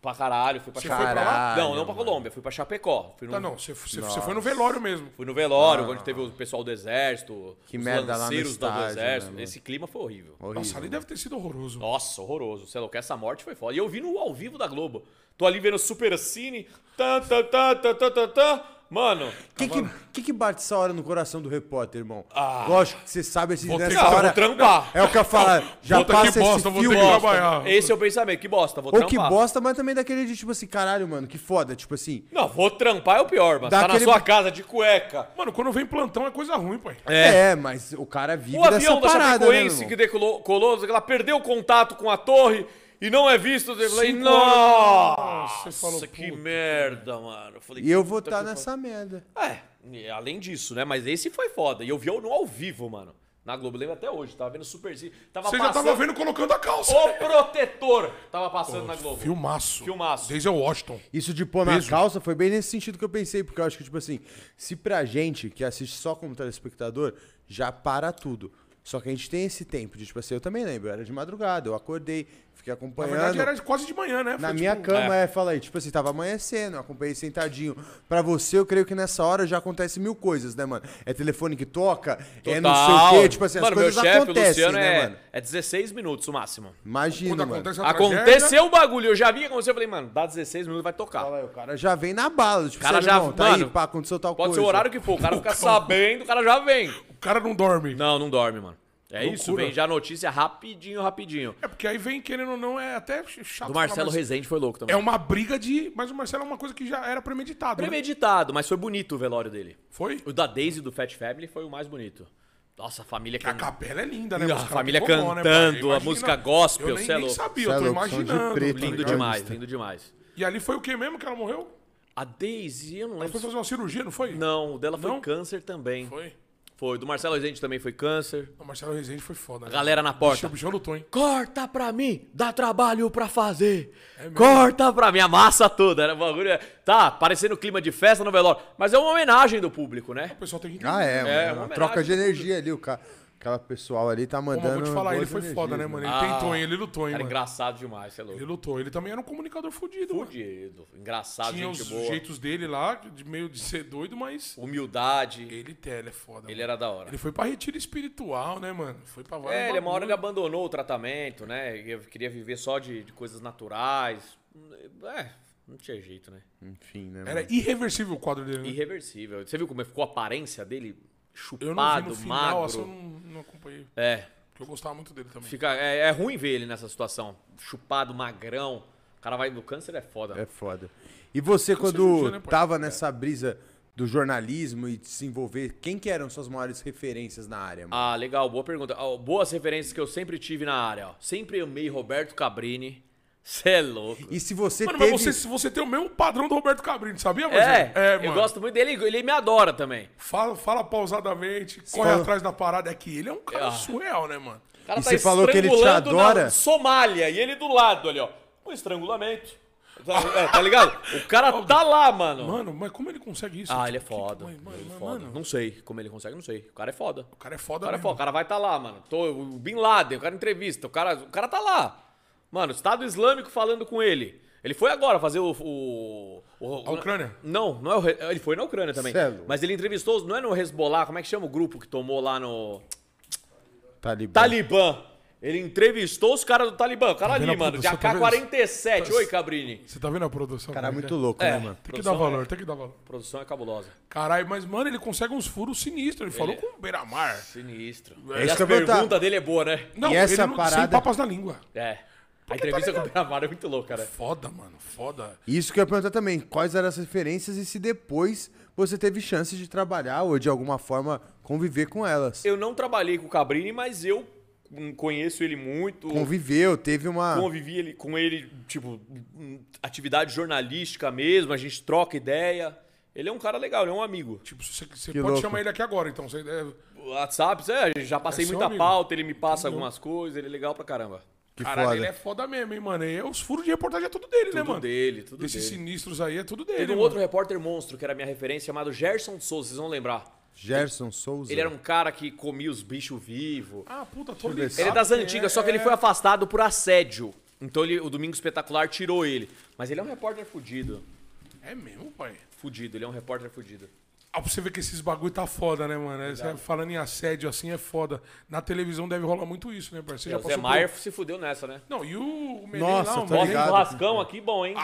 [SPEAKER 3] Pra caralho, fui pra
[SPEAKER 1] Você
[SPEAKER 3] Chapecó.
[SPEAKER 1] foi pra lá?
[SPEAKER 3] Não, não pra Colômbia, fui pra Chapecó. Fui no,
[SPEAKER 1] Tá, não. Você, você, você foi no velório mesmo.
[SPEAKER 3] Fui no velório, onde teve o pessoal do exército,
[SPEAKER 2] Que
[SPEAKER 3] os
[SPEAKER 2] merda lá no
[SPEAKER 3] lanceiros do
[SPEAKER 2] estádio,
[SPEAKER 3] exército.
[SPEAKER 2] né, mano?
[SPEAKER 3] Esse clima foi horrível.
[SPEAKER 1] Nossa, ali deve ter sido horroroso.
[SPEAKER 3] Nossa, horroroso. Sei lá, o que essa morte foi foda. E eu vi no ao vivo da Globo. Tô ali vendo Super Cine. Tan, tan, tan, tan, tan, tan, tan. Mano,
[SPEAKER 2] O que, que, que que bate essa hora no coração do repórter, irmão? Lógico que você sabe esse,
[SPEAKER 1] Ah. Vou ter
[SPEAKER 2] nessa
[SPEAKER 1] que-
[SPEAKER 3] não,
[SPEAKER 2] hora.
[SPEAKER 3] vou trampar.
[SPEAKER 2] É o que eu falo. Já
[SPEAKER 1] Puta
[SPEAKER 2] passa
[SPEAKER 1] que bosta,
[SPEAKER 2] esse
[SPEAKER 1] vou
[SPEAKER 2] fio.
[SPEAKER 1] ter que
[SPEAKER 2] ó.
[SPEAKER 1] trabalhar.
[SPEAKER 3] Esse é o pensamento. Que bosta, vou
[SPEAKER 2] Ou que
[SPEAKER 3] trampar.
[SPEAKER 2] bosta, mas também daquele de tipo assim, caralho, mano, que foda. Tipo assim.
[SPEAKER 3] Não, vou trampar é o pior, mas
[SPEAKER 2] Dá
[SPEAKER 3] tá
[SPEAKER 2] aquele-
[SPEAKER 3] na sua casa de cueca.
[SPEAKER 1] Mano, quando vem plantão é coisa ruim, pai.
[SPEAKER 2] É, mas o cara vive
[SPEAKER 3] O
[SPEAKER 2] dessa
[SPEAKER 3] avião da
[SPEAKER 2] parada, né,
[SPEAKER 3] Chapecoense
[SPEAKER 2] irmão?
[SPEAKER 3] que decolou, colou, ela perdeu o contato com a torre e não é visto. Eu falei,
[SPEAKER 1] Cinco
[SPEAKER 2] né?"
[SPEAKER 1] horas-
[SPEAKER 3] nossa,
[SPEAKER 1] Você falou,
[SPEAKER 3] que
[SPEAKER 1] puta.
[SPEAKER 3] merda, mano. Eu falei,
[SPEAKER 2] E eu vou tá
[SPEAKER 3] puta
[SPEAKER 2] estar
[SPEAKER 3] que
[SPEAKER 2] nessa merda.
[SPEAKER 3] pa- É, e além disso, né? Mas esse foi foda. E eu vi no ao vivo, mano. Na Globo, lembro até hoje. Tava vendo Super Z. Tava
[SPEAKER 1] Você já
[SPEAKER 3] passando...
[SPEAKER 1] tava vendo colocando a calça.
[SPEAKER 3] O Protetor tava passando na Globo.
[SPEAKER 1] Filmaço.
[SPEAKER 3] Filmaço.
[SPEAKER 1] Desde o Washington.
[SPEAKER 2] Isso de pôr na
[SPEAKER 1] Peso.
[SPEAKER 2] calça foi bem nesse sentido que eu pensei, porque eu acho que, tipo assim, se pra gente que assiste só como telespectador, já para tudo. Só que a gente tem esse tempo de, tipo assim, eu também lembro, era de madrugada, eu acordei, fiquei
[SPEAKER 1] Na
[SPEAKER 2] acompanhando.
[SPEAKER 1] verdade, era quase de manhã, né?
[SPEAKER 2] Na
[SPEAKER 1] Foi,
[SPEAKER 2] minha
[SPEAKER 1] tipo,
[SPEAKER 2] cama, é. fala aí, tipo assim, tava amanhecendo, eu acompanhei sentadinho. Pra você, eu creio que nessa hora já acontece mil coisas, né, mano? É telefone que toca, é não sei o quê, tipo assim,
[SPEAKER 3] mano,
[SPEAKER 2] as coisas
[SPEAKER 3] meu chefe, o
[SPEAKER 2] acontecem,
[SPEAKER 3] Luciano,
[SPEAKER 2] né,
[SPEAKER 3] é,
[SPEAKER 2] mano?
[SPEAKER 3] é 16 minutos o máximo.
[SPEAKER 1] Quando
[SPEAKER 2] Imagina, mano.
[SPEAKER 1] acontece a tragédia,
[SPEAKER 3] Aconteceu o bagulho, eu já vi acontecer, eu falei, mano, dá 16 minutos, vai tocar.
[SPEAKER 2] Fala aí, o cara já vem na bala, tipo,
[SPEAKER 3] O cara
[SPEAKER 2] você,
[SPEAKER 3] já-
[SPEAKER 2] irmão, tá aí,
[SPEAKER 3] mano,
[SPEAKER 2] pá, aconteceu tal
[SPEAKER 3] Pode
[SPEAKER 2] coisa.
[SPEAKER 3] ser o horário que for, o cara fica sabendo, o cara já vem.
[SPEAKER 1] O cara não dorme.
[SPEAKER 3] Não, não dorme, mano. É isso,
[SPEAKER 1] Loucura.
[SPEAKER 3] vem já a notícia rapidinho, rapidinho.
[SPEAKER 1] É porque aí vem, querendo ou não, é até chato.
[SPEAKER 3] Do
[SPEAKER 1] falar,
[SPEAKER 3] Marcelo
[SPEAKER 1] mas
[SPEAKER 3] Rezende foi louco também.
[SPEAKER 1] É uma briga de. Mas o Marcelo é uma coisa que já era premeditado. né?
[SPEAKER 3] Premeditado, mas foi bonito o velório dele.
[SPEAKER 1] Foi?
[SPEAKER 3] O da Daisy do Fat Family foi o mais bonito. Nossa, a família
[SPEAKER 1] Que a
[SPEAKER 3] cantando.
[SPEAKER 1] capela é linda, né?
[SPEAKER 3] E a
[SPEAKER 1] Os caras
[SPEAKER 3] família
[SPEAKER 1] têm forró, né, pai?
[SPEAKER 3] cantando, a
[SPEAKER 1] Imagina.
[SPEAKER 3] música gospel,
[SPEAKER 1] Eu nem,
[SPEAKER 3] cê é
[SPEAKER 1] nem
[SPEAKER 3] louco.
[SPEAKER 1] sabia,
[SPEAKER 2] Cê é
[SPEAKER 1] eu tô
[SPEAKER 2] louco, som de
[SPEAKER 1] imaginando.
[SPEAKER 2] preto,
[SPEAKER 1] tá
[SPEAKER 3] Lindo
[SPEAKER 1] ligado?
[SPEAKER 3] demais, lindo demais.
[SPEAKER 1] E ali foi o que mesmo que ela morreu?
[SPEAKER 3] A Daisy, eu não
[SPEAKER 1] Ela foi
[SPEAKER 3] lembro.
[SPEAKER 1] fazer uma cirurgia, não foi?
[SPEAKER 3] Não, o dela foi
[SPEAKER 1] Não?
[SPEAKER 3] câncer também. Foi.
[SPEAKER 1] Foi?
[SPEAKER 3] Do Marcelo Rezende também foi câncer.
[SPEAKER 1] O Marcelo Rezende foi foda. né?
[SPEAKER 3] Galera na
[SPEAKER 1] O bicho-
[SPEAKER 3] porta.
[SPEAKER 1] O bichão lutou, hein?
[SPEAKER 3] Corta pra mim, dá trabalho pra fazer.
[SPEAKER 1] É
[SPEAKER 3] Corta pra mim, a massa toda. Era um bagulho. é- Tá, parecendo clima de festa no velório. Mas é uma homenagem do público, né?
[SPEAKER 1] O pessoal tem que entender.
[SPEAKER 2] Ah, é, mano,
[SPEAKER 3] É,
[SPEAKER 2] é
[SPEAKER 3] uma
[SPEAKER 2] uma
[SPEAKER 3] homenagem
[SPEAKER 2] troca de
[SPEAKER 3] pro
[SPEAKER 2] energia ali, o cara. Aquela pessoal ali tá
[SPEAKER 1] Pô, mas
[SPEAKER 2] mandando.
[SPEAKER 1] vou te falar, ele
[SPEAKER 2] boas
[SPEAKER 1] foi
[SPEAKER 2] energias,
[SPEAKER 1] foda, né, mano? Ele
[SPEAKER 3] Ah,
[SPEAKER 1] tentou, hein? Ele lutou, hein,
[SPEAKER 3] Era
[SPEAKER 1] mano?
[SPEAKER 3] engraçado demais, você é
[SPEAKER 1] Ele
[SPEAKER 3] louco.
[SPEAKER 1] lutou. Ele também era um comunicador fudido, mano.
[SPEAKER 3] Fudido. Engraçado,
[SPEAKER 1] Tinha os
[SPEAKER 3] gente boa.
[SPEAKER 1] jeitos dele lá, de meio de ser doido, mas...
[SPEAKER 3] Humildade.
[SPEAKER 1] Ele, tem, ele é foda.
[SPEAKER 3] Ele
[SPEAKER 1] mano.
[SPEAKER 3] era da hora.
[SPEAKER 1] Ele foi pra retiro espiritual, né, mano? Foi pra vários
[SPEAKER 3] É, ele, uma hora ele
[SPEAKER 1] bagulho.
[SPEAKER 3] abandonou o tratamento, né? Eu queria viver só de, de coisas naturais. É, não tinha jeito, né?
[SPEAKER 2] Enfim, né?
[SPEAKER 1] Era irreversível o quadro dele, né?
[SPEAKER 3] Irreversível. Você viu como ficou a aparência dele? Chupado,
[SPEAKER 1] Eu não vi no final,
[SPEAKER 3] magro.
[SPEAKER 1] assim, eu não, não acompanhei.
[SPEAKER 3] É,
[SPEAKER 1] Porque eu gostava muito dele também.
[SPEAKER 3] fica, é, é ruim ver ele nessa situação. Chupado, magrão. O cara vai no câncer, é foda.
[SPEAKER 2] É foda. E você,
[SPEAKER 1] hoje
[SPEAKER 2] quando
[SPEAKER 1] em dia, né, pô?
[SPEAKER 2] tava nessa brisa do jornalismo e de se envolver, quem que eram suas maiores referências na área, mano?
[SPEAKER 3] Ah, legal, boa pergunta. Ó, boas referências que eu sempre tive na área. Ó. Sempre amei Roberto Cabrini. Cê é louco.
[SPEAKER 2] E se você
[SPEAKER 1] Ah, Mano,
[SPEAKER 2] teve.
[SPEAKER 1] mas você, você tem o mesmo padrão do Roberto Cabrini, sabia,
[SPEAKER 3] É,
[SPEAKER 1] Marcelo?
[SPEAKER 3] eu gosto muito dele, ele me adora também.
[SPEAKER 1] Fala, fala pausadamente, corre
[SPEAKER 2] fala-
[SPEAKER 1] atrás da parada. É que ele é um
[SPEAKER 3] Ah.
[SPEAKER 1] cara surreal, né, mano?
[SPEAKER 3] O cara tá
[SPEAKER 2] E você falou que ele te
[SPEAKER 3] estrangulando
[SPEAKER 2] adora?
[SPEAKER 3] Na Somália, e ele do lado ali, ó. Um estrangulamento. Tá, é, tá ligado? O cara tá lá, mano.
[SPEAKER 1] Mano, mas como ele consegue isso?
[SPEAKER 3] ah, ele é
[SPEAKER 1] Tipo, que-
[SPEAKER 3] foda.
[SPEAKER 1] mano, mano,
[SPEAKER 3] ele é
[SPEAKER 1] mano,
[SPEAKER 3] foda.
[SPEAKER 1] mano,
[SPEAKER 3] Não sei como ele consegue, não sei. O cara é foda.
[SPEAKER 1] o
[SPEAKER 3] O
[SPEAKER 1] cara é foda,
[SPEAKER 3] cara é
[SPEAKER 1] mesmo.
[SPEAKER 3] foda. O cara vai tá lá, mano. Tô, o Bin Laden, o cara entrevista. O cara, o cara tá lá. Mano, Estado Islâmico falando com ele. Ele foi agora fazer o. o, o-
[SPEAKER 1] A Ucrânia?
[SPEAKER 3] Não, não é o. Re- Ele foi na Ucrânia também.
[SPEAKER 2] Cê é louco.
[SPEAKER 3] Mas ele entrevistou. os- Não é no Hezbollah, como é que chama o grupo que tomou lá no.
[SPEAKER 2] Talibã.
[SPEAKER 1] tá
[SPEAKER 3] Talibã. Ele entrevistou os caras do Talibã. O cara
[SPEAKER 1] vendo
[SPEAKER 3] ali,
[SPEAKER 1] a
[SPEAKER 3] mano, de
[SPEAKER 1] produção, tá vendo?
[SPEAKER 3] AK-47. Oi, Cabrini.
[SPEAKER 1] Você tá vendo a produção?
[SPEAKER 2] Cara, é
[SPEAKER 1] como que
[SPEAKER 2] muito louco,
[SPEAKER 3] É.
[SPEAKER 2] né,
[SPEAKER 1] Tem que
[SPEAKER 2] mano?
[SPEAKER 1] dar
[SPEAKER 3] Produção,
[SPEAKER 1] valor, tem que dar valor.
[SPEAKER 3] A produção é cabulosa.
[SPEAKER 1] Caralho, mas, mano, ele consegue uns furos sinistros. Ele, falou com o Beiramar. É
[SPEAKER 3] Sinistro.
[SPEAKER 2] isso
[SPEAKER 3] E a
[SPEAKER 2] que eu ia perguntar.
[SPEAKER 3] pergunta dele é boa, né?
[SPEAKER 1] Não,
[SPEAKER 2] E essa
[SPEAKER 1] ele não, sem
[SPEAKER 2] parada-
[SPEAKER 1] papas na língua.
[SPEAKER 3] É. A entrevista com o Bernardo é muito louca, cara.
[SPEAKER 1] Foda, mano, foda.
[SPEAKER 2] Isso que eu ia perguntar também, quais eram as referências e se depois você teve chance de trabalhar ou de alguma forma conviver com elas.
[SPEAKER 3] Eu não trabalhei com o Cabrini, mas eu hum, conheço ele muito.
[SPEAKER 2] Conviveu, teve uma...
[SPEAKER 3] Convivi ele, com ele, tipo, hum, atividade jornalística mesmo, a gente troca ideia. Ele é um cara legal, ele é um amigo.
[SPEAKER 1] Tipo, você, você
[SPEAKER 2] Que
[SPEAKER 1] pode
[SPEAKER 2] louco.
[SPEAKER 1] chamar ele aqui agora, então. Você, é,
[SPEAKER 3] WhatsApp, é, já passei
[SPEAKER 1] É seu
[SPEAKER 3] muita
[SPEAKER 1] amigo.
[SPEAKER 3] pauta, ele me passa algumas coisas, ele é legal pra caramba.
[SPEAKER 2] Que
[SPEAKER 1] caralho,
[SPEAKER 2] foda.
[SPEAKER 1] ele é foda mesmo, hein, mano. E os furos de reportagem é tudo dele, né,
[SPEAKER 3] Tudo
[SPEAKER 1] mano?
[SPEAKER 3] dele, tudo
[SPEAKER 1] Desses
[SPEAKER 3] dele.
[SPEAKER 1] sinistros aí é tudo dele.
[SPEAKER 3] Teve um
[SPEAKER 1] mano.
[SPEAKER 3] outro repórter monstro, que era minha referência, chamado Gerson Souza, vocês vão lembrar.
[SPEAKER 2] Gerson Souza.
[SPEAKER 3] Ele era um cara que comia os bichos vivos.
[SPEAKER 1] Ah, puta, tô
[SPEAKER 2] ver
[SPEAKER 1] ligado.
[SPEAKER 2] se-
[SPEAKER 3] Ele é das antigas, só que ele foi afastado por assédio. Então ele- o Domingo Espetacular tirou ele. Mas ele é um repórter fudido.
[SPEAKER 1] É mesmo, pai.
[SPEAKER 3] Fudido, ele é um repórter fudido.
[SPEAKER 1] Ah, pra você ver que esses bagulho tá foda, né, mano? Essa- falando em assédio assim é foda. Na televisão deve rolar muito isso, né, parceiro?
[SPEAKER 3] É, o Zé Maier se fudeu nessa, né?
[SPEAKER 1] Não, e o Melém
[SPEAKER 2] Nossa,
[SPEAKER 1] lá, o
[SPEAKER 2] tá
[SPEAKER 1] Melém.
[SPEAKER 2] ligado. Ah.
[SPEAKER 3] um lascão aqui bom, hein?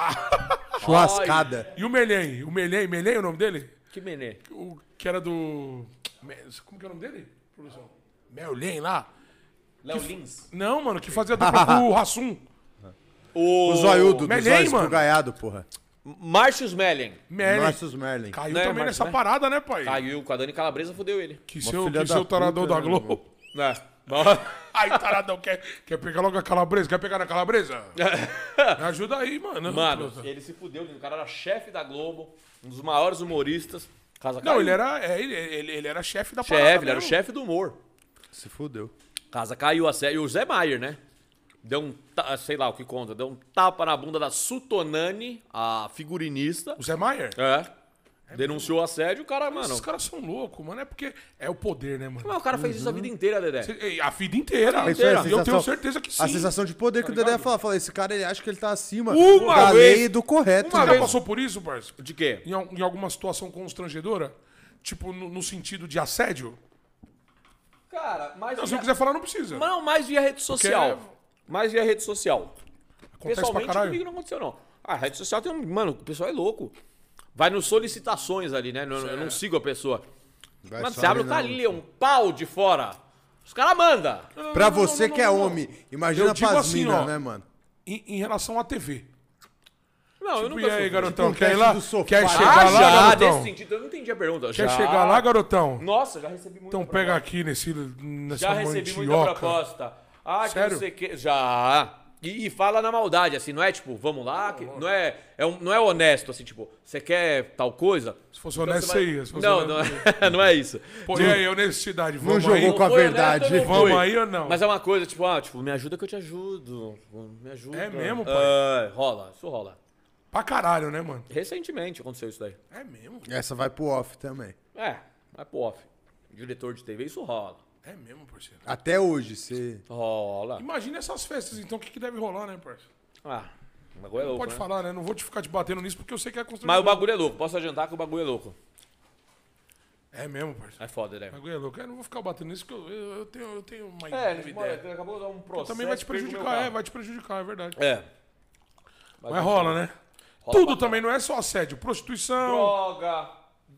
[SPEAKER 2] Churrascada.
[SPEAKER 1] E o Melém? O Melém, Melém é o nome dele?
[SPEAKER 3] Que menê.
[SPEAKER 1] O que era do... Me- Como que é o nome dele, produção? Melém lá?
[SPEAKER 3] Léo Lins.
[SPEAKER 1] Não, mano, que fazia dupla com o Rassum.
[SPEAKER 2] O zoiudo dos
[SPEAKER 1] Melém,
[SPEAKER 2] olhos
[SPEAKER 1] mano.
[SPEAKER 2] bugaiado, porra.
[SPEAKER 3] Márcio Smelling.
[SPEAKER 1] Merlin.
[SPEAKER 2] Versus Merlin.
[SPEAKER 1] Caiu
[SPEAKER 3] Né,
[SPEAKER 1] também
[SPEAKER 3] Marcos,
[SPEAKER 1] nessa
[SPEAKER 3] né?
[SPEAKER 1] parada, né, pai?
[SPEAKER 3] Caiu com a Dani Calabresa, fudeu ele.
[SPEAKER 1] Que
[SPEAKER 2] Uma
[SPEAKER 1] seu,
[SPEAKER 2] filha
[SPEAKER 1] que
[SPEAKER 2] da
[SPEAKER 1] seu taradão
[SPEAKER 2] puta,
[SPEAKER 1] da
[SPEAKER 2] né,
[SPEAKER 1] Globo.
[SPEAKER 3] Né?
[SPEAKER 1] Ai, taradão, quer, quer pegar logo a calabresa? Quer pegar na calabresa? Me ajuda aí, mano.
[SPEAKER 3] Mano, ele se fudeu, o cara era chefe da Globo, um dos maiores humoristas. Casa
[SPEAKER 1] Não,
[SPEAKER 3] caiu.
[SPEAKER 1] ele era, é, ele, ele, ele era chefe da parada.
[SPEAKER 3] chefe, ele era o
[SPEAKER 1] mesmo.
[SPEAKER 3] chefe do humor.
[SPEAKER 2] Se fudeu.
[SPEAKER 3] Casa caiu a série. E o Zé Maier, né? Deu um. ta- Sei lá o que conta. Deu um tapa na bunda da Sutonani, a figurinista.
[SPEAKER 1] O Zé Maier?
[SPEAKER 3] É. Denunciou assédio, o cara, mano.
[SPEAKER 1] Esses caras são loucos, mano. É porque é o poder, né, mano?
[SPEAKER 3] Mas o cara fez isso a vida inteira, Dedé.
[SPEAKER 1] Cê- A vida inteira.
[SPEAKER 3] Isso é a
[SPEAKER 1] E eu tenho certeza que sim. Tá
[SPEAKER 2] A sensação de poder que o Dedé
[SPEAKER 1] ligado?
[SPEAKER 2] fala, fala, esse cara ele acha que ele tá acima
[SPEAKER 3] Uma
[SPEAKER 2] da
[SPEAKER 3] vez-
[SPEAKER 2] lei e do correto. né,
[SPEAKER 1] Você já
[SPEAKER 2] mano.
[SPEAKER 1] passou por isso, parceiro?
[SPEAKER 3] De quê?
[SPEAKER 1] Em, al- em alguma situação constrangedora? Tipo, no, no sentido de assédio?
[SPEAKER 3] Cara, mas.
[SPEAKER 1] Não, se não quiser falar, não precisa.
[SPEAKER 3] Não, mais via rede social.
[SPEAKER 1] Porque-
[SPEAKER 3] Mais via rede social.
[SPEAKER 1] Acontece pra
[SPEAKER 3] Pessoalmente
[SPEAKER 1] caralho.
[SPEAKER 3] comigo não aconteceu, não. A rede social tem um. Mano, o pessoal é louco. Vai nos solicitações ali, né? Eu, eu não sigo a pessoa.
[SPEAKER 2] Vai
[SPEAKER 3] Mano,
[SPEAKER 2] só
[SPEAKER 3] você abre o
[SPEAKER 2] ali
[SPEAKER 3] tá
[SPEAKER 2] na-
[SPEAKER 3] ali, é um pau de fora. Os caras mandam.
[SPEAKER 2] Pra você que é homem, imagina
[SPEAKER 1] Eu digo
[SPEAKER 2] pras
[SPEAKER 1] assim,
[SPEAKER 2] minas,
[SPEAKER 1] ó.
[SPEAKER 2] né, mano?
[SPEAKER 1] Em, em relação à TV.
[SPEAKER 3] Não, eu nunca
[SPEAKER 1] e aí,
[SPEAKER 3] sofri.
[SPEAKER 1] garotão,
[SPEAKER 2] Tipo um
[SPEAKER 1] quer ir
[SPEAKER 2] teste
[SPEAKER 1] lá?
[SPEAKER 2] do sofá.
[SPEAKER 1] Quer chegar
[SPEAKER 3] Ah,
[SPEAKER 1] lá,
[SPEAKER 3] já,
[SPEAKER 1] garotão?
[SPEAKER 3] nesse sentido. Eu não entendi a pergunta.
[SPEAKER 1] Quer
[SPEAKER 3] já.
[SPEAKER 1] chegar lá, garotão?
[SPEAKER 3] Nossa, já recebi muito.
[SPEAKER 1] Então pega aqui nesse, nessa
[SPEAKER 3] Já recebi muita
[SPEAKER 1] mandioca.
[SPEAKER 3] proposta. Ah, que
[SPEAKER 1] Sério?
[SPEAKER 3] não sei o que. Já. E, e fala na maldade, assim, não é tipo, vamos lá, que- não, é, é um- não é honesto, assim, tipo, você quer tal coisa?
[SPEAKER 1] Se fosse honesto,
[SPEAKER 3] Então Você vai-
[SPEAKER 1] você ia. Se fosse
[SPEAKER 3] Não,
[SPEAKER 1] honesto-
[SPEAKER 3] não é, não é isso.
[SPEAKER 1] Pô, e aí, honestidade, vamos
[SPEAKER 2] jogou
[SPEAKER 1] aí.
[SPEAKER 2] com a
[SPEAKER 3] Foi honesto
[SPEAKER 2] verdade.
[SPEAKER 3] ou não
[SPEAKER 1] Vamos
[SPEAKER 3] foi?
[SPEAKER 1] aí ou não?
[SPEAKER 3] Mas é uma coisa, tipo, ah, tipo, me ajuda que eu te ajudo. Me ajuda.
[SPEAKER 1] É mesmo, pai?
[SPEAKER 3] É, rola, isso rola.
[SPEAKER 1] Pra caralho, né, mano?
[SPEAKER 3] Recentemente aconteceu isso daí.
[SPEAKER 1] É mesmo,
[SPEAKER 2] Essa vai pro off também.
[SPEAKER 3] É, vai pro off. Diretor de TV, isso rola.
[SPEAKER 1] é mesmo, parceiro.
[SPEAKER 2] Até hoje, você...
[SPEAKER 3] Rola.
[SPEAKER 1] Imagina essas festas, então, o que, que deve rolar, né, parceiro?
[SPEAKER 3] Ah, o bagulho é louco.
[SPEAKER 1] Pode
[SPEAKER 3] né?
[SPEAKER 1] falar, né? Não vou te ficar te batendo nisso porque eu sei que é construído.
[SPEAKER 3] Mas o bagulho é louco, posso adiantar que o bagulho é louco.
[SPEAKER 1] É mesmo, parceiro.
[SPEAKER 3] É foda, né?
[SPEAKER 1] O bagulho é louco. Eu não vou ficar batendo nisso porque eu, eu, eu tenho, eu tenho uma
[SPEAKER 3] É,
[SPEAKER 1] breve
[SPEAKER 3] mano,
[SPEAKER 1] ideia.
[SPEAKER 3] acabou de dar um processo.
[SPEAKER 1] Também vai te
[SPEAKER 3] perco meu
[SPEAKER 1] prejudicar, é,
[SPEAKER 3] carro.
[SPEAKER 1] vai te prejudicar, é verdade.
[SPEAKER 3] É.
[SPEAKER 1] Mas rola, né?
[SPEAKER 3] Rola
[SPEAKER 1] Tudo
[SPEAKER 3] pra
[SPEAKER 1] também, não é só assédio. Prostituição.
[SPEAKER 3] Droga,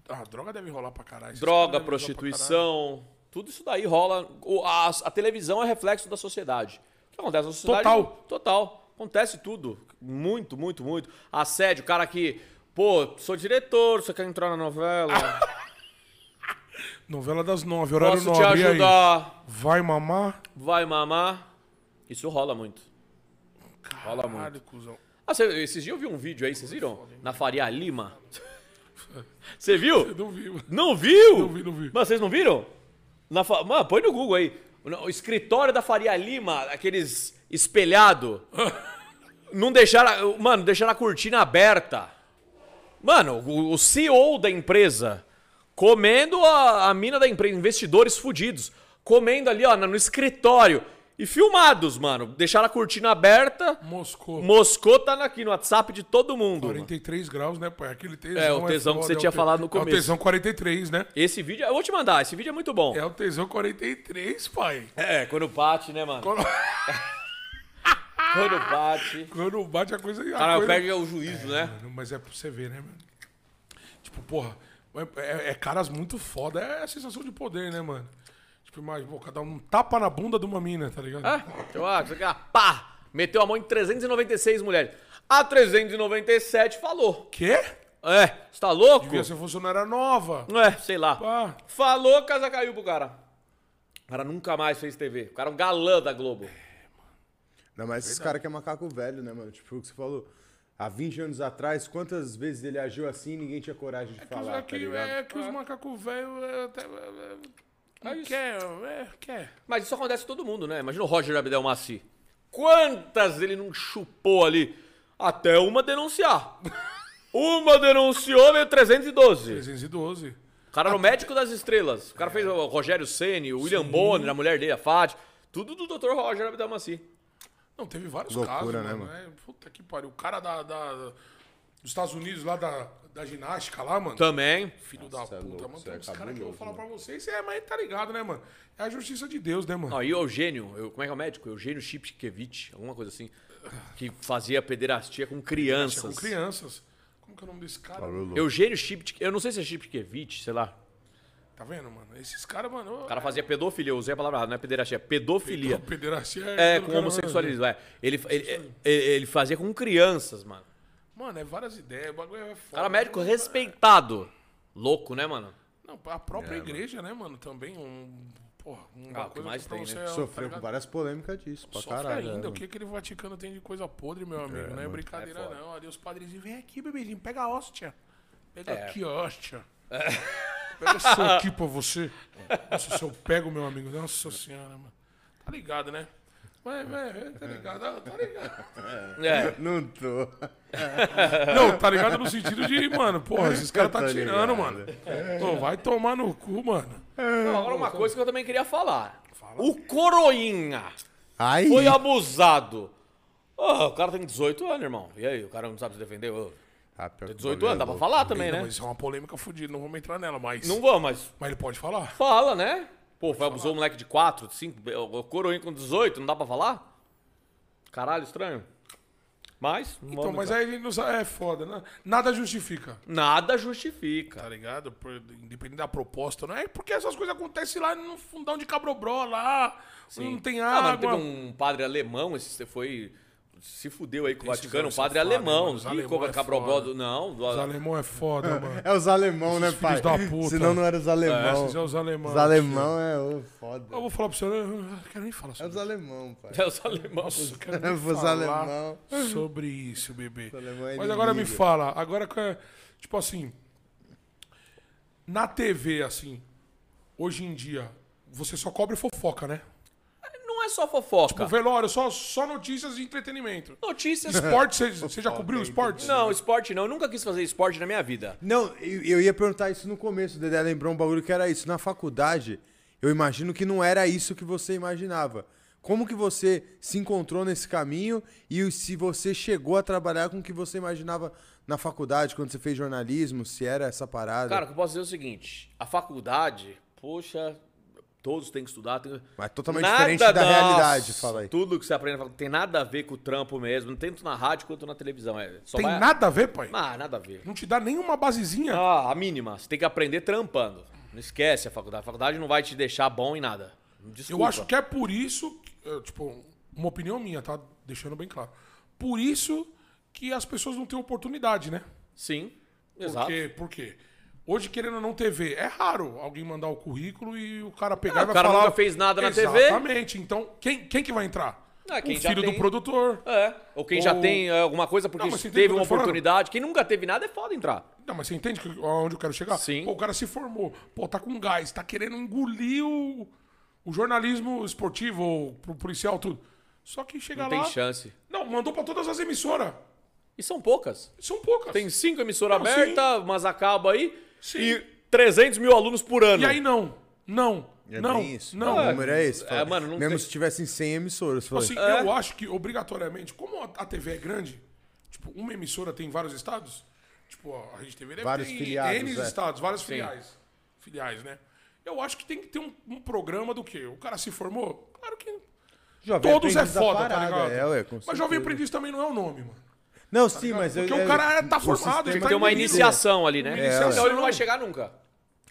[SPEAKER 1] Ah, droga deve rolar pra caralho. Esses
[SPEAKER 3] droga,
[SPEAKER 1] caras devem rolar pra
[SPEAKER 3] prostituição. Tudo isso daí rola. O- A, a televisão é reflexo da sociedade. O que acontece na sociedade?
[SPEAKER 1] Total.
[SPEAKER 3] Total. Acontece tudo. Muito, muito, muito. Assédio, o cara que. Pô, sou diretor, você quer entrar na novela?
[SPEAKER 1] caralho. Novela das nove, horário
[SPEAKER 3] Posso te
[SPEAKER 1] nove. e aí?
[SPEAKER 3] ajudar?
[SPEAKER 1] Vai mamar?
[SPEAKER 3] Vai mamar? Isso rola muito.
[SPEAKER 1] Fala muito. Cuzão.
[SPEAKER 3] Ah, cê- esses dias eu vi um vídeo aí, vocês viram? Na Faria Lima. Você viu?
[SPEAKER 1] Eu não vi, mano.
[SPEAKER 3] Não viu?
[SPEAKER 1] Não vi, não vi.
[SPEAKER 3] Mas vocês não viram? Na fa- Mano, põe no Google aí. O escritório da Faria Lima, aqueles espelhado. não deixaram. a- Mano, deixaram a cortina aberta. Mano, o, o CEO da empresa comendo a, a mina da empresa, investidores fudidos, comendo ali, ó, no, no escritório. E e filmados, mano. Deixaram a cortina aberta.
[SPEAKER 1] Moscou.
[SPEAKER 3] Moscou tá aqui no WhatsApp de todo mundo. mano.
[SPEAKER 1] 43 graus, né, pai? Aquele tesão.
[SPEAKER 3] É, o tesão que
[SPEAKER 1] foda,
[SPEAKER 3] você
[SPEAKER 1] é o
[SPEAKER 3] tinha
[SPEAKER 1] te-
[SPEAKER 3] falado no
[SPEAKER 1] É
[SPEAKER 3] começo.
[SPEAKER 1] o tesão 43, né?
[SPEAKER 3] Esse vídeo, eu vou te mandar, esse vídeo é muito bom.
[SPEAKER 1] É o tesão 43, pai.
[SPEAKER 3] É, quando bate, né, mano?
[SPEAKER 1] Quando,
[SPEAKER 3] Quando bate.
[SPEAKER 1] quando bate a coisa. A
[SPEAKER 3] Cara,
[SPEAKER 1] coisa...
[SPEAKER 3] Ah, perde o juízo, né?
[SPEAKER 1] Mano, mas é pra você ver, né, mano? Tipo, porra, é, é caras muito foda. É a sensação de poder, né, mano? Tipo, imagina, pô, cada um tapa na bunda de uma mina, tá ligado?
[SPEAKER 3] Ah, eu acho que, ah, pá, meteu a mão em 396 mulheres. A 397 falou.
[SPEAKER 1] Quê?
[SPEAKER 3] É, você tá louco?
[SPEAKER 1] Devia ser funcionária nova.
[SPEAKER 3] É, sei lá.
[SPEAKER 1] Pá.
[SPEAKER 3] Falou, casa caiu pro cara. O cara nunca mais fez TV. O cara é um galã da Globo.
[SPEAKER 2] Ainda mais esse cara que é macaco velho, né, mano? Tipo, o que você falou. Há 20 anos atrás, quantas vezes ele agiu assim e ninguém tinha coragem de
[SPEAKER 1] Que os-
[SPEAKER 2] falar,
[SPEAKER 1] é
[SPEAKER 2] tá
[SPEAKER 1] que,
[SPEAKER 2] ligado?
[SPEAKER 1] é que
[SPEAKER 3] Ah.
[SPEAKER 1] os macacos velhos. é, até- é, é, não Quer, é, quer.
[SPEAKER 3] Mas isso acontece com todo mundo, né? Imagina o Roger Abdel Maci. Quantas ele não chupou ali? Até uma denunciar. Uma denunciou, veio 312.
[SPEAKER 1] 312.
[SPEAKER 3] O cara era o médico das estrelas. O cara fez o Rogério Ceni, o William Bonner, a mulher dele, a Fátima. Tudo do Dr. Roger Abdel Maci.
[SPEAKER 1] Não, teve vários
[SPEAKER 2] Loucura,
[SPEAKER 1] casos,
[SPEAKER 2] né,
[SPEAKER 1] né, mano? É, puta que pariu. O cara da, da- dos Estados Unidos lá da, da ginástica lá,
[SPEAKER 3] Tá.
[SPEAKER 1] mano.
[SPEAKER 3] Também.
[SPEAKER 1] Filho
[SPEAKER 2] Nossa,
[SPEAKER 1] da
[SPEAKER 2] é
[SPEAKER 1] puta,
[SPEAKER 2] louco,
[SPEAKER 1] mano.
[SPEAKER 2] isso
[SPEAKER 1] Tem
[SPEAKER 2] é
[SPEAKER 1] uns caras que eu vou
[SPEAKER 2] cabuloso,
[SPEAKER 1] falar pra vocês. É, mas tá ligado, né, mano? É a justiça de Deus, né, mano?
[SPEAKER 3] Não, e o Eugênio, eu- como é que é o médico? Eugênio Shipkevich, alguma coisa assim, que fazia pederastia com
[SPEAKER 1] É
[SPEAKER 3] crianças.
[SPEAKER 1] com crianças. Como que é o nome desse cara?
[SPEAKER 3] Eugênio Shipk, eu não sei se é Shipkevich, sei lá.
[SPEAKER 1] Tá vendo, mano? Esses caras, mano.
[SPEAKER 3] O cara fazia pedofilia, eu usei a palavra errada, não é pederastia, é pedofilia.
[SPEAKER 1] Pederastia
[SPEAKER 3] É,
[SPEAKER 1] aquilo
[SPEAKER 3] com
[SPEAKER 1] que eu não-
[SPEAKER 3] homossexualismo, é. Ele, ele, ele- ele fazia com crianças, mano.
[SPEAKER 1] Mano, é várias ideias. O bagulho é
[SPEAKER 3] O
[SPEAKER 1] foda.
[SPEAKER 3] cara médico respeitado. Louco, né, mano?
[SPEAKER 1] Não, a própria igreja, né, mano? Também um. Porra, uma
[SPEAKER 3] Ah, o que
[SPEAKER 1] coisa
[SPEAKER 3] mais
[SPEAKER 1] pra
[SPEAKER 3] tem,
[SPEAKER 1] você
[SPEAKER 3] né?
[SPEAKER 1] é-
[SPEAKER 2] Sofreu
[SPEAKER 1] tá
[SPEAKER 2] com
[SPEAKER 1] ligado?
[SPEAKER 2] várias polêmicas disso, pra
[SPEAKER 1] Sofre
[SPEAKER 2] caralho.
[SPEAKER 1] ainda.
[SPEAKER 2] né,
[SPEAKER 1] O que aquele Vaticano tem de coisa podre, meu amigo? não é brincadeira, não. Ali os padrezinhos, vem aqui, bebezinho, pega a hóstia. Pega
[SPEAKER 3] É.
[SPEAKER 1] aqui a hóstia. Pega isso aqui pra você. Nossa, se eu pego, meu amigo, nossa senhora, mano. Tá ligado, né? Mas, velho, tá ligado, ah, tá ligado.
[SPEAKER 3] É.
[SPEAKER 2] mano? Não tô.
[SPEAKER 1] Não, tá ligado no sentido de, mano, porra, esses caras tá
[SPEAKER 2] Tá
[SPEAKER 1] tirando,
[SPEAKER 2] ligado.
[SPEAKER 1] mano. Pô, vai tomar no cu, mano.
[SPEAKER 3] Não, agora uma coisa que eu também queria falar. O Coroinha
[SPEAKER 2] Aí,
[SPEAKER 3] foi abusado. Ô, o cara tem 18 anos, irmão. E aí, o cara não sabe se defender? Ô,
[SPEAKER 2] Ah, pior que
[SPEAKER 3] tem
[SPEAKER 2] o
[SPEAKER 3] 18
[SPEAKER 2] bagulho é
[SPEAKER 3] anos, dá pra
[SPEAKER 2] louco.
[SPEAKER 3] falar também,
[SPEAKER 1] Não,
[SPEAKER 3] né?
[SPEAKER 1] mas isso é uma polêmica fodida, não vamos entrar nela, mas.
[SPEAKER 3] Não vou, mas
[SPEAKER 1] Mas ele pode falar.
[SPEAKER 3] fala, né? Pô, foi abusou o moleque de 4, 5, o Coroinha com 18, não dá pra falar? Caralho, estranho. Mas,
[SPEAKER 1] Então, mas aí ele não sabe. É foda, né? Nada justifica.
[SPEAKER 3] nada justifica.
[SPEAKER 1] Tá ligado? Por- independente da proposta, não é? Porque essas coisas acontecem lá no fundão de Cabrobró, lá. Não tem
[SPEAKER 3] Ah, mano,
[SPEAKER 1] água.
[SPEAKER 3] teve um padre alemão, esse foi. Se fudeu aí com o
[SPEAKER 1] Esse
[SPEAKER 3] Vaticano, um
[SPEAKER 1] velho
[SPEAKER 3] padre
[SPEAKER 1] safado,
[SPEAKER 3] alemão.
[SPEAKER 1] mano, os
[SPEAKER 3] Ih,
[SPEAKER 1] alemão
[SPEAKER 3] como é
[SPEAKER 1] é
[SPEAKER 3] cabrobó
[SPEAKER 1] foda.
[SPEAKER 3] do. Não, do-
[SPEAKER 1] Os alemão é foda, mano.
[SPEAKER 2] É os alemão, né,
[SPEAKER 1] Esses
[SPEAKER 2] pai?
[SPEAKER 1] filhos da puta.
[SPEAKER 2] Senão não era os alemão.
[SPEAKER 1] Esses é os alemão.
[SPEAKER 2] Os alemão é ô, foda.
[SPEAKER 1] Eu vou falar pra você, eu não quero nem falar
[SPEAKER 2] É os
[SPEAKER 1] sobre
[SPEAKER 2] alemão, pai.
[SPEAKER 3] é os alemãos.
[SPEAKER 1] isso. Eu quero nem
[SPEAKER 2] Os
[SPEAKER 1] falar
[SPEAKER 2] alemão.
[SPEAKER 1] Sobre isso, bebê.
[SPEAKER 2] alemão Uhum. é
[SPEAKER 1] Mas agora me
[SPEAKER 2] inimigo.
[SPEAKER 1] fala, agora que é- tipo assim, na TV assim, hoje em dia, você só cobre fofoca, né?
[SPEAKER 3] Não é só fofoca.
[SPEAKER 1] O velório só só notícias de entretenimento.
[SPEAKER 3] Notícias.
[SPEAKER 1] Esporte, você- você já cobriu esporte?
[SPEAKER 3] Não, esporte não. Eu nunca quis fazer esporte na minha vida.
[SPEAKER 2] Não, eu, eu ia perguntar isso no começo. O Dedé lembrou um bagulho que era isso. Na faculdade, eu imagino que não era isso que você imaginava. Como que você se encontrou nesse caminho e se você chegou a trabalhar com o que você imaginava na faculdade, quando você fez jornalismo, se era essa parada.
[SPEAKER 3] Cara, o que eu posso dizer é o seguinte: a faculdade, poxa, todos têm que estudar. Tem...
[SPEAKER 2] Mas totalmente diferente da realidade, fala aí.
[SPEAKER 3] Tudo que você aprende na faculdade tem nada a ver com o trampo mesmo, tanto na rádio quanto na televisão. É, só
[SPEAKER 1] Tem
[SPEAKER 3] vai-
[SPEAKER 1] nada a ver, pai?
[SPEAKER 3] Ah, nada a ver.
[SPEAKER 1] Não te dá nenhuma basezinha?
[SPEAKER 3] Ah, a mínima. Você tem que aprender trampando. Não esquece a faculdade. A faculdade não vai te deixar bom em nada. Desculpa.
[SPEAKER 1] Eu acho que é por isso, que- eu, tipo, uma opinião minha, tá? Deixando bem claro. Por isso que as pessoas não têm oportunidade, né?
[SPEAKER 3] Sim. Exato.
[SPEAKER 1] Porque, por quê? Hoje, querendo ou não, TV, é raro alguém mandar o currículo e o cara pegar
[SPEAKER 3] Ah,
[SPEAKER 1] e vai
[SPEAKER 3] o cara
[SPEAKER 1] falar...
[SPEAKER 3] nunca fez nada na TV.
[SPEAKER 1] Exatamente. Então, quem, quem que vai entrar?
[SPEAKER 3] Ah, quem
[SPEAKER 1] o
[SPEAKER 3] já
[SPEAKER 1] filho
[SPEAKER 3] tem.
[SPEAKER 1] do produtor.
[SPEAKER 3] É. Ou quem já
[SPEAKER 1] Ou-
[SPEAKER 3] tem é, alguma coisa porque
[SPEAKER 1] Não, mas você entende
[SPEAKER 3] teve
[SPEAKER 1] o que
[SPEAKER 3] uma
[SPEAKER 1] eu tô falando?
[SPEAKER 3] oportunidade. Quem nunca teve nada é foda entrar.
[SPEAKER 1] Não, mas você entende que- aonde eu quero chegar?
[SPEAKER 3] Sim.
[SPEAKER 1] Pô, o cara se formou. Pô, tá com gás. Tá querendo engolir o, o jornalismo esportivo, ou pro policial, tudo. Só que chega
[SPEAKER 3] Não
[SPEAKER 1] Tá lá...
[SPEAKER 3] tem chance.
[SPEAKER 1] Não, mandou pra todas as emissoras.
[SPEAKER 3] E são poucas.
[SPEAKER 1] São poucas.
[SPEAKER 3] Tem cinco emissoras
[SPEAKER 1] Não, sim.
[SPEAKER 3] abertas, umas acabam aí.
[SPEAKER 1] Sim.
[SPEAKER 3] E 300 mil alunos por ano.
[SPEAKER 1] E aí não. Não.
[SPEAKER 2] É
[SPEAKER 1] Não,
[SPEAKER 2] bem isso.
[SPEAKER 1] não.
[SPEAKER 2] O número é esse.
[SPEAKER 3] É,
[SPEAKER 2] fala.
[SPEAKER 3] mano, não
[SPEAKER 2] Mesmo
[SPEAKER 3] tem-
[SPEAKER 2] se tivessem 100 emissoras.
[SPEAKER 1] Tipo
[SPEAKER 2] Falei,
[SPEAKER 1] assim,
[SPEAKER 3] É.
[SPEAKER 1] eu acho que obrigatoriamente, como a a TV é grande, tipo, uma emissora tem em vários estados, tipo, a Rede TV deve
[SPEAKER 2] Vários
[SPEAKER 1] ter em
[SPEAKER 2] filiados,
[SPEAKER 1] N
[SPEAKER 2] é.
[SPEAKER 1] estados, várias filiais. Filiais, né? Eu acho que tem que ter um, um programa do quê? O cara se formou? Claro que.
[SPEAKER 2] Jovem
[SPEAKER 1] Todos é
[SPEAKER 2] Aprendiz da
[SPEAKER 1] foda,
[SPEAKER 2] parada,
[SPEAKER 1] tá ligado?
[SPEAKER 2] É, ué, com
[SPEAKER 1] Mas Jovem
[SPEAKER 2] certeza.
[SPEAKER 1] Aprendiz também não é o nome, mano.
[SPEAKER 2] Não, sim, mas... eu-
[SPEAKER 1] Porque
[SPEAKER 2] é-
[SPEAKER 1] o cara tá formado, ele
[SPEAKER 2] sistema-
[SPEAKER 1] tá
[SPEAKER 3] Tem uma
[SPEAKER 1] em nível.
[SPEAKER 3] iniciação ali, né?
[SPEAKER 1] Uma iniciação.
[SPEAKER 3] Senão ele não vai chegar nunca.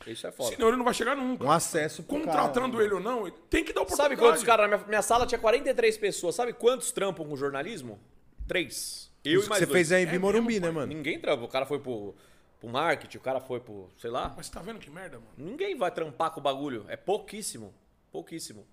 [SPEAKER 3] Isso é foda.
[SPEAKER 1] Senão ele não vai chegar nunca.
[SPEAKER 2] Um acesso pro
[SPEAKER 1] Contratando
[SPEAKER 2] cara.
[SPEAKER 1] ele ou não, ele tem que dar
[SPEAKER 3] Sabe
[SPEAKER 1] oportunidade.
[SPEAKER 3] quantos caras? Na minha, minha sala tinha 43 pessoas. Sabe quantos trampam com jornalismo? Três. Eu
[SPEAKER 2] Isso
[SPEAKER 3] e
[SPEAKER 2] que
[SPEAKER 3] mais
[SPEAKER 2] Você
[SPEAKER 3] dois.
[SPEAKER 2] fez
[SPEAKER 1] É
[SPEAKER 2] aí em Morumbi, né, mano?
[SPEAKER 3] Ninguém trampa. O cara foi pro, pro marketing, o cara foi pro, sei lá.
[SPEAKER 1] Mas tá vendo que merda, mano?
[SPEAKER 3] Ninguém vai trampar com o bagulho. É pouquíssimo. Pouquíssimo.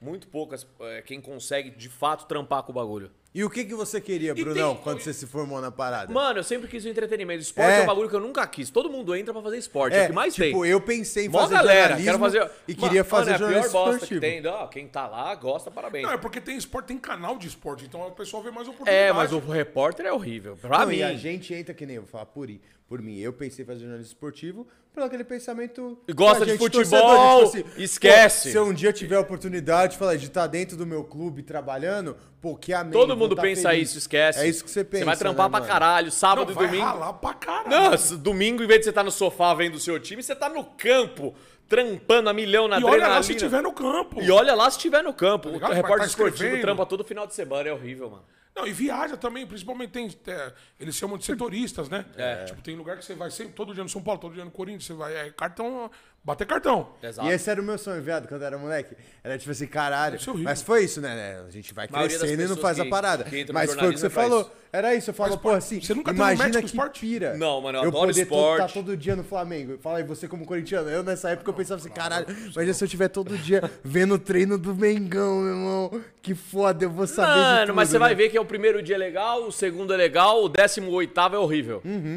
[SPEAKER 3] Muito poucas é, quem consegue de fato trampar com o bagulho.
[SPEAKER 2] E o que, que você queria, Brunão,
[SPEAKER 1] tem-
[SPEAKER 2] quando você se formou na parada?
[SPEAKER 3] Mano, eu sempre quis o entretenimento. Esporte é,
[SPEAKER 2] É.
[SPEAKER 3] um bagulho que eu nunca quis. Todo mundo entra pra fazer esporte. É, o que mais
[SPEAKER 2] tipo,
[SPEAKER 3] tem.
[SPEAKER 2] eu pensei em
[SPEAKER 3] Mó
[SPEAKER 2] fazer
[SPEAKER 3] galera, quero
[SPEAKER 2] jornalismo
[SPEAKER 3] fazer.
[SPEAKER 2] e queria
[SPEAKER 3] Mano,
[SPEAKER 2] fazer
[SPEAKER 3] é a pior
[SPEAKER 2] jornalismo
[SPEAKER 3] bosta que
[SPEAKER 2] esportivo.
[SPEAKER 3] tem. Ó, quem tá lá gosta, parabéns.
[SPEAKER 1] Não, é porque tem esporte, tem canal de esporte, então o pessoal vê mais oportunidade.
[SPEAKER 3] É, mas o repórter é horrível. Pra
[SPEAKER 2] Não,
[SPEAKER 3] mim.
[SPEAKER 2] E a gente entra que nem, eu vou falar por, i- por mim, eu pensei em fazer jornalismo esportivo pelo aquele pensamento...
[SPEAKER 3] E gosta
[SPEAKER 2] da
[SPEAKER 3] de
[SPEAKER 2] gente
[SPEAKER 3] futebol,
[SPEAKER 2] torcedor, de, tipo
[SPEAKER 3] esquece.
[SPEAKER 2] pô, se eu um dia tiver a oportunidade de falar, de estar dentro do meu clube trabalhando, pô, que amém.
[SPEAKER 3] Todo
[SPEAKER 2] vou
[SPEAKER 3] mundo
[SPEAKER 2] tá
[SPEAKER 3] pensa
[SPEAKER 2] feliz.
[SPEAKER 3] isso, esquece.
[SPEAKER 2] É isso que você pensa,
[SPEAKER 3] Você vai trampar
[SPEAKER 2] né,
[SPEAKER 3] pra
[SPEAKER 2] mano?
[SPEAKER 3] caralho,
[SPEAKER 1] Não,
[SPEAKER 3] sábado e
[SPEAKER 1] vai
[SPEAKER 3] domingo.
[SPEAKER 1] ralar pra caralho.
[SPEAKER 3] Nossa, domingo, em vez de você estar no sofá vendo o seu time, você tá no campo, trampando a milhão
[SPEAKER 1] E
[SPEAKER 3] na adrenalina.
[SPEAKER 1] olha lá se tiver no campo.
[SPEAKER 3] E olha lá se tiver no campo.
[SPEAKER 1] ligado?
[SPEAKER 3] o
[SPEAKER 1] Vai
[SPEAKER 3] repórter
[SPEAKER 1] tá
[SPEAKER 3] esportivo
[SPEAKER 1] escrevendo.
[SPEAKER 3] trampa todo final de semana, é horrível, mano.
[SPEAKER 1] Não, e viaja também, principalmente tem. é, eles chamam de setoristas, né? É. Tipo, tem lugar que você vai sempre, todo dia no São Paulo, todo dia no Corinthians, você vai. É, cartão. Bater cartão.
[SPEAKER 3] Exato.
[SPEAKER 2] E é esse era o meu sonho, viado, quando eu era moleque. Era tipo assim, caralho.
[SPEAKER 1] Isso é horrível.
[SPEAKER 2] Mas foi isso, né, né? A gente vai
[SPEAKER 3] maioria das
[SPEAKER 2] crescendo e não
[SPEAKER 3] pessoas
[SPEAKER 2] faz a
[SPEAKER 3] que-
[SPEAKER 2] parada.
[SPEAKER 3] que entra no
[SPEAKER 2] Mas foi o que
[SPEAKER 3] jornalismo
[SPEAKER 2] você
[SPEAKER 3] é pra
[SPEAKER 2] falou.
[SPEAKER 3] isso.
[SPEAKER 2] Era isso, eu falo,
[SPEAKER 1] Mas,
[SPEAKER 2] pô,
[SPEAKER 1] pô,
[SPEAKER 2] assim,
[SPEAKER 1] você nunca teve um
[SPEAKER 2] imagina
[SPEAKER 1] médico do
[SPEAKER 2] que
[SPEAKER 1] esporte?
[SPEAKER 2] pira.
[SPEAKER 3] Não, mano, eu
[SPEAKER 2] eu
[SPEAKER 3] adoro
[SPEAKER 2] poder
[SPEAKER 3] esporte.
[SPEAKER 2] estar todo dia no Flamengo. Fala aí, você como corintiano. Eu nessa época eu pensava assim, caralho, imagina se eu tiver todo dia vendo o treino do Mengão, meu irmão. Que foda, eu vou saber de
[SPEAKER 3] Mano,
[SPEAKER 2] tudo,
[SPEAKER 3] mas você vai
[SPEAKER 2] né?
[SPEAKER 3] ver que é o primeiro dia é legal, o segundo é legal, o décimo oitavo é horrível.
[SPEAKER 2] Hum.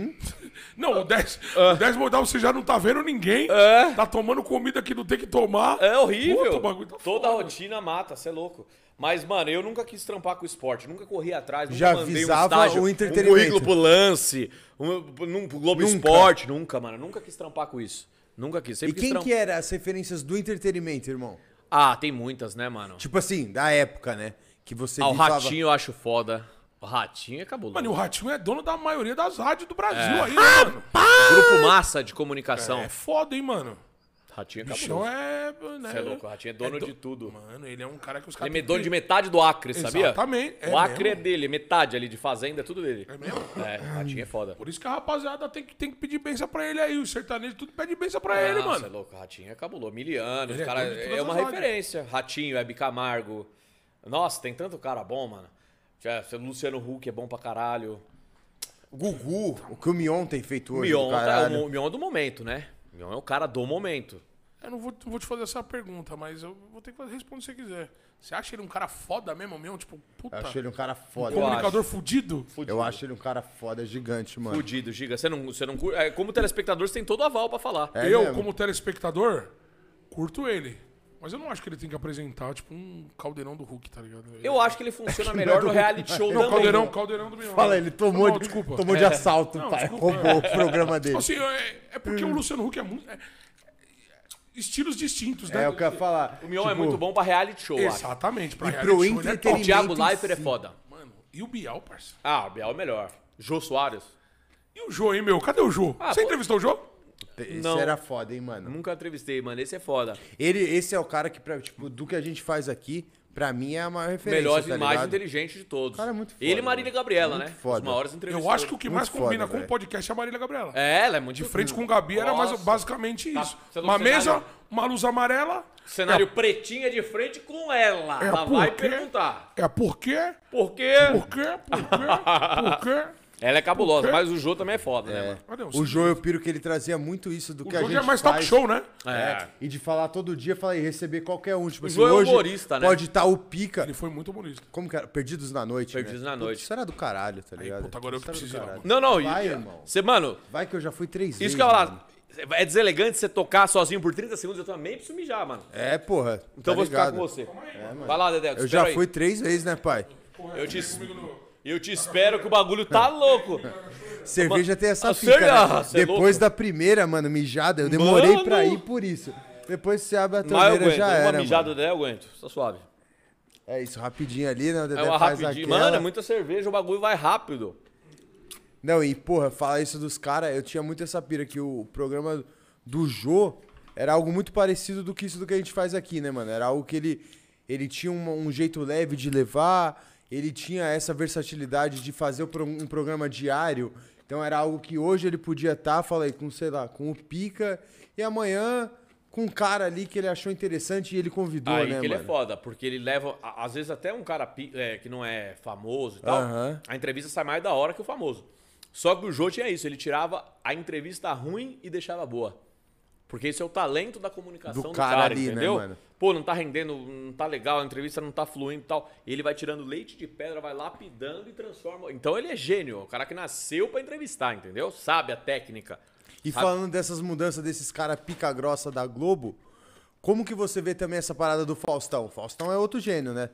[SPEAKER 1] Não, o 10
[SPEAKER 3] Ah.
[SPEAKER 1] o 10 modal você já não tá vendo ninguém. Tá tomando comida que não tem que tomar.
[SPEAKER 3] É horrível.
[SPEAKER 1] Puta, o bagulho tá
[SPEAKER 3] Toda a
[SPEAKER 1] foda.
[SPEAKER 3] rotina mata, você é louco. Mas, mano, eu nunca quis trampar com esporte, nunca corri atrás, nunca
[SPEAKER 2] Já
[SPEAKER 3] mandei um
[SPEAKER 2] visava
[SPEAKER 3] estágio,
[SPEAKER 2] o
[SPEAKER 3] um
[SPEAKER 2] entretenimento.
[SPEAKER 3] currículo pro lance, um, num, pro Globo
[SPEAKER 2] Nunca.
[SPEAKER 3] Esporte, nunca, mano, nunca quis trampar com isso. Nunca quis,
[SPEAKER 2] E
[SPEAKER 3] sempre quis
[SPEAKER 2] quem
[SPEAKER 3] trampar.
[SPEAKER 2] que era as referências do entretenimento, irmão?
[SPEAKER 3] Ah, tem muitas, né, mano?
[SPEAKER 2] Tipo assim, da época, né? Que você
[SPEAKER 3] ah, o
[SPEAKER 2] visava-
[SPEAKER 3] Ratinho eu acho foda. O Ratinho é cabuloso.
[SPEAKER 1] Mano, e o Ratinho é dono da maioria das rádios do
[SPEAKER 3] É.
[SPEAKER 1] Brasil aí, né, mano?
[SPEAKER 3] Grupo Massa de comunicação.
[SPEAKER 1] É foda, hein, mano?
[SPEAKER 3] Ratinho é
[SPEAKER 1] O chão
[SPEAKER 3] cabuloso.
[SPEAKER 1] é. Né,
[SPEAKER 3] Você é louco, o Ratinho é dono de tudo.
[SPEAKER 1] Mano, ele é um cara que os caras.
[SPEAKER 3] Ele é
[SPEAKER 1] têm
[SPEAKER 3] dono
[SPEAKER 1] que-
[SPEAKER 3] de metade do Acre, sabia?
[SPEAKER 1] Exatamente, é
[SPEAKER 3] o Acre
[SPEAKER 1] mesmo.
[SPEAKER 3] é dele, metade ali de fazenda, é tudo dele.
[SPEAKER 1] É mesmo?
[SPEAKER 3] É, o Ratinho é foda.
[SPEAKER 1] Por isso que a rapaziada tem que, tem que pedir benção pra ele aí. O sertanejo tudo pede benção pra
[SPEAKER 3] Ah,
[SPEAKER 1] ele,
[SPEAKER 3] cê é
[SPEAKER 1] mano.
[SPEAKER 3] louco, Ratinho é cabuloso. Miliano,
[SPEAKER 1] Ele é
[SPEAKER 3] cara,
[SPEAKER 1] dono de todas
[SPEAKER 3] é uma
[SPEAKER 1] as áreas.
[SPEAKER 3] referência. Ratinho, Hebe Camargo. Nossa, tem tanto cara bom, mano. Já, cê- Luciano Huck é bom pra caralho.
[SPEAKER 2] Gugu, o que o Mion tem feito
[SPEAKER 3] O
[SPEAKER 2] hoje,
[SPEAKER 3] Mion,
[SPEAKER 2] do
[SPEAKER 3] tá-
[SPEAKER 2] caralho.
[SPEAKER 3] o Mion é do momento, né? O Mion é o cara do momento.
[SPEAKER 1] Eu não vou, não vou te fazer essa pergunta, mas eu vou ter que responder se você quiser. Você acha ele um cara foda mesmo, meu? Tipo, puta.
[SPEAKER 2] Eu
[SPEAKER 3] Tá.
[SPEAKER 2] acho ele um cara foda.
[SPEAKER 3] Eu
[SPEAKER 1] comunicador fudido?
[SPEAKER 2] Eu acho ele um cara foda, gigante, mano.
[SPEAKER 3] Fudido, Giga. Você não, você não cur- é, Como telespectador, você tem todo aval pra falar.
[SPEAKER 2] É
[SPEAKER 1] eu,
[SPEAKER 2] mesmo.
[SPEAKER 1] como telespectador, curto ele. Mas eu não acho que ele tem que apresentar, tipo, um caldeirão do Hulk, tá ligado?
[SPEAKER 3] Eu acho que ele funciona
[SPEAKER 2] é
[SPEAKER 3] melhor no reality show
[SPEAKER 1] Não,
[SPEAKER 3] também.
[SPEAKER 1] caldeirão, caldeirão do Mion.
[SPEAKER 2] Fala, ele tomou,
[SPEAKER 1] Não,
[SPEAKER 2] de,
[SPEAKER 1] desculpa.
[SPEAKER 2] tomou
[SPEAKER 3] É.
[SPEAKER 2] de assalto,
[SPEAKER 1] Não,
[SPEAKER 2] pai.
[SPEAKER 1] desculpa.
[SPEAKER 2] Roubou o programa dele.
[SPEAKER 1] Assim, é, é
[SPEAKER 2] Hum.
[SPEAKER 1] porque o Luciano Huck é muito. é- é- estilos distintos, né?
[SPEAKER 2] É o que eu ia falar.
[SPEAKER 3] O Mion é
[SPEAKER 2] Tipo,
[SPEAKER 3] muito bom pra reality show, eu acho.
[SPEAKER 1] Exatamente, pra
[SPEAKER 2] E
[SPEAKER 1] reality
[SPEAKER 2] pro
[SPEAKER 1] show ele é top.
[SPEAKER 3] O Thiago
[SPEAKER 2] entretenimento em
[SPEAKER 3] Leifert é
[SPEAKER 2] si.
[SPEAKER 3] foda.
[SPEAKER 1] Mano, e o Bial, parça?
[SPEAKER 3] Ah, o Biel é melhor. Jô Soares.
[SPEAKER 1] E o Jô, hein, meu? Cadê o Jô?
[SPEAKER 3] Ah,
[SPEAKER 1] Você
[SPEAKER 3] pô.
[SPEAKER 1] entrevistou o Jô?
[SPEAKER 2] Esse
[SPEAKER 3] Não.
[SPEAKER 2] era foda, hein, mano.
[SPEAKER 3] Nunca entrevistei, mano. Esse é foda.
[SPEAKER 2] Ele, esse é o cara que, pra, tipo, do que a gente faz aqui, pra mim é a maior referência.
[SPEAKER 3] Melhor
[SPEAKER 2] tá
[SPEAKER 3] e mais
[SPEAKER 2] ligado?
[SPEAKER 3] inteligente de todos.
[SPEAKER 2] Cara, é muito foda,
[SPEAKER 3] Ele e Marília Gabriela,
[SPEAKER 2] Muito
[SPEAKER 3] né?
[SPEAKER 2] foda.
[SPEAKER 3] Os maiores
[SPEAKER 1] Eu
[SPEAKER 3] entrevistados.
[SPEAKER 1] acho que o que mais
[SPEAKER 2] foda,
[SPEAKER 1] combina com o
[SPEAKER 2] velho.
[SPEAKER 1] podcast é a Marília Gabriela.
[SPEAKER 3] É, ela é muito
[SPEAKER 1] De frente com o Gabi era mais,
[SPEAKER 3] Nossa.
[SPEAKER 1] basicamente
[SPEAKER 3] Tá,
[SPEAKER 1] isso.
[SPEAKER 3] você não
[SPEAKER 1] uma
[SPEAKER 3] cenário-
[SPEAKER 1] mesa, uma luz amarela.
[SPEAKER 3] Cenário pretinha de frente com ela.
[SPEAKER 1] É
[SPEAKER 3] ela
[SPEAKER 1] por
[SPEAKER 3] vai
[SPEAKER 1] quê?
[SPEAKER 3] perguntar.
[SPEAKER 1] É por quê?
[SPEAKER 3] Por quê?
[SPEAKER 1] Por quê? Por quê? Por quê?
[SPEAKER 3] Ela é
[SPEAKER 1] Por
[SPEAKER 3] cabulosa,
[SPEAKER 1] quê?
[SPEAKER 3] mas o Jô também é foda, né, mano?
[SPEAKER 1] Cadê
[SPEAKER 2] O Jô, eu piro que ele trazia muito isso do
[SPEAKER 1] O
[SPEAKER 2] que a
[SPEAKER 1] Jô
[SPEAKER 2] gente
[SPEAKER 1] já é mais
[SPEAKER 2] faz.
[SPEAKER 1] talk show, né?
[SPEAKER 2] É. E de falar todo dia, falar e receber qualquer um. Tipo,
[SPEAKER 3] O
[SPEAKER 2] assim,
[SPEAKER 3] Jô é
[SPEAKER 2] hoje
[SPEAKER 3] humorista, né?
[SPEAKER 2] Pode estar o pica.
[SPEAKER 1] Ele foi muito bonito.
[SPEAKER 2] Como que era? Perdidos na noite.
[SPEAKER 3] Perdidos
[SPEAKER 2] né?
[SPEAKER 3] na
[SPEAKER 2] Puta,
[SPEAKER 3] Noite.
[SPEAKER 2] Isso era do caralho, tá ligado?
[SPEAKER 1] puta, agora eu
[SPEAKER 2] Isso era do
[SPEAKER 1] preciso ir lá,
[SPEAKER 2] caralho.
[SPEAKER 3] Não, não.
[SPEAKER 2] Vai,
[SPEAKER 3] e-
[SPEAKER 2] irmão.
[SPEAKER 3] Você, mano,
[SPEAKER 2] Vai que eu já fui três vezes.
[SPEAKER 3] isso que eu ia
[SPEAKER 2] mano.
[SPEAKER 3] falar. É deselegante você tocar sozinho por 30 segundos. Eu também preciso mijar, mano.
[SPEAKER 2] É, porra. tá
[SPEAKER 3] Então eu vou ficar
[SPEAKER 2] ligado?
[SPEAKER 3] com você. vai lá, Dedé. te
[SPEAKER 2] Eu
[SPEAKER 3] espero
[SPEAKER 2] já
[SPEAKER 3] aí.
[SPEAKER 2] fui três vezes, né, pai?
[SPEAKER 3] Eu te, es- eu te espero que o bagulho tá louco.
[SPEAKER 2] Cerveja tem essa
[SPEAKER 3] a
[SPEAKER 2] fica,
[SPEAKER 3] cerveja-
[SPEAKER 2] né?
[SPEAKER 3] cê é
[SPEAKER 2] Depois
[SPEAKER 3] louco?
[SPEAKER 2] da primeira, mano, mijada, eu demorei pra
[SPEAKER 3] Mano!
[SPEAKER 2] ir por isso. Depois você abre a
[SPEAKER 3] Mas eu
[SPEAKER 2] torneira,
[SPEAKER 3] aguento.
[SPEAKER 2] Então, já
[SPEAKER 3] uma
[SPEAKER 2] era.
[SPEAKER 3] mijada
[SPEAKER 2] mano.
[SPEAKER 3] do Dedé eu aguento. Tá suave.
[SPEAKER 2] É isso, rapidinho ali, né? O Dedé
[SPEAKER 3] É uma
[SPEAKER 2] faz
[SPEAKER 3] rapidinha.
[SPEAKER 2] aquela.
[SPEAKER 3] Mano, é muita cerveja, o bagulho vai rápido.
[SPEAKER 2] Não, e porra, falar isso dos caras, eu tinha muito essa pira que o programa do Jô era algo muito parecido do que isso do que a gente faz aqui, né, mano? Era algo que ele, ele tinha uma- um jeito leve de levar, ele tinha essa versatilidade de fazer o pro- um programa diário. Então era algo que hoje ele podia estar, falei, com, sei lá, com o Pica, e amanhã com um cara ali que ele achou interessante e ele convidou,
[SPEAKER 3] Aí
[SPEAKER 2] né,
[SPEAKER 3] que ele é
[SPEAKER 2] mano?
[SPEAKER 3] foda, porque ele leva, a- às vezes até um cara pi- é, que não é famoso e tal,
[SPEAKER 2] Aham.
[SPEAKER 3] a entrevista sai mais da hora que o famoso. Só que o Jô tinha isso, ele tirava a entrevista ruim e deixava boa. Porque esse é o talento da comunicação
[SPEAKER 2] Do
[SPEAKER 3] do,
[SPEAKER 2] cara
[SPEAKER 3] cara,
[SPEAKER 2] ali, né,
[SPEAKER 3] entendeu?
[SPEAKER 2] mano?
[SPEAKER 3] Pô, não tá rendendo, não tá legal, a entrevista não tá fluindo e tal. Ele vai tirando leite de pedra, vai lapidando e transforma. Então ele é gênio, o cara que nasceu pra entrevistar, entendeu? Sabe a técnica.
[SPEAKER 2] E falando dessas mudanças desses caras pica grossa da Globo, como que você vê também essa parada do Faustão? Faustão é outro gênio, né?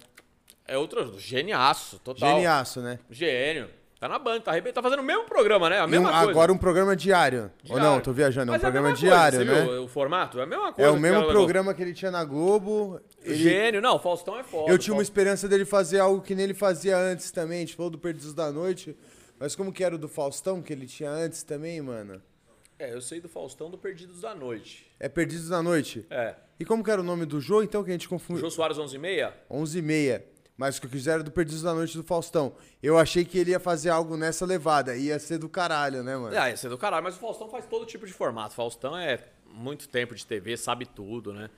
[SPEAKER 3] É outro geniaço, total.
[SPEAKER 2] Geniaço, né?
[SPEAKER 3] Gênio. Tá na banca, tá arrebentando. Tá fazendo o mesmo programa, né? A mesma
[SPEAKER 2] E um-
[SPEAKER 3] coisa.
[SPEAKER 2] agora um programa diário. Ou
[SPEAKER 3] Diário.
[SPEAKER 2] não, tô viajando, é um
[SPEAKER 3] Mas a
[SPEAKER 2] programa
[SPEAKER 3] mesma coisa,
[SPEAKER 2] diário,
[SPEAKER 3] você
[SPEAKER 2] né?
[SPEAKER 3] viu o formato? É a mesma
[SPEAKER 2] É
[SPEAKER 3] coisa.
[SPEAKER 2] o
[SPEAKER 3] que
[SPEAKER 2] mesmo
[SPEAKER 3] ela-
[SPEAKER 2] programa que ele tinha na Globo. ele-
[SPEAKER 3] Gênio. Não, o Faustão é foda.
[SPEAKER 2] Eu tinha uma
[SPEAKER 3] Faustão-
[SPEAKER 2] esperança dele fazer algo que nem ele fazia antes também. A gente falou do Perdidos da Noite. Mas como que era o do Faustão que ele tinha antes também, mano?
[SPEAKER 3] É, eu sei do Faustão do Perdidos da Noite.
[SPEAKER 2] É Perdidos da Noite?
[SPEAKER 3] É.
[SPEAKER 2] E como que era o nome do jogo, então, que a gente
[SPEAKER 3] O
[SPEAKER 2] confundiu?
[SPEAKER 3] Jô Soares 11 e meia?
[SPEAKER 2] 11 e meia. Mas o que eu quiser era do Perdidos da Noite do Faustão. Eu achei que ele ia fazer algo nessa levada. Ia ser do caralho, né, mano?
[SPEAKER 3] Ah, ia ser do caralho. Mas o Faustão faz todo tipo de formato. Faustão é muito tempo de TV, sabe tudo, né?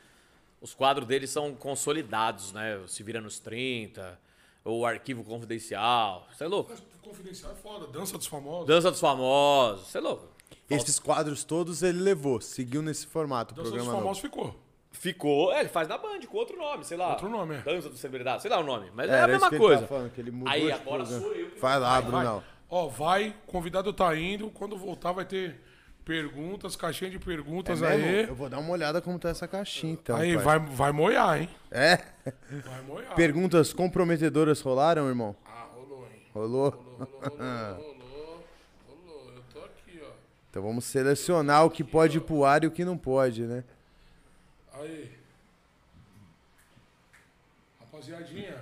[SPEAKER 3] Os quadros dele são consolidados, né? O Se Vira nos 30, ou o Arquivo Confidencial. Você é louco?
[SPEAKER 1] Confidencial é foda, dança dos famosos.
[SPEAKER 3] Dança dos Famosos. Você é louco?
[SPEAKER 2] Esses quadros todos ele levou. Seguiu nesse formato o
[SPEAKER 1] dança dos
[SPEAKER 2] programa novo.
[SPEAKER 1] Então, famosos ficou.
[SPEAKER 3] Ficou. É, ele faz na Band, com outro nome, sei lá.
[SPEAKER 1] Outro nome, é.
[SPEAKER 3] Dança do Celebridade, sei lá o nome. Mas
[SPEAKER 2] É,
[SPEAKER 3] é, a
[SPEAKER 2] era isso
[SPEAKER 3] mesma
[SPEAKER 2] que ele
[SPEAKER 3] coisa.
[SPEAKER 2] tava falando, que ele mudou
[SPEAKER 3] Aí
[SPEAKER 2] de
[SPEAKER 3] agora
[SPEAKER 2] programa.
[SPEAKER 3] sou eu. que-
[SPEAKER 2] Vai lá, Brunão.
[SPEAKER 1] Ó, vai, o convidado tá indo. Quando voltar, vai ter perguntas, caixinha de perguntas
[SPEAKER 2] É mesmo?
[SPEAKER 1] aí.
[SPEAKER 2] Eu vou dar uma olhada como tá essa caixinha, então.
[SPEAKER 1] Aí
[SPEAKER 2] pai.
[SPEAKER 1] vai, vai moiar, hein?
[SPEAKER 2] É?
[SPEAKER 1] Vai moiar.
[SPEAKER 2] Perguntas comprometedoras rolaram, irmão?
[SPEAKER 1] Ah, rolou, hein?
[SPEAKER 2] Rolou?
[SPEAKER 1] Rolou, rolou, rolou, rolou. Eu tô aqui, ó.
[SPEAKER 2] Então vamos selecionar o que pode ir pro ar e o que não pode, né?
[SPEAKER 1] Aí. Rapaziadinha,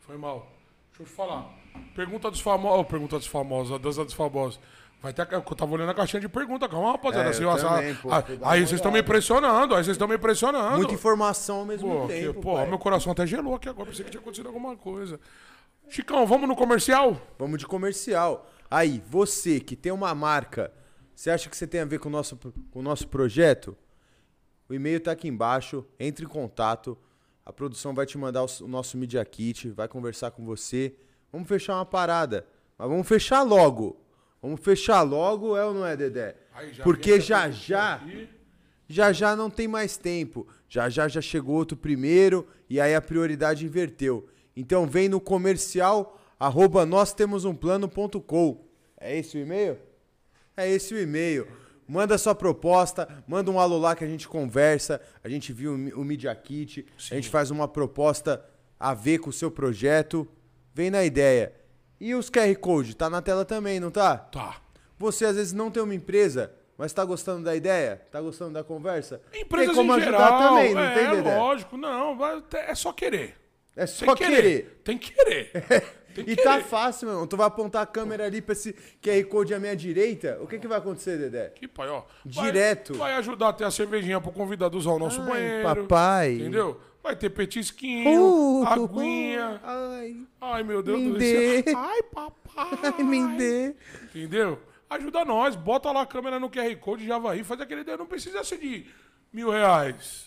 [SPEAKER 1] foi mal. Deixa eu te falar. Pergunta dos famosos. pergunta dos famosos, a dança dos famosos. Vai ter, a ca- eu tava olhando a caixinha de pergunta, calma, rapaziada.
[SPEAKER 2] É, eu
[SPEAKER 1] Assim, ó, essa-
[SPEAKER 2] também, pô,
[SPEAKER 1] ah,
[SPEAKER 2] fui dar uma
[SPEAKER 1] aí vocês estão me
[SPEAKER 2] olhada.
[SPEAKER 1] impressionando, aí vocês estão me impressionando.
[SPEAKER 2] Muita informação ao mesmo
[SPEAKER 1] Pô, que-
[SPEAKER 2] tempo.
[SPEAKER 1] pô,
[SPEAKER 2] pai.
[SPEAKER 1] meu coração até gelou aqui agora, pensei que tinha acontecido alguma coisa. Chicão, vamos no comercial?
[SPEAKER 2] Vamos de comercial. Aí, você que tem uma marca, você acha que você tem a ver com o nosso, com o nosso projeto? O e-mail tá aqui embaixo, entre em contato. A produção vai te mandar o, s- o nosso Media Kit, vai conversar com você. Vamos fechar uma parada. Mas vamos fechar logo. Vamos fechar logo, é ou não é, Dedé?
[SPEAKER 1] Aí, já
[SPEAKER 2] Porque
[SPEAKER 1] vem essa
[SPEAKER 2] já
[SPEAKER 1] pergunta
[SPEAKER 2] já.
[SPEAKER 1] aqui.
[SPEAKER 2] Já já não tem mais tempo. Já já já chegou outro primeiro e aí a prioridade inverteu. Então vem no comercial arroba nós temos um plano.com. É esse o e-mail? É esse o e-mail. Manda sua proposta, manda um alô lá que a gente conversa, a gente viu o Mi- o Media Kit, a gente faz uma proposta a ver com o seu projeto. Vem na ideia. E os QR Code, tá na tela também, não tá?
[SPEAKER 1] Tá.
[SPEAKER 2] Você às vezes não tem uma empresa, mas tá gostando da ideia? Tá gostando da conversa?
[SPEAKER 1] Empresas
[SPEAKER 2] tem como
[SPEAKER 1] em
[SPEAKER 2] ajudar
[SPEAKER 1] geral,
[SPEAKER 2] também, não
[SPEAKER 1] é,
[SPEAKER 2] tem, Dedé?
[SPEAKER 1] lógico, não, vai ter- é só querer.
[SPEAKER 2] É
[SPEAKER 1] Tem
[SPEAKER 2] só
[SPEAKER 1] que
[SPEAKER 2] querer.
[SPEAKER 1] Tem que querer. Tem que
[SPEAKER 2] E tá fácil, meu irmão. Tu vai apontar a câmera ali pra esse QR Code à minha direita? O que que vai acontecer, Dedé?
[SPEAKER 1] Aqui, pai, ó.
[SPEAKER 2] Direto.
[SPEAKER 1] Vai, vai ajudar a ter a cervejinha pro convidado usar o nosso
[SPEAKER 2] Ai,
[SPEAKER 1] banheiro.
[SPEAKER 2] papai.
[SPEAKER 1] Entendeu? Vai ter petisquinho, um aguinha.
[SPEAKER 2] Ai,
[SPEAKER 1] Uh, Ai, meu Deus
[SPEAKER 2] Me
[SPEAKER 1] do
[SPEAKER 2] dê.
[SPEAKER 1] céu. Ai, papai.
[SPEAKER 2] ai, me dê.
[SPEAKER 1] Entendeu? Ajuda nós, bota lá a câmera no QR Code, já vai aí, faz aquele ideia. Não precisa ser de mil reais.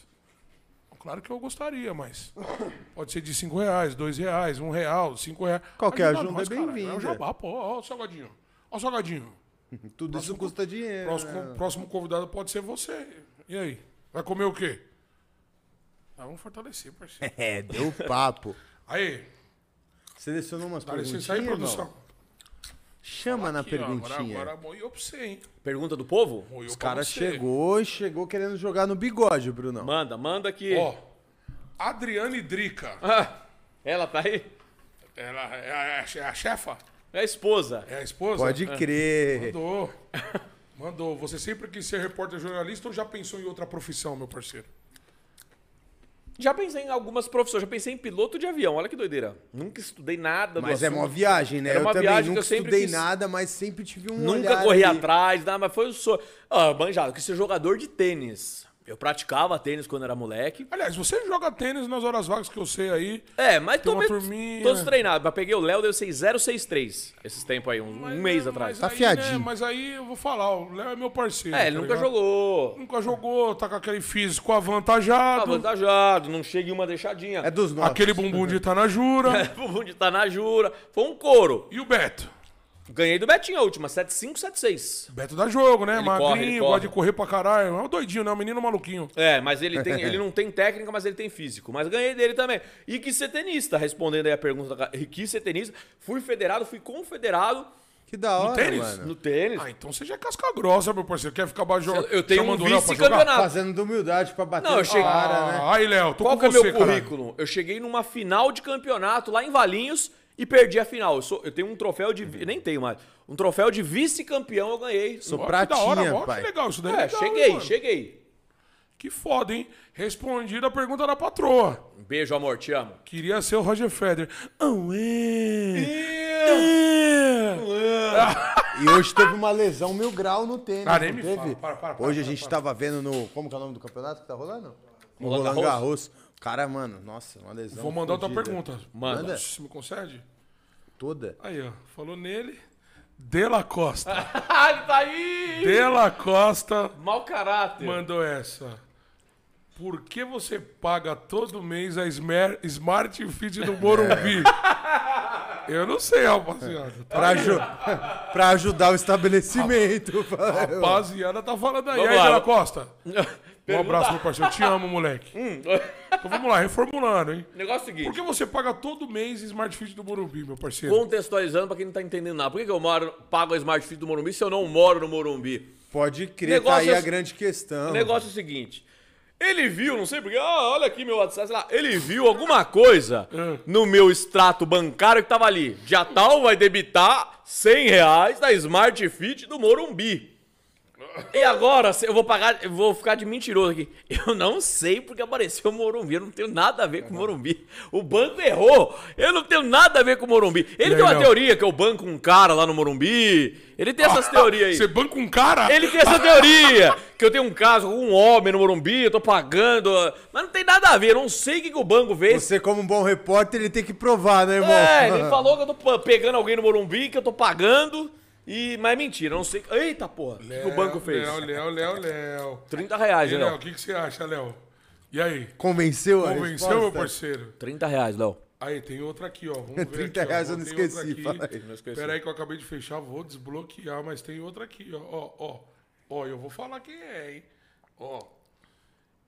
[SPEAKER 1] Claro que eu gostaria, mas pode ser de cinco reais, dois reais, um real, cinco reais.
[SPEAKER 2] Qualquer ajuda
[SPEAKER 1] nós,
[SPEAKER 2] é
[SPEAKER 1] caralho. É um
[SPEAKER 2] bem-vinda.
[SPEAKER 1] jabá, pô. Ó, o salgadinho. Ó, o salgadinho.
[SPEAKER 2] Tudo isso custa dinheiro. né?
[SPEAKER 1] Próximo, próximo convidado pode ser você. E aí? Vai comer o quê? Ah, vamos fortalecer, parceiro.
[SPEAKER 2] É, deu papo.
[SPEAKER 1] Aí,
[SPEAKER 2] Selecionou umas
[SPEAKER 1] dá licença aí,
[SPEAKER 2] perguntinhas,
[SPEAKER 1] produção.
[SPEAKER 2] irmão? Chama na
[SPEAKER 1] Aqui, ó,
[SPEAKER 2] perguntinha.
[SPEAKER 1] Agora, agora moiou pra você, hein?
[SPEAKER 3] Pergunta do povo?
[SPEAKER 1] Moiou
[SPEAKER 2] Os
[SPEAKER 1] pra
[SPEAKER 2] caras
[SPEAKER 1] você.
[SPEAKER 2] chegou, chegou querendo jogar no bigode, Brunão.
[SPEAKER 3] Manda, manda que.
[SPEAKER 1] Ó, Adriane Drica.
[SPEAKER 3] Ah, ela tá aí?
[SPEAKER 1] Ela é a, é a chefa?
[SPEAKER 3] É a esposa.
[SPEAKER 1] É a esposa?
[SPEAKER 2] Pode crer.
[SPEAKER 1] Mandou. Mandou. Você sempre quis ser repórter jornalista ou já pensou em outra profissão, meu parceiro?
[SPEAKER 3] Já pensei em algumas profissões, já pensei em piloto de avião, olha que doideira. Nunca estudei nada
[SPEAKER 2] Mas
[SPEAKER 3] do
[SPEAKER 2] é
[SPEAKER 3] assunto.
[SPEAKER 2] uma viagem, né?
[SPEAKER 3] Tá assim, Era uma
[SPEAKER 2] eu também
[SPEAKER 3] viagem que
[SPEAKER 2] nunca
[SPEAKER 3] eu sempre
[SPEAKER 2] estudei
[SPEAKER 3] quis-
[SPEAKER 2] nada, mas sempre tive um
[SPEAKER 3] Nunca
[SPEAKER 2] olhar
[SPEAKER 3] corri
[SPEAKER 2] ali.
[SPEAKER 3] atrás, nada, mas foi o sonho. Ah, manjado, que ser jogador de tênis. Eu praticava tênis quando era moleque.
[SPEAKER 1] Aliás, você joga tênis nas horas vagas que eu sei aí.
[SPEAKER 3] É, mas
[SPEAKER 1] Tem
[SPEAKER 3] tô
[SPEAKER 1] uma
[SPEAKER 3] meio-
[SPEAKER 1] turminha.
[SPEAKER 3] todos treinados. Mas peguei o Léo, deu 6,063 esses tempos aí, um, um mês atrás.
[SPEAKER 1] Mas aí,
[SPEAKER 2] fiadinho.
[SPEAKER 1] né, mas aí eu vou falar, o Léo é meu parceiro.
[SPEAKER 3] É, ele
[SPEAKER 1] tá
[SPEAKER 3] nunca
[SPEAKER 1] ligado?
[SPEAKER 3] jogou.
[SPEAKER 1] Nunca jogou, tá com aquele físico avantajado.
[SPEAKER 3] Ah, Avantajado, não chega em uma deixadinha.
[SPEAKER 2] É dos nossos.
[SPEAKER 1] Aquele bumbum de Itanajura.
[SPEAKER 3] Bumbum de tá na jura. Foi um couro.
[SPEAKER 1] e o Beto?
[SPEAKER 3] Ganhei do Betinho a última, 7576.
[SPEAKER 1] Beto dá jogo, né?
[SPEAKER 3] Ele
[SPEAKER 1] Magrinho,
[SPEAKER 3] corre, ele
[SPEAKER 1] gosta de
[SPEAKER 3] corre.
[SPEAKER 1] correr pra caralho. É um doidinho, né? Um menino maluquinho.
[SPEAKER 3] É, mas ele, tem, ele não tem técnica, mas ele tem físico. Mas ganhei dele também. E quis ser tenista, respondendo aí a pergunta. da- E quis ser tenista. Fui federado, fui confederado
[SPEAKER 2] Que da hora,
[SPEAKER 1] tênis?
[SPEAKER 2] mano.
[SPEAKER 3] no tênis.
[SPEAKER 1] Ah, então você já é casca grossa, meu parceiro. Quer ficar baixo
[SPEAKER 3] Eu- eu tenho um
[SPEAKER 1] chamando o Léo pra jogar?
[SPEAKER 3] vice-campeonato.
[SPEAKER 2] Fazendo de humildade pra bater
[SPEAKER 3] Não, eu
[SPEAKER 2] no
[SPEAKER 3] cheguei-
[SPEAKER 2] cara, né?
[SPEAKER 1] Ah, aí, Léo, tô
[SPEAKER 3] Qual
[SPEAKER 1] com
[SPEAKER 3] que é o
[SPEAKER 1] você,
[SPEAKER 3] meu currículo? Eu cheguei numa final de campeonato lá em Valinhos e perdi a final. Eu, sou- eu tenho um troféu de. vi- Nem tenho mais. Um troféu de vice-campeão eu ganhei.
[SPEAKER 2] Sou
[SPEAKER 1] Caralho. Ó, que da hora,
[SPEAKER 2] pratinha,
[SPEAKER 1] ó, que
[SPEAKER 2] pai.
[SPEAKER 1] legal isso daí.
[SPEAKER 3] É,
[SPEAKER 1] legal,
[SPEAKER 3] cheguei,
[SPEAKER 1] hein, então, mano?
[SPEAKER 3] cheguei.
[SPEAKER 1] Que foda, hein? Respondida a pergunta da patroa.
[SPEAKER 3] Um beijo, amor, te amo.
[SPEAKER 1] Queria ser o Roger Federer. Oh, É.
[SPEAKER 2] E hoje teve uma lesão mil grau no tênis.
[SPEAKER 1] Ah, nem
[SPEAKER 2] não
[SPEAKER 1] me
[SPEAKER 2] teve?
[SPEAKER 1] fala. Para, para, para,
[SPEAKER 2] hoje a
[SPEAKER 1] para,
[SPEAKER 2] gente tava vendo no. Como que é o nome do campeonato que tá rolando? No
[SPEAKER 3] Roland
[SPEAKER 2] Roland Garros. Cara, mano, nossa, uma lesão.
[SPEAKER 1] Vou mandar outra
[SPEAKER 2] fodida.
[SPEAKER 1] pergunta.
[SPEAKER 3] Manda.
[SPEAKER 1] Nossa, Você me concede?
[SPEAKER 2] Toda.
[SPEAKER 1] Aí, ó. Falou nele. Dela Costa.
[SPEAKER 3] Ah, ele tá aí!
[SPEAKER 1] Dela Costa
[SPEAKER 3] Mau caráter.
[SPEAKER 1] mandou essa. Por que você paga todo mês a Smer- Smart Fit do Morumbi?
[SPEAKER 3] É.
[SPEAKER 1] Eu não sei, rapaziada. Tá
[SPEAKER 2] Pra, aju- pra ajudar o estabelecimento. valeu.
[SPEAKER 1] Rapaziada, tá falando aí.
[SPEAKER 3] Vamos
[SPEAKER 1] aí,
[SPEAKER 3] lá.
[SPEAKER 1] Dela Costa. Um
[SPEAKER 3] Pergunta- Hum.
[SPEAKER 1] abraço, meu parceiro. Te amo, moleque. Então vamos lá, reformulando, hein?
[SPEAKER 3] Negócio é o
[SPEAKER 1] Por
[SPEAKER 3] seguinte.
[SPEAKER 1] que você paga todo mês Smart Fit do Morumbi, meu parceiro?
[SPEAKER 3] Contextualizando pra quem não tá entendendo nada. Por que, que eu moro, pago a Smart Fit do Morumbi se eu não moro no Morumbi?
[SPEAKER 2] Pode crer,
[SPEAKER 3] Negócio
[SPEAKER 2] tá aí
[SPEAKER 3] é-
[SPEAKER 2] a grande questão.
[SPEAKER 3] O negócio é o seguinte. Ele viu, não sei porque, ah, olha aqui meu WhatsApp, sei lá, ele viu alguma coisa
[SPEAKER 1] É.
[SPEAKER 3] no meu extrato bancário que tava ali. Já tal vai debitar 100 reais da Smart Fit do Morumbi. E agora, se- eu vou pagar, eu vou ficar de mentiroso aqui. Eu não sei porque apareceu o Morumbi, eu não tenho nada a ver com o Morumbi. O banco errou, eu não tenho nada a ver com o Morumbi. Ele
[SPEAKER 1] aí,
[SPEAKER 3] tem uma
[SPEAKER 1] Léo?
[SPEAKER 3] teoria que eu banco um cara lá no Morumbi, ele tem essas teorias aí.
[SPEAKER 1] Você banca um cara?
[SPEAKER 3] Ele tem essa teoria que eu tenho um caso com um homem no Morumbi, eu tô pagando. Mas não tem nada a ver, eu não sei o que, que o banco fez.
[SPEAKER 2] Você, como um bom repórter, ele tem que provar, né, irmão?
[SPEAKER 3] é, ele falou que eu tô pa- pegando alguém no Morumbi, que eu tô pagando. E, mas é mentira, eu não sei. Eita porra, o que, que o banco fez?
[SPEAKER 1] É, Léo, Léo, Léo, Léo.
[SPEAKER 3] 30 reais,
[SPEAKER 1] E aí,
[SPEAKER 3] né,
[SPEAKER 1] Léo, o
[SPEAKER 3] Léo.
[SPEAKER 1] que, que você acha, Léo? E aí?
[SPEAKER 2] Convenceu a
[SPEAKER 1] Convenceu, meu
[SPEAKER 2] resposta?
[SPEAKER 1] parceiro?
[SPEAKER 3] 30 reais, Léo.
[SPEAKER 1] Aí, tem outra aqui, ó. Vamos ver
[SPEAKER 2] 30
[SPEAKER 1] aqui, ó.
[SPEAKER 2] reais eu não
[SPEAKER 1] Tem outra
[SPEAKER 2] esqueci,
[SPEAKER 1] aqui.
[SPEAKER 2] fala aí. Não
[SPEAKER 3] esqueci.
[SPEAKER 1] Pera aí que eu acabei de fechar, vou desbloquear, mas tem outra aqui, ó. Ó, ó. Ó, eu vou falar quem é, hein? Ó.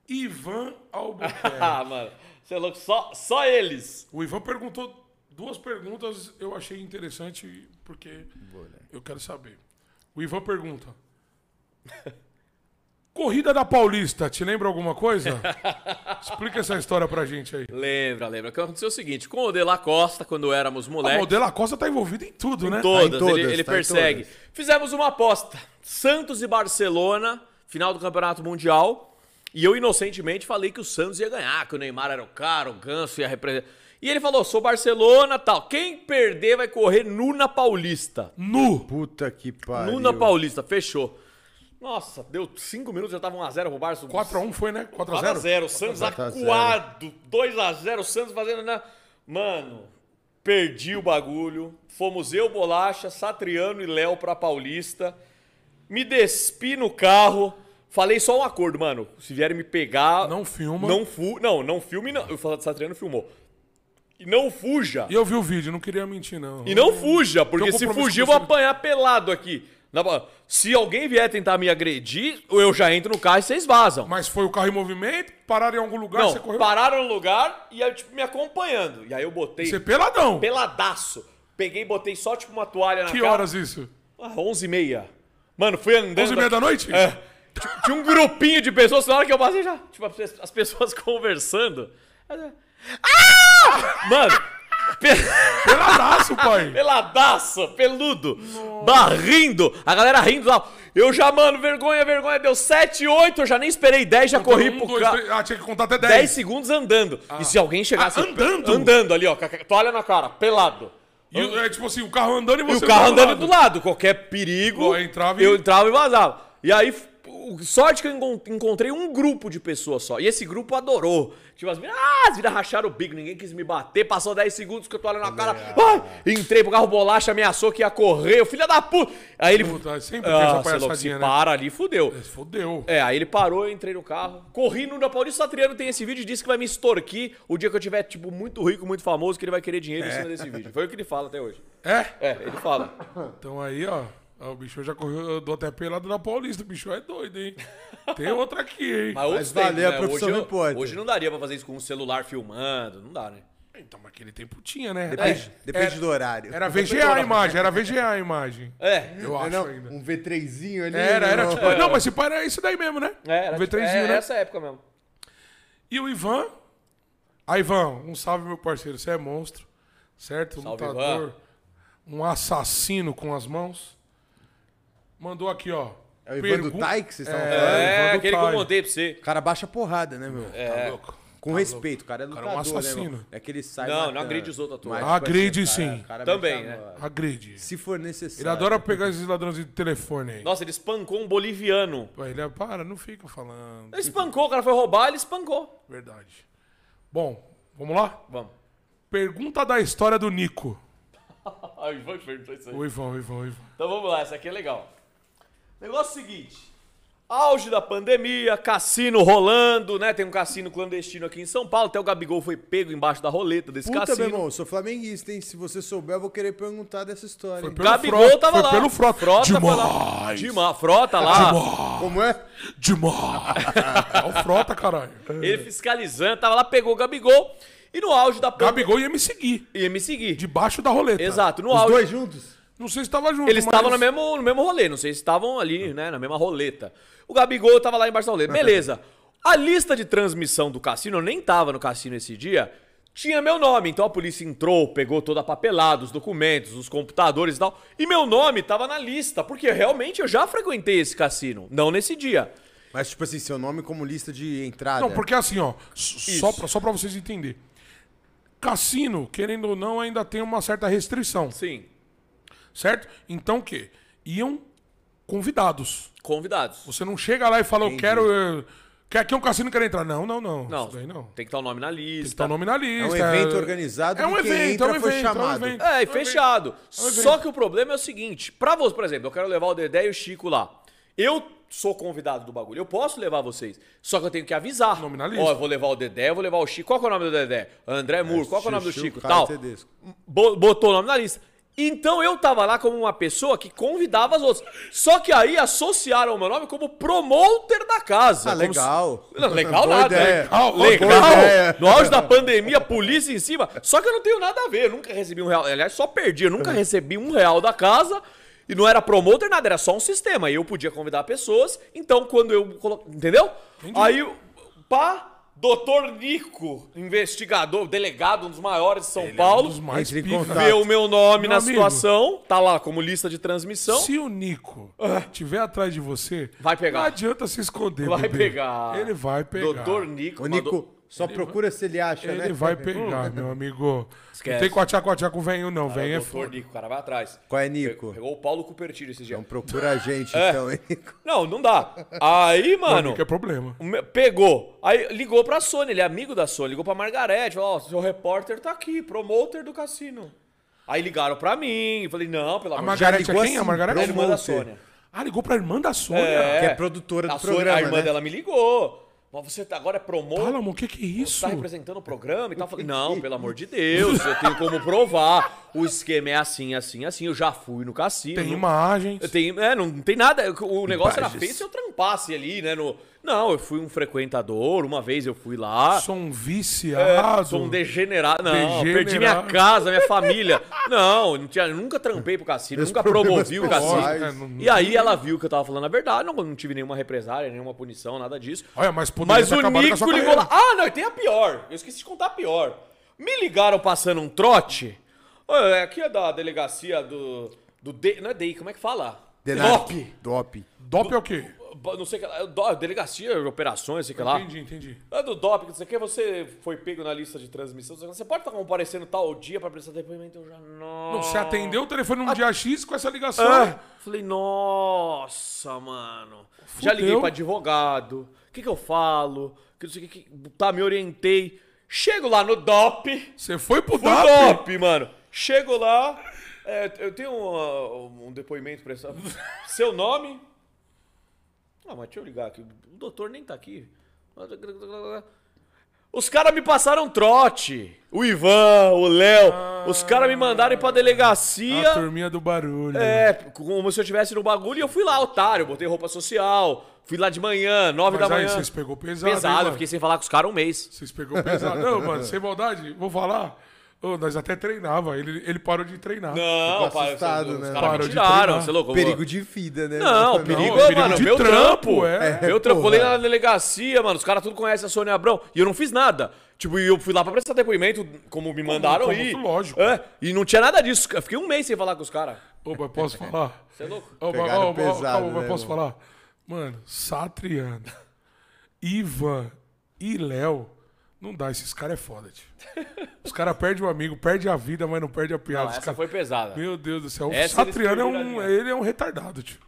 [SPEAKER 1] Ivan Albuquerque.
[SPEAKER 3] Ah, mano, você é louco, só, só eles.
[SPEAKER 1] o Ivan perguntou duas perguntas, eu achei interessante, porque eu quero saber. O Ivan pergunta... Corrida da Paulista, te lembra alguma coisa? Explica essa história pra gente aí.
[SPEAKER 3] Lembra, lembra. O que Aconteceu o seguinte, com o De La Costa, quando éramos
[SPEAKER 1] A
[SPEAKER 3] moleques.
[SPEAKER 1] modelo Costa tá envolvida em tudo, né?
[SPEAKER 3] Todas,
[SPEAKER 2] Tá em todas,
[SPEAKER 3] ele, ele
[SPEAKER 2] tá em
[SPEAKER 3] persegue. Fizemos uma aposta. Santos e Barcelona, final do Campeonato Mundial. E eu inocentemente falei que o Santos ia ganhar, que o Neymar era o cara, o Ganso ia representar. E ele falou: sou Barcelona, tal. Quem perder vai correr nu na Paulista.
[SPEAKER 1] Nu!
[SPEAKER 2] Puta que pariu.
[SPEAKER 3] Nu na Paulista, fechou. Nossa, deu cinco minutos, já tava 1x0 pro Barça.
[SPEAKER 1] 4x1 foi, né? 4x0?
[SPEAKER 3] 4x0, o Santos
[SPEAKER 2] 4 a 0.
[SPEAKER 3] acuado. 2x0, o Santos fazendo. na- Mano, perdi o bagulho. Fomos eu, Bolacha, Satriano e Léo pra Paulista. Me despi no carro. Falei só um acordo, mano. Se vierem me pegar.
[SPEAKER 1] Não filma.
[SPEAKER 3] Não, fu não, não filme, não. Eu falo de Satriano filmou. E não fuja.
[SPEAKER 1] E eu vi o vídeo, não queria mentir, não.
[SPEAKER 3] E não fuja, porque
[SPEAKER 1] Tem um
[SPEAKER 3] se
[SPEAKER 1] compromisso
[SPEAKER 3] fugir eu
[SPEAKER 1] com
[SPEAKER 3] vou
[SPEAKER 1] você.
[SPEAKER 3] apanhar pelado aqui. Na ba- Se alguém vier tentar me agredir, eu já entro no carro e vocês vazam.
[SPEAKER 1] Mas foi o carro em movimento, pararam em algum lugar,
[SPEAKER 3] Não,
[SPEAKER 1] você correu.
[SPEAKER 3] pararam no lugar e aí, tipo, me acompanhando. E aí eu botei
[SPEAKER 1] Você é peladão.
[SPEAKER 3] peladaço. Peguei e botei só, tipo, uma toalha na
[SPEAKER 1] Que
[SPEAKER 3] cara.
[SPEAKER 1] horas isso?
[SPEAKER 3] Ah, 11 e meia. Mano, fui andando.
[SPEAKER 1] 11 h 30 da noite?
[SPEAKER 3] É. T- Tinha um grupinho de pessoas, na hora que eu passei já. Tipo, as pe- as pessoas conversando. Aí eu- Ah! Mano,
[SPEAKER 1] Peladaço, pai.
[SPEAKER 3] Peladaço, peludo, barrindo, a galera rindo lá. Eu já, mano, vergonha, vergonha, deu 7, 8, eu já nem esperei 10, já corri
[SPEAKER 1] Um,
[SPEAKER 3] pro
[SPEAKER 1] dois,
[SPEAKER 3] carro.
[SPEAKER 1] três- Ah, tinha que contar até
[SPEAKER 3] 10
[SPEAKER 1] 10.
[SPEAKER 3] segundos andando. E se alguém chegasse.
[SPEAKER 1] Ah, andando?
[SPEAKER 3] Andando ali, ó, com a toalha na cara, pelado.
[SPEAKER 1] E o- é tipo assim, o carro andando e
[SPEAKER 3] E
[SPEAKER 1] você
[SPEAKER 3] o carro
[SPEAKER 1] do
[SPEAKER 3] andando
[SPEAKER 1] lado.
[SPEAKER 3] do lado, qualquer perigo,
[SPEAKER 1] Ó, entrava e-
[SPEAKER 3] eu entrava e vazava. E aí, f- o- sorte que eu encon- encontrei um grupo de pessoas só. E esse grupo adorou. Tipo, as minas, ah, as minas racharam o bico, ninguém quis me bater. Passou 10 segundos com a toalha na cara.
[SPEAKER 1] é.
[SPEAKER 3] Ai, entrei pro carro bolacha, ameaçou que ia correr. Eu, filha da puta! Aí ele.
[SPEAKER 1] Puta, sempre tem essa
[SPEAKER 3] Ah, sei lá, se
[SPEAKER 1] palhaçadinha, né?
[SPEAKER 3] para ali, fudeu.
[SPEAKER 1] Fodeu.
[SPEAKER 3] É, aí ele parou, eu entrei no carro. Corri no da Paulista Satriano, tem esse vídeo, disse que vai me extorquir o dia que eu tiver, tipo, muito rico, muito famoso, que ele vai querer dinheiro em cima desse vídeo. Foi o que ele fala até hoje.
[SPEAKER 1] É?
[SPEAKER 3] É, ele fala.
[SPEAKER 1] Então aí, ó. ó, O bicho já correu, andou até pelado na Paulista. O bicho é doido, hein? Tem outra aqui, hein?
[SPEAKER 3] Mas, outros
[SPEAKER 2] valeu,
[SPEAKER 3] tempos,
[SPEAKER 2] a
[SPEAKER 3] né?
[SPEAKER 2] profissão
[SPEAKER 3] hoje, eu-
[SPEAKER 2] repórter.
[SPEAKER 3] hoje não daria pra fazer isso com um celular filmando, não dá, né?
[SPEAKER 1] Então, mas aquele tempo tinha, né?
[SPEAKER 2] Depende,
[SPEAKER 1] É,
[SPEAKER 2] depende
[SPEAKER 1] era-
[SPEAKER 2] do horário.
[SPEAKER 1] Era VGA a imagem, era VGA a imagem.
[SPEAKER 3] É.
[SPEAKER 1] Eu
[SPEAKER 2] Não,
[SPEAKER 1] acho
[SPEAKER 2] não,
[SPEAKER 1] ainda.
[SPEAKER 2] um V3zinho ali.
[SPEAKER 1] Era, era
[SPEAKER 2] não.
[SPEAKER 1] tipo. Não, mas se pá, era isso daí mesmo, né?
[SPEAKER 3] É, era,
[SPEAKER 1] o V3zinho,
[SPEAKER 3] é,
[SPEAKER 1] né?
[SPEAKER 3] essa época mesmo.
[SPEAKER 1] E o Ivan. Ah, Ivan, um salve, meu parceiro. Você é monstro, certo?
[SPEAKER 3] Salve,
[SPEAKER 1] Lutador.
[SPEAKER 3] Ivan.
[SPEAKER 1] Um assassino com as mãos. Mandou aqui, ó.
[SPEAKER 2] É o Ivan do
[SPEAKER 1] Pergun-
[SPEAKER 2] Tai que vocês estavam
[SPEAKER 1] É,
[SPEAKER 2] falando?
[SPEAKER 1] Ivan
[SPEAKER 3] É,
[SPEAKER 1] do
[SPEAKER 3] aquele que eu
[SPEAKER 1] Caio.
[SPEAKER 3] mandei pra você.
[SPEAKER 2] O cara baixa a porrada, né, meu?
[SPEAKER 3] É,
[SPEAKER 1] Tá louco.
[SPEAKER 2] Com respeito, o cara é
[SPEAKER 1] cara é
[SPEAKER 2] lutador,
[SPEAKER 1] um
[SPEAKER 2] né,
[SPEAKER 1] assassino. Ah,
[SPEAKER 2] meu? É que ele sai
[SPEAKER 3] Não, não
[SPEAKER 2] matando.
[SPEAKER 3] agride os outros à toa.
[SPEAKER 2] Mas, tipo assim,
[SPEAKER 1] Agride,
[SPEAKER 2] o cara-
[SPEAKER 1] sim.
[SPEAKER 2] o cara
[SPEAKER 3] Também,
[SPEAKER 2] mete a
[SPEAKER 3] né?
[SPEAKER 2] mão.
[SPEAKER 1] Agride.
[SPEAKER 2] Se for
[SPEAKER 1] Ele
[SPEAKER 2] necessário.
[SPEAKER 1] adora pegar esses ladrões de telefone aí.
[SPEAKER 3] Nossa, ele espancou um boliviano.
[SPEAKER 1] Pô, Ele é, para, não fica falando.
[SPEAKER 3] Ele espancou, o cara foi roubar, ele espancou.
[SPEAKER 1] Verdade. Bom, vamos lá?
[SPEAKER 3] Vamos.
[SPEAKER 1] Pergunta da história do Nico.
[SPEAKER 3] Ah, o Ivan que perguntou isso aí.
[SPEAKER 1] O Ivan, o Ivan, o Ivan.
[SPEAKER 3] Então vamos lá, essa aqui é legal. Negócio seguinte. Auge da pandemia, cassino rolando, né? Tem um cassino clandestino aqui em São Paulo. Até o Gabigol foi pego embaixo da roleta desse
[SPEAKER 2] Puta, meu
[SPEAKER 3] cassino.
[SPEAKER 2] irmão, eu sou flamenguista, hein? Se você souber, eu vou querer perguntar dessa história. hein?
[SPEAKER 1] pelo
[SPEAKER 3] Gabigol
[SPEAKER 1] Frota,
[SPEAKER 3] tava
[SPEAKER 1] foi
[SPEAKER 3] lá.
[SPEAKER 1] pelo Frota.
[SPEAKER 3] foi lá.
[SPEAKER 1] Demais.
[SPEAKER 3] Demais. Frota lá.
[SPEAKER 2] Como é?
[SPEAKER 1] Demais! é o Frota, caralho.
[SPEAKER 3] Ele fiscalizando, tava lá, pegou o Gabigol. E no auge da pandemia.
[SPEAKER 1] Gabigol ia me seguir.
[SPEAKER 3] Ia me seguir.
[SPEAKER 1] Debaixo da roleta.
[SPEAKER 3] Exato, no
[SPEAKER 2] Os
[SPEAKER 3] auge.
[SPEAKER 2] dois juntos?
[SPEAKER 1] Não sei se tava junto.
[SPEAKER 3] Eles
[SPEAKER 1] mas- Ah.
[SPEAKER 3] estavam no mesmo, no mesmo rolê, não sei se estavam ali, né, na mesma roleta. O Gabigol tava lá embaixo da
[SPEAKER 1] tá.
[SPEAKER 3] roleta. Beleza. A lista de transmissão do cassino, eu nem tava no cassino esse dia, tinha meu nome. Então a polícia entrou, pegou toda a papelada, os documentos, os computadores e tal. E meu nome tava na lista, porque realmente eu já frequentei esse cassino. Não nesse dia.
[SPEAKER 2] Mas, tipo assim, seu nome como lista de entrada.
[SPEAKER 1] Não,
[SPEAKER 3] É.
[SPEAKER 1] porque assim, ó. s- Só pra, só pra vocês entenderem. Cassino, querendo ou não, ainda tem uma certa restrição,
[SPEAKER 3] Sim,
[SPEAKER 1] certo? Então o quê? Iam convidados.
[SPEAKER 3] convidados.
[SPEAKER 1] Você não chega lá e fala, eu quero. Eu... Quer que um cassino quero entrar? Não, não, não.
[SPEAKER 3] Não,
[SPEAKER 1] Isso daí não.
[SPEAKER 3] tem que estar o nome na
[SPEAKER 1] Tem que
[SPEAKER 3] lista.
[SPEAKER 1] estar o nome na
[SPEAKER 2] É um
[SPEAKER 1] lista.
[SPEAKER 2] evento organizado
[SPEAKER 1] É um
[SPEAKER 2] que quem
[SPEAKER 1] evento, é um
[SPEAKER 2] entra foi
[SPEAKER 1] evento, é um
[SPEAKER 2] chamado.
[SPEAKER 1] evento.
[SPEAKER 3] É, e fechado. Só que o problema é o seguinte: pra você, por exemplo, eu quero levar o Dedé e o Chico lá. Eu sou convidado do bagulho, eu posso levar vocês. Só que eu tenho que avisar.
[SPEAKER 1] Nome na lista.
[SPEAKER 3] Ó, eu vou levar o Dedé, eu vou levar o Chico. Qual que é o nome do Dedé? André Muro, qual que é o nome do
[SPEAKER 2] Chuchu,
[SPEAKER 3] Chico?
[SPEAKER 2] Caio
[SPEAKER 3] Tal.
[SPEAKER 2] Tedesco.
[SPEAKER 3] Bo- Botou o nome na lista. Então eu tava lá como uma pessoa que convidava as outras. Só que aí associaram o meu nome como promoter da casa.
[SPEAKER 2] Ah,
[SPEAKER 3] É como
[SPEAKER 2] legal.
[SPEAKER 3] não, legal
[SPEAKER 2] Boa
[SPEAKER 3] nada. né?
[SPEAKER 2] ideia.
[SPEAKER 1] Legal,
[SPEAKER 3] Legal.
[SPEAKER 1] boa
[SPEAKER 3] legal.
[SPEAKER 2] ideia.
[SPEAKER 3] No auge da pandemia, a polícia em cima. Só que eu não tenho nada a ver. Eu nunca recebi um real. Aliás, só perdi. Eu nunca
[SPEAKER 1] É.
[SPEAKER 3] recebi um real da casa. E não era promoter, nada. Era só um sistema. E eu podia convidar pessoas. Então, quando eu colo... Entendeu? Aí, pá. Doutor Nico, investigador, delegado, um dos maiores de São Paulo,
[SPEAKER 1] Os é Um mais
[SPEAKER 2] Entre em
[SPEAKER 1] pica.
[SPEAKER 2] contato.
[SPEAKER 3] vê o meu nome
[SPEAKER 1] Meu
[SPEAKER 3] na
[SPEAKER 1] amigo.
[SPEAKER 3] situação, tá lá como lista de transmissão.
[SPEAKER 1] Se o Nico tiver atrás de você,
[SPEAKER 3] Então, Ah. Vai pegar.
[SPEAKER 1] Não adianta se esconder.
[SPEAKER 3] Vai
[SPEAKER 1] bebê.
[SPEAKER 3] pegar.
[SPEAKER 1] Ele vai pegar.
[SPEAKER 3] Doutor Nico,
[SPEAKER 2] Ô,
[SPEAKER 3] mandou-
[SPEAKER 2] Nico, só procura se ele acha, né?
[SPEAKER 1] Ele vai pegar, meu amigo.
[SPEAKER 3] Esquece.
[SPEAKER 1] Não tem coatiá-coatiá com o venho, não. Venho é
[SPEAKER 3] Doutor
[SPEAKER 1] foda.
[SPEAKER 3] Nico, o cara vai atrás.
[SPEAKER 2] Qual é, Nico?
[SPEAKER 3] Pegou o Paulo Cupertino esse dia.
[SPEAKER 2] Então procura a gente, então, hein, Nico?
[SPEAKER 3] Não, não dá. Aí, mano,
[SPEAKER 1] Nico é problema.
[SPEAKER 3] o meu- pegou. Aí ligou pra Sony, ele é amigo da Sony, ligou pra Margarete, falou, ó, seu repórter tá aqui, promoter do cassino. Aí ligaram pra mim, eu falei, não, pelo
[SPEAKER 1] A
[SPEAKER 3] amor de Deus.
[SPEAKER 1] Margarete é
[SPEAKER 2] ligou
[SPEAKER 1] quem? A
[SPEAKER 2] assim,
[SPEAKER 3] A
[SPEAKER 1] Margarete?
[SPEAKER 3] irmã da
[SPEAKER 2] promoter.
[SPEAKER 3] Sônia.
[SPEAKER 1] Ah, ligou pra irmã da Sônia.
[SPEAKER 2] Que é produtora do
[SPEAKER 3] A, Sônia,
[SPEAKER 2] programa,
[SPEAKER 3] a irmã
[SPEAKER 2] né? um
[SPEAKER 3] dela me ligou. Mas você tá- agora é promotor?
[SPEAKER 1] Fala, amor, o que que é
[SPEAKER 3] Você
[SPEAKER 1] isso?
[SPEAKER 3] tá representando o programa e tal. Eu falei, não, pelo amor de Deus, eu tenho como provar. O esquema é assim, assim, assim. Eu já fui no cassino.
[SPEAKER 1] Tem
[SPEAKER 3] não-
[SPEAKER 1] imagens.
[SPEAKER 3] eu tenho, é, não tem nada. O negócio era feio se eu trampasse ali, né? No, não, eu fui um frequentador, uma vez eu fui lá.
[SPEAKER 1] Sou um
[SPEAKER 3] é,
[SPEAKER 1] viciado.
[SPEAKER 3] sou um degenerado. Não,
[SPEAKER 1] Degenerado.
[SPEAKER 3] perdi minha casa, minha família. não, eu não tinha, eu nunca trampei pro cassino, nunca promovi o
[SPEAKER 2] pessoais.
[SPEAKER 3] cassino.
[SPEAKER 1] É, não-
[SPEAKER 3] E aí ela viu que eu tava falando a verdade, não, não tive nenhuma represária, nenhuma punição, nada disso.
[SPEAKER 1] Olha, mas poderia
[SPEAKER 3] Mas
[SPEAKER 1] ter
[SPEAKER 3] o
[SPEAKER 1] acabado com a sua
[SPEAKER 3] Nico ligou
[SPEAKER 1] carreira.
[SPEAKER 3] lá. Ah, não, e tem a pior. Eu esqueci de contar a pior. Me ligaram passando um trote. Ô, é Aqui é da delegacia do. do D, não é DEI, como é que fala? DOP.
[SPEAKER 2] Dop.
[SPEAKER 1] Dop é o quê?
[SPEAKER 3] Não sei o que lá. é do- Delegacia de operações, sei o que lá.
[SPEAKER 1] Entendi, entendi.
[SPEAKER 3] É do DOP, que não sei o que, você foi pego na lista de transmissão. não sei o que lá. Você pode estar comparecendo tal dia pra prestar depoimento? Eu já não.
[SPEAKER 1] Não, você atendeu o telefone num
[SPEAKER 3] Ah.
[SPEAKER 1] dia X com essa ligação.
[SPEAKER 3] Falei, nossa, mano. Já
[SPEAKER 1] Fudeu.
[SPEAKER 3] liguei pra advogado. O que, que eu falo? Que não sei o que, que- Tá, me orientei. Chego lá no DOP.
[SPEAKER 1] Você foi pro
[SPEAKER 3] Fui
[SPEAKER 1] DOP?
[SPEAKER 3] DOP, mano. Chego lá. é, eu tenho um, uh, um depoimento pra essa. Seu nome? Ah, mas deixa eu ligar aqui. O doutor nem tá aqui. Os caras me passaram trote. O Ivan, o Léo. os caras me mandaram ir
[SPEAKER 1] Ah.
[SPEAKER 3] pra delegacia.
[SPEAKER 1] A turminha do barulho.
[SPEAKER 3] É, como se eu estivesse no bagulho e eu fui lá, otário. Botei roupa social, fui lá de manhã, nove
[SPEAKER 1] Mas
[SPEAKER 3] da
[SPEAKER 1] aí
[SPEAKER 3] manhã.
[SPEAKER 1] vocês pegou pesado. hein,
[SPEAKER 3] Pesado,
[SPEAKER 1] mano?
[SPEAKER 3] eu fiquei sem falar com os caras um mês.
[SPEAKER 1] Vocês pegou pesado. Não, mano, sem maldade, vou falar. Ô, nós até treinava, ele, ele parou de treinar.
[SPEAKER 3] Não,
[SPEAKER 2] Ficou
[SPEAKER 3] pai,
[SPEAKER 2] assustado,
[SPEAKER 3] os, os
[SPEAKER 2] né?
[SPEAKER 3] caras
[SPEAKER 1] Parou
[SPEAKER 3] me
[SPEAKER 1] de
[SPEAKER 3] tiraram,
[SPEAKER 1] treinar.
[SPEAKER 3] você é louco. eu vou-
[SPEAKER 2] Perigo de vida, né?
[SPEAKER 3] Não, perigo,
[SPEAKER 1] é perigo
[SPEAKER 3] mano,
[SPEAKER 1] de
[SPEAKER 3] meu
[SPEAKER 1] trampo,
[SPEAKER 3] trampo.
[SPEAKER 1] é.
[SPEAKER 3] Meu trampo,
[SPEAKER 2] porra.
[SPEAKER 3] colei lá na delegacia, mano, os caras tudo conhecem a Sônia Abrão e eu não fiz nada. Tipo, e eu fui lá pra prestar depoimento, como me mandaram
[SPEAKER 1] como,
[SPEAKER 3] ir.
[SPEAKER 1] lógico.
[SPEAKER 3] É, e não tinha nada disso, eu fiquei um mês sem falar com os caras.
[SPEAKER 1] Ô, mas posso falar?
[SPEAKER 3] Você é louco?
[SPEAKER 1] Ô, mas,
[SPEAKER 2] Pegaram
[SPEAKER 1] ô, mas-
[SPEAKER 2] pesado,
[SPEAKER 1] calma, mas
[SPEAKER 2] né,
[SPEAKER 1] posso
[SPEAKER 2] irmão?
[SPEAKER 1] falar? Mano, Satriano, Ivan e Léo, não dá, esses caras é foda, tio. Os caras perdem o amigo, perdem a vida, mas não perdem a piada.
[SPEAKER 3] Não,
[SPEAKER 1] Os
[SPEAKER 3] essa
[SPEAKER 1] cara-
[SPEAKER 3] foi pesada.
[SPEAKER 1] Meu Deus do céu, o
[SPEAKER 3] Essa eles
[SPEAKER 1] Satriano é
[SPEAKER 3] perderam né?
[SPEAKER 1] um,
[SPEAKER 3] a
[SPEAKER 1] ele é um retardado, tio.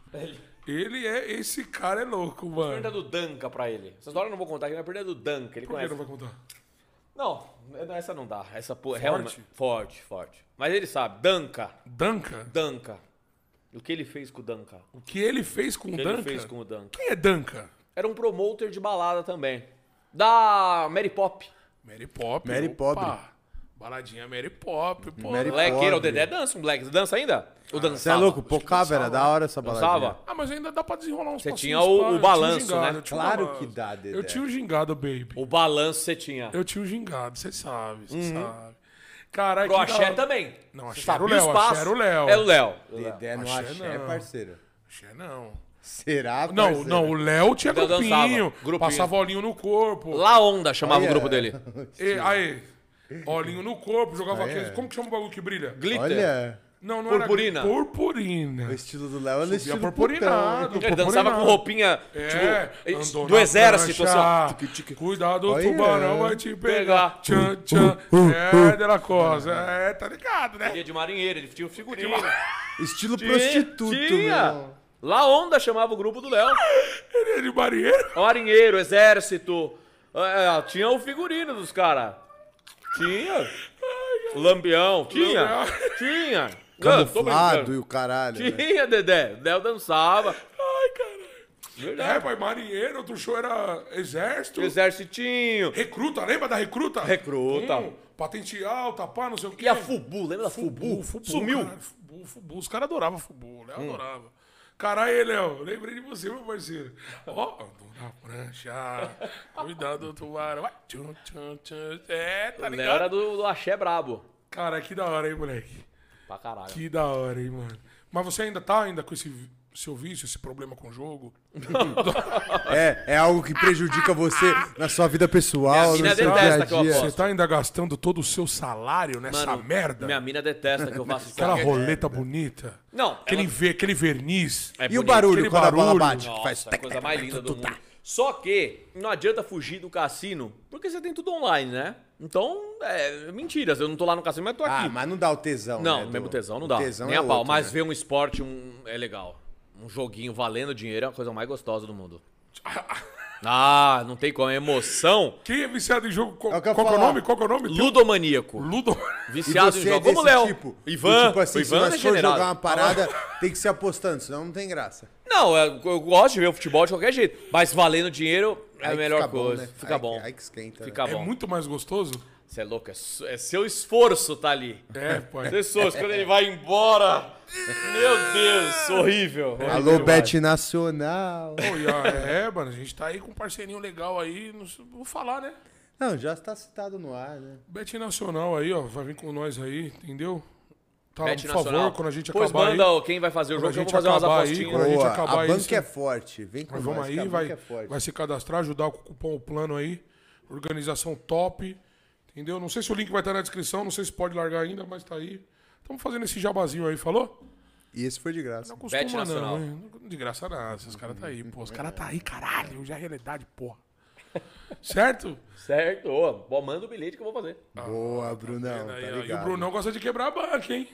[SPEAKER 1] Ele é, esse cara é louco,
[SPEAKER 3] Perda
[SPEAKER 1] mano.
[SPEAKER 3] do Danca pra ele. Essa história eu não vou contar aqui, mas é perda do Danca, ele
[SPEAKER 1] Por que
[SPEAKER 3] conhece.
[SPEAKER 1] não vai contar?
[SPEAKER 3] Não, não, essa não dá. Essa porra, realmente. Forte, forte. Mas ele sabe, Danca,
[SPEAKER 1] Danca?
[SPEAKER 3] Danca. O que ele fez com o Danca? O
[SPEAKER 1] O que ele fez com o
[SPEAKER 3] que
[SPEAKER 1] Danca?
[SPEAKER 3] ele fez com o Danca?
[SPEAKER 1] Quem é Danca?
[SPEAKER 3] Era um promoter de balada também. Da Mary Pop.
[SPEAKER 1] Mary Pop.
[SPEAKER 2] Mary Pobre.
[SPEAKER 1] Baladinha Mary Pop, pô.
[SPEAKER 2] Mary-
[SPEAKER 3] Black
[SPEAKER 2] Pop.
[SPEAKER 3] era o Dedé dança, um Black dança ainda? Ou dançava?
[SPEAKER 2] Você é louco? Pocava era da hora essa balada.
[SPEAKER 3] Dançava?
[SPEAKER 1] Ah, mas ainda dá pra desenrolar uns
[SPEAKER 3] Você
[SPEAKER 1] passinhos,
[SPEAKER 3] tinha o-
[SPEAKER 1] pá.
[SPEAKER 3] o
[SPEAKER 1] Eu tinha
[SPEAKER 3] balanço,
[SPEAKER 1] um gingado,
[SPEAKER 3] né?
[SPEAKER 1] eu tinha um
[SPEAKER 2] Claro
[SPEAKER 1] balanço.
[SPEAKER 2] que dá, Dedé.
[SPEAKER 1] Eu tinha o gingado, baby.
[SPEAKER 3] O balanço você tinha.
[SPEAKER 1] Eu tinha o gingado, você sabe, você sabe. Caralho,
[SPEAKER 3] Pro
[SPEAKER 1] da
[SPEAKER 3] Uhum. axé tá-
[SPEAKER 1] hora.
[SPEAKER 3] também.
[SPEAKER 1] Não,
[SPEAKER 3] Você
[SPEAKER 1] axé era o
[SPEAKER 3] sabia
[SPEAKER 1] Léo,
[SPEAKER 3] os passos.
[SPEAKER 1] axé era o Léo.
[SPEAKER 3] Era É o Léo.
[SPEAKER 2] Dedé né? não
[SPEAKER 1] Axé
[SPEAKER 2] axé,
[SPEAKER 1] não.
[SPEAKER 2] parceiro.
[SPEAKER 1] Axé não.
[SPEAKER 2] Será,
[SPEAKER 1] Não,
[SPEAKER 2] parceiro?
[SPEAKER 1] não, o Léo tinha
[SPEAKER 3] Léo dançava,
[SPEAKER 1] grupinho,
[SPEAKER 3] grupinho.
[SPEAKER 1] Passava olhinho no corpo.
[SPEAKER 3] La Onda chamava
[SPEAKER 2] Olha.
[SPEAKER 3] o grupo dele.
[SPEAKER 1] E, aí, olhinho no corpo, jogava
[SPEAKER 2] Ah, é.
[SPEAKER 1] aquele... Como que chama o bagulho que brilha?
[SPEAKER 3] Glitter.
[SPEAKER 2] Olha,
[SPEAKER 1] Não, não
[SPEAKER 3] Purpurina.
[SPEAKER 1] era... Purpurina.
[SPEAKER 2] o estilo do Léo é no
[SPEAKER 1] Subia
[SPEAKER 2] estilo
[SPEAKER 1] purpurinado.
[SPEAKER 2] purpurinado.
[SPEAKER 3] Ele dançava com
[SPEAKER 1] purpurinado.
[SPEAKER 3] roupinha,
[SPEAKER 1] É,
[SPEAKER 3] tipo,
[SPEAKER 1] andou
[SPEAKER 3] do
[SPEAKER 1] na
[SPEAKER 3] exército, assim, ó.
[SPEAKER 1] prancha. Cuidado, o
[SPEAKER 2] Olha.
[SPEAKER 1] tubarão vai te pegar.
[SPEAKER 3] Pegar.
[SPEAKER 1] Tchan, tchan. É, de la Cosa. É, tá ligado, né?
[SPEAKER 3] Ia de marinheiro, ele tinha um figurino.
[SPEAKER 2] Estilo
[SPEAKER 3] Tinha,
[SPEAKER 2] prostituto,
[SPEAKER 3] tinha.
[SPEAKER 2] meu.
[SPEAKER 3] La Onda chamava o grupo do Léo.
[SPEAKER 1] Ele é de marinheiro.
[SPEAKER 3] Marinheiro, exército. É, tinha o figurino dos caras. Tinha. Lambião. Tinha.
[SPEAKER 1] Lambião.
[SPEAKER 3] Tinha. Não, Ah, tô
[SPEAKER 2] Camuflado
[SPEAKER 3] brincando.
[SPEAKER 2] e o caralho. né?
[SPEAKER 3] Tinha, Dedé. Léo dançava.
[SPEAKER 1] Ai, caralho. É,
[SPEAKER 3] Verdade.
[SPEAKER 1] pai, marinheiro, outro show era exército.
[SPEAKER 3] Exercitinho.
[SPEAKER 1] Recruta, lembra da recruta?
[SPEAKER 3] Recruta.
[SPEAKER 1] Hum, patente alta, pá, não sei o quê.
[SPEAKER 3] E a Fubu, lembra da Fubu? Sumiu. Hum.
[SPEAKER 1] Caralho, fubu, fubu. Os caras adoravam fubu. O Léo adorava. Caralho, Léo, lembrei de você, meu parceiro. Ó, andou na prancha. Cuidado do tubarão. Vai. Tchum, tchum, tchum. É, tá
[SPEAKER 3] Léo era
[SPEAKER 1] ligado?
[SPEAKER 3] do, do Axé Brabo.
[SPEAKER 1] Cara, que da hora, hein, moleque.
[SPEAKER 3] Pra caralho.
[SPEAKER 1] Que da hora, hein, mano. Mas você ainda tá ainda com esse vi- seu vício, esse problema com o jogo?
[SPEAKER 2] É, é algo que prejudica você na sua vida pessoal,
[SPEAKER 3] Minha É, mina
[SPEAKER 2] no seu dia
[SPEAKER 3] detesta
[SPEAKER 2] a
[SPEAKER 3] que eu
[SPEAKER 2] dia.
[SPEAKER 3] aposto.
[SPEAKER 1] Você tá ainda gastando todo o seu salário nessa
[SPEAKER 3] Mano,
[SPEAKER 1] merda?
[SPEAKER 3] Minha mina detesta que eu faça isso.
[SPEAKER 1] Aquela roleta bonita.
[SPEAKER 3] Não,
[SPEAKER 1] Aquele,
[SPEAKER 3] ela-
[SPEAKER 1] ve- aquele verniz.
[SPEAKER 3] É
[SPEAKER 2] E o
[SPEAKER 3] bonito.
[SPEAKER 2] barulho
[SPEAKER 1] aquele
[SPEAKER 2] quando a bola
[SPEAKER 1] barulho.
[SPEAKER 2] bate? que
[SPEAKER 3] Nossa,
[SPEAKER 2] faz tá.
[SPEAKER 3] a coisa mais linda do mundo. Só que não adianta fugir do cassino, porque você tem tudo online, né? Então, é mentiras. Eu não tô lá no cassino, mas tô aqui.
[SPEAKER 2] Ah, mas não dá o tesão,
[SPEAKER 3] Não,
[SPEAKER 2] né,
[SPEAKER 3] mesmo
[SPEAKER 2] do-
[SPEAKER 3] tesão não
[SPEAKER 2] o
[SPEAKER 3] dá.
[SPEAKER 2] tesão
[SPEAKER 3] Nem
[SPEAKER 2] é
[SPEAKER 3] a pau.
[SPEAKER 2] outro,
[SPEAKER 3] mas
[SPEAKER 2] né?
[SPEAKER 3] ver um esporte um, é legal. Um joguinho valendo dinheiro é a coisa mais gostosa do mundo. Ah, não tem como. É emoção.
[SPEAKER 1] Quem é viciado em jogo? Qual,
[SPEAKER 2] É o que eu
[SPEAKER 1] qual que é o
[SPEAKER 2] falar.
[SPEAKER 1] nome? Qual que é o nome? Tem um-
[SPEAKER 3] Ludomaníaco.
[SPEAKER 1] Ludo.
[SPEAKER 2] E
[SPEAKER 3] Viciado em
[SPEAKER 2] você é
[SPEAKER 3] jogos. Como o
[SPEAKER 2] desse
[SPEAKER 3] Léo.
[SPEAKER 2] tipo,
[SPEAKER 3] Ivan.
[SPEAKER 2] que, tipo assim,
[SPEAKER 3] o Ivan
[SPEAKER 2] se
[SPEAKER 3] é
[SPEAKER 2] nós for
[SPEAKER 3] generado.
[SPEAKER 2] jogar uma parada, tem que ser apostando, senão não tem graça.
[SPEAKER 3] Não, eu, eu gosto de ver o futebol de qualquer jeito. Mas valendo dinheiro é
[SPEAKER 2] Aí
[SPEAKER 3] a
[SPEAKER 2] que
[SPEAKER 3] melhor
[SPEAKER 2] fica bom,
[SPEAKER 3] coisa.
[SPEAKER 2] né?
[SPEAKER 3] Fica
[SPEAKER 2] Aí que-
[SPEAKER 3] bom.
[SPEAKER 2] Aí que esquenta. né?
[SPEAKER 3] Fica
[SPEAKER 1] É
[SPEAKER 3] Tá bom.
[SPEAKER 1] muito mais gostoso?
[SPEAKER 3] Você é louco, é, su- é seu esforço tá ali.
[SPEAKER 1] É, pai.
[SPEAKER 3] Seu esforço, quando ele vai embora. Meu Deus, horrível.
[SPEAKER 2] Alô, Bet Nacional.
[SPEAKER 1] Pô, e a- é, mano, a gente tá aí com um parceirinho legal aí. Não sei- vou falar, né?
[SPEAKER 2] Não, já está citado no ar, né?
[SPEAKER 1] Bet Nacional aí, ó. Vai vir com nós aí, entendeu? Tá,
[SPEAKER 3] Bet
[SPEAKER 1] por favor,
[SPEAKER 3] Nacional.
[SPEAKER 1] quando a gente
[SPEAKER 3] pois
[SPEAKER 1] acabar
[SPEAKER 3] manda
[SPEAKER 1] aí.
[SPEAKER 3] ó, quem vai fazer o
[SPEAKER 1] Quando a
[SPEAKER 3] jogo, que eu vou
[SPEAKER 1] gente
[SPEAKER 3] fazer umas
[SPEAKER 1] acabar aí,
[SPEAKER 3] apostinhas.
[SPEAKER 1] quando a gente
[SPEAKER 2] Boa,
[SPEAKER 1] acabar
[SPEAKER 2] a banca
[SPEAKER 1] isso-
[SPEAKER 2] é forte. Vem com
[SPEAKER 1] Mas
[SPEAKER 2] nós,
[SPEAKER 1] vamos
[SPEAKER 2] que a
[SPEAKER 1] aí,
[SPEAKER 2] banca
[SPEAKER 1] vai,
[SPEAKER 2] é forte.
[SPEAKER 1] vai se cadastrar, ajudar com o cupom o plano aí. Organização top. Entendeu? Não sei se o link vai estar na descrição, não sei se pode largar ainda, mas tá aí. Estamos fazendo esse jabazinho aí, falou?
[SPEAKER 2] E esse foi de graça.
[SPEAKER 1] Não costuma,
[SPEAKER 3] Bet Nacional.
[SPEAKER 1] não. hein? De graça nada. Esses caras tá aí, pô. Os caras tá aí, caralho. Já é realidade, porra. Certo?
[SPEAKER 3] Certo, ô, bom, manda o bilhete que eu vou fazer.
[SPEAKER 2] Boa, Brunão.
[SPEAKER 1] Aí,
[SPEAKER 2] tá
[SPEAKER 1] ó, e o
[SPEAKER 2] ligado.
[SPEAKER 1] Brunão gosta de quebrar a banca, hein?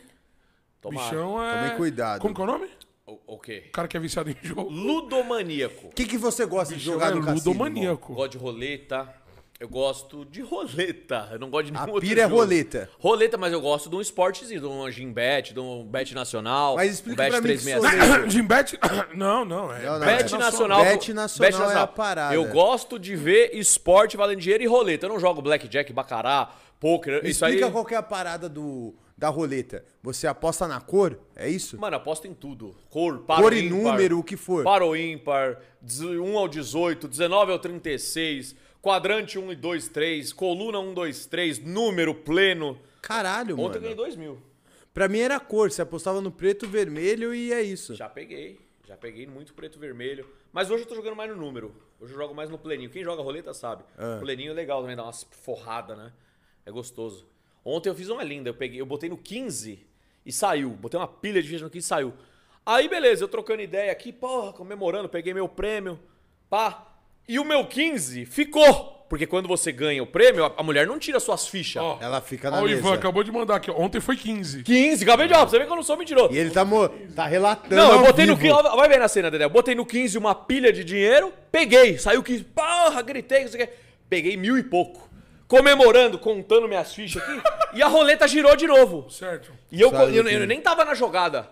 [SPEAKER 3] Tomara.
[SPEAKER 1] Bichão é.
[SPEAKER 2] Tomem cuidado.
[SPEAKER 1] Como que é o nome? O
[SPEAKER 3] O, o quê?
[SPEAKER 1] cara que é viciado em jogo.
[SPEAKER 3] Ludomaníaco.
[SPEAKER 2] O que, que você gosta de jogar
[SPEAKER 1] é
[SPEAKER 2] no cassino? irmão?
[SPEAKER 1] ludomaníaco.
[SPEAKER 3] Gosto de roleta. Eu gosto de roleta. Eu não gosto de nenhum
[SPEAKER 2] A
[SPEAKER 3] outro
[SPEAKER 2] pira é
[SPEAKER 3] jogo.
[SPEAKER 2] roleta.
[SPEAKER 3] Roleta, mas eu gosto de um esportezinho, de um gimbet, de um bet nacional.
[SPEAKER 2] Mas explica
[SPEAKER 3] um bet
[SPEAKER 2] pra mim que
[SPEAKER 3] 365.
[SPEAKER 2] roleta.
[SPEAKER 1] Jim Bet. Não, não. É.
[SPEAKER 2] Não, não,
[SPEAKER 3] Bet
[SPEAKER 2] é.
[SPEAKER 3] nacional.
[SPEAKER 2] Bet nacional é a parada.
[SPEAKER 3] Eu gosto de ver esporte valendo dinheiro e roleta. Eu não jogo blackjack, bacará, poker,
[SPEAKER 2] Me
[SPEAKER 3] isso aí.
[SPEAKER 2] explica qual que é a parada do, da roleta. Você aposta na cor? É isso?
[SPEAKER 3] Mano, aposto em tudo. Cor, par
[SPEAKER 2] Cor
[SPEAKER 3] ou
[SPEAKER 2] e
[SPEAKER 3] ímpar,
[SPEAKER 2] número, o que for.
[SPEAKER 3] Par ou ímpar, 1 ao 18, 19 ao 36, quadrante 1 e 2, 3, coluna 1, 2, 3, número pleno.
[SPEAKER 2] Caralho,
[SPEAKER 3] Ontem eu ganhei
[SPEAKER 2] mano.
[SPEAKER 3] 2 mil.
[SPEAKER 2] Pra mim era cor. Você apostava no preto, vermelho e é isso.
[SPEAKER 3] Já peguei. Já peguei muito preto e vermelho. Mas hoje eu tô jogando mais no número. Hoje eu jogo mais no pleninho. Quem joga roleta sabe. O Pleninho é legal também, dá umas forradas, né? É gostoso. Ontem eu fiz uma linda. Eu peguei, eu botei no 15 e saiu. Botei uma pilha de gente no 15 e saiu. Aí, beleza, eu trocando ideia aqui, porra, comemorando, peguei meu prêmio. Pá. E o meu 15 ficou. Porque quando você ganha o prêmio, a a mulher não tira suas fichas.
[SPEAKER 1] Ó,
[SPEAKER 2] Ela fica na
[SPEAKER 1] Ó, o
[SPEAKER 2] mesa.
[SPEAKER 1] Ivan acabou de mandar aqui. ó. Ontem foi 15.
[SPEAKER 3] 15, acabei de ó, pra você ver que eu não sou mentiroso.
[SPEAKER 2] E ele tá, mo- tá relatando.
[SPEAKER 3] Não, eu
[SPEAKER 2] ao
[SPEAKER 3] botei no
[SPEAKER 2] vivo.
[SPEAKER 3] 15. Vai ver na cena, Dedé. Eu botei no 15 uma pilha de dinheiro, peguei, saiu 15. Porra, gritei, não sei o quê. Peguei mil e pouco. Comemorando, contando minhas fichas aqui. e a roleta girou de novo.
[SPEAKER 1] Certo.
[SPEAKER 3] E eu,
[SPEAKER 2] Saiu
[SPEAKER 3] eu- eu
[SPEAKER 2] quem?
[SPEAKER 3] nem tava na jogada.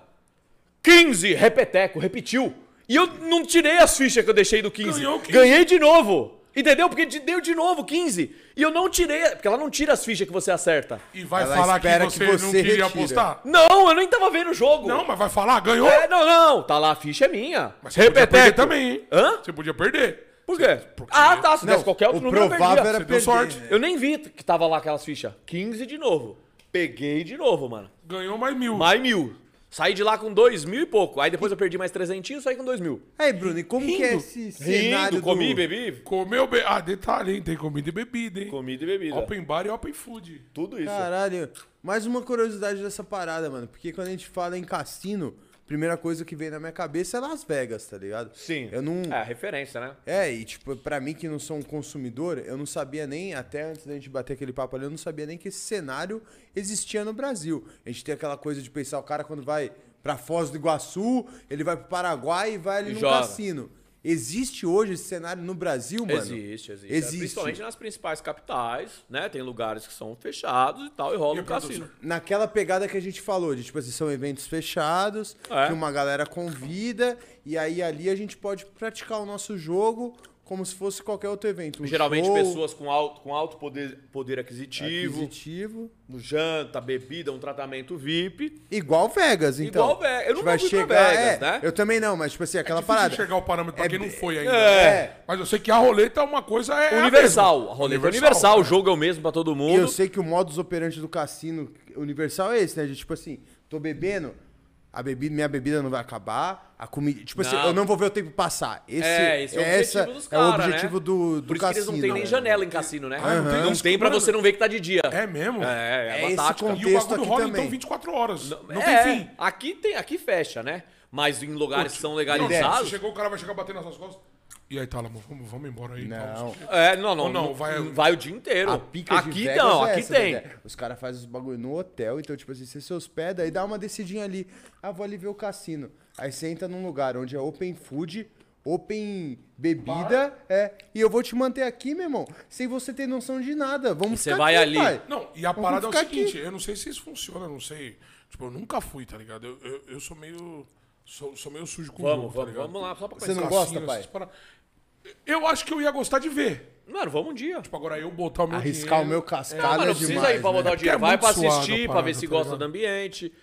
[SPEAKER 3] 15, repeteco, repetiu. E eu não tirei as fichas que eu deixei do 15.
[SPEAKER 1] Ganhou 15.
[SPEAKER 3] Ganhei de novo. Entendeu? Porque de- deu de novo 15. E eu não tirei. Porque ela não tira as fichas que você acerta.
[SPEAKER 1] E vai
[SPEAKER 2] Ela
[SPEAKER 1] falar que
[SPEAKER 2] espera
[SPEAKER 1] você,
[SPEAKER 2] que você
[SPEAKER 1] não queria
[SPEAKER 2] retira.
[SPEAKER 1] apostar?
[SPEAKER 3] Não, eu nem tava vendo o jogo.
[SPEAKER 1] Não, mas vai falar, ganhou?
[SPEAKER 3] É, não, não. Tá lá, a ficha é minha.
[SPEAKER 1] Mas você podia perder
[SPEAKER 3] Repeteco.
[SPEAKER 1] também, hein?
[SPEAKER 3] Hã?
[SPEAKER 1] Você podia perder.
[SPEAKER 3] Por quê? Ah, tá. Se desse
[SPEAKER 2] Não,
[SPEAKER 3] qualquer outro
[SPEAKER 2] o
[SPEAKER 3] número, eu
[SPEAKER 2] provável
[SPEAKER 3] perdia.
[SPEAKER 2] era
[SPEAKER 1] Você deu
[SPEAKER 2] perder.
[SPEAKER 1] sorte.
[SPEAKER 3] Eu nem vi que tava lá aquelas fichas. 15 de novo. Peguei de novo, mano.
[SPEAKER 1] Ganhou mais mil.
[SPEAKER 3] Mais mil. Saí de lá com dois mil e pouco. Aí depois eu perdi mais trezentinho e saí com dois mil.
[SPEAKER 2] Aí, Bruno, e como que é esse cenário
[SPEAKER 3] Rindo,
[SPEAKER 2] do...
[SPEAKER 3] comi, bebi.
[SPEAKER 1] Comeu be... Ah, detalhe, hein? Tem comida e bebida, hein?
[SPEAKER 3] Comida e bebida.
[SPEAKER 1] Open bar e open food.
[SPEAKER 3] Tudo isso.
[SPEAKER 2] Caralho. Mais uma curiosidade dessa parada, mano. Porque quando a gente fala em cassino, a primeira coisa que vem na minha cabeça é Las Vegas, tá ligado?
[SPEAKER 3] Sim.
[SPEAKER 2] Eu não...
[SPEAKER 3] É, referência, né?
[SPEAKER 2] É, e tipo, pra mim que não sou um consumidor, eu não sabia nem, até antes da gente bater aquele papo ali, eu não sabia nem que esse cenário existia no Brasil. A gente tem aquela coisa de pensar, o cara quando vai pra Foz do Iguaçu, ele vai pro Paraguai e vai ali
[SPEAKER 3] E
[SPEAKER 2] no
[SPEAKER 3] joga.
[SPEAKER 2] cassino. Existe hoje esse cenário no Brasil, mano?
[SPEAKER 3] Existe, existe. É,
[SPEAKER 2] Existe.
[SPEAKER 3] Principalmente nas principais capitais, né? Tem lugares que são fechados e tal, e rola
[SPEAKER 1] E
[SPEAKER 3] um cassino.
[SPEAKER 2] Naquela pegada que a gente falou, de tipo assim, são eventos fechados,
[SPEAKER 3] É.
[SPEAKER 2] que uma galera convida, e aí ali a gente pode praticar o nosso jogo como se fosse qualquer outro evento. Um
[SPEAKER 3] Geralmente
[SPEAKER 2] show,
[SPEAKER 3] pessoas com alto, com alto poder, poder aquisitivo,
[SPEAKER 2] aquisitivo.
[SPEAKER 3] no janta, bebida, um tratamento VIP.
[SPEAKER 2] Igual Vegas, então.
[SPEAKER 3] Igual
[SPEAKER 2] A
[SPEAKER 3] Vegas. Eu
[SPEAKER 2] gente
[SPEAKER 3] nunca
[SPEAKER 2] vai
[SPEAKER 3] fui pra
[SPEAKER 2] chegar,
[SPEAKER 3] Vegas,
[SPEAKER 2] é,
[SPEAKER 3] né?
[SPEAKER 2] Eu também não, mas tipo assim, aquela
[SPEAKER 1] Difícil
[SPEAKER 2] parada.
[SPEAKER 1] enxergar o parâmetro pra
[SPEAKER 2] É
[SPEAKER 1] quem não
[SPEAKER 2] bi-
[SPEAKER 1] foi ainda.
[SPEAKER 2] É.
[SPEAKER 1] né? Mas eu sei que a roleta é uma coisa... É a
[SPEAKER 3] universal.
[SPEAKER 1] mesma.
[SPEAKER 3] A roleta é universal, o
[SPEAKER 1] cara.
[SPEAKER 3] jogo é o mesmo pra todo
[SPEAKER 2] E
[SPEAKER 3] mundo.
[SPEAKER 2] eu sei que o modus operandi do cassino universal é esse, né? De, tipo assim, tô bebendo, a bebida, minha bebida não vai acabar, a comida. Tipo assim,
[SPEAKER 3] Não.
[SPEAKER 2] eu não vou ver o tempo passar. Esse
[SPEAKER 3] É, esse é o
[SPEAKER 2] essa
[SPEAKER 3] objetivo dos
[SPEAKER 2] É o
[SPEAKER 3] caras,
[SPEAKER 2] objetivo
[SPEAKER 3] né?
[SPEAKER 2] do, do
[SPEAKER 3] Por isso
[SPEAKER 2] cassino.
[SPEAKER 3] que eles não têm nem
[SPEAKER 2] né?
[SPEAKER 3] janela em cassino, né?
[SPEAKER 1] Ah, não tem.
[SPEAKER 3] Não tem pra
[SPEAKER 1] Mano,
[SPEAKER 3] você não ver que tá de dia.
[SPEAKER 1] É mesmo?
[SPEAKER 3] É, é,
[SPEAKER 2] É
[SPEAKER 3] uma
[SPEAKER 2] esse
[SPEAKER 3] tática.
[SPEAKER 2] con-
[SPEAKER 1] E o
[SPEAKER 2] Contexto
[SPEAKER 1] bagulho
[SPEAKER 2] aqui
[SPEAKER 1] rola,
[SPEAKER 2] também.
[SPEAKER 1] então, 24 horas. Não,
[SPEAKER 3] É,
[SPEAKER 1] tem fim.
[SPEAKER 3] Aqui tem, aqui fecha, né? Mas em lugares que são
[SPEAKER 1] Não, se
[SPEAKER 3] legalizados.
[SPEAKER 1] chegou, o cara vai chegar batendo nas suas costas. E aí, Tálamo, vamos, vamos embora aí.
[SPEAKER 2] Não.
[SPEAKER 1] Tálamo.
[SPEAKER 3] É, não, não,
[SPEAKER 1] Ou não,
[SPEAKER 3] não.
[SPEAKER 1] vai-
[SPEAKER 3] Vai, o dia inteiro.
[SPEAKER 2] A pica
[SPEAKER 3] aqui
[SPEAKER 2] de Vegas
[SPEAKER 3] não,
[SPEAKER 2] é
[SPEAKER 3] aqui
[SPEAKER 2] essa,
[SPEAKER 3] tem.
[SPEAKER 2] Dedé. Os caras fazem os bagulho no hotel, então, tipo assim, você se hospeda e dá uma descidinha ali. Ah, vou ali ver o cassino. Aí você entra num lugar onde é open food, open bebida, é. E eu vou te manter aqui, meu irmão, sem você ter noção de nada. Vamos
[SPEAKER 3] você
[SPEAKER 2] ficar
[SPEAKER 3] vai
[SPEAKER 2] aqui,
[SPEAKER 3] ali.
[SPEAKER 2] pai.
[SPEAKER 1] Não, e a
[SPEAKER 2] Vamos
[SPEAKER 1] parada é o
[SPEAKER 2] ficar aqui.
[SPEAKER 1] seguinte, eu não sei se isso funciona, eu não sei. Tipo, eu nunca fui, tá ligado? Eu, eu, eu sou meio. Sou, sou meio sujo com o
[SPEAKER 3] Vamos,
[SPEAKER 1] jogo, tá
[SPEAKER 3] vamos,
[SPEAKER 1] ligado?
[SPEAKER 3] vamos lá, só pra
[SPEAKER 2] Você não
[SPEAKER 3] conhecer.
[SPEAKER 2] gosta,
[SPEAKER 1] Cassino,
[SPEAKER 2] pai?
[SPEAKER 1] essas paradas. Eu acho que eu ia gostar de ver.
[SPEAKER 3] Mano, vamos um dia.
[SPEAKER 1] Tipo, agora eu botar o meu
[SPEAKER 2] Arriscar o
[SPEAKER 1] dinheiro-
[SPEAKER 2] meu cascalho
[SPEAKER 3] Não, mas
[SPEAKER 2] é
[SPEAKER 3] não precisa
[SPEAKER 2] demais,
[SPEAKER 3] ir pra
[SPEAKER 2] né?
[SPEAKER 3] botar o
[SPEAKER 1] porque
[SPEAKER 3] dinheiro.
[SPEAKER 1] é
[SPEAKER 3] Vai
[SPEAKER 1] muito
[SPEAKER 3] pra
[SPEAKER 1] suado a
[SPEAKER 3] assistir, pra
[SPEAKER 1] parada,
[SPEAKER 3] ver se
[SPEAKER 1] tá
[SPEAKER 3] gosta
[SPEAKER 1] ligado?
[SPEAKER 3] do ambiente.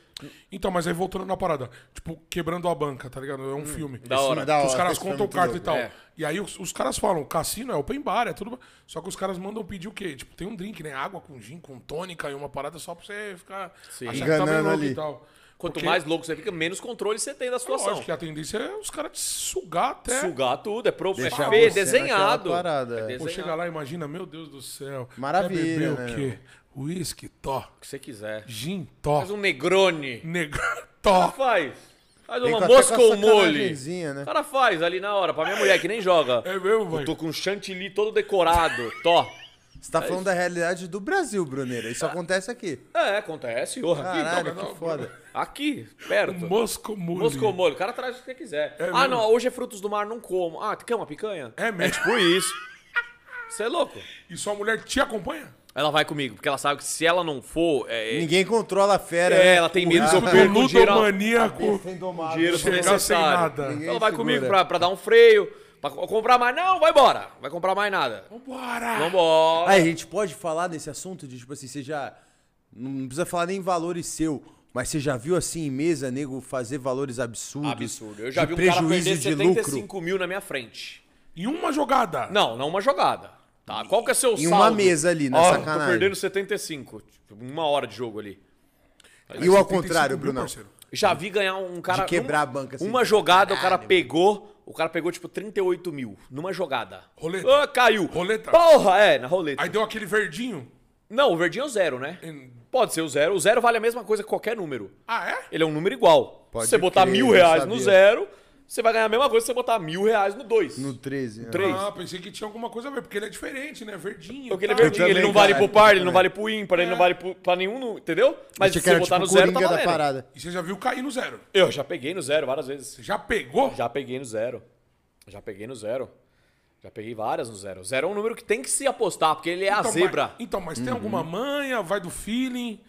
[SPEAKER 1] Então, mas aí voltando na parada. Tipo, quebrando a banca, tá ligado? É um filme.
[SPEAKER 3] Hum, da hora.
[SPEAKER 2] da
[SPEAKER 1] os
[SPEAKER 2] hora,
[SPEAKER 1] caras
[SPEAKER 2] esse filme é
[SPEAKER 1] contam o
[SPEAKER 2] muito
[SPEAKER 1] carta e
[SPEAKER 2] louco.
[SPEAKER 1] tal.
[SPEAKER 3] É.
[SPEAKER 1] E aí os, os caras falam, cassino é open bar, é tudo. Só que os caras mandam pedir o quê? Tipo, tem um drink, né? Água com gin, com tônica e uma parada só pra você ficar achar que tá
[SPEAKER 2] Enganando
[SPEAKER 1] bem louco
[SPEAKER 2] ali.
[SPEAKER 1] e tal.
[SPEAKER 3] Quanto mais louco você fica, menos controle você tem da situação.
[SPEAKER 1] Lógico que a tendência é né? os caras te sugar até.
[SPEAKER 3] Sugar tudo, é prof, é
[SPEAKER 2] Deixar
[SPEAKER 3] feio,
[SPEAKER 2] você
[SPEAKER 3] desenhado.
[SPEAKER 2] naquela parada, é.
[SPEAKER 3] desenhado.
[SPEAKER 1] Pô, chega lá, imagina, meu Deus do céu.
[SPEAKER 2] Maravilha,
[SPEAKER 1] Quer beber
[SPEAKER 2] né,
[SPEAKER 1] o quê? Whisky, tó.
[SPEAKER 3] O que você quiser.
[SPEAKER 1] Gin, tó.
[SPEAKER 3] Faz um negrone.
[SPEAKER 1] Negão, tó.
[SPEAKER 3] Faz. Faz
[SPEAKER 2] Vem com-
[SPEAKER 3] uma
[SPEAKER 2] até com
[SPEAKER 3] mosca
[SPEAKER 2] a
[SPEAKER 3] ou mole.
[SPEAKER 2] sacanagemzinha, né?
[SPEAKER 3] O cara faz ali na hora, pra minha mulher que nem joga.
[SPEAKER 1] É mesmo,
[SPEAKER 3] Eu
[SPEAKER 1] velho?
[SPEAKER 3] tô com um chantilly todo decorado. Tó.
[SPEAKER 2] Você tá falando da realidade do Brasil, Bruneira. Isso acontece aqui.
[SPEAKER 3] É, acontece. ô, aqui,
[SPEAKER 2] Caralho,
[SPEAKER 3] então,
[SPEAKER 2] que foda.
[SPEAKER 3] aqui, perto.
[SPEAKER 1] Mosco mule.
[SPEAKER 3] Moscou molho, o cara traz o que quiser. ah,
[SPEAKER 1] mesmo?
[SPEAKER 3] não, hoje é frutos do mar, não como. Ah, quer uma picanha?
[SPEAKER 1] É mesmo.
[SPEAKER 3] tipo isso. Você é louco.
[SPEAKER 1] E sua mulher te acompanha?
[SPEAKER 3] Ela vai comigo, porque ela sabe que se ela não for, é,
[SPEAKER 2] Ninguém controla a fera. né?
[SPEAKER 3] é, ela tem medo que eu
[SPEAKER 1] Do
[SPEAKER 3] perco o dinheiro.
[SPEAKER 1] ludomaníaco.
[SPEAKER 2] Sem domar.
[SPEAKER 3] dinheiro se
[SPEAKER 1] Chegar sem
[SPEAKER 3] necessário.
[SPEAKER 1] nada.
[SPEAKER 3] Então
[SPEAKER 1] Ninguém
[SPEAKER 3] é ela vai
[SPEAKER 2] segura.
[SPEAKER 3] comigo pra, pra dar um freio, pra co- comprar mais. Não, vai embora. Vai comprar mais nada.
[SPEAKER 1] Vambora!
[SPEAKER 3] Vambora.
[SPEAKER 2] Aí, a gente pode falar nesse assunto de, tipo assim, você já. Não precisa falar nem em valores seu, mas você já viu assim em mesa, nego, fazer valores absurdos.
[SPEAKER 3] Absurdo. Eu já
[SPEAKER 2] de
[SPEAKER 3] vi um cara
[SPEAKER 2] prejuízo
[SPEAKER 3] perder
[SPEAKER 2] de
[SPEAKER 3] 75
[SPEAKER 2] lucro
[SPEAKER 3] mil na minha frente.
[SPEAKER 1] Em uma jogada.
[SPEAKER 3] Não, não uma jogada. Tá? Qual que é seu
[SPEAKER 2] Em
[SPEAKER 3] saldo?
[SPEAKER 2] uma mesa ali, na
[SPEAKER 3] Ó,
[SPEAKER 2] sacanagem.
[SPEAKER 3] Tô perdendo 75. tipo, Uma hora de jogo ali.
[SPEAKER 2] E o ao
[SPEAKER 1] 75 mil,
[SPEAKER 2] contrário, Brunão.
[SPEAKER 1] parceiro.
[SPEAKER 3] Já vi ganhar um cara.
[SPEAKER 2] De quebrar
[SPEAKER 3] um-
[SPEAKER 2] a banca, assim.
[SPEAKER 3] Uma jogada, o cara pegou. O cara pegou, tipo, 38 mil numa jogada.
[SPEAKER 1] Roleta.
[SPEAKER 3] Ah, caiu.
[SPEAKER 1] Roleta.
[SPEAKER 3] Porra, é, na roleta.
[SPEAKER 1] Aí deu aquele verdinho.
[SPEAKER 3] Não, o verdinho é o zero, né?
[SPEAKER 1] Em-
[SPEAKER 3] Pode ser o zero. O zero vale a mesma coisa que qualquer número.
[SPEAKER 1] Ah, é?
[SPEAKER 3] Ele é um número igual.
[SPEAKER 2] Pode
[SPEAKER 3] se você botar
[SPEAKER 2] crer,
[SPEAKER 3] mil
[SPEAKER 2] eu
[SPEAKER 3] reais no
[SPEAKER 2] sabia.
[SPEAKER 3] zero, você vai ganhar a mesma coisa se você botar mil reais no dois.
[SPEAKER 2] No 13. né?
[SPEAKER 3] Três.
[SPEAKER 1] Ah, pensei que tinha alguma coisa a ver, porque ele é diferente, né? Verdinho.
[SPEAKER 3] Porque ele é
[SPEAKER 1] tal.
[SPEAKER 3] verdinho, ele
[SPEAKER 2] também,
[SPEAKER 3] não vale
[SPEAKER 2] caralho,
[SPEAKER 3] pro par, ele
[SPEAKER 2] eu
[SPEAKER 3] não vale
[SPEAKER 2] também.
[SPEAKER 3] pro ímpar,
[SPEAKER 1] É.
[SPEAKER 3] ele não vale pro, pra nenhum, nu- entendeu? Mas
[SPEAKER 2] Achei
[SPEAKER 3] se
[SPEAKER 2] que
[SPEAKER 3] você
[SPEAKER 2] era,
[SPEAKER 3] botar
[SPEAKER 2] tipo,
[SPEAKER 3] no zero, tá
[SPEAKER 2] Coringa da
[SPEAKER 3] valendo.
[SPEAKER 2] parada.
[SPEAKER 1] E você já viu cair no zero.
[SPEAKER 3] Eu já peguei no zero várias vezes.
[SPEAKER 1] Você já pegou?
[SPEAKER 3] Já peguei no zero. Já peguei no zero. Já peguei várias no zero. Zero é um número que tem que se apostar, porque ele é a
[SPEAKER 1] Então,
[SPEAKER 3] zebra.
[SPEAKER 1] mas- então,
[SPEAKER 2] Uhum.
[SPEAKER 1] mas tem alguma manha? Vai do feeling?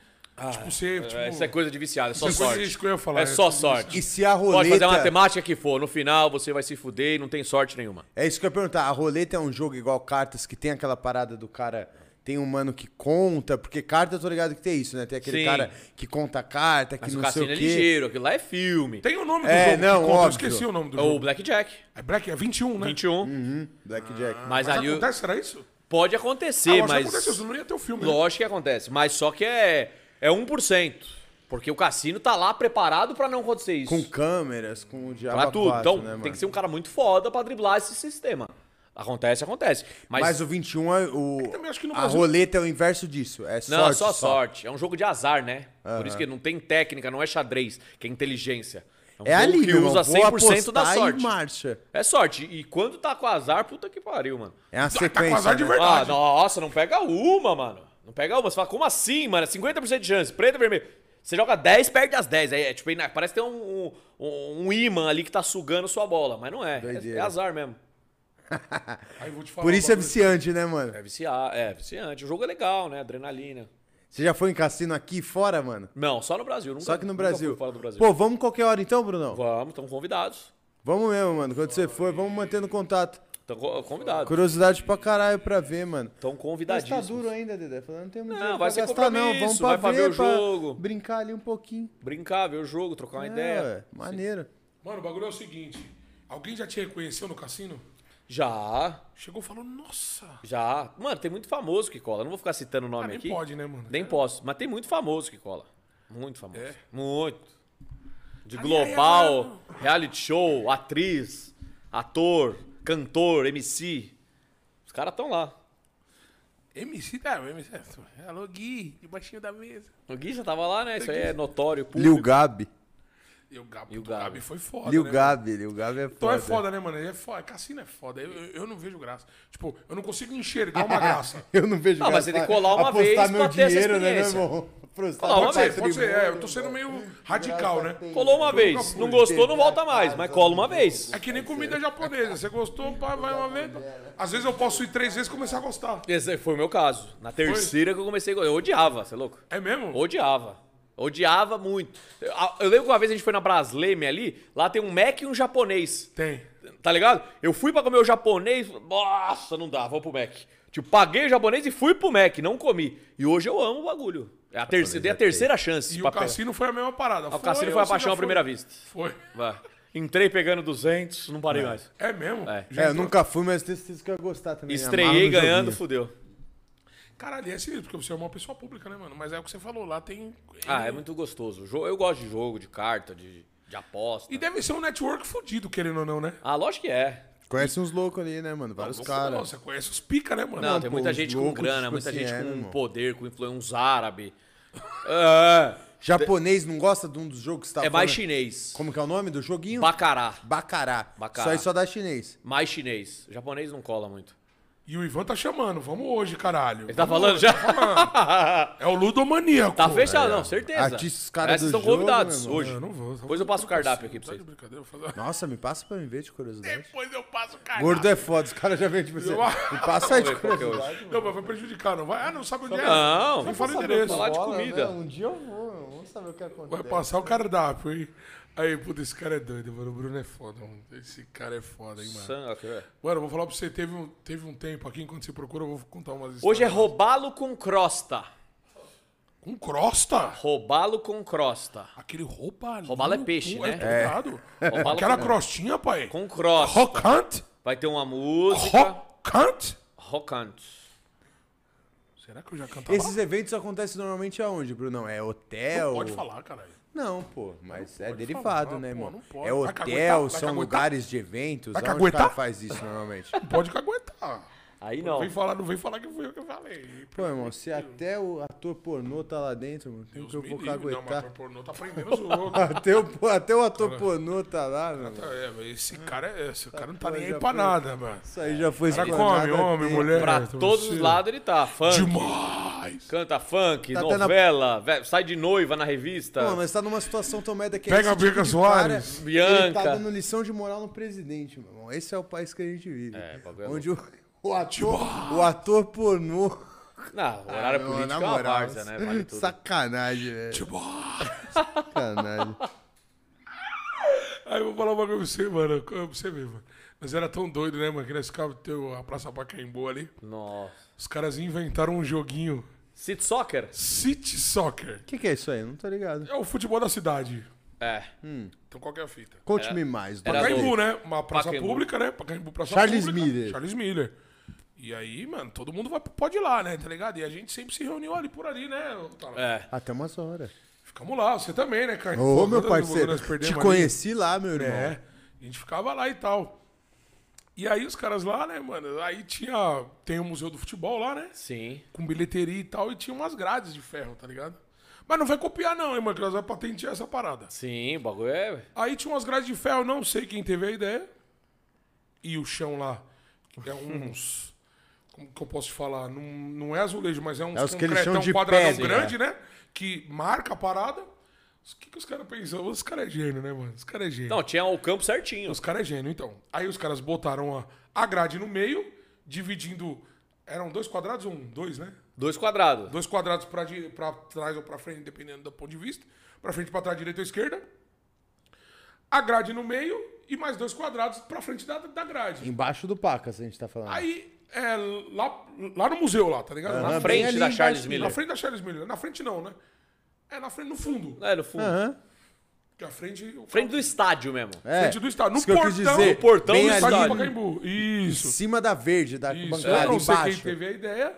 [SPEAKER 1] tipo, você... Tipo,
[SPEAKER 3] Isso Ah, é coisa de viciado, é só
[SPEAKER 1] Isso é coisa
[SPEAKER 3] sorte.
[SPEAKER 1] que eu ia falar,
[SPEAKER 3] é
[SPEAKER 1] é
[SPEAKER 3] só
[SPEAKER 1] tudo isso.
[SPEAKER 3] sorte.
[SPEAKER 2] E se a roleta.
[SPEAKER 3] Pode fazer a matemática que for, no final você vai se fuder e não tem sorte nenhuma.
[SPEAKER 2] É isso que eu ia perguntar. A roleta é um jogo igual cartas que tem aquela parada do cara. Tem um mano que conta, porque carta eu tô ligado que tem isso, né? Tem aquele
[SPEAKER 3] Sim.
[SPEAKER 2] cara que conta a carta, que
[SPEAKER 3] Mas o
[SPEAKER 2] não sei o
[SPEAKER 3] cassino
[SPEAKER 2] quê.
[SPEAKER 3] é ligeiro, aquilo lá é filme.
[SPEAKER 1] Tem o nome do
[SPEAKER 2] É,
[SPEAKER 1] jogo
[SPEAKER 2] não,
[SPEAKER 1] que conta, eu
[SPEAKER 2] óbvio.
[SPEAKER 1] esqueci o nome do
[SPEAKER 3] É o
[SPEAKER 1] jogo.
[SPEAKER 3] Blackjack,
[SPEAKER 1] É Black, é 21, né?
[SPEAKER 3] 21.
[SPEAKER 2] Blackjack.
[SPEAKER 1] Mas
[SPEAKER 3] Mas, ali o-
[SPEAKER 1] acontece, será isso?
[SPEAKER 3] pode
[SPEAKER 1] Ah,
[SPEAKER 3] acontecer,
[SPEAKER 1] eu acho que
[SPEAKER 3] mas.
[SPEAKER 1] acontece, senão não ia ter o filme. né?
[SPEAKER 3] Lógico que acontece, mas só que é, é 1%. Porque o cassino tá lá preparado pra não acontecer isso.
[SPEAKER 2] Com câmeras, com o diabo.
[SPEAKER 3] pra
[SPEAKER 2] a
[SPEAKER 3] tudo.
[SPEAKER 2] quatro,
[SPEAKER 3] Então,
[SPEAKER 2] né,
[SPEAKER 3] tem
[SPEAKER 2] mano?
[SPEAKER 3] que ser um cara muito foda pra driblar esse sistema. Acontece, acontece. Mas,
[SPEAKER 2] Mas o 21 é o.
[SPEAKER 1] também acho que no
[SPEAKER 2] a
[SPEAKER 1] Brasil-
[SPEAKER 2] roleta é o inverso disso. É sorte.
[SPEAKER 3] não, é só sorte. É um jogo de azar, né? Por isso que não tem técnica, não é xadrez, que é inteligência. um
[SPEAKER 2] É
[SPEAKER 3] jogo
[SPEAKER 2] ali,
[SPEAKER 3] que
[SPEAKER 2] meu irmão.
[SPEAKER 3] usa
[SPEAKER 2] Vou
[SPEAKER 3] 100% da
[SPEAKER 2] apostar e
[SPEAKER 3] sorte.
[SPEAKER 2] marcha.
[SPEAKER 3] É sorte. E quando tá com azar, puta que pariu, mano.
[SPEAKER 2] É uma
[SPEAKER 1] Tá com
[SPEAKER 2] sequência.
[SPEAKER 1] azar de
[SPEAKER 2] né?
[SPEAKER 3] Ah,
[SPEAKER 1] verdade.
[SPEAKER 3] nossa, não pega uma, mano. Não pega uma. Você fala, como assim, mano? É 50% de chance, preto e vermelho. Você joga 10, perde as 10. É, é tipo, ina- parece que tem um, um, um imã ali que tá sugando sua bola, mas não é. É,
[SPEAKER 2] Doideira.
[SPEAKER 3] é azar mesmo.
[SPEAKER 1] Aí eu vou te falar
[SPEAKER 2] Por
[SPEAKER 1] um
[SPEAKER 2] isso é
[SPEAKER 1] bagulho.
[SPEAKER 2] viciante, né, mano?
[SPEAKER 3] É viciar, é viciante. O jogo é legal, né? Adrenalina.
[SPEAKER 2] Você já foi em cassino aqui e fora, mano?
[SPEAKER 3] Não, só no Brasil. Nunca,
[SPEAKER 2] Só que no
[SPEAKER 3] nunca
[SPEAKER 2] Brasil.
[SPEAKER 3] fui fora do Brasil.
[SPEAKER 2] Pô, vamos qualquer hora então, Brunão?
[SPEAKER 3] Vamos, estamos convidados.
[SPEAKER 2] Vamos mesmo, mano. Quando você for, vamos mantendo contato.
[SPEAKER 3] Estão convidados.
[SPEAKER 2] Curiosidade pra caralho pra ver, mano.
[SPEAKER 3] Estão
[SPEAKER 2] Mas tá
[SPEAKER 3] convidadíssimos.
[SPEAKER 2] duro ainda, Dedé. Falando, não tem muito
[SPEAKER 3] Não,
[SPEAKER 2] dinheiro
[SPEAKER 3] vai
[SPEAKER 2] pra
[SPEAKER 3] ser
[SPEAKER 2] gastar, não. Vamos
[SPEAKER 3] compromisso,
[SPEAKER 2] pra
[SPEAKER 3] vai pra ver o
[SPEAKER 2] pra
[SPEAKER 3] jogo.
[SPEAKER 2] Brincar ali um pouquinho.
[SPEAKER 3] Brincar, ver o jogo, trocar uma
[SPEAKER 2] É,
[SPEAKER 3] ideia.
[SPEAKER 2] ué, maneiro.
[SPEAKER 1] Mano, o bagulho é o seguinte. Alguém já te reconheceu no cassino?
[SPEAKER 3] Já,
[SPEAKER 1] Chegou e falou, nossa.
[SPEAKER 3] já. Mano, tem muito famoso que cola. Eu Não vou ficar citando o nome
[SPEAKER 1] Ah, nem
[SPEAKER 3] aqui.
[SPEAKER 1] pode, né, mano?
[SPEAKER 3] Nem posso, mas tem muito famoso que cola. Muito famoso.
[SPEAKER 1] É?
[SPEAKER 3] Muito. De
[SPEAKER 1] Ai,
[SPEAKER 3] global,
[SPEAKER 1] ai,
[SPEAKER 3] reality show, atriz, ator, cantor, MC. Os caras estão lá.
[SPEAKER 1] MC, tá, o MC. é- Alô, Gui, debaixinho da mesa.
[SPEAKER 3] O Gui já tava lá, né? Isso aí é notório, público.
[SPEAKER 2] Lil Gabi.
[SPEAKER 1] E o Gabi,
[SPEAKER 3] E o
[SPEAKER 1] o
[SPEAKER 3] Gabi.
[SPEAKER 1] Gabi foi foda,
[SPEAKER 2] Lil
[SPEAKER 1] né,
[SPEAKER 2] Gabi. Lil Gabi é foda.
[SPEAKER 1] Então é foda, né, mano? É foda. Cassino é foda. Eu, eu- eu não vejo graça. Tipo, eu não consigo enxergar uma graça.
[SPEAKER 2] Eu não vejo
[SPEAKER 3] Ah, mas
[SPEAKER 2] é graça.
[SPEAKER 3] ele colar uma
[SPEAKER 2] Apostar
[SPEAKER 3] vez
[SPEAKER 2] meu
[SPEAKER 3] pra ter essa
[SPEAKER 2] dinheiro, né, meu
[SPEAKER 3] experiência.
[SPEAKER 2] irmão? Apostar
[SPEAKER 3] Colar
[SPEAKER 2] meu
[SPEAKER 1] Pode
[SPEAKER 3] uma
[SPEAKER 1] ser,
[SPEAKER 3] vez.
[SPEAKER 1] pode ser. É, eu tô sendo
[SPEAKER 2] patrimônio.
[SPEAKER 1] meio radical,
[SPEAKER 3] é
[SPEAKER 1] né?
[SPEAKER 3] Colou uma vez.
[SPEAKER 1] nunca
[SPEAKER 3] Não
[SPEAKER 1] fui.
[SPEAKER 3] gostou, não volta mais. Mas cola uma vez.
[SPEAKER 1] É que nem comida japonesa. Você gostou, pá, vai uma vez. Às vezes eu posso ir três vezes e começar a gostar.
[SPEAKER 3] Esse foi o meu caso. Na terceira que eu comecei a gostar. Eu odiava, você é louco?
[SPEAKER 1] É mesmo?
[SPEAKER 3] Odiava. Odiava muito. Eu, eu lembro que uma vez a gente foi na Brasleme ali, lá tem um Mac e um japonês.
[SPEAKER 1] Tem.
[SPEAKER 3] Tá ligado? Eu fui pra comer o japonês, nossa, não dá, vou pro Mac. Tipo, paguei o japonês e fui pro Mac, não comi. E hoje eu amo o bagulho. É a terceira, dei a terceira chance
[SPEAKER 1] E
[SPEAKER 3] pra
[SPEAKER 1] o
[SPEAKER 3] pegar.
[SPEAKER 1] cassino foi a mesma parada.
[SPEAKER 3] Ah, O cassino foi a
[SPEAKER 1] você já
[SPEAKER 3] paixão à
[SPEAKER 1] foi.
[SPEAKER 3] primeira vista.
[SPEAKER 1] Foi.
[SPEAKER 3] Vai. Entrei pegando 200, não parei mais.
[SPEAKER 1] É mesmo?
[SPEAKER 3] É.
[SPEAKER 1] Já
[SPEAKER 2] É, eu
[SPEAKER 1] entrou-
[SPEAKER 2] nunca fui, mas tenho certeza que eu ia gostar também. me amarro
[SPEAKER 3] Estreiei
[SPEAKER 2] no
[SPEAKER 3] ganhando,
[SPEAKER 2] joguinho.
[SPEAKER 3] fudeu.
[SPEAKER 1] Caralho, é sinistro, porque você é uma pessoa pública, né, mano? Mas é o que você falou, lá tem.
[SPEAKER 3] Ah, é muito gostoso. Jo- Eu gosto de jogo, de carta, de, de aposta.
[SPEAKER 1] E deve ser um network fudido, querendo ou não, né?
[SPEAKER 3] Ah, lógico que é.
[SPEAKER 2] Conhece uns loucos ali, né, mano? Vários
[SPEAKER 1] Não, não,
[SPEAKER 2] caras.
[SPEAKER 1] Você conhece os pica, né, mano?
[SPEAKER 3] Não, tem
[SPEAKER 2] pô,
[SPEAKER 3] muita
[SPEAKER 2] os
[SPEAKER 3] gente com
[SPEAKER 2] loucos,
[SPEAKER 3] grana,
[SPEAKER 2] tipo
[SPEAKER 3] muita
[SPEAKER 2] assim,
[SPEAKER 3] gente
[SPEAKER 2] é,
[SPEAKER 3] com
[SPEAKER 2] meu irmão.
[SPEAKER 3] poder, com influência, uns árabe. é,
[SPEAKER 2] Japonês não gosta de um dos jogos que você tá
[SPEAKER 3] é mais
[SPEAKER 2] falando?
[SPEAKER 3] chinês.
[SPEAKER 2] Como que é o nome do joguinho?
[SPEAKER 3] Bacará.
[SPEAKER 2] Bacará.
[SPEAKER 3] Bacará.
[SPEAKER 2] Só aí só dá chinês.
[SPEAKER 3] Mais chinês. japonês não cola muito.
[SPEAKER 1] E o Ivan tá chamando, vamos hoje, caralho.
[SPEAKER 3] Ele tá falando já?
[SPEAKER 1] É o ludomaníaco.
[SPEAKER 3] Tá
[SPEAKER 2] É.
[SPEAKER 3] fechado, não, certeza.
[SPEAKER 2] Artistas, os caras
[SPEAKER 3] Esses
[SPEAKER 2] do
[SPEAKER 3] estão
[SPEAKER 2] jogo, né, meu
[SPEAKER 3] convidados
[SPEAKER 2] irmão.
[SPEAKER 1] É.
[SPEAKER 3] hoje.
[SPEAKER 1] Eu não vou.
[SPEAKER 3] Depois eu passo o cardápio aqui pra vocês.
[SPEAKER 1] Tá de brincadeira, eu vou fazer-
[SPEAKER 2] Nossa, me passa pra me ver de curiosidade.
[SPEAKER 1] Depois eu passo o cardápio.
[SPEAKER 2] Gordo é foda, os caras já vêm tipo assim. Me passa aí de
[SPEAKER 3] ver qual que é hoje.
[SPEAKER 2] curiosidade.
[SPEAKER 1] Não, mas vai prejudicar, não vai? Ah, não sabe onde é?
[SPEAKER 3] Não,
[SPEAKER 1] não
[SPEAKER 3] vou
[SPEAKER 1] fala o
[SPEAKER 3] saber
[SPEAKER 1] endereço.
[SPEAKER 3] falar de
[SPEAKER 2] Bola,
[SPEAKER 3] comida.
[SPEAKER 2] né? Um dia eu vou, meu. vamos saber o que acontece.
[SPEAKER 1] Vai passar o cardápio, hein? Aí, puta, esse cara é doido, mano. O Bruno é foda, mano. Esse cara é foda, hein, mano.
[SPEAKER 3] Sangue, ok.
[SPEAKER 1] Mano, eu vou falar pra você, teve um, teve um tempo aqui, enquanto você procura, eu vou contar umas histórias.
[SPEAKER 3] Hoje é roubá-lo com crosta.
[SPEAKER 1] Um crosta?
[SPEAKER 3] Roubá-lo com crosta.
[SPEAKER 1] Aquele roupa
[SPEAKER 3] Roubalo é peixe, né?
[SPEAKER 1] É, pesado.
[SPEAKER 3] Roubalo
[SPEAKER 1] Aquela
[SPEAKER 3] com-
[SPEAKER 1] crostinha, pai.
[SPEAKER 3] Com crosta.
[SPEAKER 1] Rocante?
[SPEAKER 3] Vai ter uma música.
[SPEAKER 1] Rocante?
[SPEAKER 3] Rocante.
[SPEAKER 1] Será que eu já cantava?
[SPEAKER 2] Esses eventos acontecem normalmente aonde, Bruno? É hotel?
[SPEAKER 1] Não pode falar, caralho.
[SPEAKER 2] Não, pô, mas é
[SPEAKER 1] pode
[SPEAKER 2] derivado,
[SPEAKER 1] falar,
[SPEAKER 2] né,
[SPEAKER 1] pô,
[SPEAKER 2] irmão?
[SPEAKER 1] não pode.
[SPEAKER 2] É
[SPEAKER 1] Vai caguetar,
[SPEAKER 2] hotel,
[SPEAKER 1] vai
[SPEAKER 2] são
[SPEAKER 1] caguetar.
[SPEAKER 2] lugares de eventos.
[SPEAKER 1] Vai
[SPEAKER 2] Aonde o cara
[SPEAKER 1] caguetar?
[SPEAKER 2] faz isso normalmente?
[SPEAKER 1] Não pode que aguentar.
[SPEAKER 3] Aí não.
[SPEAKER 1] Vem falar, não vem falar que fui eu que falei.
[SPEAKER 2] Pô, irmão, se até o ator pornô tá lá dentro, mano, como que eu
[SPEAKER 1] me
[SPEAKER 2] vou
[SPEAKER 1] livre. Não, mas
[SPEAKER 2] caguetar?
[SPEAKER 1] o pornô tá prendendo os outros.
[SPEAKER 2] Até o, até o ator pornô tá lá, meu. irmão.
[SPEAKER 1] É, mas esse cara, é- esse cara não tá
[SPEAKER 2] Pô,
[SPEAKER 1] nem
[SPEAKER 2] já
[SPEAKER 1] aí pra
[SPEAKER 2] foi.
[SPEAKER 1] nada, mano.
[SPEAKER 2] Isso aí já foi
[SPEAKER 1] O cara
[SPEAKER 2] explanado
[SPEAKER 1] come, homem,
[SPEAKER 2] até-
[SPEAKER 1] mulher.
[SPEAKER 3] Pra
[SPEAKER 1] tá
[SPEAKER 3] todos os
[SPEAKER 1] vestido.
[SPEAKER 3] lados ele tá. Funk.
[SPEAKER 1] Demais.
[SPEAKER 3] Canta funk,
[SPEAKER 2] Tá até na-
[SPEAKER 3] novela, velho, sai de noiva na revista.
[SPEAKER 2] Pô, mas tá numa situação tão merda que é
[SPEAKER 1] Pega
[SPEAKER 2] esse
[SPEAKER 1] a Bianca
[SPEAKER 2] de
[SPEAKER 1] Soares.
[SPEAKER 2] cara, Ele
[SPEAKER 3] Bianca.
[SPEAKER 2] tá dando lição de moral no presidente, meu irmão. Esse é o país que a gente vive.
[SPEAKER 3] É, bagulho é
[SPEAKER 2] onde o, o ator, o ator pornô.
[SPEAKER 3] Não, horário
[SPEAKER 2] Meu,
[SPEAKER 3] político
[SPEAKER 2] Ah, na
[SPEAKER 3] é uma
[SPEAKER 2] moral,
[SPEAKER 3] várzea, né? Vale tudo.
[SPEAKER 2] Sacanagem, velho.
[SPEAKER 1] Demais.
[SPEAKER 2] Sacanagem.
[SPEAKER 1] Aí eu vou falar uma coisa pra você, mano. Pra você ver, mano. Mas era tão doido, né, mano? Que nós ficava teu a Praça Pacaembu ali.
[SPEAKER 3] Nossa.
[SPEAKER 1] Os caras inventaram um joguinho
[SPEAKER 3] City Soccer?
[SPEAKER 1] City Soccer.
[SPEAKER 2] O que, que é isso aí? Não tô ligado.
[SPEAKER 1] É o futebol da cidade.
[SPEAKER 3] É.
[SPEAKER 2] Hum.
[SPEAKER 1] Então qual que é a fita?
[SPEAKER 2] Conte-me mais.
[SPEAKER 3] era
[SPEAKER 2] Dom.
[SPEAKER 1] Pacaembu, né? Uma praça
[SPEAKER 3] Pacaembu.
[SPEAKER 1] pública, né? Pacaembu, praça
[SPEAKER 2] Charles
[SPEAKER 1] pública.
[SPEAKER 2] Miller.
[SPEAKER 1] Charles Miller. E aí, mano, todo mundo vai, pode ir lá, né? Tá ligado? E a gente sempre se reuniu ali por ali, né? Otávio?
[SPEAKER 3] É.
[SPEAKER 2] Até umas horas.
[SPEAKER 1] Ficamos lá, você também, né, cara?
[SPEAKER 2] Ô,
[SPEAKER 1] Pô,
[SPEAKER 2] meu
[SPEAKER 1] quantas
[SPEAKER 2] parceiro.
[SPEAKER 1] nós perdemos
[SPEAKER 2] Te
[SPEAKER 1] ali?
[SPEAKER 2] conheci lá, meu irmão.
[SPEAKER 1] É, a gente ficava lá e tal. E aí os caras lá, né, mano? Aí tinha. Tem o Museu do Futebol lá, né?
[SPEAKER 3] Sim.
[SPEAKER 1] Com bilheteria e tal, e tinha umas grades de ferro, tá ligado? Mas não vai copiar, não, hein, mano? Que nós vamos patentear essa parada.
[SPEAKER 3] Sim, o bagulho é.
[SPEAKER 1] Aí tinha umas grades de ferro, não sei quem teve a ideia. E o chão lá, que é uns. Como que eu posso te falar? Não, não é azulejo, mas é uns
[SPEAKER 2] É os que eles
[SPEAKER 1] concretão
[SPEAKER 2] chamam de
[SPEAKER 1] quadradão
[SPEAKER 2] pedra.
[SPEAKER 1] grande, né? Que marca a parada. O que, que os caras pensam? Os caras é gênio, né, mano? Os caras é gênio.
[SPEAKER 3] Não, tinha o campo certinho.
[SPEAKER 1] Os caras é gênio, então. Aí os caras botaram a, a grade no meio, dividindo. Eram dois quadrados ou um? Dois, né?
[SPEAKER 3] Dois quadrados.
[SPEAKER 1] Dois quadrados pra, di- pra trás ou pra frente, dependendo do ponto de vista. Pra frente, pra trás, direita ou esquerda. A grade no meio e mais dois quadrados pra frente da, da grade.
[SPEAKER 2] Embaixo do Pacas a gente tá falando.
[SPEAKER 1] Aí, é, lá, lá no museu, lá, tá ligado?
[SPEAKER 2] Aham,
[SPEAKER 1] na,
[SPEAKER 3] Na
[SPEAKER 2] bem
[SPEAKER 1] frente,
[SPEAKER 3] frente
[SPEAKER 2] ali
[SPEAKER 3] da
[SPEAKER 2] embaixo,
[SPEAKER 3] Charles
[SPEAKER 2] na
[SPEAKER 1] na
[SPEAKER 3] Miller.
[SPEAKER 1] frente da Charles Miller. Na frente não, né? É, na frente, no fundo.
[SPEAKER 3] É, no fundo.
[SPEAKER 2] Aham.
[SPEAKER 1] Que a frente... o-
[SPEAKER 3] Frente do estádio mesmo.
[SPEAKER 2] É.
[SPEAKER 1] Frente do estádio. No
[SPEAKER 2] Isso que eu quis
[SPEAKER 1] portão,
[SPEAKER 2] dizer.
[SPEAKER 1] no portão
[SPEAKER 2] Bem
[SPEAKER 1] do estádio
[SPEAKER 2] ali,
[SPEAKER 1] do Pacaembu.
[SPEAKER 2] Em
[SPEAKER 1] Isso.
[SPEAKER 2] cima da verde, da
[SPEAKER 1] Isso. Eu
[SPEAKER 2] bancada
[SPEAKER 1] não sei
[SPEAKER 2] embaixo.
[SPEAKER 1] quem teve a ideia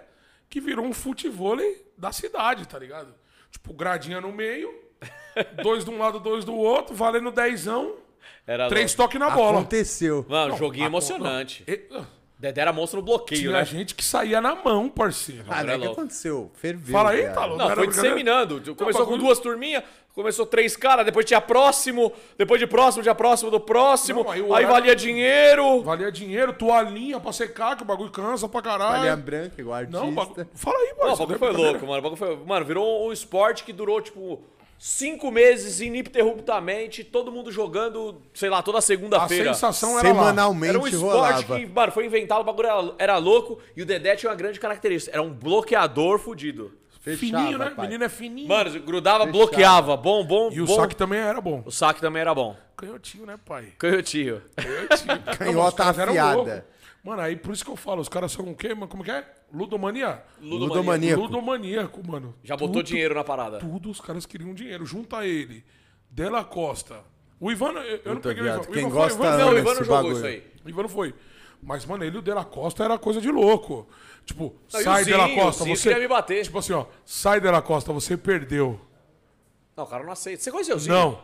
[SPEAKER 1] que virou um futevôlei da cidade, tá ligado? Tipo, gradinha no meio, dois de um lado, dois do outro, valendo dezão,
[SPEAKER 3] Era
[SPEAKER 1] três
[SPEAKER 3] Tá louco.
[SPEAKER 1] toques na bola.
[SPEAKER 2] Aconteceu.
[SPEAKER 3] Mano,
[SPEAKER 1] Não,
[SPEAKER 3] joguinho
[SPEAKER 1] a-
[SPEAKER 3] emocionante.
[SPEAKER 1] E- ah,
[SPEAKER 3] Dedé era monstro no bloqueio,
[SPEAKER 1] Tinha
[SPEAKER 3] né?
[SPEAKER 1] gente que saía na mão, parceiro.
[SPEAKER 2] Ah, não é
[SPEAKER 3] Era
[SPEAKER 2] que
[SPEAKER 3] louco.
[SPEAKER 2] aconteceu. Ferveu.
[SPEAKER 1] Fala aí,
[SPEAKER 2] viado.
[SPEAKER 1] Talo.
[SPEAKER 3] Não,
[SPEAKER 1] era
[SPEAKER 3] foi
[SPEAKER 1] brincadeira.
[SPEAKER 3] disseminando. Começou com
[SPEAKER 1] bagulho-
[SPEAKER 3] duas turminhas, começou três caras, depois tinha próximo, depois de próximo, tinha próximo do próximo,
[SPEAKER 1] Não,
[SPEAKER 3] aí,
[SPEAKER 1] aí o horário-
[SPEAKER 3] valia dinheiro.
[SPEAKER 1] Valia dinheiro, toalhinha pra secar, que o bagulho cansa pra caralho.
[SPEAKER 2] Olha a branca, igual artista.
[SPEAKER 1] Ah, Não, bagulho... Fala aí, mano.
[SPEAKER 3] Não, o
[SPEAKER 1] isso não é
[SPEAKER 3] bagulho foi
[SPEAKER 1] brincadeira.
[SPEAKER 3] louco, mano. O bagulho foi... Mano, virou um esporte que durou, tipo, cinco meses ininterruptamente, todo mundo jogando, sei lá, toda
[SPEAKER 1] A
[SPEAKER 3] segunda-feira.
[SPEAKER 1] sensação era lá.
[SPEAKER 2] Semanalmente
[SPEAKER 3] Era um esporte
[SPEAKER 2] rolava.
[SPEAKER 3] que, mano, foi inventado, o bagulho era, era louco, e o Dedé tinha uma grande característica, era um bloqueador fudido.
[SPEAKER 2] Fechava,
[SPEAKER 1] fininho, né?
[SPEAKER 2] pai.
[SPEAKER 1] Menino é fininho.
[SPEAKER 3] Mano, grudava, bloqueava, bom, bom,
[SPEAKER 1] e o
[SPEAKER 3] bom.
[SPEAKER 1] saque também era bom.
[SPEAKER 3] O saque também era bom.
[SPEAKER 1] Canhotinho, né, pai?
[SPEAKER 3] Canhotinho.
[SPEAKER 1] Canhotinho.
[SPEAKER 2] Canhota
[SPEAKER 1] Os caras eram
[SPEAKER 2] afiada.
[SPEAKER 1] loucos. Mano, aí por isso que eu falo, os caras são o quê, mano? Como que é? Ludomania?
[SPEAKER 2] Ludomania. Maníaco.
[SPEAKER 1] Ludomaníaco, mano.
[SPEAKER 3] Já botou
[SPEAKER 1] Tudo-
[SPEAKER 3] dinheiro na parada.
[SPEAKER 1] Tudo os caras queriam dinheiro. Junta ele, Dela Costa. O Ivan, eu, eu não
[SPEAKER 2] Puta,
[SPEAKER 1] peguei o Ivan.
[SPEAKER 2] viado,
[SPEAKER 1] O
[SPEAKER 2] quem
[SPEAKER 1] Ivan
[SPEAKER 2] gosta
[SPEAKER 1] foi,
[SPEAKER 2] né?
[SPEAKER 1] o Ivan,
[SPEAKER 3] Não,
[SPEAKER 1] não,
[SPEAKER 3] o
[SPEAKER 2] ama
[SPEAKER 1] o Ivan,
[SPEAKER 3] Ivan não
[SPEAKER 2] esse
[SPEAKER 3] jogou
[SPEAKER 2] bagulho.
[SPEAKER 3] isso aí.
[SPEAKER 1] o Ivan não foi. Mas, mano, ele e o De La Costa era coisa de louco. Tipo,
[SPEAKER 3] Não, e o
[SPEAKER 1] sai De La
[SPEAKER 3] Zinho,
[SPEAKER 1] Costa,
[SPEAKER 3] o Zinho
[SPEAKER 1] você.
[SPEAKER 3] queria me bater.
[SPEAKER 1] Tipo assim, ó, sai De La Costa, você perdeu.
[SPEAKER 3] Não, o cara não aceita. Você conheceu o Zinho?
[SPEAKER 1] Não,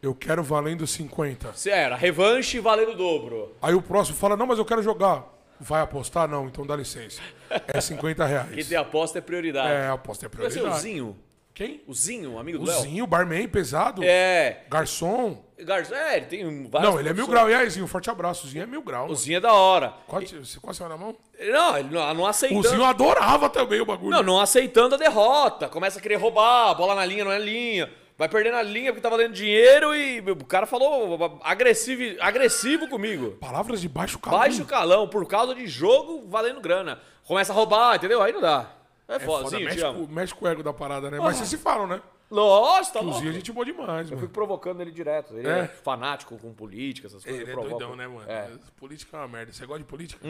[SPEAKER 1] eu quero valendo 50.
[SPEAKER 3] Você era revanche valendo o dobro.
[SPEAKER 1] Aí o próximo fala, não, mas eu quero jogar. Vai apostar? Não, então dá licença. É 50
[SPEAKER 3] Quem
[SPEAKER 1] reais.
[SPEAKER 3] tem aposta é prioridade.
[SPEAKER 1] É, aposta é
[SPEAKER 3] Você conheceu assim, o
[SPEAKER 1] prioridade.
[SPEAKER 3] Zinho?
[SPEAKER 1] Quem?
[SPEAKER 3] O Zinho, um amigo do
[SPEAKER 1] O
[SPEAKER 3] Léo?
[SPEAKER 1] Zinho, barman, pesado.
[SPEAKER 3] É.
[SPEAKER 1] Garçom.
[SPEAKER 3] Garçom, é, ele tem vários.
[SPEAKER 1] Não, ele é mil grau. E aí, Zinho, forte abraço. O Zinho é mil grau.
[SPEAKER 3] O
[SPEAKER 1] mano.
[SPEAKER 3] Zinho é da hora.
[SPEAKER 1] Quase, você quase saiu na mão?
[SPEAKER 3] Não, ele não, não
[SPEAKER 1] O
[SPEAKER 3] aceitando.
[SPEAKER 1] Zinho é adorava também o bagulho.
[SPEAKER 3] Então- Não, não aceitando a derrota. Começa a querer roubar, a bola na linha, não é linha. Vai perdendo a linha porque tá valendo dinheiro e o cara falou agressivo, agressivo comigo.
[SPEAKER 1] Palavras de baixo calão.
[SPEAKER 3] Baixo calão, por causa de jogo valendo grana. Começa a roubar, entendeu? Aí não dá. É,
[SPEAKER 1] É
[SPEAKER 3] foda,
[SPEAKER 1] foda,
[SPEAKER 3] Zinho, te
[SPEAKER 1] mexe,
[SPEAKER 3] amo.
[SPEAKER 1] com- mexe com o ego da parada, né? Mas vocês se falam, né?
[SPEAKER 3] Nossa, tá
[SPEAKER 1] O
[SPEAKER 3] louco.
[SPEAKER 1] Zinho a gente boa demais,
[SPEAKER 3] Eu
[SPEAKER 1] mano.
[SPEAKER 3] fico provocando ele direto. Ele é,
[SPEAKER 1] É?
[SPEAKER 3] fanático com política, essas coisas.
[SPEAKER 1] Ele é
[SPEAKER 3] eu provoco.
[SPEAKER 1] doidão, né, mano?
[SPEAKER 3] É. Hum,
[SPEAKER 1] Política é uma merda. Você gosta de política?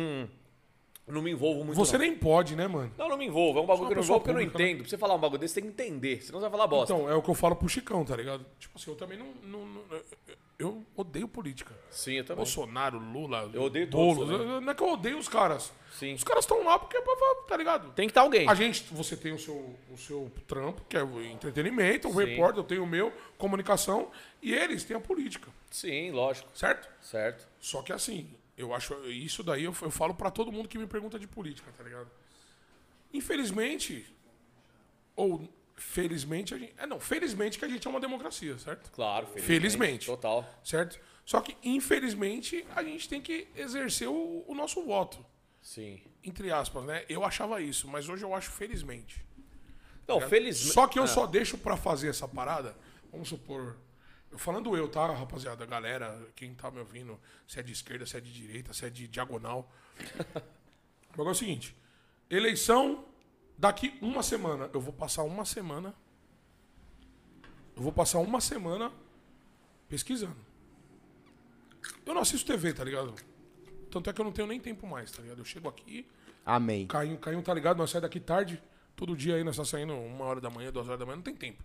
[SPEAKER 3] Não me envolvo muito.
[SPEAKER 1] Você
[SPEAKER 3] não.
[SPEAKER 1] nem pode, né, mano?
[SPEAKER 3] Não, não me envolvo. É um bagulho
[SPEAKER 1] Sou uma
[SPEAKER 3] que eu não
[SPEAKER 1] pessoa
[SPEAKER 3] me envolvo porque eu não
[SPEAKER 1] pública, né?
[SPEAKER 3] entendo. Pra você falar um bagulho desse, você tem que entender. Senão você vai falar bosta.
[SPEAKER 1] Então, é o que eu falo pro Chicão, tá ligado? Tipo assim, eu também não. não- não- eu odeio política.
[SPEAKER 3] Sim, eu também.
[SPEAKER 1] Bolsonaro, Lula,
[SPEAKER 3] Eu odeio todos
[SPEAKER 1] Boulos.
[SPEAKER 3] também.
[SPEAKER 1] eu- Não é que eu odeio os caras.
[SPEAKER 3] Sim.
[SPEAKER 1] Os caras estão lá porque é pra, pra- tá ligado?
[SPEAKER 3] Tem que estar alguém.
[SPEAKER 1] A gente, você tem o seu, o seu trampo, que é o entretenimento, o repórter, eu tenho o meu, comunicação, e eles têm a política,
[SPEAKER 3] Sim, lógico.
[SPEAKER 1] certo?
[SPEAKER 3] Certo.
[SPEAKER 1] Só que assim, eu acho. Isso daí eu, eu falo pra todo mundo que me pergunta de política, tá ligado? Infelizmente, ou felizmente, a gente. É não, felizmente que a gente é uma democracia, certo?
[SPEAKER 3] Claro,
[SPEAKER 1] Felizmente.
[SPEAKER 3] Total.
[SPEAKER 1] Certo? Só que, infelizmente, a gente tem que exercer o, o nosso voto.
[SPEAKER 3] Sim.
[SPEAKER 1] Entre aspas, né? Eu achava isso, mas hoje eu acho felizmente.
[SPEAKER 3] Não, É, felizmente.
[SPEAKER 1] Tá Só que eu só deixo pra fazer essa parada, vamos supor. eu Falando eu, tá, rapaziada, galera, quem tá me ouvindo, se é de esquerda, se é de direita, se é de diagonal. o bagulho é o seguinte: eleição, daqui uma semana. Eu vou passar uma semana. Eu vou passar uma semana pesquisando. Eu não assisto TV, tá ligado? Tanto é que eu não tenho nem tempo mais, tá ligado? Eu chego aqui,
[SPEAKER 4] Amém.
[SPEAKER 1] Caio, Caio, tá ligado? Nós saímos daqui tarde, todo dia aí nós tá saindo uma hora da manhã, duas horas da manhã, não tem tempo.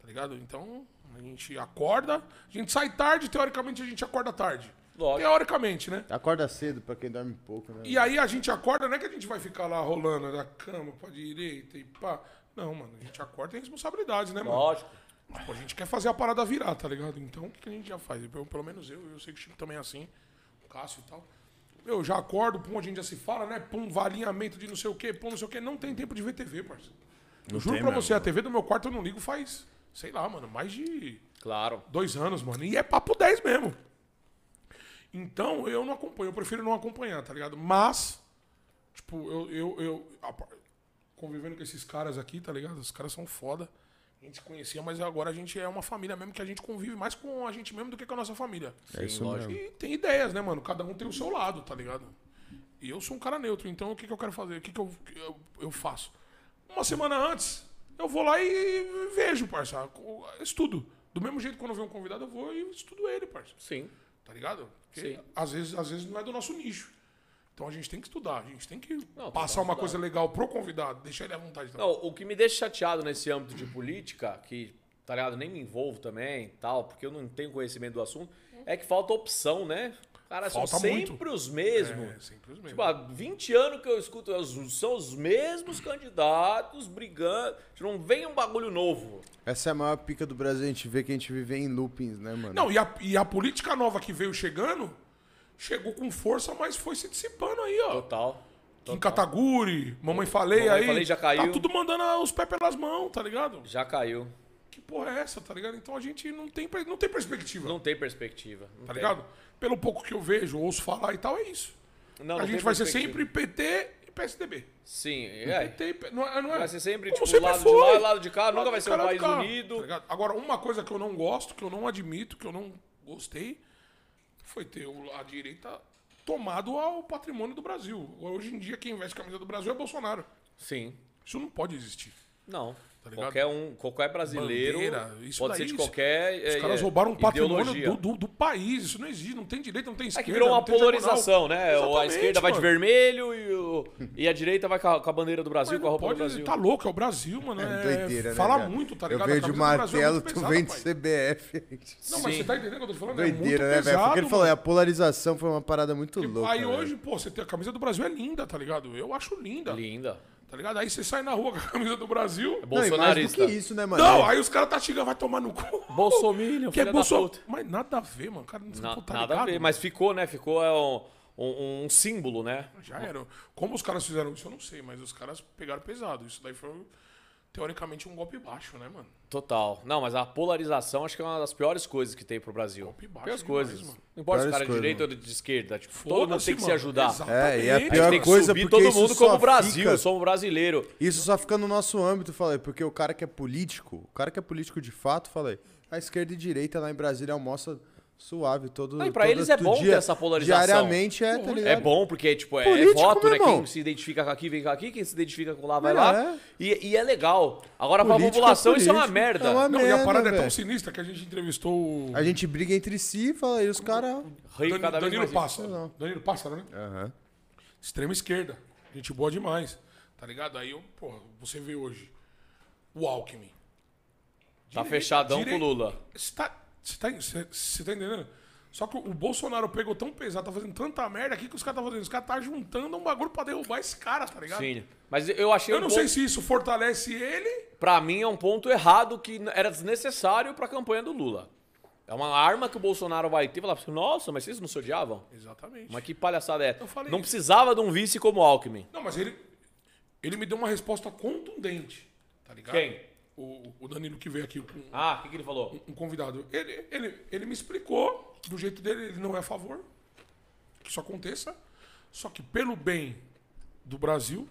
[SPEAKER 1] Tá ligado? Então, a gente acorda, a gente sai tarde, teoricamente a gente acorda tarde.
[SPEAKER 3] Lógico.
[SPEAKER 1] Teoricamente, né?
[SPEAKER 4] Acorda cedo pra quem dorme pouco, né?
[SPEAKER 1] E aí a gente acorda, não é que a gente vai ficar lá rolando da cama pra direita e pá. Não, mano, a gente acorda tem responsabilidade, né, mano?
[SPEAKER 3] Lógico.
[SPEAKER 1] Pô, a gente quer fazer a parada virar, tá ligado? Então, o que que a gente já faz? Eu, pelo menos eu, eu sei que o Chico também é assim, o Cássio e tal. Meu, eu já acordo, pum, a gente já se fala, né? Pum, valinhamento de não sei o quê, pum, não sei o quê. Não tem tempo de ver TV, parceiro. Eu juro
[SPEAKER 4] tem
[SPEAKER 1] pra
[SPEAKER 4] mesmo,
[SPEAKER 1] você, a TV do meu quarto eu não ligo faz, sei lá, mano, mais de
[SPEAKER 3] Claro.
[SPEAKER 1] dois anos, mano. E é papo 10 mesmo. Então, eu não acompanho. Eu prefiro não acompanhar, tá ligado? Mas, tipo, eu... eu, eu a par- convivendo com esses caras aqui, tá ligado? Os caras são foda. A gente se conhecia, mas agora a gente é uma família mesmo, que a gente convive mais com a gente mesmo do que com a nossa família.
[SPEAKER 4] É isso mesmo.
[SPEAKER 1] E tem ideias, né, mano? Cada um tem o seu lado, tá ligado? E eu sou um cara neutro, então o que, que eu quero fazer? O que, que eu, que eu, eu faço? Uma semana antes, eu vou lá e vejo, parça. Estudo. Do mesmo jeito que quando eu vejo um convidado, eu vou e estudo ele, parça.
[SPEAKER 3] Sim.
[SPEAKER 1] Tá ligado? Porque
[SPEAKER 3] Sim.
[SPEAKER 1] às vezes, às vezes não é do nosso nicho. Então a gente tem que estudar, a gente tem que
[SPEAKER 3] Não,
[SPEAKER 1] passar
[SPEAKER 3] tem que
[SPEAKER 1] uma coisa legal pro convidado, deixar ele à vontade. Tá?
[SPEAKER 3] Não, o que me deixa chateado nesse âmbito de política, que, tá ligado, nem me envolvo também e tal, porque eu não tenho conhecimento do assunto, é que falta opção, né? Cara, são
[SPEAKER 1] Falta muito.
[SPEAKER 3] sempre os mesmos.
[SPEAKER 1] É, sempre os mesmos.
[SPEAKER 3] Tipo, há 20 anos que eu escuto, é os- são os mesmos candidatos brigando. Não vem um bagulho novo.
[SPEAKER 4] Essa é a maior pica do Brasil, a gente vê que a gente vive em loopings, né, mano?
[SPEAKER 1] Não, e a, e a política nova que veio chegando, chegou com força, mas foi se dissipando aí, ó.
[SPEAKER 3] Total.
[SPEAKER 1] Kim Kataguri, Mamãe Falei
[SPEAKER 3] Tá, Mamãe
[SPEAKER 1] aí.
[SPEAKER 3] Falei já caiu.
[SPEAKER 1] Tá tudo mandando os pés pelas mãos, tá ligado?
[SPEAKER 3] Já caiu.
[SPEAKER 1] Que porra é essa, tá ligado? Então a gente não tem, per- não tem perspectiva,
[SPEAKER 3] Não tem perspectiva. Não
[SPEAKER 1] tá
[SPEAKER 3] tem.
[SPEAKER 1] ligado? Pelo pouco que eu vejo, ouço falar e tal, é isso.
[SPEAKER 3] Não,
[SPEAKER 1] a
[SPEAKER 3] não
[SPEAKER 1] gente
[SPEAKER 3] tem
[SPEAKER 1] vai ser
[SPEAKER 3] perspectiva.
[SPEAKER 1] sempre PT e PSDB.
[SPEAKER 3] Sim, é.
[SPEAKER 1] PT e P... não, é- não é?
[SPEAKER 3] Vai ser sempre,
[SPEAKER 1] Como
[SPEAKER 3] tipo,
[SPEAKER 1] sempre
[SPEAKER 3] lado
[SPEAKER 1] foi.
[SPEAKER 3] de lá, lado de cá, nunca
[SPEAKER 1] Lado
[SPEAKER 3] vai
[SPEAKER 1] de
[SPEAKER 3] ser um
[SPEAKER 1] cá, lado
[SPEAKER 3] país
[SPEAKER 1] de cá,
[SPEAKER 3] unido.
[SPEAKER 1] tá ligado? Agora, uma coisa que eu não gosto, que eu não admito, que eu não gostei, foi ter o- a direita tomado ao patrimônio do Brasil. Hoje em dia, quem veste camisa do Brasil é Bolsonaro.
[SPEAKER 3] Sim.
[SPEAKER 1] Isso não pode existir.
[SPEAKER 3] Não.
[SPEAKER 1] tá ligado?
[SPEAKER 3] Qualquer um, qualquer brasileiro,
[SPEAKER 1] Bandeira, isso
[SPEAKER 3] pode
[SPEAKER 1] daí,
[SPEAKER 3] ser de
[SPEAKER 1] isso-
[SPEAKER 3] qualquer
[SPEAKER 1] Os
[SPEAKER 3] eh,
[SPEAKER 1] caras
[SPEAKER 3] eh,
[SPEAKER 1] roubaram um patrimônio
[SPEAKER 3] ideologia.
[SPEAKER 1] do, do- do país. Isso não existe, não tem direita, não tem
[SPEAKER 3] É
[SPEAKER 1] esquerda.
[SPEAKER 3] que virou uma
[SPEAKER 1] não tem diagonal.
[SPEAKER 3] polarização, né? Ou a
[SPEAKER 1] Exatamente,
[SPEAKER 3] esquerda vai de
[SPEAKER 1] mano.
[SPEAKER 3] vermelho e, o- e a direita vai com a, com a bandeira do Brasil,
[SPEAKER 1] Mas
[SPEAKER 3] com a
[SPEAKER 1] não
[SPEAKER 3] roupa do
[SPEAKER 1] pode,
[SPEAKER 3] Brasil.
[SPEAKER 1] tá louco, é o Brasil, mano. É,
[SPEAKER 2] Doideira, né?
[SPEAKER 1] fala
[SPEAKER 2] cara?
[SPEAKER 1] muito, tá ligado?
[SPEAKER 2] Eu
[SPEAKER 1] A
[SPEAKER 2] venho de
[SPEAKER 1] camisa do Brasil é
[SPEAKER 2] martelo,
[SPEAKER 1] muito
[SPEAKER 2] tu
[SPEAKER 1] pesada,
[SPEAKER 2] vem de
[SPEAKER 1] pai.
[SPEAKER 2] CBF.
[SPEAKER 1] Não, mas
[SPEAKER 3] Sim.
[SPEAKER 1] você tá entendendo o que eu tô te falando?
[SPEAKER 2] Doideira,
[SPEAKER 1] é
[SPEAKER 2] né,
[SPEAKER 1] muito
[SPEAKER 2] velho? Foi o que
[SPEAKER 1] pesado,
[SPEAKER 2] ele falou,
[SPEAKER 1] mano.
[SPEAKER 2] a polarização foi uma parada muito louca. né?
[SPEAKER 1] Aí
[SPEAKER 2] velho.
[SPEAKER 1] hoje, pô, você tem a camisa do Brasil é linda, tá ligado? Eu acho linda,
[SPEAKER 3] Linda. É
[SPEAKER 1] tá ligado? Aí você sai na rua com a camisa do Brasil.
[SPEAKER 2] Não, e mais do
[SPEAKER 3] Bolsonarista.
[SPEAKER 2] que isso, né, mano?
[SPEAKER 1] Não, aí os caras tá xingando, vai tomar no cu.
[SPEAKER 3] Bolsominion,
[SPEAKER 1] que é
[SPEAKER 3] filha da
[SPEAKER 1] Bolso...
[SPEAKER 3] puta.
[SPEAKER 1] Mas nada a ver, mano. Cara, não
[SPEAKER 3] Na-
[SPEAKER 1] pô, tá
[SPEAKER 3] nada a
[SPEAKER 1] ligado,
[SPEAKER 3] ver,
[SPEAKER 1] mano?
[SPEAKER 3] mas ficou, né? Ficou é, um, um- um símbolo, né?
[SPEAKER 1] Já era. Como os caras fizeram isso, eu não sei, mas os caras pegaram pesado. Isso daí foi, teoricamente, um golpe baixo, né, mano?
[SPEAKER 3] Total. Não, mas a polarização acho que é uma das piores coisas que tem pro Brasil.
[SPEAKER 1] Golpe baixo
[SPEAKER 3] Piores
[SPEAKER 1] demais,
[SPEAKER 3] coisas.
[SPEAKER 1] mano.
[SPEAKER 3] Não importa se
[SPEAKER 2] Piores
[SPEAKER 3] o cara é de
[SPEAKER 2] coisas,
[SPEAKER 3] direita ou de esquerda. Tipo, todo mundo
[SPEAKER 1] Foda-se,
[SPEAKER 3] tem que se
[SPEAKER 1] mano.
[SPEAKER 3] ajudar.
[SPEAKER 1] Exatamente.
[SPEAKER 2] É, e a
[SPEAKER 3] A gente
[SPEAKER 2] pior
[SPEAKER 3] tem que
[SPEAKER 2] coisa,
[SPEAKER 3] subir
[SPEAKER 2] porque
[SPEAKER 3] todo
[SPEAKER 2] isso
[SPEAKER 3] mundo
[SPEAKER 2] só
[SPEAKER 3] como Brasil,
[SPEAKER 2] fica-
[SPEAKER 3] somos brasileiro.
[SPEAKER 2] Isso só fica no nosso âmbito, falei, porque o cara que é político, o cara que é político de fato, falei, a esquerda e direita lá em Brasília almoça suave todo
[SPEAKER 3] Ah, e pra
[SPEAKER 2] todo-
[SPEAKER 3] eles é
[SPEAKER 2] todo
[SPEAKER 3] bom
[SPEAKER 2] dia,
[SPEAKER 3] ter essa polarização.
[SPEAKER 2] Diariamente é, tá ligado?
[SPEAKER 3] É bom, porque tipo, é,
[SPEAKER 2] Político,
[SPEAKER 3] voto,
[SPEAKER 2] meu
[SPEAKER 3] né?
[SPEAKER 2] irmão.
[SPEAKER 3] Quem se identifica com aqui, vem com aqui. Quem se identifica com lá, vai
[SPEAKER 2] É.
[SPEAKER 3] lá. E, e é legal. Agora, pra
[SPEAKER 2] Político é
[SPEAKER 3] população, isso é uma
[SPEAKER 2] político.
[SPEAKER 3] merda.
[SPEAKER 2] É uma
[SPEAKER 1] Não, e
[SPEAKER 2] merda,
[SPEAKER 1] a parada é tão
[SPEAKER 2] velho.
[SPEAKER 1] sinistra que a gente entrevistou o
[SPEAKER 2] A gente briga entre si, fala, e os caras.
[SPEAKER 3] Rio
[SPEAKER 1] Dan-
[SPEAKER 3] cada vez
[SPEAKER 1] Danilo
[SPEAKER 3] mais-
[SPEAKER 1] Pássaro. Danilo Pássaro, né? Extrema esquerda. Gente boa demais. Tá ligado? Aí, eu, porra, você vê hoje o Alckmin.
[SPEAKER 3] Tá fechadão
[SPEAKER 1] Direi-
[SPEAKER 3] com o Lula.
[SPEAKER 1] Você tá, você tá, você- você tá entendendo? Só que o Bolsonaro pegou tão pesado, tá fazendo tanta merda aqui que os caras tá fazendo. Os caras tá juntando um bagulho pra derrubar esse cara, tá ligado?
[SPEAKER 3] Sim. Mas eu achei
[SPEAKER 1] Eu não
[SPEAKER 3] um
[SPEAKER 1] sei
[SPEAKER 3] ponto,
[SPEAKER 1] se isso fortalece ele.
[SPEAKER 3] pra mim é um ponto errado que n- era desnecessário pra campanha do Lula. É uma arma que o Bolsonaro vai ter e falar, nossa, mas vocês não se odiavam?
[SPEAKER 1] Exatamente.
[SPEAKER 3] Mas que palhaçada é?
[SPEAKER 1] Eu falei
[SPEAKER 3] Não
[SPEAKER 1] isso.
[SPEAKER 3] precisava de um vice como o Alckmin.
[SPEAKER 1] Não, mas ele, ele me deu uma resposta contundente, tá ligado?
[SPEAKER 3] Quem?
[SPEAKER 1] O, o Danilo que veio aqui com,
[SPEAKER 3] Ah, o que, que ele falou?
[SPEAKER 1] um convidado. Ele, ele, ele me explicou do jeito dele, ele não é a favor que isso aconteça. Só que pelo bem do Brasil,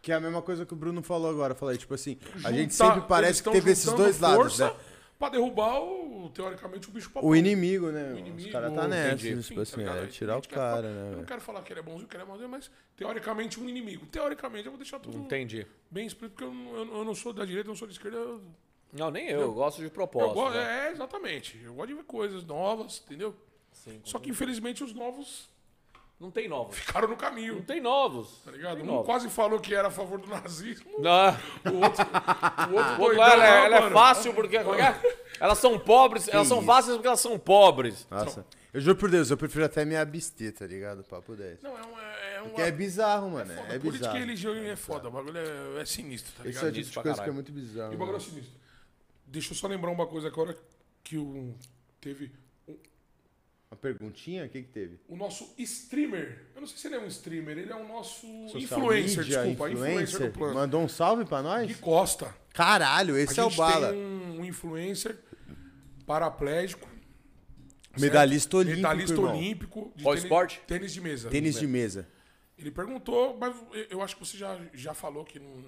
[SPEAKER 2] Que é a mesma coisa que o Bruno falou agora. Falei, tipo assim, a
[SPEAKER 1] juntar-
[SPEAKER 2] gente sempre
[SPEAKER 1] tá, eles
[SPEAKER 2] parece que
[SPEAKER 1] estão
[SPEAKER 2] teve esses
[SPEAKER 1] juntando
[SPEAKER 2] dois lados,
[SPEAKER 1] força
[SPEAKER 2] né?
[SPEAKER 1] Pra derrubar o, teoricamente, o bicho papão.
[SPEAKER 2] O inimigo, né? meu?
[SPEAKER 1] inimigo,
[SPEAKER 2] Os caras tá nessa,
[SPEAKER 1] entendi. Sim,
[SPEAKER 2] tipo assim,
[SPEAKER 1] tá ligado?
[SPEAKER 2] é tirar
[SPEAKER 1] A
[SPEAKER 2] o
[SPEAKER 1] gente quer falar-
[SPEAKER 2] cara, né?
[SPEAKER 1] Eu não
[SPEAKER 2] velho?
[SPEAKER 1] quero falar que ele é bonzinho, que ele é malzinho, mas teoricamente um inimigo. Teoricamente, eu vou deixar tudo
[SPEAKER 3] Entendi.
[SPEAKER 1] bem explícito, porque eu, não- eu não- eu não sou da direita, eu não sou da esquerda. Eu,
[SPEAKER 3] Não, nem eu, eu gosto de
[SPEAKER 1] eu
[SPEAKER 3] propósito.
[SPEAKER 1] gosto,
[SPEAKER 3] né?
[SPEAKER 1] é, exatamente. Eu gosto de ver coisas novas, entendeu? Só que, infelizmente, os novos
[SPEAKER 3] Não tem novos.
[SPEAKER 1] ficaram no caminho.
[SPEAKER 3] Não tem novos.
[SPEAKER 1] Tá ligado?
[SPEAKER 3] Tem
[SPEAKER 1] Um
[SPEAKER 3] novos.
[SPEAKER 1] quase falou que era a favor do nazismo.
[SPEAKER 3] Não.
[SPEAKER 1] O outro. O outro
[SPEAKER 3] Pô,
[SPEAKER 1] doidão
[SPEAKER 3] ela,
[SPEAKER 1] lá,
[SPEAKER 3] é- ela é
[SPEAKER 1] mano.
[SPEAKER 3] fácil porque. como é que é? Elas são pobres, elas são
[SPEAKER 2] isso.
[SPEAKER 3] fáceis porque elas são pobres.
[SPEAKER 2] Nossa. Eu juro por Deus, eu prefiro até me abster, tá ligado? Papo 10.
[SPEAKER 1] Não, é uma. É uma
[SPEAKER 2] Que é bizarro, mano.
[SPEAKER 1] foda.
[SPEAKER 2] É,
[SPEAKER 1] Política
[SPEAKER 2] bizarro.
[SPEAKER 1] e religião é foda. O bagulho é, é sinistro, tá
[SPEAKER 2] Isso é
[SPEAKER 1] ligado?
[SPEAKER 2] de
[SPEAKER 3] disso pra
[SPEAKER 2] coisa que é
[SPEAKER 3] caralho.
[SPEAKER 2] muito
[SPEAKER 1] E
[SPEAKER 2] bizarro.
[SPEAKER 1] o bagulho é
[SPEAKER 2] mano.
[SPEAKER 1] sinistro. Deixa eu só lembrar uma coisa agora que o. Teve.
[SPEAKER 2] Uma perguntinha? O que que teve?
[SPEAKER 1] O nosso streamer. Eu não sei se ele é um streamer, ele é o nosso
[SPEAKER 2] Social
[SPEAKER 1] influencer,
[SPEAKER 2] media,
[SPEAKER 1] desculpa, influencer, do plano.
[SPEAKER 2] Mandou um salve pra
[SPEAKER 1] Gui
[SPEAKER 2] nós?
[SPEAKER 1] Costa.
[SPEAKER 2] Caralho,
[SPEAKER 1] A
[SPEAKER 2] esse é o
[SPEAKER 1] gente
[SPEAKER 2] bala.
[SPEAKER 1] tem um, um influencer paraplégico.
[SPEAKER 2] Medalhista
[SPEAKER 1] um certo?
[SPEAKER 2] olímpico,
[SPEAKER 1] Medalhista
[SPEAKER 2] irmão.
[SPEAKER 1] olímpico. né? de
[SPEAKER 3] Qual
[SPEAKER 1] tênis-
[SPEAKER 3] esporte?
[SPEAKER 1] Tênis de mesa.
[SPEAKER 2] Tênis de mesa.
[SPEAKER 1] Ele perguntou, mas eu acho que você já, já falou que não,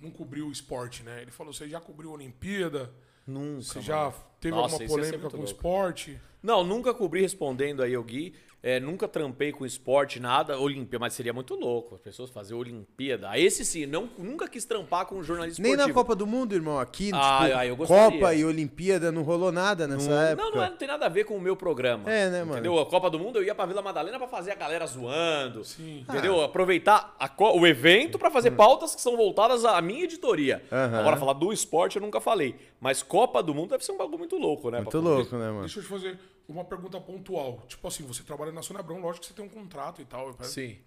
[SPEAKER 1] não cobriu o esporte, né? Ele falou, você já cobriu a Olimpíada? Nunca. Você já teve alguma
[SPEAKER 3] Nossa, isso ia ser
[SPEAKER 1] polêmica
[SPEAKER 3] muito
[SPEAKER 1] com o
[SPEAKER 3] louco.
[SPEAKER 1] esporte?
[SPEAKER 3] Não, nunca cobri respondendo aí o Gui. É, nunca trampei com esporte, nada. Olimpíada, mas seria muito louco as pessoas fazer Olimpíada. Ah, Esse sim, não, nunca quis trampar com jornalismo
[SPEAKER 2] Nem na
[SPEAKER 3] esportivo.
[SPEAKER 2] Copa do Mundo, irmão, aqui,
[SPEAKER 3] Ah,
[SPEAKER 2] tipo,
[SPEAKER 3] ah, eu gostaria.
[SPEAKER 2] Copa e Olimpíada não rolou nada nessa época.
[SPEAKER 3] Não, não, é- não tem nada a ver com o meu programa.
[SPEAKER 2] É, né, mano?
[SPEAKER 3] Entendeu? A Copa do Mundo eu ia pra Vila Madalena pra fazer a galera zoando.
[SPEAKER 1] Sim.
[SPEAKER 2] Ah.
[SPEAKER 3] Entendeu? Aproveitar a co- o evento pra fazer pautas que são voltadas à minha editoria.
[SPEAKER 2] Aham.
[SPEAKER 3] Agora, falar do esporte eu nunca falei. Mas Copa do Mundo deve ser um bagulho muito louco, né?
[SPEAKER 2] Muito
[SPEAKER 3] pra-
[SPEAKER 2] louco, né, mano?
[SPEAKER 1] Deixa eu te fazer uma pergunta pontual. Tipo assim, você trabalha na Sônia Abrão, lógico que você tem um contrato e tal. né?
[SPEAKER 3] Sim.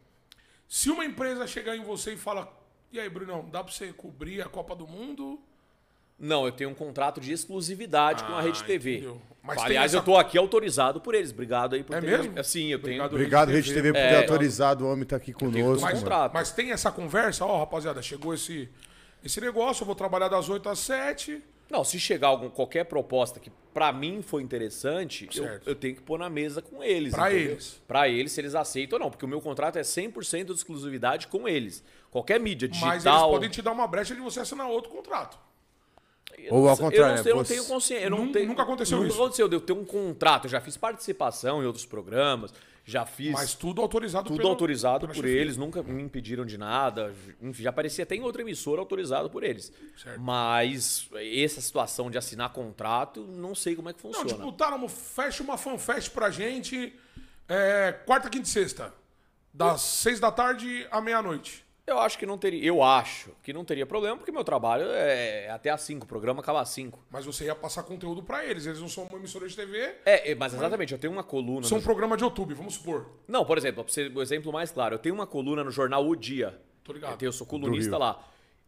[SPEAKER 1] Se uma empresa chegar em você e fala, e aí, Brunão, dá pra você cobrir a Copa do Mundo?
[SPEAKER 3] Não, eu tenho um contrato de exclusividade com a
[SPEAKER 1] Ah,
[SPEAKER 3] Rede TV.
[SPEAKER 1] entendeu. Mas tem
[SPEAKER 3] Aliás,
[SPEAKER 1] essa-
[SPEAKER 3] eu tô aqui autorizado por eles. Obrigado aí por
[SPEAKER 1] É
[SPEAKER 3] ter-
[SPEAKER 1] mesmo?
[SPEAKER 3] Sim, eu tenho.
[SPEAKER 1] Obrigado.
[SPEAKER 2] Obrigado, Rede TV, por ter
[SPEAKER 1] É.
[SPEAKER 2] autorizado o homem estar aqui conosco.
[SPEAKER 3] Mas-
[SPEAKER 2] mano.
[SPEAKER 3] Contrato.
[SPEAKER 1] Mas tem essa conversa? Ó, rapaziada, chegou esse, esse negócio, eu vou trabalhar das 8 às 7.
[SPEAKER 3] Não, se chegar algum, qualquer proposta que pra mim foi interessante, eu,
[SPEAKER 1] Certo.
[SPEAKER 3] eu tenho que pôr na mesa com eles.
[SPEAKER 1] Pra
[SPEAKER 3] entendeu?
[SPEAKER 1] eles.
[SPEAKER 3] Pra eles, se eles aceitam ou não. Porque o meu contrato é 100% de exclusividade com eles. Qualquer mídia
[SPEAKER 1] Mas eles
[SPEAKER 3] digital.
[SPEAKER 1] podem te dar uma brecha de você assinar outro contrato.
[SPEAKER 3] eu
[SPEAKER 2] Ou
[SPEAKER 3] não
[SPEAKER 2] ao
[SPEAKER 3] sei-
[SPEAKER 2] contrário,
[SPEAKER 3] eu não, sei, eu não
[SPEAKER 2] você-
[SPEAKER 3] tenho consciência. eu não
[SPEAKER 1] Nun-
[SPEAKER 3] tenho-
[SPEAKER 1] nunca aconteceu
[SPEAKER 3] nunca
[SPEAKER 1] isso.
[SPEAKER 3] aconteceu. Eu tenho um contrato, eu já fiz participação em outros programas, já fiz
[SPEAKER 1] Mas tudo autorizado
[SPEAKER 3] tudo
[SPEAKER 1] pelo-
[SPEAKER 3] autorizado
[SPEAKER 1] pela
[SPEAKER 3] por
[SPEAKER 1] chefia.
[SPEAKER 3] eles, nunca me impediram de nada. Enfim, já aparecia até em outra emissora autorizado por eles. Mas essa situação de assinar contrato, não sei como é que
[SPEAKER 1] Não,
[SPEAKER 3] funciona.
[SPEAKER 1] tipo, Taramo, fecha uma fanfest pra gente é, quarta, quinta e sexta. Das seis da tarde à meia-noite.
[SPEAKER 3] Eu acho que não teria. Eu acho que não teria problema, porque meu trabalho é até às 5, o programa acaba às 5.
[SPEAKER 1] Mas você ia passar conteúdo pra eles. Eles não são uma emissora de TV,
[SPEAKER 3] É, é, mas exatamente, eu tenho uma coluna.
[SPEAKER 1] são um
[SPEAKER 3] no-
[SPEAKER 1] programa de YouTube, vamos supor.
[SPEAKER 3] Não, por exemplo, pra ser o exemplo mais claro, eu tenho uma coluna no jornal O Dia.
[SPEAKER 1] Tô ligado.
[SPEAKER 3] Eu, tenho- eu sou colunista lá.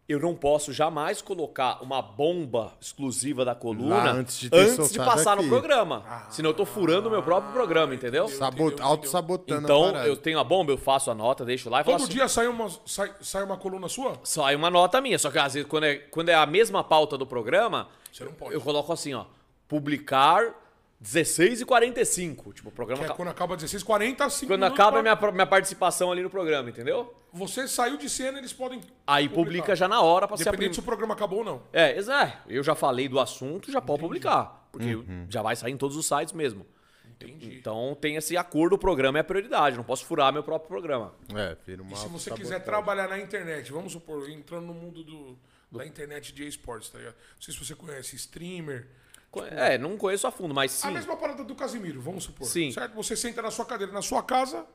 [SPEAKER 3] Eu não posso jamais colocar uma bomba exclusiva da coluna
[SPEAKER 2] Lá
[SPEAKER 3] antes
[SPEAKER 2] antes de
[SPEAKER 3] de,
[SPEAKER 2] ter soltado
[SPEAKER 3] passar no
[SPEAKER 2] aqui.
[SPEAKER 3] programa. senão eu tô furando o meu próprio programa, entendeu?
[SPEAKER 2] Sabot... Auto-sabotando a
[SPEAKER 3] Então,
[SPEAKER 2] parada.
[SPEAKER 3] eu tenho a bomba, eu faço a nota, deixo lá e falo
[SPEAKER 1] Todo
[SPEAKER 3] assim,
[SPEAKER 1] dia sai uma, sai, sai uma coluna sua?
[SPEAKER 3] sai uma nota minha. Só que às vezes, quando é, quando é a mesma pauta do programa,
[SPEAKER 1] Você não pode.
[SPEAKER 3] eu coloco assim, ó. Publicar 16h45. Tipo, o programa.
[SPEAKER 1] Que é
[SPEAKER 3] acaba-
[SPEAKER 1] quando acaba 16, 40, 5
[SPEAKER 3] Quando acaba é a minha, pro- minha participação ali no programa, entendeu?
[SPEAKER 1] Você saiu de cena, eles podem.
[SPEAKER 3] Aí publica já na hora pra ser a
[SPEAKER 1] Independente
[SPEAKER 3] prim...
[SPEAKER 1] se o programa acabou ou não.
[SPEAKER 3] É, exato. Eu já falei do assunto, já pode publicar. Porque já vai sair em todos os sites mesmo.
[SPEAKER 1] Entendi.
[SPEAKER 3] Então tem esse acordo, o programa é a prioridade. Não posso furar meu próprio programa.
[SPEAKER 2] É, filho, uma
[SPEAKER 1] E se você quiser
[SPEAKER 2] autossabotagem.
[SPEAKER 1] trabalhar na internet, vamos supor, entrando no mundo do, da internet de esportes, tá ligado? Não sei se você conhece streamer.
[SPEAKER 3] Co- É, não conheço a fundo, mas
[SPEAKER 1] Tipo, A
[SPEAKER 3] sim.
[SPEAKER 1] mesma parada do Casimiro, vamos supor.
[SPEAKER 3] Sim.
[SPEAKER 1] Certo? Você senta na sua cadeira, na sua casa,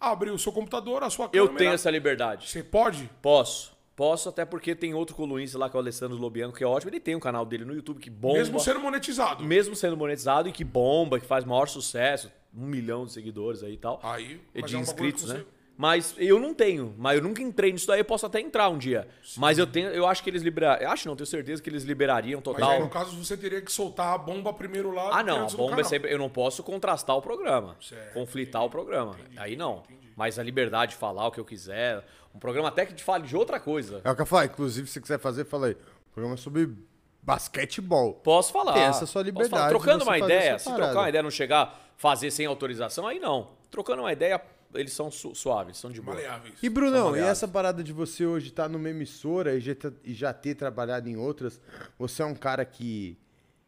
[SPEAKER 1] abre o seu computador, a sua
[SPEAKER 3] Eu
[SPEAKER 1] câmera.
[SPEAKER 3] tenho essa liberdade.
[SPEAKER 1] Você pode?
[SPEAKER 3] Posso. Posso, até porque tem outro colunista lá que é o Alessandro Lobianco, que é ótimo. Ele tem um canal dele no YouTube que bomba.
[SPEAKER 1] Mesmo sendo monetizado.
[SPEAKER 3] mesmo sendo monetizado e que bomba, que faz maior sucesso. Um milhão de seguidores aí e tal.
[SPEAKER 1] Aí,
[SPEAKER 3] e
[SPEAKER 1] mas
[SPEAKER 3] de
[SPEAKER 1] é um bagulho que
[SPEAKER 3] inscritos, né?
[SPEAKER 1] você-
[SPEAKER 3] Mas eu não tenho, mas eu nunca entrei nisso daí, eu posso até entrar um dia. Mas eu tenho, eu acho que eles liberariam. Acho não, tenho certeza que eles liberariam
[SPEAKER 1] Mas aí,
[SPEAKER 3] total.
[SPEAKER 1] no caso, você teria que soltar a bomba primeiro lá.
[SPEAKER 3] Ah,
[SPEAKER 1] do que
[SPEAKER 3] não, a
[SPEAKER 1] antes do
[SPEAKER 3] bomba é
[SPEAKER 1] canal. é,
[SPEAKER 3] sempre. Eu não posso contrastar o programa.
[SPEAKER 1] Certo,
[SPEAKER 3] conflitar o programa. aí não. Mas a liberdade de falar o que eu quiser. Um programa até que te fale de outra coisa.
[SPEAKER 2] É o que eu falei. Inclusive, se quiser fazer, fala aí. Programa sobre basquetebol.
[SPEAKER 3] Posso falar.
[SPEAKER 2] Tem essa sua
[SPEAKER 3] Posso
[SPEAKER 2] liberdade
[SPEAKER 3] falar.
[SPEAKER 2] de
[SPEAKER 3] Trocando
[SPEAKER 2] você
[SPEAKER 3] uma
[SPEAKER 2] fazer
[SPEAKER 3] ideia,
[SPEAKER 2] essa
[SPEAKER 3] se
[SPEAKER 2] parada.
[SPEAKER 3] trocar uma ideia não chegar, fazer sem autorização, aí não. Trocando uma ideia, eles são su- suaves, são de boa.
[SPEAKER 1] Maleáveis.
[SPEAKER 2] E, Brunão, e
[SPEAKER 3] aliados.
[SPEAKER 2] essa parada de você hoje estar numa emissora e já ter, e já ter trabalhado em outras, você é um cara que,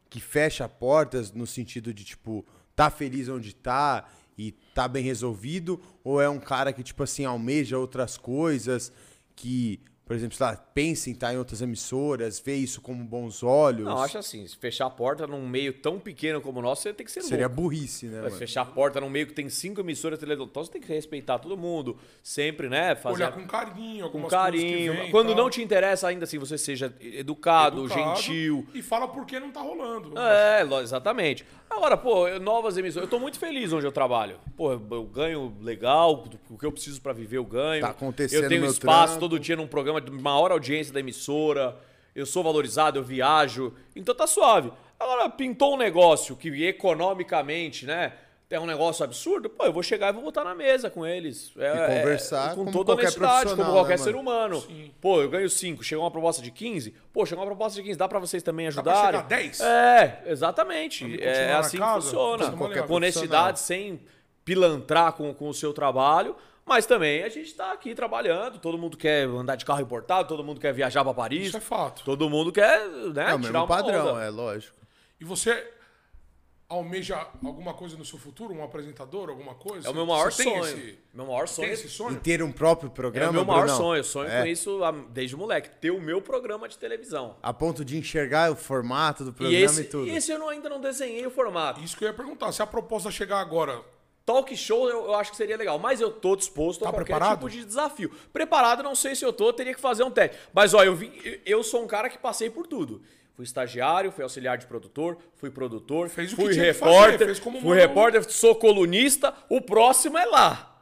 [SPEAKER 2] que fecha portas no sentido de, tipo, tá feliz onde tá e tá bem resolvido? Ou é um cara que, tipo assim, almeja outras coisas, que, por exemplo, sei lá, pensa em estar em outras emissoras, vê isso como bons olhos?
[SPEAKER 3] Não, acho assim, se fechar a porta num meio tão pequeno como o nosso, você tem que ser
[SPEAKER 2] Seria
[SPEAKER 3] louco.
[SPEAKER 2] burrice, né,
[SPEAKER 3] Mas
[SPEAKER 2] mano?
[SPEAKER 3] fechar a porta num meio que tem cinco emissoras de televisão, então você tem que respeitar todo mundo, sempre, né? Fazer
[SPEAKER 1] Olhar com carinho,
[SPEAKER 3] com
[SPEAKER 1] algumas coisas
[SPEAKER 3] carinho.
[SPEAKER 1] que vem, e
[SPEAKER 3] Quando
[SPEAKER 1] tal.
[SPEAKER 3] não te interessa ainda assim, você seja educado,
[SPEAKER 1] Educado,
[SPEAKER 3] gentil.
[SPEAKER 1] E fala por que não tá rolando.
[SPEAKER 3] É, lo- exatamente. Agora, pô, eu- novas emissoras. Eu tô muito feliz onde eu trabalho. Pô, eu eu ganho legal, o que eu preciso pra viver eu ganho.
[SPEAKER 2] Tá acontecendo
[SPEAKER 3] Eu tenho
[SPEAKER 2] meu
[SPEAKER 3] espaço
[SPEAKER 2] trampo.
[SPEAKER 3] todo dia num programa de maior audiência da emissora. Eu sou valorizado, eu viajo. Então tá suave. Agora, pintou um negócio que economicamente, né? É um negócio absurdo, pô, eu vou chegar e vou botar na mesa com eles. É, é,
[SPEAKER 2] conversar
[SPEAKER 3] com
[SPEAKER 2] como
[SPEAKER 3] toda
[SPEAKER 2] qualquer
[SPEAKER 3] honestidade, como
[SPEAKER 2] profissional,
[SPEAKER 3] qualquer
[SPEAKER 2] né,
[SPEAKER 3] ser
[SPEAKER 2] mano?
[SPEAKER 3] humano. Pô, eu ganho 5, chegou uma proposta de 15. Pô, chegou uma proposta de 15, dá pra vocês também
[SPEAKER 1] pra
[SPEAKER 3] ajudarem.
[SPEAKER 1] chegar a 10?
[SPEAKER 3] É, exatamente.
[SPEAKER 1] continuar
[SPEAKER 3] É
[SPEAKER 1] na
[SPEAKER 3] assim que
[SPEAKER 1] casa? é
[SPEAKER 3] funciona.
[SPEAKER 1] Como qualquer
[SPEAKER 3] Com honestidade, sem pilantrar com, com o seu trabalho. Mas também a gente tá aqui trabalhando, todo mundo quer andar de carro importado, todo mundo quer viajar pra Paris.
[SPEAKER 1] Isso é fato.
[SPEAKER 3] Todo mundo quer, né,
[SPEAKER 2] É o
[SPEAKER 3] tirar
[SPEAKER 2] mesmo
[SPEAKER 3] uma
[SPEAKER 2] padrão,
[SPEAKER 3] onda.
[SPEAKER 2] é lógico.
[SPEAKER 1] E você almeja alguma coisa no seu futuro? Um apresentador, alguma coisa?
[SPEAKER 3] É o meu maior
[SPEAKER 1] Você tem
[SPEAKER 3] sonho.
[SPEAKER 1] Esse,
[SPEAKER 3] Meu maior
[SPEAKER 1] tem
[SPEAKER 3] sonho
[SPEAKER 1] esse
[SPEAKER 2] E
[SPEAKER 1] sonho?
[SPEAKER 2] ter um próprio
[SPEAKER 3] é
[SPEAKER 2] programa,
[SPEAKER 3] o meu maior
[SPEAKER 2] Brunão?
[SPEAKER 3] sonho. Eu sonho
[SPEAKER 2] É.
[SPEAKER 3] com isso ah, desde moleque, ter o meu programa de televisão.
[SPEAKER 2] A ponto de enxergar o formato do
[SPEAKER 3] E
[SPEAKER 2] programa e,
[SPEAKER 3] esse,
[SPEAKER 2] tudo.
[SPEAKER 3] esse eu não- ainda não desenhei o formato.
[SPEAKER 1] Isso que eu ia perguntar. Se a proposta chegar agora,
[SPEAKER 3] Talk show eu, eu acho que seria legal, mas eu tô disposto a
[SPEAKER 1] Tá
[SPEAKER 3] qualquer
[SPEAKER 1] preparado?
[SPEAKER 3] tipo de desafio. Preparado, não sei se eu tô, teria que fazer um teste. Mas ó, eu vim, eu- eu sou um cara que passei por tudo. Fui estagiário, fui auxiliar de produtor, fui produtor,
[SPEAKER 1] Fez o que
[SPEAKER 3] fui
[SPEAKER 1] tinha que
[SPEAKER 3] repórter,
[SPEAKER 1] fazer, fez como
[SPEAKER 3] fui
[SPEAKER 1] mandou.
[SPEAKER 3] repórter, sou colunista, o próximo é lá.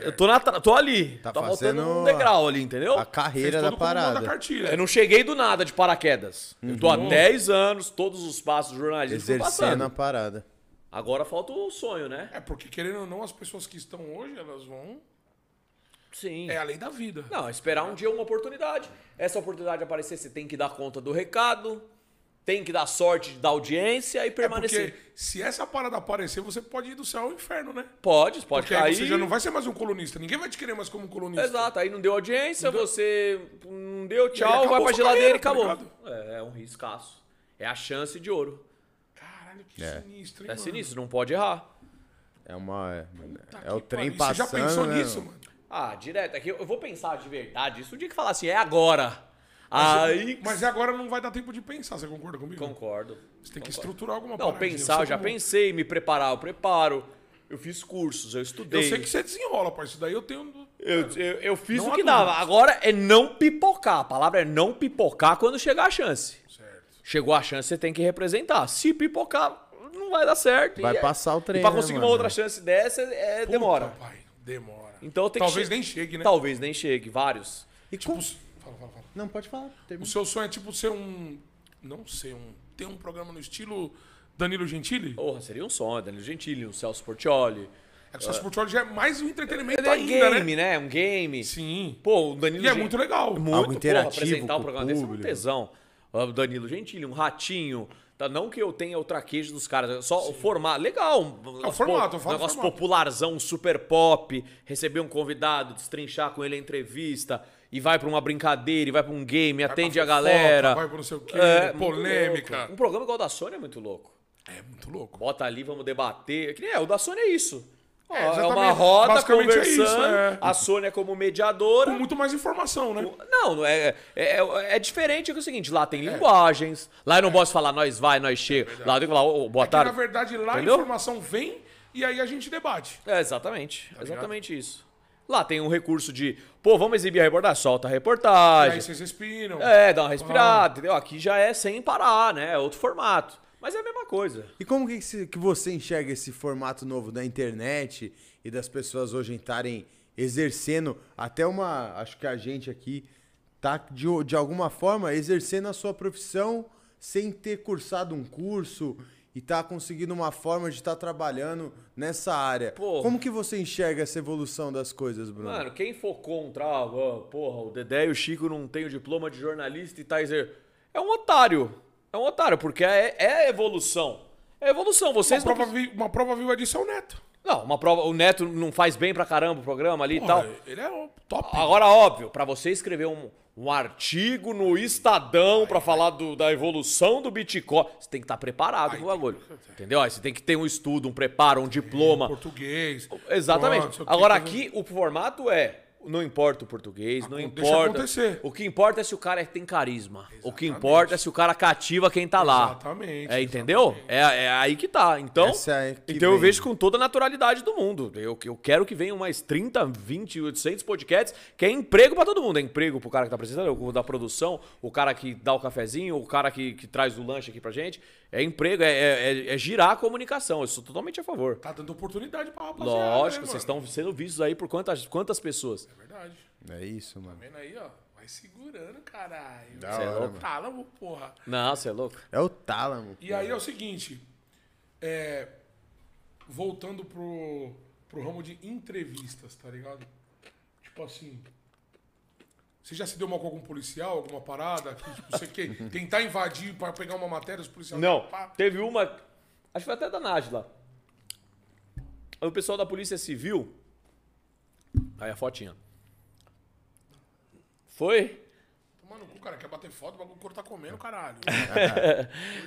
[SPEAKER 3] Eu tô, na, tra- tô ali, tá,
[SPEAKER 2] Tá
[SPEAKER 3] faltando
[SPEAKER 2] fazendo
[SPEAKER 3] um degrau ali, entendeu?
[SPEAKER 2] A
[SPEAKER 1] fez
[SPEAKER 2] carreira
[SPEAKER 1] todo
[SPEAKER 2] da
[SPEAKER 1] o comando da
[SPEAKER 2] parada.
[SPEAKER 1] cartilha.
[SPEAKER 3] Eu É, não cheguei do nada de paraquedas. Eu
[SPEAKER 1] Uhum.
[SPEAKER 3] tô há 10 anos, todos os passos do jornalismo fui
[SPEAKER 2] Exercendo a
[SPEAKER 3] passando.
[SPEAKER 2] parada.
[SPEAKER 3] Agora falta o sonho, né?
[SPEAKER 1] É, porque querendo ou não, as pessoas que estão hoje, elas vão...
[SPEAKER 3] Sim.
[SPEAKER 1] É a lei da vida.
[SPEAKER 3] Não, esperar um dia uma oportunidade. Essa oportunidade aparecer, você tem que dar conta do recado, tem que dar sorte da audiência e
[SPEAKER 1] é
[SPEAKER 3] permanecer.
[SPEAKER 1] porque se essa parada aparecer, você pode ir do céu ao inferno, né?
[SPEAKER 3] Pode, pode
[SPEAKER 1] Porque aí
[SPEAKER 3] cair.
[SPEAKER 1] você já não vai ser mais um colunista. Ninguém vai te querer mais como colunista.
[SPEAKER 3] Exato, aí não deu audiência, você não deu
[SPEAKER 1] E aí
[SPEAKER 3] tchau,
[SPEAKER 1] acabou
[SPEAKER 3] vai pra
[SPEAKER 1] sua
[SPEAKER 3] geladeira e
[SPEAKER 1] carreira,
[SPEAKER 3] acabou.
[SPEAKER 1] tá
[SPEAKER 3] é, é um riscaço. É a chance de ouro.
[SPEAKER 1] Caralho, que sinistro, hein,
[SPEAKER 3] É
[SPEAKER 1] mano?
[SPEAKER 3] sinistro, não pode errar.
[SPEAKER 2] É uma. É,
[SPEAKER 1] Puta
[SPEAKER 2] é o
[SPEAKER 1] que
[SPEAKER 2] trem
[SPEAKER 1] pariu.
[SPEAKER 2] passando.
[SPEAKER 1] Você já pensou
[SPEAKER 2] né,
[SPEAKER 1] nisso,
[SPEAKER 2] mano?
[SPEAKER 1] mano?
[SPEAKER 3] Ah, direto. É que eu eu vou pensar de verdade. Isso o dia que falar assim, é agora. Aí.
[SPEAKER 1] Mas agora não vai dar tempo de pensar, você concorda comigo?
[SPEAKER 3] Concordo.
[SPEAKER 1] Você tem que estruturar alguma
[SPEAKER 3] Não,
[SPEAKER 1] paradinha.
[SPEAKER 3] pensar,
[SPEAKER 1] sei
[SPEAKER 3] eu já
[SPEAKER 1] como-
[SPEAKER 3] pensei, me preparar, eu preparo. Eu fiz cursos, eu estudei.
[SPEAKER 1] Eu sei que você desenrola, parceiro. Isso daí eu tenho.
[SPEAKER 3] Eu, eu- eu fiz
[SPEAKER 1] Não
[SPEAKER 3] o que
[SPEAKER 1] há dúvidas.
[SPEAKER 3] dava. Agora é não pipocar. A palavra é não pipocar quando chegar a chance.
[SPEAKER 1] Certo.
[SPEAKER 3] Chegou a chance, você tem que representar. Se pipocar, não vai dar certo.
[SPEAKER 2] Vai
[SPEAKER 3] E é-
[SPEAKER 2] passar o trem,
[SPEAKER 3] E pra
[SPEAKER 2] né,
[SPEAKER 3] conseguir uma
[SPEAKER 2] mano?
[SPEAKER 3] outra chance dessa, é, demora.
[SPEAKER 1] Puta, pai, demora.
[SPEAKER 3] Então tem
[SPEAKER 1] Talvez
[SPEAKER 3] que
[SPEAKER 1] nem chegue, né?
[SPEAKER 3] Talvez nem chegue, vários.
[SPEAKER 2] E
[SPEAKER 1] Tipo,
[SPEAKER 2] como-
[SPEAKER 1] fala, fala, fala.
[SPEAKER 2] Não, pode falar.
[SPEAKER 1] O
[SPEAKER 2] termina.
[SPEAKER 1] seu sonho é tipo ser um. Não sei, um. Ter um programa no estilo Danilo Gentili?
[SPEAKER 3] Porra, seria um sonho, Danilo Gentili, um Celso Portioli.
[SPEAKER 1] É que o Celso Portiolli já é mais um entretenimento
[SPEAKER 3] Ele é
[SPEAKER 1] ainda, né?
[SPEAKER 3] game, né? Um game.
[SPEAKER 1] Sim.
[SPEAKER 3] Pô, o Danilo
[SPEAKER 1] E é
[SPEAKER 3] Gen-
[SPEAKER 1] muito legal.
[SPEAKER 3] Muito,
[SPEAKER 2] Algo interativo
[SPEAKER 3] porra, apresentar
[SPEAKER 2] com
[SPEAKER 3] o
[SPEAKER 2] o
[SPEAKER 3] programa desse é um
[SPEAKER 2] público.
[SPEAKER 3] tesão. O Danilo Gentili, um ratinho. Tá, não que eu tenha o traquejo dos caras, é só o formato. Legal. um-
[SPEAKER 1] É o formato, eu falo
[SPEAKER 3] negócio
[SPEAKER 1] formato.
[SPEAKER 3] popularzão, um super pop. Receber um convidado, destrinchar com ele a entrevista. E vai pra uma brincadeira, e vai pra um game,
[SPEAKER 1] pra
[SPEAKER 3] atende a
[SPEAKER 1] fofoca,
[SPEAKER 3] galera. É,
[SPEAKER 1] vai pra não sei o quê,
[SPEAKER 3] muito
[SPEAKER 1] polêmica.
[SPEAKER 3] louco. Um programa igual o da Sony é muito louco.
[SPEAKER 1] É muito louco.
[SPEAKER 3] Bota ali, vamos debater. Que nem é, o da Sony é isso. Ó,
[SPEAKER 1] É,
[SPEAKER 3] É, uma
[SPEAKER 1] exatamente.
[SPEAKER 3] roda
[SPEAKER 1] Basicamente é
[SPEAKER 3] conversando,
[SPEAKER 1] isso, é.
[SPEAKER 3] a Sony é como mediadora.
[SPEAKER 1] Com muito mais informação, né?
[SPEAKER 3] Não, não é, é, é- é diferente é que é o seguinte, lá tem linguagens, lá eu não posso falar nós vai, nós chega, lá eu tenho que falar, ô, ô, boa
[SPEAKER 1] É Que,
[SPEAKER 3] tarde.
[SPEAKER 1] na verdade, lá
[SPEAKER 3] Entendeu?
[SPEAKER 1] a informação vem e aí a gente debate.
[SPEAKER 3] É,
[SPEAKER 1] Tá
[SPEAKER 3] exatamente, exatamente isso. Lá tem um recurso de, pô, vamos exibir a reportagem, solta a
[SPEAKER 1] E aí Ah.
[SPEAKER 3] reportagem,
[SPEAKER 1] vocês respiram.
[SPEAKER 3] é, dá uma respirada, entendeu? Aqui já é sem parar, né, é outro formato, mas é a mesma coisa.
[SPEAKER 2] E como que, se- que você enxerga esse formato novo da internet e das pessoas hoje estarem exercendo até uma. Acho que a gente aqui tá de, o- de alguma forma exercendo a sua profissão sem ter cursado um curso e tá conseguindo uma forma de estar trabalhando nessa área.
[SPEAKER 3] Pô.
[SPEAKER 2] Como que você enxerga essa evolução das coisas, Bruno?
[SPEAKER 3] Mano, quem for contra, ah, ah, porra, o Dedé e o Chico não tem o diploma de jornalista e tá exer... É um otário. É um otário, porque é, é evolução. É evolução.
[SPEAKER 1] Uma
[SPEAKER 3] Vocês não
[SPEAKER 1] prova, vi- uma prova viva disso é o Neto.
[SPEAKER 3] Não, uma prova. O Neto não faz bem pra caramba o programa ali e tal.
[SPEAKER 1] Porra, Ele é o top.
[SPEAKER 3] Agora, óbvio, pra você escrever um, um artigo no Estadão pra falar do- da evolução do Bitcoin, você tem que estar preparado com o bagulho. Entendeu? Aí Você tem que ter um estudo, um preparo, um diploma.
[SPEAKER 1] Português. Pronto,
[SPEAKER 3] Exatamente.
[SPEAKER 1] sei o quê, tá
[SPEAKER 3] Agora
[SPEAKER 1] coisa-
[SPEAKER 3] aqui o formato é não importa o português, não
[SPEAKER 1] Acon- Ah, deixa
[SPEAKER 3] importa.
[SPEAKER 1] acontecer.
[SPEAKER 3] O que importa é se o cara tem carisma. O que importa é se o cara cativa quem tá lá.
[SPEAKER 1] Exatamente,
[SPEAKER 3] É, entendeu? É, é aí que tá. Então,
[SPEAKER 2] Essa é que
[SPEAKER 3] então eu
[SPEAKER 2] vem.
[SPEAKER 3] vejo com toda a naturalidade do mundo. Eu, eu quero que venham mais 30, 20, 800 podcasts, que é emprego pra todo mundo. É emprego pro cara que tá apresentando, o da produção, o cara que dá o cafezinho, o cara que, que traz o lanche aqui pra gente. É emprego, é, é- é- é girar a comunicação. Eu sou totalmente a favor.
[SPEAKER 1] Tá dando oportunidade pra rapaziada.
[SPEAKER 3] Lógico,
[SPEAKER 1] né,
[SPEAKER 3] vocês
[SPEAKER 1] mano?
[SPEAKER 3] estão sendo vistos aí por quantas, quantas pessoas.
[SPEAKER 1] Verdade.
[SPEAKER 2] É isso, mano.
[SPEAKER 1] Tá vendo aí, ó? Vai segurando, caralho.
[SPEAKER 2] Da
[SPEAKER 1] Cê
[SPEAKER 2] hora,
[SPEAKER 1] é
[SPEAKER 2] mano.
[SPEAKER 1] louco. Cala, porra.
[SPEAKER 3] Não, você é louco.
[SPEAKER 2] É o tálamo.
[SPEAKER 1] E aí é o seguinte, é, voltando pro, pro ramo de entrevistas, tá ligado? Tipo assim, você já se deu mal com algum policial, alguma parada? Que, tipo, você quer tentar invadir pra pegar uma matéria, os policiais...
[SPEAKER 3] Não,
[SPEAKER 1] Pá.
[SPEAKER 3] teve uma. Acho que foi até da Nájila. Aí O pessoal da Polícia Civil. Aí a fotinha. Foi?
[SPEAKER 1] Mano, o cara quer bater foto, o bagulho o couro tá
[SPEAKER 3] É.
[SPEAKER 1] comendo, caralho.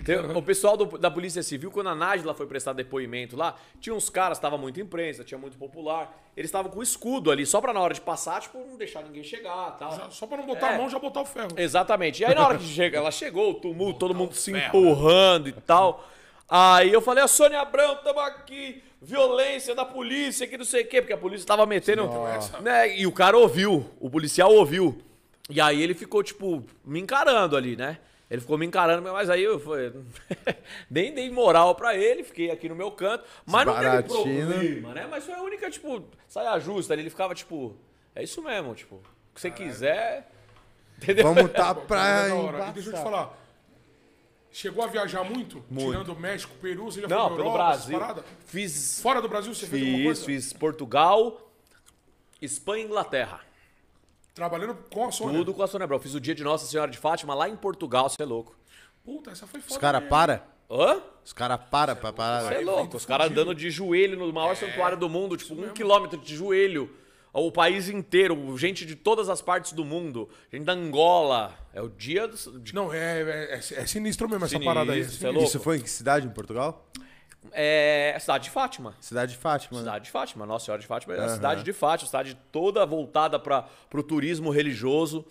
[SPEAKER 3] Tem- o pessoal do- da Polícia Civil, quando a Nájila foi prestar depoimento lá, tinha uns caras, tava muito imprensa, tinha muito popular. Eles estavam com escudo ali, só pra na hora de passar, tipo, não deixar ninguém chegar tal.
[SPEAKER 1] Já- só pra não botar
[SPEAKER 3] É.
[SPEAKER 1] a mão, já botar o ferro.
[SPEAKER 3] Exatamente. E aí na hora que chega, ela chegou, o tumulto, todo mundo se empurrando e tal. Aí eu falei, a Sônia Abrão, tamo aqui, violência da polícia, que não sei o quê, porque a polícia tava metendo. Né? E o cara ouviu, o policial ouviu. E aí ele ficou, tipo, me encarando ali, né? Ele ficou me encarando, mas aí eu foi... nem dei moral pra ele, fiquei aqui no meu canto. Mas não teve
[SPEAKER 2] Desbaratina.
[SPEAKER 3] problema, né? Mas foi a única, tipo, saia justa ali. Ele ficava, tipo, é isso mesmo, tipo, o que você quiser. Entendeu?
[SPEAKER 2] Vamos tá
[SPEAKER 1] Bagulho é
[SPEAKER 2] pra.
[SPEAKER 1] da hora. E deixa eu te falar, chegou a viajar muito? Tirando México, Peru, você já foi
[SPEAKER 3] Não,
[SPEAKER 1] pra
[SPEAKER 3] pelo
[SPEAKER 1] Europa, essas
[SPEAKER 3] Brasil.
[SPEAKER 1] paradas?
[SPEAKER 3] Fiz,
[SPEAKER 1] Fora do Brasil, você fez alguma
[SPEAKER 3] fiz,
[SPEAKER 1] coisa?
[SPEAKER 3] fiz Portugal, Espanha e Inglaterra.
[SPEAKER 1] Trabalhando com a Sônia.
[SPEAKER 3] Tudo com a Sônia Abrão. Fiz o dia de Nossa Senhora de Fátima lá em Portugal, você é louco.
[SPEAKER 1] Puta, essa foi foda.
[SPEAKER 2] Os caras para?
[SPEAKER 3] Hã?
[SPEAKER 2] Os caras para pra parar.
[SPEAKER 1] É,
[SPEAKER 3] Você é louco. Os caras andando de joelho no maior santuário do mundo, tipo, um quilômetro de joelho. o país inteiro, gente de todas as partes do mundo, gente da Angola. É o dia do- de
[SPEAKER 1] Não, é, é, é- é sinistro mesmo essa
[SPEAKER 3] Sinistro,
[SPEAKER 1] parada aí.
[SPEAKER 3] cê é
[SPEAKER 1] sinistro.
[SPEAKER 3] louco.
[SPEAKER 2] Isso foi em que cidade em Portugal?
[SPEAKER 3] É cidade de Fátima.
[SPEAKER 2] Cidade de Fátima. né?
[SPEAKER 3] Cidade de Fátima, Nossa Senhora de Fátima, é a cidade de Fátima, cidade toda voltada para o turismo religioso.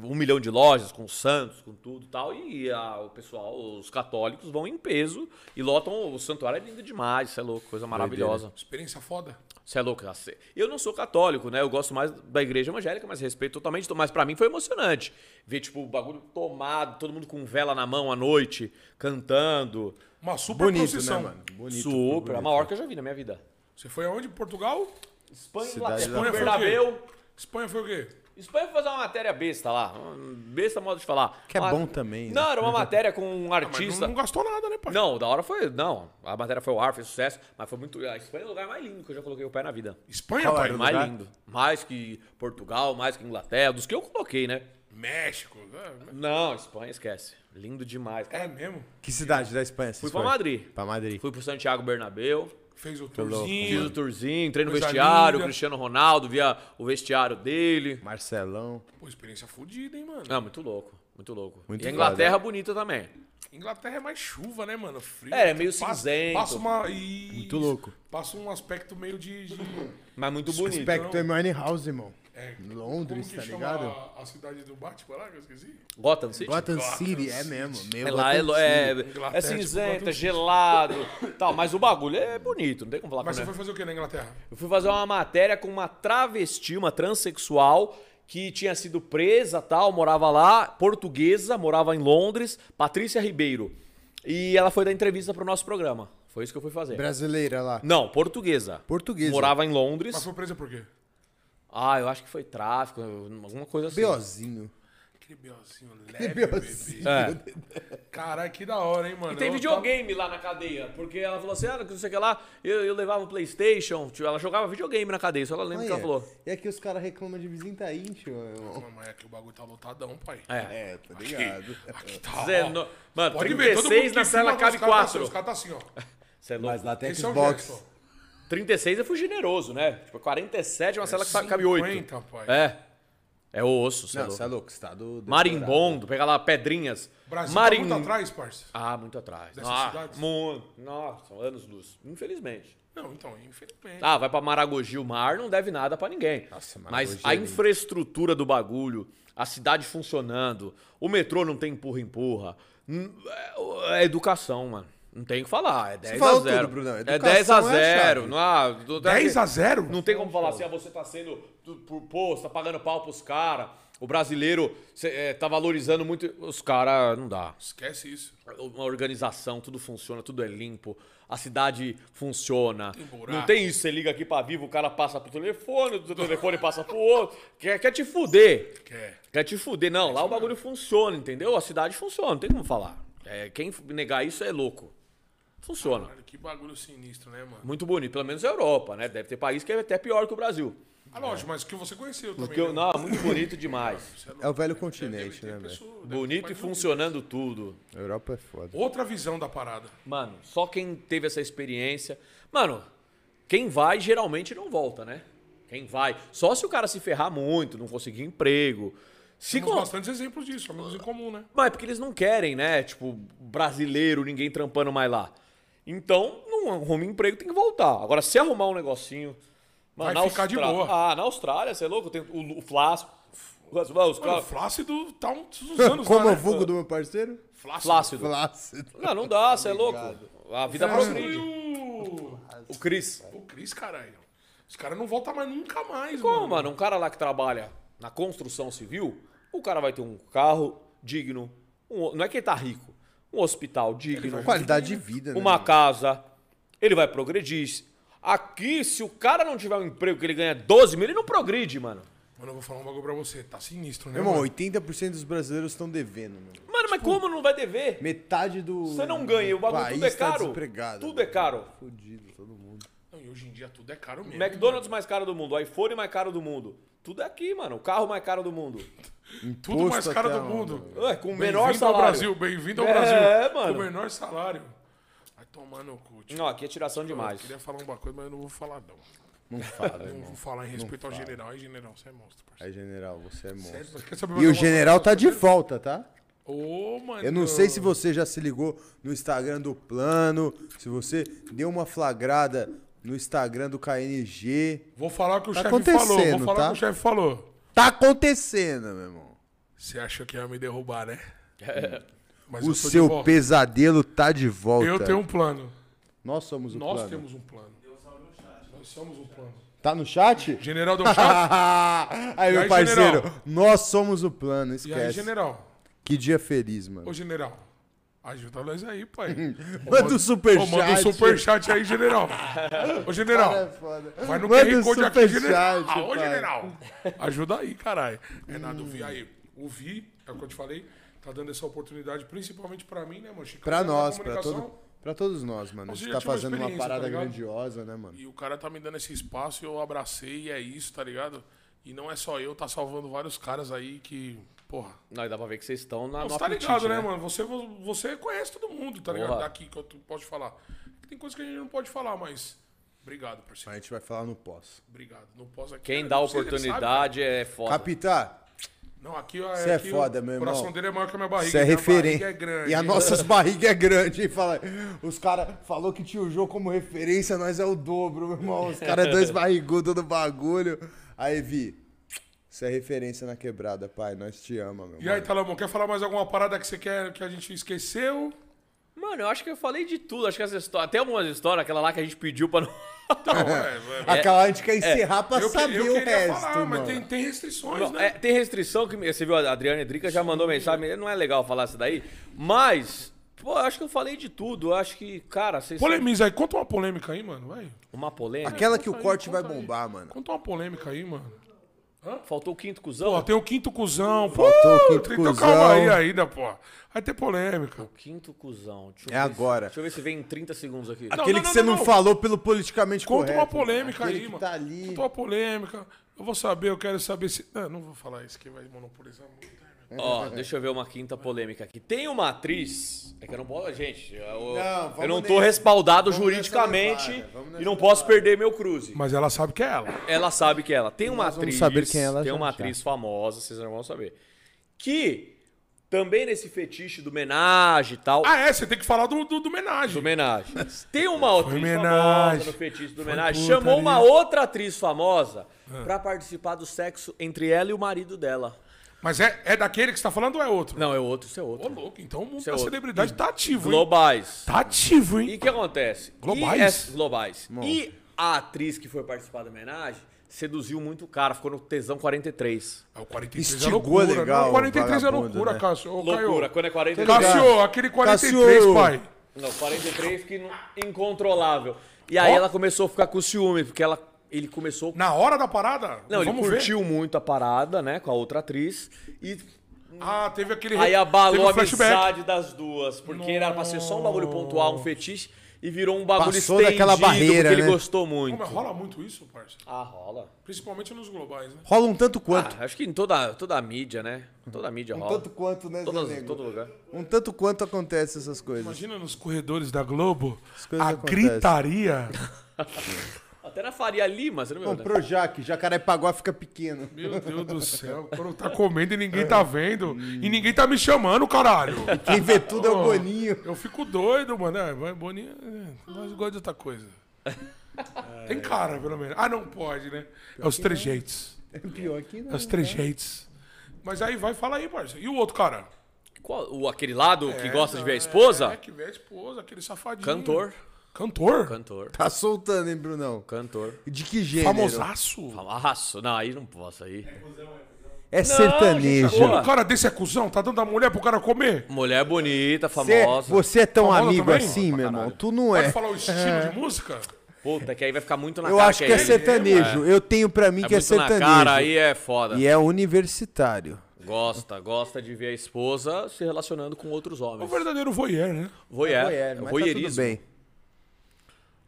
[SPEAKER 3] Um milhão de lojas com santos, com tudo e tal. E a- o pessoal, os católicos, vão em peso e lotam. O santuário é lindo demais, isso é louco, coisa maravilhosa.
[SPEAKER 1] Experiência foda.
[SPEAKER 3] Você é louco, cê- eu não sou católico, né? Eu gosto mais da igreja evangélica, mas respeito totalmente. Mas pra mim foi emocionante ver, tipo, o bagulho tomado, todo mundo com vela na mão à noite, cantando.
[SPEAKER 1] Uma super
[SPEAKER 2] Bonito,
[SPEAKER 1] procissão.
[SPEAKER 2] né, mano? Bonito.
[SPEAKER 3] Super, é a maior que eu já vi na minha vida.
[SPEAKER 1] Você foi aonde? Portugal?
[SPEAKER 3] Espanha,
[SPEAKER 2] Cidade
[SPEAKER 3] Inglaterra,
[SPEAKER 1] da-
[SPEAKER 3] Bernabéu.
[SPEAKER 1] Espanha foi o quê?
[SPEAKER 3] Espanha foi fazer uma matéria besta lá. um, Besta modo de falar.
[SPEAKER 2] Que é
[SPEAKER 3] Uma-
[SPEAKER 2] bom também, né?
[SPEAKER 3] Não, era uma matéria com um
[SPEAKER 1] Ah, mas
[SPEAKER 3] artista.
[SPEAKER 1] não, não gastou nada, né, pai?
[SPEAKER 3] Não, da hora foi. Não, a matéria foi o ar, foi sucesso, mas foi muito. A Espanha é o lugar mais lindo que eu já coloquei o pé na vida.
[SPEAKER 1] Espanha,
[SPEAKER 2] Qual
[SPEAKER 1] pai?
[SPEAKER 2] era o
[SPEAKER 3] mais
[SPEAKER 2] lugar?
[SPEAKER 3] lindo. Mais que Portugal, mais que Inglaterra, dos que eu coloquei, né?
[SPEAKER 1] México.
[SPEAKER 3] Não, Espanha, esquece. Lindo demais.
[SPEAKER 1] É,
[SPEAKER 3] Cara,
[SPEAKER 1] é mesmo?
[SPEAKER 2] Que cidade da Espanha?
[SPEAKER 3] fui pra Madrid.
[SPEAKER 2] Pra Madrid.
[SPEAKER 3] Fui pro Santiago Bernabéu,
[SPEAKER 1] Fez o
[SPEAKER 2] louco,
[SPEAKER 3] fiz o
[SPEAKER 1] tourzinho.
[SPEAKER 3] tourzinho, entrei no
[SPEAKER 1] Coisa
[SPEAKER 2] né?
[SPEAKER 3] vestiário, o
[SPEAKER 1] linda.
[SPEAKER 3] Cristiano Ronaldo, via o vestiário dele.
[SPEAKER 2] Marcelão.
[SPEAKER 1] Pô, experiência fodida, hein, mano?
[SPEAKER 3] Ah, muito louco, muito louco.
[SPEAKER 2] Muito
[SPEAKER 3] e a Inglaterra bonita também.
[SPEAKER 1] Inglaterra é mais chuva, né, mano? Frio.
[SPEAKER 3] É, é meio
[SPEAKER 1] Passa-
[SPEAKER 3] cinzento.
[SPEAKER 1] Passa uma... Isso.
[SPEAKER 2] Muito louco.
[SPEAKER 1] Passa um aspecto meio de... de...
[SPEAKER 3] Mas muito bonito.
[SPEAKER 2] Spectre House, irmão.
[SPEAKER 1] É,
[SPEAKER 2] Londres,
[SPEAKER 1] como que
[SPEAKER 2] tá
[SPEAKER 1] chama
[SPEAKER 2] ligado?
[SPEAKER 1] A, a cidade do Batman lá, que eu esqueci.
[SPEAKER 3] Gotham City?
[SPEAKER 2] Gotham
[SPEAKER 1] Gotham
[SPEAKER 2] City, é
[SPEAKER 1] City.
[SPEAKER 2] mesmo. Meu
[SPEAKER 3] É lá, é, lo- é,
[SPEAKER 1] Inglaterra,
[SPEAKER 3] é
[SPEAKER 1] tipo,
[SPEAKER 3] cinzenta,
[SPEAKER 1] Gotham City.
[SPEAKER 3] gelado tal. Mas o bagulho é bonito, não tem como falar
[SPEAKER 1] Mas
[SPEAKER 3] que
[SPEAKER 1] você
[SPEAKER 3] não é.
[SPEAKER 1] foi fazer o quê na Inglaterra?
[SPEAKER 3] Eu fui fazer uma matéria com uma travesti, uma transexual que tinha sido presa, tal, morava lá, portuguesa, morava em Londres, Patrícia Ribeiro. E ela foi dar entrevista pro nosso programa. Foi isso que eu fui fazer.
[SPEAKER 2] Brasileira lá.
[SPEAKER 3] Não, portuguesa.
[SPEAKER 2] Portuguesa.
[SPEAKER 3] Morava em Londres.
[SPEAKER 1] Mas foi presa por quê?
[SPEAKER 3] Ah, eu acho que foi tráfico, alguma coisa assim.
[SPEAKER 2] Biozinho.
[SPEAKER 1] Aquele biozinho leve,
[SPEAKER 2] biozinho.
[SPEAKER 1] bebê.
[SPEAKER 3] É.
[SPEAKER 1] Caralho, que da hora, hein, mano?
[SPEAKER 3] E tem
[SPEAKER 1] Eu
[SPEAKER 3] videogame lá na cadeia, porque ela falou assim, ah, não sei o que lá, eu, eu levava o Playstation, tipo, ela jogava videogame na cadeia, só ela lembra o que ela falou.
[SPEAKER 2] E aqui os caras reclamam de visita íntima, meu
[SPEAKER 1] tava-
[SPEAKER 2] irmão.
[SPEAKER 1] Mano, mas é que o bagulho tá lotadão, pai.
[SPEAKER 3] É.
[SPEAKER 2] É, tá ligado?
[SPEAKER 1] Aqui tá, ó.
[SPEAKER 3] Dezeno- Mano,
[SPEAKER 1] Pode ver, todo
[SPEAKER 3] 36
[SPEAKER 1] mundo
[SPEAKER 3] na
[SPEAKER 1] que filma,
[SPEAKER 3] cela
[SPEAKER 1] os
[SPEAKER 3] cabe
[SPEAKER 1] caras tá assim,
[SPEAKER 3] 4.
[SPEAKER 1] Os caras tá assim, ó.
[SPEAKER 3] Você é
[SPEAKER 2] Mas
[SPEAKER 3] louco.
[SPEAKER 2] lá tem
[SPEAKER 1] Esse é o
[SPEAKER 2] Xbox.
[SPEAKER 1] Jackson.
[SPEAKER 3] 36 eu fui generoso, né? Tipo, 47 é uma cela que sabe- cabe 8.
[SPEAKER 1] 50, pai.
[SPEAKER 3] É. É osso, você é
[SPEAKER 2] Não, você é
[SPEAKER 3] louco.
[SPEAKER 2] louco, você tá do... do-
[SPEAKER 3] Marimbondo, pega lá pedrinhas.
[SPEAKER 1] O Brasil
[SPEAKER 3] Marim-
[SPEAKER 1] tá muito atrás, parça.
[SPEAKER 3] Ah, muito atrás.
[SPEAKER 1] Dessas
[SPEAKER 3] Ah,
[SPEAKER 1] cidades?
[SPEAKER 3] muito. Nossa, anos luz. Infelizmente.
[SPEAKER 1] Não, então, infelizmente.
[SPEAKER 3] Ah, vai pra Maragogi o mar, não deve nada pra ninguém.
[SPEAKER 2] Nossa, Maragogi
[SPEAKER 3] Mas
[SPEAKER 2] é
[SPEAKER 3] a
[SPEAKER 2] lindo.
[SPEAKER 3] infraestrutura do bagulho, a cidade funcionando, o metrô não tem empurra-empurra. hum, É é educação, mano. Não tem o que falar. É 10 a
[SPEAKER 2] falou
[SPEAKER 3] 0.
[SPEAKER 2] tudo, Brunão.
[SPEAKER 3] é 10 a
[SPEAKER 2] Educação é a
[SPEAKER 3] 0.
[SPEAKER 2] chave.
[SPEAKER 3] não, ah, há- não tem-
[SPEAKER 1] 10 a 0?
[SPEAKER 3] Não tem como falar assim, ah, você tá sendo tu- por posto, tá pagando pau pros caras. O brasileiro cê, é, tá valorizando muito. Os caras, não dá
[SPEAKER 1] Esquece isso.
[SPEAKER 3] uma organização, tudo funciona, tudo é limpo, a cidade funciona.
[SPEAKER 1] buraco.
[SPEAKER 3] não tem isso, você liga aqui pra vivo, o cara passa pro telefone, o telefone passa pro outro, quer, quer te fuder.
[SPEAKER 1] Quer.
[SPEAKER 3] Quer te fuder. Não, lá o bagulho funciona, entendeu? A cidade funciona, não tem como falar. É, quem negar isso é louco. Funciona.
[SPEAKER 1] Mano, que bagulho sinistro, né, mano?
[SPEAKER 3] Muito bonito, pelo menos a Europa, né? Deve ter país que é até pior que o Brasil.
[SPEAKER 1] Ah, lógico, mas que você conheceu também.
[SPEAKER 3] Porque, eu-
[SPEAKER 1] né?
[SPEAKER 3] não, é muito bonito demais.
[SPEAKER 1] Você
[SPEAKER 2] É o
[SPEAKER 1] louco.
[SPEAKER 2] velho
[SPEAKER 1] Deve
[SPEAKER 2] continente,
[SPEAKER 1] ter
[SPEAKER 2] né, velho?
[SPEAKER 1] pessoa- deve ter
[SPEAKER 3] Bonito e
[SPEAKER 1] mais
[SPEAKER 3] funcionando tudo.
[SPEAKER 2] A Europa é foda.
[SPEAKER 1] Outra visão da parada.
[SPEAKER 3] Mano, só quem teve essa experiência. Mano, quem vai geralmente não volta, né? Quem vai. Só se o cara se ferrar muito, não conseguir emprego. Se
[SPEAKER 1] Temos
[SPEAKER 3] con-
[SPEAKER 1] bastantes exemplos disso, amigos em comum, né?
[SPEAKER 3] Mas é porque eles não querem, né? Tipo, brasileiro, ninguém trampando mais lá. Então, não arruma emprego, tem que voltar. Agora, se arrumar um negocinho. Mano,
[SPEAKER 1] Vai
[SPEAKER 3] na
[SPEAKER 1] ficar de
[SPEAKER 3] Austrália-
[SPEAKER 1] boa.
[SPEAKER 3] Ah, na Austrália, você é louco? Tem o, o Flácido. Os, os,
[SPEAKER 1] Mano, o Flácido tá uns anos
[SPEAKER 2] Como
[SPEAKER 1] lá,
[SPEAKER 2] é
[SPEAKER 1] né?
[SPEAKER 2] o vulgo do meu parceiro?
[SPEAKER 1] Flácido. é
[SPEAKER 3] Flácido.
[SPEAKER 2] Flácido.
[SPEAKER 3] Não, não dá, você é louco. A vida
[SPEAKER 1] E
[SPEAKER 3] progride.
[SPEAKER 1] o...
[SPEAKER 3] O Cris.
[SPEAKER 1] O Cris, caralho. Os caras não voltam mais nunca mais,
[SPEAKER 3] Como,
[SPEAKER 1] mano.
[SPEAKER 3] mano? Um cara lá que trabalha na construção civil, o cara vai ter um carro digno, um- não é que ele tá rico, um hospital digno,
[SPEAKER 2] Qualidade de vida, né?
[SPEAKER 3] uma casa, ele vai progredir. Aqui, se o cara não tiver um emprego que ele ganha 12 mil, ele não progride, mano.
[SPEAKER 1] Mano, eu vou falar um bagulho pra você. Tá sinistro, né,
[SPEAKER 2] Meu irmão,
[SPEAKER 1] mano?
[SPEAKER 2] 80% dos brasileiros estão devendo, mano.
[SPEAKER 3] Mano, mas como não vai dever?
[SPEAKER 2] Metade do. tá
[SPEAKER 3] Você não ganha, o bagulho tudo é caro. Tudo é
[SPEAKER 2] né?
[SPEAKER 3] caro.
[SPEAKER 2] Fudido, todo mundo.
[SPEAKER 1] Não, e hoje em dia tudo é caro mesmo.
[SPEAKER 3] McDonald's mais caro do mundo, iPhone mais caro do mundo. Tudo é aqui, mano. O carro mais caro do mundo.
[SPEAKER 1] Tudo mais
[SPEAKER 2] Imposto
[SPEAKER 1] caro
[SPEAKER 2] até um-
[SPEAKER 1] do
[SPEAKER 2] a
[SPEAKER 1] mundo.
[SPEAKER 3] É, com o
[SPEAKER 1] Bem-vindo
[SPEAKER 3] menor
[SPEAKER 1] ao
[SPEAKER 3] salário.
[SPEAKER 1] Brasil, bem-vindo ao
[SPEAKER 3] É,
[SPEAKER 1] Brasil.
[SPEAKER 3] mano.
[SPEAKER 1] Com o menor salário. Vai tomar no cu, tio.
[SPEAKER 3] Não, aqui é tiração
[SPEAKER 1] Eu
[SPEAKER 3] demais.
[SPEAKER 1] queria falar uma coisa, mas eu não vou falar, não.
[SPEAKER 2] Não fala,
[SPEAKER 1] Não
[SPEAKER 2] irmão.
[SPEAKER 1] vou falar em respeito ao
[SPEAKER 2] fala.
[SPEAKER 1] general. Aí, general, você é monstro, parceiro.
[SPEAKER 2] Aí, general, você é monstro.
[SPEAKER 1] Sério, quer saber mais
[SPEAKER 2] E o
[SPEAKER 1] alguma
[SPEAKER 2] general
[SPEAKER 1] coisa
[SPEAKER 2] tá de
[SPEAKER 1] sobre ele?
[SPEAKER 2] volta, tá?
[SPEAKER 1] Ô, mano.
[SPEAKER 2] Eu não sei se você já se ligou no Instagram do Plano, se você deu uma flagrada no Instagram do KNG.
[SPEAKER 1] Vou falar o que o
[SPEAKER 2] Tá
[SPEAKER 1] chefe falou. Vou
[SPEAKER 2] acontecendo,
[SPEAKER 1] falar o
[SPEAKER 2] tá?
[SPEAKER 1] que o chefe falou.
[SPEAKER 2] Tá acontecendo, meu irmão.
[SPEAKER 1] Você achou que ia me derrubar, né? Mas eu
[SPEAKER 2] É. O
[SPEAKER 1] tô de
[SPEAKER 2] seu
[SPEAKER 1] volta.
[SPEAKER 2] pesadelo tá de volta.
[SPEAKER 1] Eu tenho um plano.
[SPEAKER 2] Nós somos o
[SPEAKER 1] Nós
[SPEAKER 2] plano.
[SPEAKER 1] temos um plano. Nós somos um plano.
[SPEAKER 2] Tá no chat?
[SPEAKER 1] General um Delchato?
[SPEAKER 2] aí,
[SPEAKER 1] E
[SPEAKER 2] meu
[SPEAKER 1] aí,
[SPEAKER 2] parceiro,
[SPEAKER 1] general?
[SPEAKER 2] nós somos o plano,
[SPEAKER 1] e aí,
[SPEAKER 2] esquece.
[SPEAKER 1] general?
[SPEAKER 2] Que dia feliz, mano.
[SPEAKER 1] Ô, general, ajuda nós aí, pai.
[SPEAKER 2] Manda o
[SPEAKER 1] Ô,
[SPEAKER 2] superchat.
[SPEAKER 1] manda um superchat aí, general. Ô, general,
[SPEAKER 2] É foda.
[SPEAKER 1] vai no
[SPEAKER 2] Manda
[SPEAKER 1] QR
[SPEAKER 2] um
[SPEAKER 1] Code aqui, general.
[SPEAKER 2] superchat,
[SPEAKER 1] Ô,
[SPEAKER 2] pai.
[SPEAKER 1] general, ajuda aí, caralho. Renato, Vi, aí, o Vi, é o que eu te falei, tá dando essa oportunidade, principalmente pra mim, né, mano? Chicão,
[SPEAKER 2] Pra
[SPEAKER 1] da
[SPEAKER 2] nós, pra,
[SPEAKER 1] comunicação.
[SPEAKER 2] todo, pra todos nós, mano. A
[SPEAKER 1] Você
[SPEAKER 2] gente
[SPEAKER 1] já
[SPEAKER 2] tá
[SPEAKER 1] tinha uma
[SPEAKER 2] fazendo uma
[SPEAKER 1] experiência,
[SPEAKER 2] parada
[SPEAKER 1] tá ligado?
[SPEAKER 2] grandiosa, né, mano?
[SPEAKER 1] E o cara tá me dando esse espaço e eu abracei e é isso, tá ligado? E não é só eu, tá salvando vários caras aí que, porra...
[SPEAKER 3] Não, e dá pra ver que vocês estão na
[SPEAKER 1] Não,
[SPEAKER 3] no
[SPEAKER 1] você tá
[SPEAKER 3] apetite,
[SPEAKER 1] ligado, né, mano? Você, você conhece todo mundo, tá ligado?
[SPEAKER 3] Porra.
[SPEAKER 1] Daqui que eu tu- posso falar. Tem coisas que a gente não pode falar, mas. Obrigado,
[SPEAKER 2] A
[SPEAKER 1] parceiro.
[SPEAKER 2] gente vai falar no pós.
[SPEAKER 1] Obrigado. Não posso aqui.
[SPEAKER 3] Quem
[SPEAKER 1] né?
[SPEAKER 3] dá
[SPEAKER 1] Não sei, ele
[SPEAKER 3] oportunidade é foda.
[SPEAKER 2] Capitã,
[SPEAKER 1] sabe. Não, aqui ó,
[SPEAKER 2] Cê é
[SPEAKER 1] aqui
[SPEAKER 2] foda,
[SPEAKER 1] o
[SPEAKER 2] meu
[SPEAKER 1] coração
[SPEAKER 2] irmão.
[SPEAKER 1] dele é maior que a minha barriga.
[SPEAKER 2] Isso é
[SPEAKER 1] minha
[SPEAKER 2] referência.
[SPEAKER 1] barriga é grande.
[SPEAKER 2] E as nossas barrigas é grande, hein? Fala, os caras falou que tinha o jogo como referência, nós é o dobro, meu irmão. Os caras é dois barrigudos do bagulho. Aí, Vi, isso é referência na quebrada, pai. Nós te ama, meu
[SPEAKER 1] E aí,
[SPEAKER 2] irmão.
[SPEAKER 1] Talamão, quer falar mais alguma parada que você quer que a gente esqueceu?
[SPEAKER 3] Mano, eu acho que eu falei de tudo. Acho que essa história. Até algumas histórias, aquela lá que a gente pediu pra não.
[SPEAKER 1] Não, é, é.
[SPEAKER 2] Aquela a gente quer encerrar pra
[SPEAKER 1] Eu, que-
[SPEAKER 2] saber
[SPEAKER 1] eu
[SPEAKER 2] o
[SPEAKER 1] queria
[SPEAKER 2] resto,
[SPEAKER 1] falar,
[SPEAKER 2] mano.
[SPEAKER 1] mas tem, tem restrições,
[SPEAKER 3] Não,
[SPEAKER 1] né?
[SPEAKER 3] é, tem restrição que. me- Você viu, a Adriana Edrica já mandou mensagem. Não é legal falar isso daí. Mas, pô, eu acho que eu falei de tudo. Eu acho que, cara, vocês.
[SPEAKER 1] Polemiza aí, conta uma polêmica aí, mano. Vai.
[SPEAKER 3] Uma polêmica.
[SPEAKER 2] Aquela que o
[SPEAKER 1] Conta aí,
[SPEAKER 2] corte vai
[SPEAKER 1] conta aí.
[SPEAKER 2] bombar, mano.
[SPEAKER 1] Conta uma polêmica aí, mano.
[SPEAKER 3] Faltou o quinto cuzão.
[SPEAKER 1] Pô, tem o quinto cuzão.
[SPEAKER 2] Faltou o
[SPEAKER 1] Pô,
[SPEAKER 2] quinto
[SPEAKER 1] então
[SPEAKER 2] cuzão.
[SPEAKER 1] calma aí ainda, pô. Vai ter polêmica.
[SPEAKER 3] Quinto cuzão. Deixa eu
[SPEAKER 2] É
[SPEAKER 3] ver se-
[SPEAKER 2] agora.
[SPEAKER 3] deixa eu ver se vem em 30 segundos aqui.
[SPEAKER 1] Não,
[SPEAKER 2] Aquele que você não, falou pelo politicamente
[SPEAKER 1] Conta
[SPEAKER 2] correto.
[SPEAKER 1] uma polêmica
[SPEAKER 2] Aquele
[SPEAKER 1] aí,
[SPEAKER 2] que
[SPEAKER 1] mano.
[SPEAKER 2] tá ali.
[SPEAKER 1] Conta uma polêmica. Eu vou saber, eu quero saber se. Não, não vou falar isso que vai monopolizar muito. né, meu?
[SPEAKER 3] Ó, deixa eu ver uma quinta polêmica aqui. Tem uma atriz. É que eu não posso. Gente, eu
[SPEAKER 2] Não,
[SPEAKER 3] eu
[SPEAKER 2] vamos
[SPEAKER 3] não tô
[SPEAKER 2] nessa.
[SPEAKER 3] respaldado
[SPEAKER 2] Vamos
[SPEAKER 3] juridicamente
[SPEAKER 2] nessa levada, vamos
[SPEAKER 3] e não
[SPEAKER 2] nessa
[SPEAKER 3] posso perder meu cruze.
[SPEAKER 1] Mas ela sabe que é ela.
[SPEAKER 3] Ela sabe que ela tem uma
[SPEAKER 2] Nós vamos
[SPEAKER 3] atriz.
[SPEAKER 2] saber
[SPEAKER 1] é
[SPEAKER 2] quem ela
[SPEAKER 3] tem
[SPEAKER 2] já
[SPEAKER 3] uma
[SPEAKER 2] já.
[SPEAKER 3] atriz famosa, vocês não vão saber. Que também nesse fetiche do homenagem e tal.
[SPEAKER 1] Ah, é? Você tem que falar do, do, do
[SPEAKER 3] Do
[SPEAKER 1] homenagem.
[SPEAKER 3] homenagem. Tem uma atriz famosa
[SPEAKER 1] homenagem.
[SPEAKER 3] no fetiche do
[SPEAKER 1] Foi
[SPEAKER 3] homenagem.
[SPEAKER 1] puta
[SPEAKER 3] Chamou uma
[SPEAKER 1] ali. Ah.
[SPEAKER 3] outra atriz famosa pra participar do sexo entre ela e o marido dela.
[SPEAKER 1] Mas é, é daquele que você tá falando ou é outro?
[SPEAKER 3] Não, é outro, isso é
[SPEAKER 1] Ô,
[SPEAKER 3] outro.
[SPEAKER 1] louco, então o mundo
[SPEAKER 3] Isso é
[SPEAKER 1] da
[SPEAKER 3] outro.
[SPEAKER 1] celebridade tá ativo, hein?
[SPEAKER 3] Globais.
[SPEAKER 1] Tá ativo,
[SPEAKER 3] E
[SPEAKER 1] hein?
[SPEAKER 3] o que acontece?
[SPEAKER 1] Globais?
[SPEAKER 3] E, essa- globais. E a atriz que foi participar da homenagem seduziu muito o cara, ficou no tesão 43.
[SPEAKER 1] É, O 43 é
[SPEAKER 2] Instigou
[SPEAKER 1] loucura.
[SPEAKER 2] legal
[SPEAKER 1] não, o 43 é
[SPEAKER 2] vagabundo,
[SPEAKER 1] loucura,
[SPEAKER 2] né? Tá
[SPEAKER 1] Cássio. Ô,
[SPEAKER 3] Loucura,
[SPEAKER 1] Caio.
[SPEAKER 3] quando é 43.
[SPEAKER 1] Cássio, aquele 43,
[SPEAKER 2] Cássio.
[SPEAKER 1] pai.
[SPEAKER 3] Não, 43 que não- incontrolável. E aí
[SPEAKER 1] Ó.
[SPEAKER 3] ela começou a ficar com ciúme, porque ela, ele começou.
[SPEAKER 1] Na hora da parada?
[SPEAKER 3] Não, ele
[SPEAKER 1] Vamos ver.
[SPEAKER 3] curtiu muito a parada, né, com a outra atriz. E
[SPEAKER 1] Ah, teve aquele.
[SPEAKER 3] aí
[SPEAKER 1] teve
[SPEAKER 3] abalou
[SPEAKER 1] um
[SPEAKER 3] a amizade das duas, porque era pra ser só um bagulho pontual, um fetiche, e virou um bagulho
[SPEAKER 2] Passou
[SPEAKER 3] estendido,
[SPEAKER 2] daquela barreira,
[SPEAKER 3] porque ele
[SPEAKER 2] né?
[SPEAKER 3] gostou
[SPEAKER 1] Pô,
[SPEAKER 3] muito.
[SPEAKER 1] mas rola muito isso, parça.
[SPEAKER 3] Ah, rola.
[SPEAKER 1] Principalmente nos globais, né?
[SPEAKER 2] Rola um tanto quanto.
[SPEAKER 3] Ah, acho que em toda, toda a mídia, né? Toda a mídia
[SPEAKER 2] um
[SPEAKER 3] rola.
[SPEAKER 2] tanto quanto, né,
[SPEAKER 3] Todas-
[SPEAKER 2] Zé Nego?
[SPEAKER 3] todo lugar.
[SPEAKER 2] Um tanto quanto acontece essas coisas.
[SPEAKER 1] Imagina nos corredores da Globo
[SPEAKER 2] coisas
[SPEAKER 1] a
[SPEAKER 2] acontecem.
[SPEAKER 1] gritaria.
[SPEAKER 3] Até na Faria Lima, você não né? me
[SPEAKER 2] Não,
[SPEAKER 3] engano.
[SPEAKER 2] Projac, Jacarepaguá fica pequeno.
[SPEAKER 1] Meu Deus do céu, quando tá comendo e ninguém tá vendo. e ninguém tá me chamando, caralho.
[SPEAKER 2] Quem vê tudo é
[SPEAKER 1] Ô,
[SPEAKER 2] o Boninho.
[SPEAKER 1] Eu fico doido, mano. É, vai, Boninho, é, nós gosta de outra coisa. Tem cara, pelo menos. Ah, não pode, né? É os trejeitos.
[SPEAKER 2] Pior que
[SPEAKER 1] É
[SPEAKER 2] não.
[SPEAKER 1] os trejeitos. Mas aí vai, fala aí, parça. E o outro cara?
[SPEAKER 3] Qual- o, aquele lado que
[SPEAKER 1] É,
[SPEAKER 3] gosta de ver a
[SPEAKER 1] é,
[SPEAKER 3] esposa?
[SPEAKER 1] É, que vê a esposa, aquele safadinho.
[SPEAKER 3] Cantor.
[SPEAKER 1] Cantor?
[SPEAKER 3] Cantor.
[SPEAKER 2] Tá soltando, hein, Brunão?
[SPEAKER 3] Cantor.
[SPEAKER 2] De que gênero?
[SPEAKER 1] Famosaço.
[SPEAKER 3] Falaço. Não, aí não posso aí.
[SPEAKER 2] É sertanejo.
[SPEAKER 3] gente, boa.
[SPEAKER 1] O cara desse é cuzão, tá dando a mulher pro cara comer?
[SPEAKER 3] Mulher bonita,
[SPEAKER 2] Você,
[SPEAKER 3] famosa.
[SPEAKER 2] você é tão
[SPEAKER 1] Famosa
[SPEAKER 2] amigo
[SPEAKER 1] também?
[SPEAKER 2] assim, meu irmão? Tu não
[SPEAKER 1] Pode
[SPEAKER 2] é.
[SPEAKER 1] falar o estilo de música?
[SPEAKER 3] Puta, que aí vai ficar muito na
[SPEAKER 2] Eu
[SPEAKER 3] cara.
[SPEAKER 2] acho que é
[SPEAKER 3] ele.
[SPEAKER 2] sertanejo. Eu tenho pra mim
[SPEAKER 3] É
[SPEAKER 2] que é
[SPEAKER 3] muito na
[SPEAKER 2] sertanejo.
[SPEAKER 3] cara, aí é foda.
[SPEAKER 2] E é universitário.
[SPEAKER 3] Gosta, gosta de ver a esposa se relacionando com outros
[SPEAKER 1] É o
[SPEAKER 3] homens.
[SPEAKER 1] verdadeiro voyeur, né?
[SPEAKER 3] Voyeur. é
[SPEAKER 2] Voyeur, mas tá tudo
[SPEAKER 3] voyeurismo.
[SPEAKER 2] bem.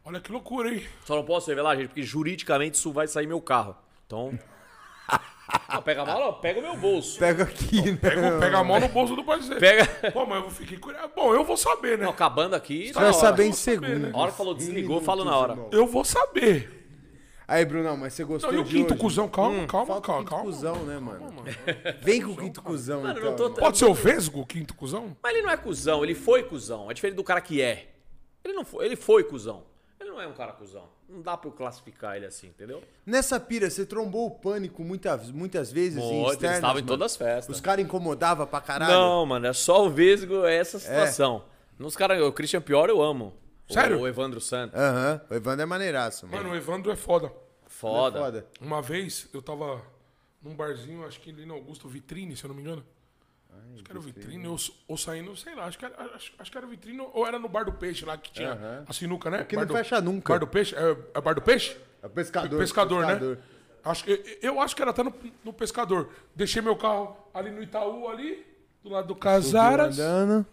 [SPEAKER 1] Olha que loucura, hein?
[SPEAKER 3] Só não posso revelar, gente, porque juridicamente isso vai sair meu carro. Então... Ah, pega a mala, ó, pega o meu bolso.
[SPEAKER 2] Pega aqui, né?
[SPEAKER 1] Pega, pega a mão no bolso do parceiro.
[SPEAKER 3] Pega...
[SPEAKER 1] Pô, mas eu fiquei curioso. Bom, eu vou saber, né?
[SPEAKER 3] Não, acabando aqui... tá
[SPEAKER 2] Vai
[SPEAKER 3] na hora.
[SPEAKER 2] saber em
[SPEAKER 1] Vou saber, né?
[SPEAKER 2] segundo.
[SPEAKER 3] A hora que falou desligou, eu falo na hora.
[SPEAKER 1] Eu vou saber. Hum,
[SPEAKER 2] Aí, Brunão, mas você gostou
[SPEAKER 1] Não, e o
[SPEAKER 2] de
[SPEAKER 1] quinto
[SPEAKER 2] hoje?
[SPEAKER 1] cuzão? Calma, calma,
[SPEAKER 2] Falta o
[SPEAKER 1] calma,
[SPEAKER 2] quinto
[SPEAKER 1] calma.
[SPEAKER 2] cuzão, né, mano? Vem com o quinto cuzão,
[SPEAKER 3] Mano, eu
[SPEAKER 2] então.
[SPEAKER 3] não tô
[SPEAKER 2] mano.
[SPEAKER 3] tão-
[SPEAKER 1] Pode ser o Vesgo, o quinto cuzão?
[SPEAKER 3] Mas ele não é cuzão, ele foi cuzão. É diferente do cara que é. Ele não foi, ele foi cuzão. Ele não é um cara cuzão. Não dá pra eu classificar ele assim, entendeu?
[SPEAKER 2] Nessa pira, você trombou o pânico muitas, muitas vezes em
[SPEAKER 3] Muito, eles
[SPEAKER 2] externas,
[SPEAKER 3] estavam em
[SPEAKER 2] mano?
[SPEAKER 3] todas as festas.
[SPEAKER 2] Os caras incomodavam pra caralho?
[SPEAKER 3] Não, mano, é só o Vesgo, é essa situação. Nos caras, o Christian Pior eu amo. O-
[SPEAKER 1] Sério?
[SPEAKER 3] O Evandro Santos.
[SPEAKER 2] Aham, o Evandro é maneiraço, mano.
[SPEAKER 1] Mano, o Evandro é foda.
[SPEAKER 3] Foda.
[SPEAKER 2] É foda.
[SPEAKER 1] Uma vez eu tava num barzinho, acho que ali no Augusto Vitrine, se eu não me engano. acho que era o Vitrine, ou, ou saindo, sei lá, acho que, era, acho, acho que era o Vitrine, ou era no Bar do Peixe lá que tinha a sinuca, né?
[SPEAKER 2] que
[SPEAKER 1] bar
[SPEAKER 2] não
[SPEAKER 1] do,
[SPEAKER 2] fecha nunca.
[SPEAKER 1] Bar do Peixe? É, é Bar do Peixe?
[SPEAKER 2] É o pescador.
[SPEAKER 1] pescador, né? Acho, que- eu, eu acho que era até no, no pescador. Deixei meu carro ali no Itaú, ali, do lado do Casaras.
[SPEAKER 2] Andando.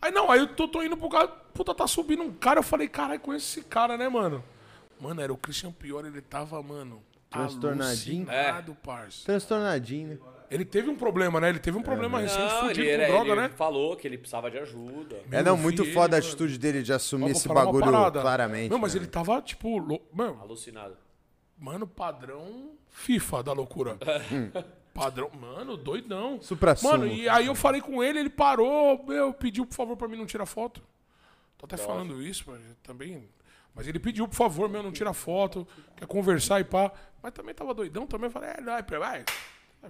[SPEAKER 1] Aí não, aí eu tô, tô indo pro cara, puta, tá subindo um cara, eu falei, caralho, conheço esse cara, né, mano? Mano, era o Christian Pior, ele tava, mano,
[SPEAKER 2] Transtornadinho.
[SPEAKER 3] É.
[SPEAKER 1] alucinado, parça.
[SPEAKER 2] Transtornadinho, né?
[SPEAKER 1] Ele teve um problema, né? Ele teve um problema recente,
[SPEAKER 3] Não,
[SPEAKER 1] fudido
[SPEAKER 3] ele,
[SPEAKER 1] com
[SPEAKER 3] era-
[SPEAKER 1] droga,
[SPEAKER 3] ele
[SPEAKER 1] né?
[SPEAKER 3] falou que ele precisava de ajuda.
[SPEAKER 2] É, não, muito
[SPEAKER 1] filho,
[SPEAKER 2] foda a
[SPEAKER 1] mano.
[SPEAKER 2] atitude dele de assumir
[SPEAKER 1] Mas vou
[SPEAKER 2] esse
[SPEAKER 1] falar uma
[SPEAKER 2] bagulho
[SPEAKER 1] parada.
[SPEAKER 2] claramente. né?
[SPEAKER 1] Não, mas
[SPEAKER 2] mano.
[SPEAKER 1] ele tava, tipo, lou- mano,
[SPEAKER 3] Alucinado.
[SPEAKER 1] mano, padrão FIFA da loucura. Hum. padrão, mano, doidão.
[SPEAKER 2] Supra-sumo.
[SPEAKER 1] Mano, e aí eu falei com ele, ele parou, meu, pediu, por favor, pra mim não tirar foto. Tô até falando isso, mas eu também. Mas ele pediu, por favor, meu, não tira foto, quer conversar e pá. Mas também tava doidão também, eu falei, é, não, é, vai.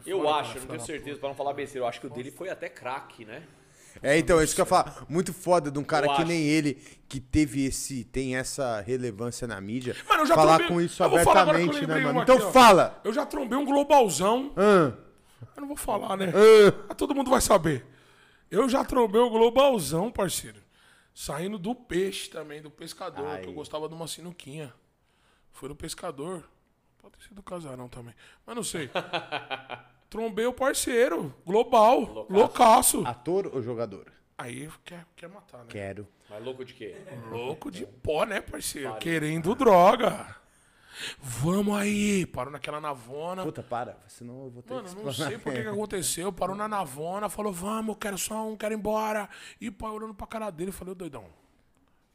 [SPEAKER 3] Eu acho, eu não tenho certeza, pra não falar besteira, eu acho que o dele foi até craque, né?
[SPEAKER 2] É, então, isso que eu ia falar. Muito foda de um cara
[SPEAKER 3] Eu
[SPEAKER 2] que
[SPEAKER 3] acho.
[SPEAKER 2] nem ele, que teve esse. tem essa relevância na mídia.
[SPEAKER 1] Mano, eu já
[SPEAKER 2] falar
[SPEAKER 1] trombei-
[SPEAKER 2] com isso
[SPEAKER 1] eu vou falar agora que eu
[SPEAKER 2] abertamente, né,
[SPEAKER 1] lembrei
[SPEAKER 2] mano?
[SPEAKER 1] uma
[SPEAKER 2] Então
[SPEAKER 1] aqui, ó.
[SPEAKER 2] fala!
[SPEAKER 1] Eu já trombei um globalzão.
[SPEAKER 2] Ahn.
[SPEAKER 1] Eu não vou falar, né? Mas todo mundo vai saber. Eu já trombei o globalzão, parceiro. Saindo do peixe também, do pescador, que eu gostava de uma sinuquinha. Foi do pescador. Pode ter sido do casarão também. Mas não sei. trombei o parceiro, global, loucaço.
[SPEAKER 2] Ator ou jogador?
[SPEAKER 1] Aí quer, quer matar, né?
[SPEAKER 2] Quero.
[SPEAKER 3] Mas louco de quê?
[SPEAKER 1] Louco de pó, né, parceiro? Querendo droga. Vamos aí. Parou naquela navona.
[SPEAKER 2] Puta, para, senão eu vou ter
[SPEAKER 1] Mano,
[SPEAKER 2] que
[SPEAKER 1] eu não
[SPEAKER 2] explanar.
[SPEAKER 1] sei por que que aconteceu. Parou na navona, falou, vamos, quero só um, quero ir embora. E pai olhando pra cara dele, eu falei, ô doidão,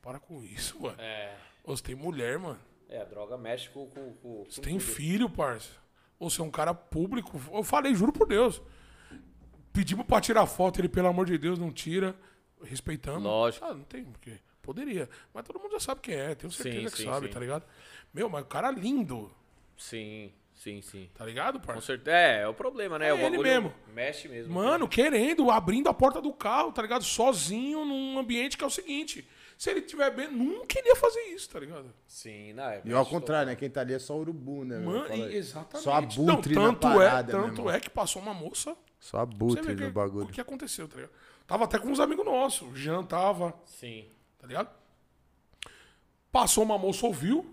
[SPEAKER 1] para com isso, mano.
[SPEAKER 3] É,
[SPEAKER 1] Ô, Você tem mulher, mano.
[SPEAKER 3] é a droga mexe com, com, com-
[SPEAKER 1] Você
[SPEAKER 3] com
[SPEAKER 1] tem
[SPEAKER 3] tudo.
[SPEAKER 1] filho, parça. Ou Você é um cara público. Eu falei, juro por Deus. Pedimos pra tirar foto, ele, pelo amor de Deus, não tira. Respeitando.
[SPEAKER 3] Lógico.
[SPEAKER 1] Ah, não tem porque. Poderia. Mas todo mundo já sabe quem é, tenho certeza
[SPEAKER 3] Sim,
[SPEAKER 1] que
[SPEAKER 3] sim,
[SPEAKER 1] sabe,
[SPEAKER 3] sim.
[SPEAKER 1] tá ligado? Meu, mas o cara é lindo,
[SPEAKER 3] Sim, sim, sim.
[SPEAKER 1] tá ligado,
[SPEAKER 3] Com
[SPEAKER 1] parça?
[SPEAKER 3] certeza. É, é o problema, né?
[SPEAKER 1] É
[SPEAKER 3] o
[SPEAKER 1] ele
[SPEAKER 3] bagulho
[SPEAKER 1] mesmo.
[SPEAKER 3] Mexe mesmo.
[SPEAKER 1] Mano, querendo, abrindo a porta do carro, tá ligado? Sozinho num ambiente que é o seguinte. Se ele tiver bem, nunca iria fazer isso, tá ligado?
[SPEAKER 3] Sim, não, é.
[SPEAKER 2] E ao contrário, né? Quem tá ali é só urubu, né? meu?
[SPEAKER 1] Mano,
[SPEAKER 2] Fala aí.
[SPEAKER 1] e- exatamente.
[SPEAKER 2] Só abutre
[SPEAKER 1] Não, tanto
[SPEAKER 2] na parada,
[SPEAKER 1] é,
[SPEAKER 2] né,
[SPEAKER 1] tanto
[SPEAKER 2] mano?
[SPEAKER 1] é que passou uma moça. Você
[SPEAKER 2] Só abutre
[SPEAKER 1] vê
[SPEAKER 2] no
[SPEAKER 1] que, o
[SPEAKER 2] bagulho.
[SPEAKER 1] que aconteceu, tá ligado? Tava até com uns amigos nossos, o Jean tava,
[SPEAKER 3] Sim.
[SPEAKER 1] tá ligado? Passou uma moça, ouviu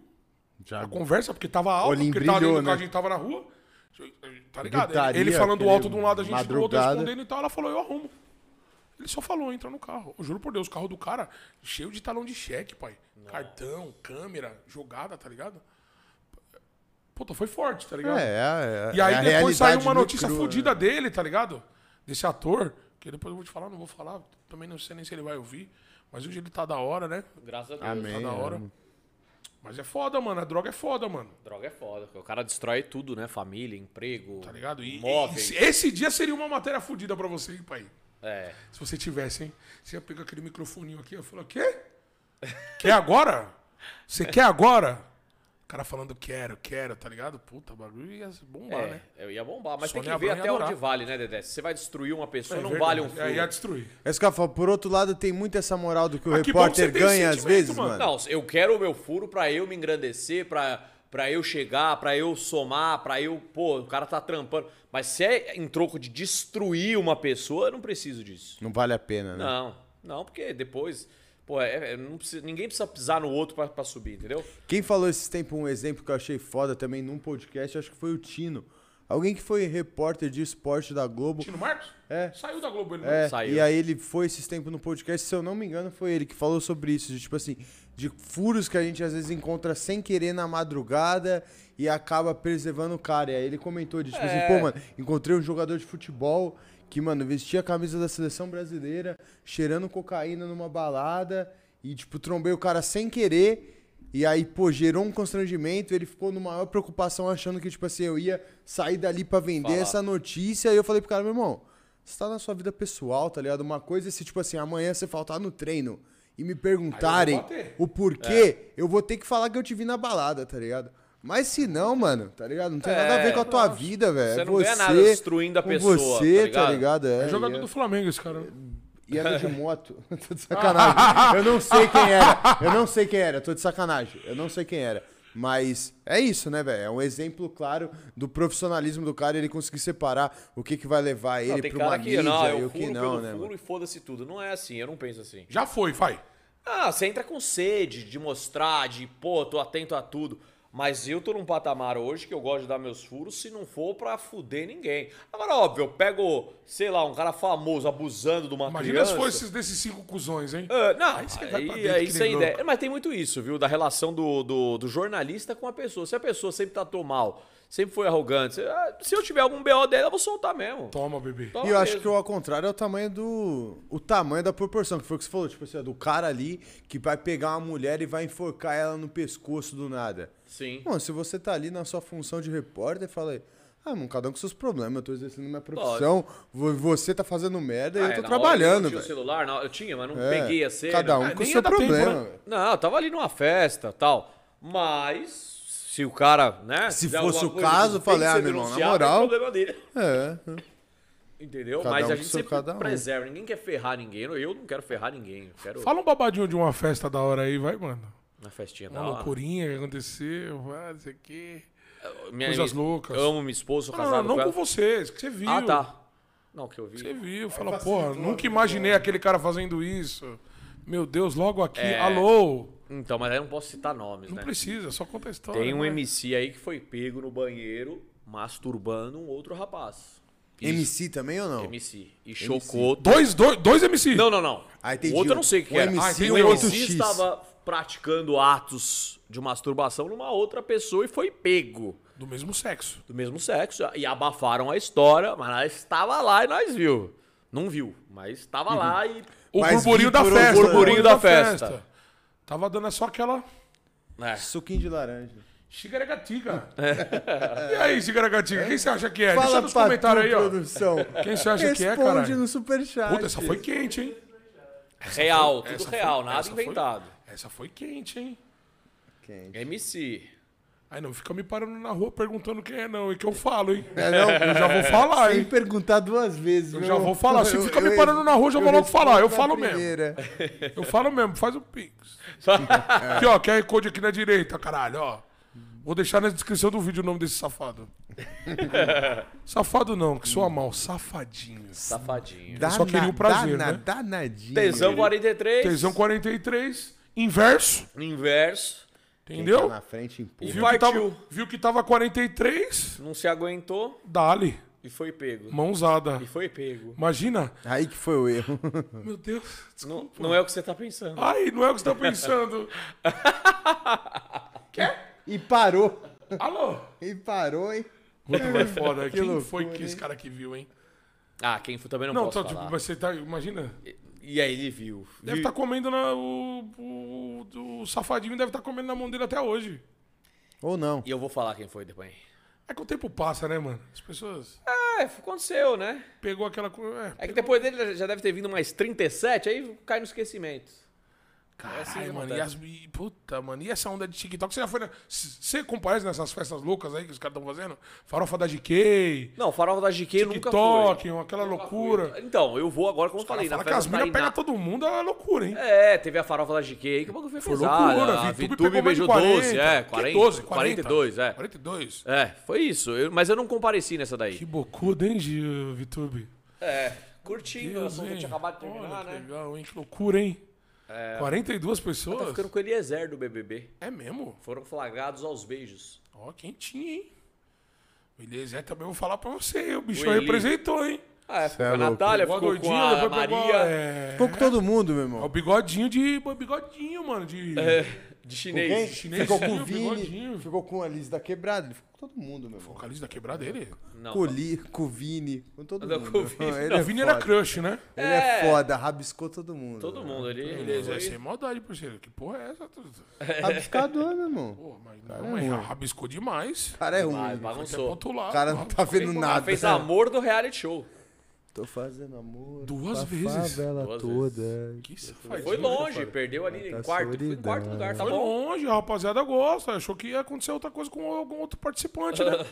[SPEAKER 2] Já
[SPEAKER 1] a conversa, porque tava alto,
[SPEAKER 2] Olhinho
[SPEAKER 1] porque tava dentro
[SPEAKER 2] brilhou,
[SPEAKER 1] do carro,
[SPEAKER 2] né?
[SPEAKER 1] a gente tava na rua. Tá ligado?
[SPEAKER 2] Gritaria,
[SPEAKER 1] ele falando
[SPEAKER 2] aquele
[SPEAKER 1] alto de um lado, a gente do outro
[SPEAKER 2] madrugada.
[SPEAKER 1] respondendo e tal, ela falou, eu arrumo. Ele só falou, entra no carro. Eu juro por Deus, o carro do cara cheio de talão de cheque, pai. Cartão, câmera, jogada, tá ligado? Puta, foi forte, tá ligado?
[SPEAKER 2] É, é, é.
[SPEAKER 1] E aí
[SPEAKER 2] é a
[SPEAKER 1] depois saiu
[SPEAKER 2] realidade
[SPEAKER 1] uma
[SPEAKER 2] nua e
[SPEAKER 1] notícia
[SPEAKER 2] crua,
[SPEAKER 1] fodida
[SPEAKER 2] né?
[SPEAKER 1] dele, tá ligado? Desse ator, que depois eu vou te falar, não vou falar, também não sei nem se ele vai ouvir, mas hoje ele tá da hora, né?
[SPEAKER 3] Graças a Deus.
[SPEAKER 1] Tá
[SPEAKER 2] Amém.
[SPEAKER 1] da hora. Mas é foda, mano, a droga é foda, mano,
[SPEAKER 3] Droga é foda. porque O cara destrói tudo, né? Família, emprego.
[SPEAKER 1] tá ligado? E, e
[SPEAKER 3] móveis.
[SPEAKER 1] esse, esse dia seria uma matéria fodida pra você, hein, pai?
[SPEAKER 3] É.
[SPEAKER 1] Se você tivesse, hein? Você ia pegar aquele microfoninho aqui e falar, quê? Quer agora? Você quer agora? O cara falando, quero, quero, tá ligado? Puta, o bagulho ia bombar,
[SPEAKER 3] É,
[SPEAKER 1] né?
[SPEAKER 3] eu ia bombar, mas tem
[SPEAKER 1] Sônia
[SPEAKER 3] que ver
[SPEAKER 1] Abrão ia
[SPEAKER 3] até onde
[SPEAKER 1] adorar.
[SPEAKER 3] vale, né, Dedé? Se você vai destruir uma pessoa,
[SPEAKER 1] É
[SPEAKER 3] não
[SPEAKER 1] verdade.
[SPEAKER 3] vale um
[SPEAKER 1] Aí Ia
[SPEAKER 3] furo.
[SPEAKER 1] destruir.
[SPEAKER 2] É isso que eu falo, por outro lado, tem muito essa moral do que o
[SPEAKER 1] Ah, que bom que você tem
[SPEAKER 2] repórter
[SPEAKER 1] esse
[SPEAKER 2] ganha às
[SPEAKER 1] sentimento,
[SPEAKER 2] vezes,
[SPEAKER 1] mano.
[SPEAKER 2] mano.
[SPEAKER 3] Não, eu quero o meu furo pra eu me engrandecer, pra, pra eu chegar, pra eu somar, pra eu. Pô, o cara tá trampando. Mas se é em troco de destruir uma pessoa, eu não preciso disso.
[SPEAKER 2] Não vale a pena, né?
[SPEAKER 3] Não, não, porque depois. Pô, é- é- não precisa- ninguém precisa pisar no outro pra, pra subir, entendeu?
[SPEAKER 2] Quem falou esses tempos um exemplo que eu achei foda também num podcast, acho que foi o Tino. Alguém que foi repórter de esporte da Globo.
[SPEAKER 1] Tino Marcos?
[SPEAKER 2] É.
[SPEAKER 1] Saiu da Globo, ele
[SPEAKER 2] É,
[SPEAKER 3] Saiu.
[SPEAKER 2] e aí ele foi esses tempos no podcast, se eu não me engano, foi ele que falou sobre isso, de, tipo assim, de furos que a gente às vezes encontra sem querer na madrugada e acaba preservando o cara. E aí ele comentou de, tipo assim, pô, mano, encontrei um jogador de futebol que, mano, vestia a camisa da seleção brasileira, cheirando cocaína numa balada e, tipo, trombei o cara sem querer E aí, pô, gerou um constrangimento, ele ficou numa maior preocupação achando que, tipo assim, eu ia sair dali pra vender
[SPEAKER 3] Falar.
[SPEAKER 2] essa notícia. E eu falei pro cara, meu irmão, você tá na sua vida pessoal, tá ligado? Uma coisa é se, tipo assim, amanhã você faltar no treino e me perguntarem
[SPEAKER 1] bater.
[SPEAKER 2] o porquê,
[SPEAKER 3] É.
[SPEAKER 2] eu vou ter que falar que eu te vi na balada, tá ligado? Mas se não, mano, tá ligado? Não tem nada a ver com a tua vida, velho.
[SPEAKER 3] É, Você
[SPEAKER 2] É
[SPEAKER 3] não ganha nada
[SPEAKER 2] você
[SPEAKER 3] destruindo a
[SPEAKER 2] com
[SPEAKER 3] pessoa,
[SPEAKER 2] Você,
[SPEAKER 3] tá ligado?
[SPEAKER 2] tá ligado? É,
[SPEAKER 1] É jogador
[SPEAKER 2] e
[SPEAKER 1] do Flamengo, esse cara.
[SPEAKER 2] e era de moto. tô de sacanagem. Eu não sei quem era. Eu não sei quem era. Tô de sacanagem. Eu não sei quem era. Mas é isso, né, velho? É um exemplo claro do profissionalismo do cara, ele conseguir separar o que, que vai levar ele
[SPEAKER 3] Não, tem
[SPEAKER 2] pra
[SPEAKER 3] cara
[SPEAKER 2] uma
[SPEAKER 3] que
[SPEAKER 2] mídia
[SPEAKER 3] não, eu
[SPEAKER 2] e o
[SPEAKER 3] furo
[SPEAKER 2] que não,
[SPEAKER 3] pelo
[SPEAKER 2] né?
[SPEAKER 3] furo
[SPEAKER 2] mano?
[SPEAKER 3] e foda-se tudo. Não é assim, eu não penso assim.
[SPEAKER 1] Já foi, vai.
[SPEAKER 3] Ah, você entra com sede de mostrar, de pô, tô atento a tudo. Mas eu tô num patamar hoje que eu gosto de dar meus furos se não for pra fuder ninguém. Agora, óbvio, eu pego, sei lá, um cara famoso abusando de uma
[SPEAKER 1] Imagina
[SPEAKER 3] criança.
[SPEAKER 1] se fosse esses- desses cinco cuzões, hein?
[SPEAKER 3] Ah, não, aí,
[SPEAKER 1] você vai pra
[SPEAKER 3] aí,
[SPEAKER 1] dentro que
[SPEAKER 3] sem
[SPEAKER 1] nem louco.
[SPEAKER 3] ideia. Mas tem muito isso, viu? Da relação do, do, do jornalista com a pessoa. Se a pessoa sempre tratou mal, sempre foi arrogante, se- ah, se eu tiver algum BO dela, eu vou soltar mesmo.
[SPEAKER 1] Toma, bebê.
[SPEAKER 3] Toma
[SPEAKER 2] E eu acho
[SPEAKER 3] mesmo.
[SPEAKER 2] que o ao contrário é o tamanho do. O tamanho da proporção, que foi o que você falou, tipo assim, ó, do cara ali que vai pegar uma mulher e vai enforcar ela no pescoço do nada.
[SPEAKER 3] Sim.
[SPEAKER 2] Mano, se você tá ali na sua função de repórter, fala aí. Ah, mano, cada um com seus problemas. Eu tô exercendo minha profissão. vo- Você tá fazendo merda
[SPEAKER 3] Ah,
[SPEAKER 2] e eu
[SPEAKER 3] é,
[SPEAKER 2] tô
[SPEAKER 3] na hora
[SPEAKER 2] trabalhando,
[SPEAKER 3] eu tinha
[SPEAKER 2] velho.
[SPEAKER 3] o celular, na hora- eu tinha, mas não
[SPEAKER 2] É,
[SPEAKER 3] peguei a cena.
[SPEAKER 2] Cada um
[SPEAKER 1] Ah,
[SPEAKER 2] com
[SPEAKER 1] nem
[SPEAKER 2] seu
[SPEAKER 1] ia dar tempo,
[SPEAKER 2] problema.
[SPEAKER 1] né?
[SPEAKER 2] velho.
[SPEAKER 3] Não, eu tava ali numa festa tal. Mas, se o cara, né?
[SPEAKER 2] Se
[SPEAKER 3] fizer
[SPEAKER 2] fosse
[SPEAKER 3] alguma
[SPEAKER 2] o
[SPEAKER 3] coisa
[SPEAKER 2] caso,
[SPEAKER 3] que tem
[SPEAKER 2] falei,
[SPEAKER 3] que ser
[SPEAKER 2] ah, meu irmão, na
[SPEAKER 3] denunciado, é
[SPEAKER 2] moral.
[SPEAKER 3] problema dele.
[SPEAKER 2] É.
[SPEAKER 3] Entendeu?
[SPEAKER 2] Cada
[SPEAKER 3] mas
[SPEAKER 2] um
[SPEAKER 3] a
[SPEAKER 2] com
[SPEAKER 3] gente
[SPEAKER 2] seu
[SPEAKER 3] sempre
[SPEAKER 2] cada um.
[SPEAKER 3] preserva. Ninguém quer ferrar ninguém. Eu não quero ferrar ninguém. Eu quero
[SPEAKER 1] Fala um babadinho de uma festa da hora aí, vai, mano.
[SPEAKER 3] uma festinha da
[SPEAKER 1] Uma
[SPEAKER 3] hora.
[SPEAKER 1] loucurinha que aconteceu, vai, isso aqui.
[SPEAKER 3] Minha-
[SPEAKER 1] Coisas loucas.
[SPEAKER 3] Amo minha esposa, sou
[SPEAKER 1] Não,
[SPEAKER 3] casado
[SPEAKER 1] não, não
[SPEAKER 3] com
[SPEAKER 1] Ah, com
[SPEAKER 3] ela.
[SPEAKER 1] vocês, que você viu.
[SPEAKER 3] Ah, tá. Não, que eu vi.
[SPEAKER 1] Você viu, fala, porra,
[SPEAKER 2] né?
[SPEAKER 1] nunca imaginei
[SPEAKER 2] É.
[SPEAKER 1] aquele cara fazendo isso. Meu Deus, logo aqui.
[SPEAKER 3] É.
[SPEAKER 1] Alô?
[SPEAKER 3] Então, mas aí eu não posso citar nomes,
[SPEAKER 1] Não
[SPEAKER 3] né?
[SPEAKER 1] precisa, só conta a história.
[SPEAKER 3] Tem um
[SPEAKER 1] né?
[SPEAKER 3] MC aí que foi pego no banheiro masturbando um outro rapaz.
[SPEAKER 2] MC também ou não?
[SPEAKER 3] MC. E chocou
[SPEAKER 1] Dois, dois, dois MC.
[SPEAKER 3] Não, não, não.
[SPEAKER 2] Ah, entendi.
[SPEAKER 3] o outro eu não sei o que
[SPEAKER 2] Um
[SPEAKER 3] era.
[SPEAKER 2] MC,
[SPEAKER 3] Ah, entendi.
[SPEAKER 2] um
[SPEAKER 3] o MC
[SPEAKER 2] outro X.
[SPEAKER 3] estava praticando atos de masturbação numa outra pessoa e foi pego.
[SPEAKER 1] Do mesmo sexo.
[SPEAKER 3] Do mesmo sexo. E abafaram a história, mas nós estava lá e nós viu. Não viu, mas estava lá e...
[SPEAKER 1] O
[SPEAKER 2] Mas
[SPEAKER 1] burburinho
[SPEAKER 2] vi
[SPEAKER 1] da
[SPEAKER 2] por
[SPEAKER 1] festa.
[SPEAKER 2] outro-
[SPEAKER 3] burburinho da festa.
[SPEAKER 1] Tava dando só aquela
[SPEAKER 3] É.
[SPEAKER 2] Suquinho de laranja.
[SPEAKER 1] xigaragatiga.
[SPEAKER 3] É.
[SPEAKER 1] E aí, xigaragatiga, quem você acha que é? Deixa
[SPEAKER 2] Fala
[SPEAKER 1] nos
[SPEAKER 2] pra
[SPEAKER 1] comentários
[SPEAKER 2] tu,
[SPEAKER 1] aí, ó.
[SPEAKER 2] produção.
[SPEAKER 1] Quem você acha que é,
[SPEAKER 2] Responde
[SPEAKER 1] caralho?
[SPEAKER 2] no superchat.
[SPEAKER 1] Puta, essa foi quente, hein?
[SPEAKER 3] Real, tudo
[SPEAKER 1] Essa foi-
[SPEAKER 3] real, nada
[SPEAKER 1] essa foi-
[SPEAKER 3] inventado.
[SPEAKER 1] Essa foi quente, hein?
[SPEAKER 2] Quente.
[SPEAKER 3] MC.
[SPEAKER 1] Aí não fica me parando na rua perguntando quem é, não. E que eu falo, hein?
[SPEAKER 2] É, não,
[SPEAKER 1] Eu já vou falar,
[SPEAKER 2] Sem
[SPEAKER 1] hein?
[SPEAKER 2] perguntar duas vezes,
[SPEAKER 1] Eu
[SPEAKER 2] meu.
[SPEAKER 1] já vou falar. Se
[SPEAKER 2] Eu-
[SPEAKER 1] fica
[SPEAKER 2] eu-
[SPEAKER 1] me parando na rua, eu já vou logo
[SPEAKER 2] respondo
[SPEAKER 1] falar. Eu
[SPEAKER 2] na
[SPEAKER 1] falo mesmo.
[SPEAKER 2] primeira.
[SPEAKER 1] Eu falo mesmo, faz o Pix.
[SPEAKER 2] É.
[SPEAKER 1] Aqui, ó, QR Code aqui na direita, caralho, ó. Vou deixar na descrição do vídeo o nome desse safado. safado não, que sou mal, safadinho.
[SPEAKER 3] Safadinho.
[SPEAKER 2] Dana,
[SPEAKER 1] só queria o prazer,
[SPEAKER 2] dana-
[SPEAKER 1] né?
[SPEAKER 2] Danadinho.
[SPEAKER 3] Tesão 43.
[SPEAKER 1] Tesão 43, inverso,
[SPEAKER 3] Inverso.
[SPEAKER 1] entendeu?
[SPEAKER 2] Tá na frente, empurra.
[SPEAKER 1] Viu que, tava, viu que tava 43,
[SPEAKER 3] Não se aguentou
[SPEAKER 1] dali,
[SPEAKER 3] e foi pego.
[SPEAKER 1] mãozada.
[SPEAKER 3] E foi pego.
[SPEAKER 1] Imagina,
[SPEAKER 2] Aí que foi o erro.
[SPEAKER 1] meu Deus.
[SPEAKER 3] Não, não é o que você tá pensando.
[SPEAKER 1] Ai, não é o que você tá pensando.
[SPEAKER 2] E parou.
[SPEAKER 1] Alô?
[SPEAKER 2] E parou, hein?
[SPEAKER 1] Muito mais foda. Quem foi
[SPEAKER 2] É, loucura,
[SPEAKER 1] que esse
[SPEAKER 2] hein?
[SPEAKER 1] cara que viu, hein?
[SPEAKER 3] Ah, quem foi também não,
[SPEAKER 1] Não,
[SPEAKER 3] posso
[SPEAKER 1] tá,
[SPEAKER 3] falar.
[SPEAKER 1] tipo, mas você tá, imagina.
[SPEAKER 3] E aí ele viu.
[SPEAKER 1] Deve tá estar comendo na. O, o, o safadinho deve estar comendo na mão dele até hoje.
[SPEAKER 2] Ou não.
[SPEAKER 3] E eu vou falar quem foi depois.
[SPEAKER 1] É que o tempo passa, né, mano? As pessoas.
[SPEAKER 3] É, aconteceu, né?
[SPEAKER 1] Pegou aquela. co- É,
[SPEAKER 3] É que depois dele já deve ter vindo mais 37, aí cai no esquecimento.
[SPEAKER 1] caralho,
[SPEAKER 3] assim que
[SPEAKER 1] mano.
[SPEAKER 3] acontece.
[SPEAKER 1] E as, e, puta, mano. E essa onda de TikTok? Você já foi. na- c- Você comparece nessas festas loucas aí que os caras estão fazendo? Farofa da GK,
[SPEAKER 3] Não, farofa da GQ nunca foi.
[SPEAKER 1] TikTok, aquela loucura.
[SPEAKER 3] Então, eu vou agora, como eu falei, na
[SPEAKER 1] Fala que as
[SPEAKER 3] festa
[SPEAKER 1] minas pegam
[SPEAKER 3] Tainá.
[SPEAKER 1] todo mundo, é uma loucura, hein?
[SPEAKER 3] É, teve a farofa da GQ aí, que o bagulho foi Ah,
[SPEAKER 1] Foi
[SPEAKER 3] pesada.
[SPEAKER 1] loucura.
[SPEAKER 3] a
[SPEAKER 1] Vitube
[SPEAKER 3] Vitube
[SPEAKER 1] pegou mais de
[SPEAKER 3] beijou
[SPEAKER 1] 40,
[SPEAKER 3] 12, é,
[SPEAKER 1] que
[SPEAKER 3] 40,
[SPEAKER 1] 12,
[SPEAKER 3] 42, é.
[SPEAKER 1] 42.
[SPEAKER 3] É, foi isso. Eu- mas eu não compareci nessa daí.
[SPEAKER 1] Que bocuda, hein, Gil- Vitube?
[SPEAKER 3] É, curtindo o
[SPEAKER 1] Deus,
[SPEAKER 3] assunto que
[SPEAKER 1] hein?
[SPEAKER 3] eu tinha acabado de terminar,
[SPEAKER 1] Olha, que
[SPEAKER 3] né?
[SPEAKER 1] Legal, hein? Que loucura, hein? 42 pessoas?
[SPEAKER 3] Tá ficando com o Eliezer do BBB.
[SPEAKER 1] É mesmo?
[SPEAKER 3] Foram flagrados aos beijos.
[SPEAKER 1] Ó, quentinho, hein? Beleza, é, também vou falar pra você. O bicho
[SPEAKER 3] O Eli.
[SPEAKER 1] representou, hein?
[SPEAKER 3] Ah, é, ficou
[SPEAKER 2] é
[SPEAKER 3] com a
[SPEAKER 2] louco.
[SPEAKER 3] Natália, ficou com a
[SPEAKER 1] pegou a-
[SPEAKER 3] Maria.
[SPEAKER 1] é,
[SPEAKER 2] Ficou com todo mundo, meu
[SPEAKER 1] é o
[SPEAKER 2] irmão.
[SPEAKER 3] É.
[SPEAKER 1] bigodinho de. Bigodinho, mano. De.
[SPEAKER 3] De
[SPEAKER 2] Quem?
[SPEAKER 3] É, chinês.
[SPEAKER 1] Chinês,
[SPEAKER 2] ficou com
[SPEAKER 1] sim,
[SPEAKER 2] o
[SPEAKER 1] o bigodinho.
[SPEAKER 2] Vini, ficou com a Liz da Quebrada, ele ficou com todo mundo, meu irmão.
[SPEAKER 1] Vocalista da quebrada dele.
[SPEAKER 3] Não.
[SPEAKER 2] Com o Li- com o Vini, com todo
[SPEAKER 3] Não,
[SPEAKER 2] mundo.
[SPEAKER 3] com o Vini.
[SPEAKER 2] Ele
[SPEAKER 1] Não,
[SPEAKER 2] é
[SPEAKER 1] o Vini era
[SPEAKER 2] foda.
[SPEAKER 1] crush, né?
[SPEAKER 2] Ele é foda, rabiscou todo mundo.
[SPEAKER 3] Todo
[SPEAKER 2] velho.
[SPEAKER 3] mundo ali.
[SPEAKER 1] Beleza,
[SPEAKER 3] assim,
[SPEAKER 1] é sem maldade, parceiro. Que porra é essa?
[SPEAKER 2] Rabiscador, meu irmão.
[SPEAKER 1] Pô, mas não, é, rabiscou demais.
[SPEAKER 2] O cara é ruim. meu.
[SPEAKER 3] Mas
[SPEAKER 1] Até
[SPEAKER 3] ah, bagunçou.
[SPEAKER 1] pro lado.
[SPEAKER 2] O cara não tá vendo
[SPEAKER 3] Ela
[SPEAKER 2] nada.
[SPEAKER 3] fez amor do reality show.
[SPEAKER 2] Tô fazendo amor.
[SPEAKER 1] Duas
[SPEAKER 2] com a
[SPEAKER 1] vezes.
[SPEAKER 2] favela
[SPEAKER 3] Duas
[SPEAKER 2] toda.
[SPEAKER 1] Que safadinho.
[SPEAKER 3] Foi longe, perdeu ali em
[SPEAKER 2] Tá
[SPEAKER 3] quarto. Foi em
[SPEAKER 2] solidão.
[SPEAKER 3] quarto lugar, tá
[SPEAKER 1] Foi
[SPEAKER 3] bom?
[SPEAKER 1] longe, a rapaziada gosta. Achou que ia acontecer outra coisa com algum outro participante, né?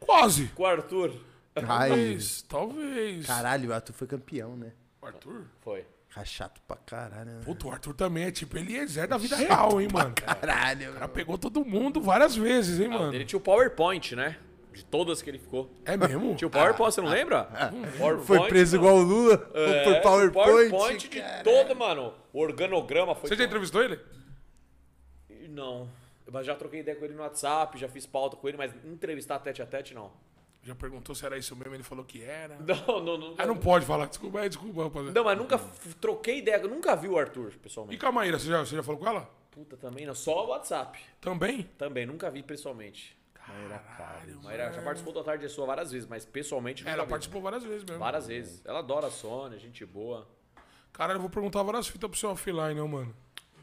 [SPEAKER 1] Quase.
[SPEAKER 3] Com o Arthur.
[SPEAKER 2] Ai,
[SPEAKER 1] Talvez, talvez.
[SPEAKER 2] caralho, o Arthur foi campeão, né?
[SPEAKER 1] Arthur?
[SPEAKER 3] Foi.
[SPEAKER 2] Cara chato pra caralho, né?
[SPEAKER 1] Puta, o Arthur também é tipo Eliezer da vida real, hein, mano? O
[SPEAKER 2] Caralho,
[SPEAKER 1] cara
[SPEAKER 2] meu.
[SPEAKER 1] pegou todo mundo várias vezes, hein, mano?
[SPEAKER 3] Ah, Ele tinha o PowerPoint, né? De todas que ele ficou.
[SPEAKER 1] É mesmo?
[SPEAKER 3] Tinha o PowerPoint, você não lembra? Hum. PowerPoint,
[SPEAKER 2] Foi preso
[SPEAKER 3] mano.
[SPEAKER 2] igual o Lula?
[SPEAKER 3] É,
[SPEAKER 2] foi
[SPEAKER 3] o
[SPEAKER 2] PowerPoint?
[SPEAKER 3] PowerPoint de
[SPEAKER 2] cara.
[SPEAKER 3] todo, mano. O organograma foi.
[SPEAKER 1] Você já entrevistou ele?
[SPEAKER 3] Não. Mas já troquei ideia com ele no WhatsApp, já fiz pauta com ele, mas entrevistar tete a tete, não.
[SPEAKER 1] Já perguntou se era isso mesmo, ele falou que era.
[SPEAKER 3] Não, não, não.
[SPEAKER 1] Ah, não pode falar. Desculpa, é, desculpa, rapaziada.
[SPEAKER 3] Não, mas nunca f- troquei ideia, eu nunca vi o Arthur,
[SPEAKER 1] E
[SPEAKER 3] pessoalmente.
[SPEAKER 1] com a Maíra, você já, você já falou com ela?
[SPEAKER 3] Puta, também não. Só o WhatsApp.
[SPEAKER 1] Também?
[SPEAKER 3] Também, nunca vi pessoalmente. Caralho, Mayra já participou da Tarde Sua várias vezes, mas pessoalmente nunca
[SPEAKER 1] Ela
[SPEAKER 3] vi.
[SPEAKER 1] participou várias vezes mesmo.
[SPEAKER 3] Várias vezes. Ela adora a Sônia, gente boa.
[SPEAKER 1] Caralho, eu vou perguntar várias fitas pro seu offline, né, mano?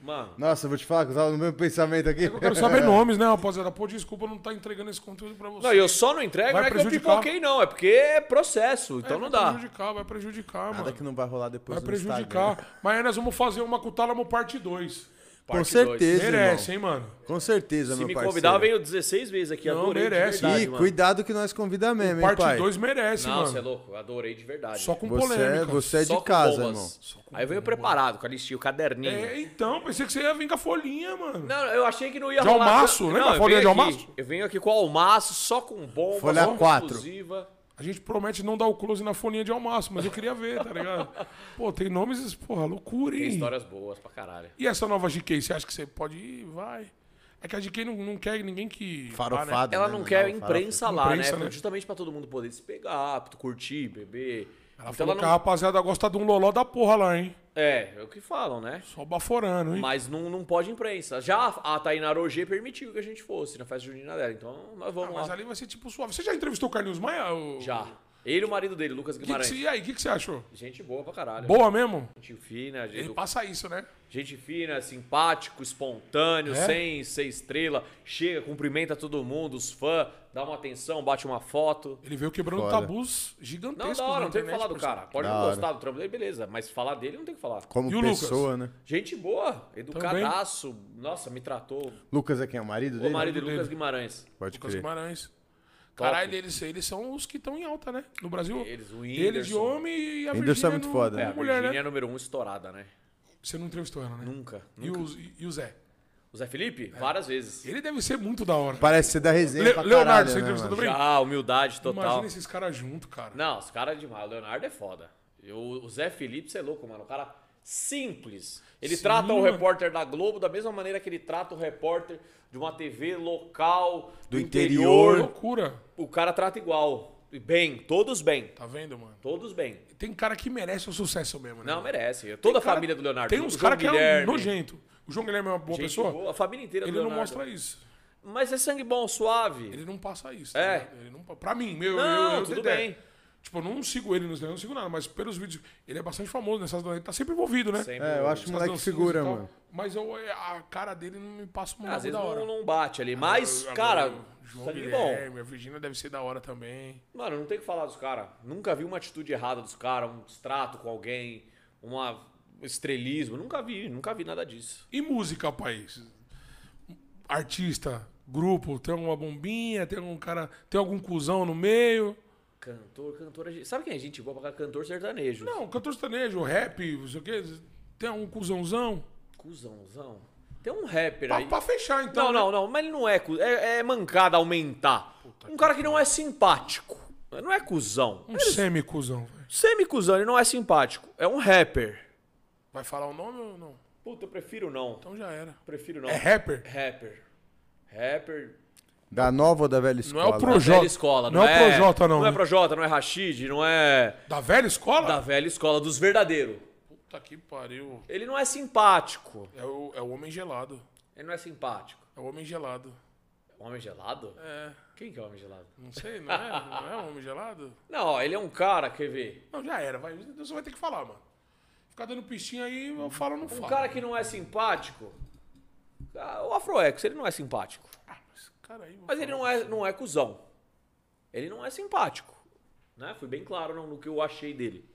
[SPEAKER 3] Mano,
[SPEAKER 2] Nossa, eu vou te falar que eu tava no mesmo pensamento aqui.
[SPEAKER 1] Eu quero saber nomes, né, rapaziada? Pô, desculpa não tá entregando esse conteúdo pra você.
[SPEAKER 3] É. não, e eu só não entrego,
[SPEAKER 1] Vai
[SPEAKER 3] não é que eu
[SPEAKER 1] prejudicar.
[SPEAKER 3] pipoquei, não. É porque é processo, então
[SPEAKER 1] É,
[SPEAKER 3] não
[SPEAKER 1] vai
[SPEAKER 3] dá.
[SPEAKER 1] prejudicar, vai prejudicar,
[SPEAKER 4] Nada
[SPEAKER 1] mano.
[SPEAKER 4] que não vai rolar depois
[SPEAKER 1] Vai
[SPEAKER 4] no
[SPEAKER 1] prejudicar.
[SPEAKER 4] Instagram.
[SPEAKER 1] Mas aí nós vamos fazer uma Cutalamo parte 2.
[SPEAKER 3] Parte
[SPEAKER 2] Com
[SPEAKER 3] dois.
[SPEAKER 2] certeza,
[SPEAKER 1] Merece,
[SPEAKER 2] irmão.
[SPEAKER 1] hein, mano?
[SPEAKER 2] Com certeza,
[SPEAKER 3] Se
[SPEAKER 2] meu
[SPEAKER 3] me
[SPEAKER 2] parceiro.
[SPEAKER 3] convidar, eu venho 16 vezes aqui.
[SPEAKER 1] Não,
[SPEAKER 3] adorei
[SPEAKER 1] merece.
[SPEAKER 3] de verdade,
[SPEAKER 2] Ih,
[SPEAKER 3] mano.
[SPEAKER 2] cuidado que nós convida mesmo, hein,
[SPEAKER 1] Parte
[SPEAKER 2] pai?
[SPEAKER 1] 2 merece,
[SPEAKER 3] Não, você é
[SPEAKER 1] mano.
[SPEAKER 3] louco. eu Adorei de verdade.
[SPEAKER 1] Só com
[SPEAKER 2] Você, é-
[SPEAKER 1] polêmica.
[SPEAKER 2] você é
[SPEAKER 3] Só
[SPEAKER 2] de
[SPEAKER 3] com
[SPEAKER 2] casa,
[SPEAKER 3] bombas.
[SPEAKER 2] irmão.
[SPEAKER 3] Aí eu venho preparado, com a listinha, o caderninho.
[SPEAKER 1] É, então, pensei que você ia vir com a folhinha, mano.
[SPEAKER 3] Não, eu achei que não ia
[SPEAKER 1] De
[SPEAKER 3] rolar.
[SPEAKER 1] almaço,
[SPEAKER 3] Não,
[SPEAKER 1] lembra
[SPEAKER 3] eu
[SPEAKER 1] a folha
[SPEAKER 3] venho
[SPEAKER 1] de
[SPEAKER 3] aqui-
[SPEAKER 1] almaço?
[SPEAKER 3] Eu venho aqui com almaço, só com bomba,
[SPEAKER 2] Folha
[SPEAKER 3] só com
[SPEAKER 2] quatro.
[SPEAKER 3] exclusiva.
[SPEAKER 1] A gente promete não dar o close na folhinha de almaço, mas eu queria ver, tá ligado? Pô, tem nomes, porra, loucura,
[SPEAKER 3] Tem
[SPEAKER 1] hein?
[SPEAKER 3] histórias boas pra caralho.
[SPEAKER 1] E essa nova GK, você acha que você pode ir? Vai. É que a GK não, não quer ninguém que. vá, né?
[SPEAKER 2] Farofado,
[SPEAKER 3] Ela
[SPEAKER 2] né,
[SPEAKER 3] não
[SPEAKER 2] mano?
[SPEAKER 3] quer
[SPEAKER 2] Farofa.
[SPEAKER 3] imprensa lá,
[SPEAKER 1] Imprensa,
[SPEAKER 3] né?
[SPEAKER 1] né?
[SPEAKER 3] Justamente pra todo mundo poder se pegar, curtir, beber.
[SPEAKER 1] Ela
[SPEAKER 3] Então
[SPEAKER 1] falou
[SPEAKER 3] ela
[SPEAKER 1] que a
[SPEAKER 3] não-
[SPEAKER 1] rapaziada gosta de um loló da porra lá, hein?
[SPEAKER 3] É, é o que falam, né?
[SPEAKER 1] Só baforando, hein?
[SPEAKER 3] Mas não, não pode imprensa. Já a Tainá Roger permitiu que a gente fosse na festa junina dela. Então nós
[SPEAKER 1] Ah,
[SPEAKER 3] vamos
[SPEAKER 1] mas
[SPEAKER 3] lá.
[SPEAKER 1] ali vai ser tipo suave. Você já entrevistou o Carlinhos Maia? O...
[SPEAKER 3] Já. Ele e o marido dele, Lucas
[SPEAKER 1] Que que
[SPEAKER 3] Guimarães.
[SPEAKER 1] você- e aí, o que, que você achou?
[SPEAKER 3] Gente boa pra caralho.
[SPEAKER 1] Boa mesmo?
[SPEAKER 3] Gente fina, gente,
[SPEAKER 1] Ele passa isso, né?
[SPEAKER 3] gente fina, simpático, espontâneo,
[SPEAKER 1] É?
[SPEAKER 3] sem ser estrela. Chega, cumprimenta todo mundo, os fãs, dá uma atenção, bate uma foto.
[SPEAKER 1] Ele veio quebrando
[SPEAKER 2] Foda.
[SPEAKER 1] tabus
[SPEAKER 3] Não,
[SPEAKER 1] gigantescos.
[SPEAKER 3] da hora,
[SPEAKER 1] na
[SPEAKER 3] não tem o que
[SPEAKER 1] internet,
[SPEAKER 3] falar do
[SPEAKER 1] parceiro.
[SPEAKER 3] cara. Pode
[SPEAKER 2] Da
[SPEAKER 3] não
[SPEAKER 2] hora.
[SPEAKER 3] gostar do trampo dele, beleza. Mas falar dele não tem o que falar.
[SPEAKER 2] Como
[SPEAKER 1] E o
[SPEAKER 2] pessoa, né?
[SPEAKER 3] Gente boa, educadaço. Nossa, me tratou.
[SPEAKER 2] Lucas é quem? É o marido
[SPEAKER 3] O
[SPEAKER 2] dele?
[SPEAKER 3] marido de
[SPEAKER 1] dele.
[SPEAKER 3] Lucas Guimarães.
[SPEAKER 2] Pode
[SPEAKER 1] Lucas
[SPEAKER 2] crer.
[SPEAKER 1] Guimarães. Caralho, eles, eles são os que estão em alta, né? No Brasil.
[SPEAKER 3] Eles, o
[SPEAKER 1] ele de
[SPEAKER 3] Whindersson.
[SPEAKER 1] homem e a
[SPEAKER 2] Whindersson
[SPEAKER 1] Virgínia
[SPEAKER 2] é muito
[SPEAKER 1] no-
[SPEAKER 2] foda,
[SPEAKER 1] como
[SPEAKER 3] É, a
[SPEAKER 1] mulher,
[SPEAKER 3] Virgínia
[SPEAKER 1] né?
[SPEAKER 3] é número um estourada, né?
[SPEAKER 1] Você não entrevistou ela, né?
[SPEAKER 3] Nunca.
[SPEAKER 1] E o, e o Zé?
[SPEAKER 3] O Zé Felipe, várias vezes.
[SPEAKER 1] Ele deve ser muito da hora.
[SPEAKER 2] Parece ser da resenha
[SPEAKER 1] Le-
[SPEAKER 2] pra
[SPEAKER 1] Leonardo,
[SPEAKER 2] caralho,
[SPEAKER 1] você
[SPEAKER 2] né,
[SPEAKER 1] entrevistou
[SPEAKER 2] mano?
[SPEAKER 1] também?
[SPEAKER 3] Já, humildade total.
[SPEAKER 1] Imagina esses caras juntos, cara.
[SPEAKER 3] Não, os caras é demais. O Leonardo é foda. Eu- o Zé Felipe, você é louco, mano. O cara simples. Ele
[SPEAKER 1] Sim,
[SPEAKER 3] trata o
[SPEAKER 1] mano.
[SPEAKER 3] repórter da Globo da mesma maneira que ele trata o repórter de uma TV local, do, interior.
[SPEAKER 1] Loucura.
[SPEAKER 3] O cara trata igual. E Bem, todos bem.
[SPEAKER 1] Tá vendo, mano?
[SPEAKER 3] Todos bem.
[SPEAKER 1] Tem cara que merece o sucesso mesmo, né?
[SPEAKER 3] Não, merece. Toda a
[SPEAKER 1] Cara,
[SPEAKER 3] família do Leonardo.
[SPEAKER 1] Tem
[SPEAKER 3] o
[SPEAKER 1] uns
[SPEAKER 3] João
[SPEAKER 1] caras que é
[SPEAKER 3] Guilherme,
[SPEAKER 1] nojento. O João Guilherme é uma boa
[SPEAKER 3] gente
[SPEAKER 1] pessoa?
[SPEAKER 3] boa, a família inteira
[SPEAKER 1] Ele
[SPEAKER 3] do
[SPEAKER 1] não
[SPEAKER 3] Leonardo.
[SPEAKER 1] mostra isso.
[SPEAKER 3] Mas é sangue bom, suave.
[SPEAKER 1] Ele não passa isso.
[SPEAKER 3] É.
[SPEAKER 1] tá ligado? ele não, pa- pra mim, meu,
[SPEAKER 3] Não,
[SPEAKER 1] eu, eu
[SPEAKER 3] tudo
[SPEAKER 1] Dedé.
[SPEAKER 3] bem.
[SPEAKER 1] Tipo, eu não sigo ele, nos- eu não sigo nada, mas pelos vídeos, ele é bastante famoso nessas Ele tá sempre envolvido, né?
[SPEAKER 3] Sempre.
[SPEAKER 2] É, eu acho
[SPEAKER 1] Essas
[SPEAKER 2] o moleque
[SPEAKER 1] dancinhas e
[SPEAKER 2] figura,
[SPEAKER 1] tal.
[SPEAKER 2] mano.
[SPEAKER 1] Mas eu, é, a cara dele não me passa uma coisa
[SPEAKER 3] Às
[SPEAKER 1] da
[SPEAKER 3] vezes
[SPEAKER 1] hora. Ah,
[SPEAKER 3] não, não bate ali. Mas,
[SPEAKER 1] Agora,
[SPEAKER 3] cara,
[SPEAKER 1] o João
[SPEAKER 3] sangue bom.
[SPEAKER 1] Guilherme, a Virgínia deve ser da hora também.
[SPEAKER 3] Mano, não tem o que falar dos caras. Nunca vi uma atitude errada dos caras, um trato com alguém, uma- um estrelismo. Nunca vi, nunca vi nada disso.
[SPEAKER 1] E música, país? Artista, grupo, tem alguma bombinha, tem algum cara, tem algum cuzão no meio?
[SPEAKER 3] Cantor, cantora. gente- Sabe quem é gente boa pra cá? Cantor sertanejo.
[SPEAKER 1] Não, cantor sertanejo, rap, não sei o quê. Tem algum cuzãozão?
[SPEAKER 3] Cusãozão. Tem um rapper
[SPEAKER 1] Pra,
[SPEAKER 3] aí.
[SPEAKER 1] pra fechar, então.
[SPEAKER 3] Não,
[SPEAKER 1] né?
[SPEAKER 3] não, não, mas ele não é cu- é, é mancada aumentar. um cara que não é simpático. Não é cuzão.
[SPEAKER 1] Um semi-cuzão. velho.
[SPEAKER 3] Semi-cuzão, ele não é simpático. É um rapper.
[SPEAKER 1] Vai falar o nome ou não?
[SPEAKER 3] Puta, eu prefiro não.
[SPEAKER 1] Então já era.
[SPEAKER 3] Prefiro não.
[SPEAKER 1] É rapper?
[SPEAKER 3] Rapper. Rapper.
[SPEAKER 2] Da nova ou da velha
[SPEAKER 1] Não
[SPEAKER 2] escola?
[SPEAKER 1] é o Projota.
[SPEAKER 3] Velha escola, não,
[SPEAKER 1] não é o Projota, não.
[SPEAKER 3] Não é
[SPEAKER 1] né?
[SPEAKER 3] Projota, não é Rashid, não é
[SPEAKER 1] Da velha escola?
[SPEAKER 3] da velha escola, dos verdadeiros.
[SPEAKER 1] Puta que pariu.
[SPEAKER 3] Ele não é simpático.
[SPEAKER 1] É o, é o homem gelado.
[SPEAKER 3] Ele não é simpático.
[SPEAKER 1] É o homem gelado.
[SPEAKER 3] Homem gelado?
[SPEAKER 1] É.
[SPEAKER 3] Quem que é o homem gelado?
[SPEAKER 1] Não sei, não é? não é o homem gelado?
[SPEAKER 3] Não, ó, ele é um cara, quer ver?
[SPEAKER 1] Não, já era. Vai. Você vai ter que falar, mano. Ficar dando pistinha aí, eu falo ou não falo.
[SPEAKER 3] Um cara que não é simpático. Ah, O Afroex, ele não é simpático.
[SPEAKER 1] Ah, mas esse cara aí,
[SPEAKER 3] Mas ele não é, não é cuzão. Ele não é simpático. Né? Fui bem claro no, no que eu achei dele.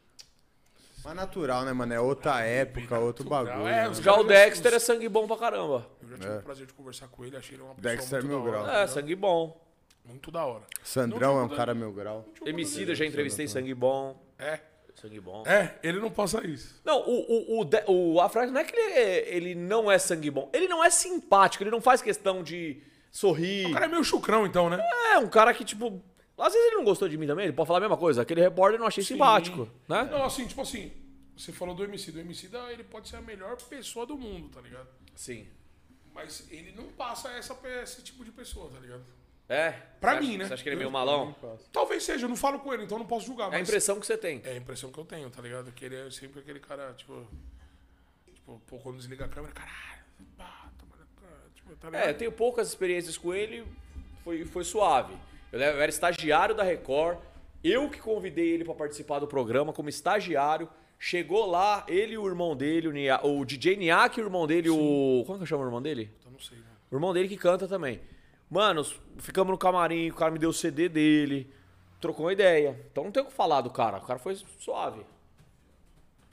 [SPEAKER 2] Mas natural, né, mano? É outra época, outro bagulho.
[SPEAKER 1] É,
[SPEAKER 2] né? É.
[SPEAKER 1] os
[SPEAKER 3] Já o
[SPEAKER 1] caras-
[SPEAKER 3] Dexter é sangue bom pra caramba.
[SPEAKER 1] Eu já tive o prazer de conversar com ele, achei ele uma pessoa
[SPEAKER 2] Dexter
[SPEAKER 1] muito,
[SPEAKER 2] mil
[SPEAKER 1] da hora,
[SPEAKER 2] grau.
[SPEAKER 3] É, sangue bom.
[SPEAKER 1] muito da hora.
[SPEAKER 2] Sandrão é um
[SPEAKER 1] Não,
[SPEAKER 2] cara meu grau.
[SPEAKER 3] Emicida, já entrevistei sangue bom.
[SPEAKER 1] É,
[SPEAKER 3] Sangue bom.
[SPEAKER 1] é, ele não passa isso.
[SPEAKER 3] Não, o, o, o, De- o Afrax não é que ele, é- ele não é sangue bom. Ele não é simpático, ele não faz questão de sorrir.
[SPEAKER 1] O cara é meio chucrão, então, né?
[SPEAKER 3] É, um cara que, tipo. Às vezes ele não gostou de mim também, ele pode falar a mesma coisa. Aquele repórter eu não achei simpático, né?
[SPEAKER 1] Não, assim, tipo assim, você falou do MC. Do MC, da- ele pode ser a melhor pessoa do mundo, tá ligado?
[SPEAKER 3] Sim.
[SPEAKER 1] Mas ele não passa essa, pe- esse tipo de pessoa, tá ligado?
[SPEAKER 3] É.
[SPEAKER 1] Pra
[SPEAKER 3] Você
[SPEAKER 1] mim,
[SPEAKER 3] acha-
[SPEAKER 1] né?
[SPEAKER 3] Você acha que ele é meio malão?
[SPEAKER 1] Talvez seja, eu não falo com ele, então eu não posso julgar.
[SPEAKER 3] É a
[SPEAKER 1] mas
[SPEAKER 3] impressão que você tem.
[SPEAKER 1] é a impressão que eu tenho, tá ligado? Que ele é sempre aquele cara, tipo... Tipo, pô, quando desliga a câmera, caralho. Pá, toma na cara, tipo, tá ligado?
[SPEAKER 3] É, eu tenho poucas experiências com ele, foi, foi suave. Eu le- eu era estagiário da Record, eu que convidei ele pra participar do programa como estagiário. Chegou lá, ele e o irmão dele, o, Nia- o DJ Niak e o irmão dele, o. Como é que chama o irmão dele?
[SPEAKER 1] Eu não sei, mano.
[SPEAKER 3] O irmão dele que canta também. Mano, ficamos no camarim, o cara me deu o CD dele, trocou uma ideia. Então não tem o que falar do cara, o cara foi suave.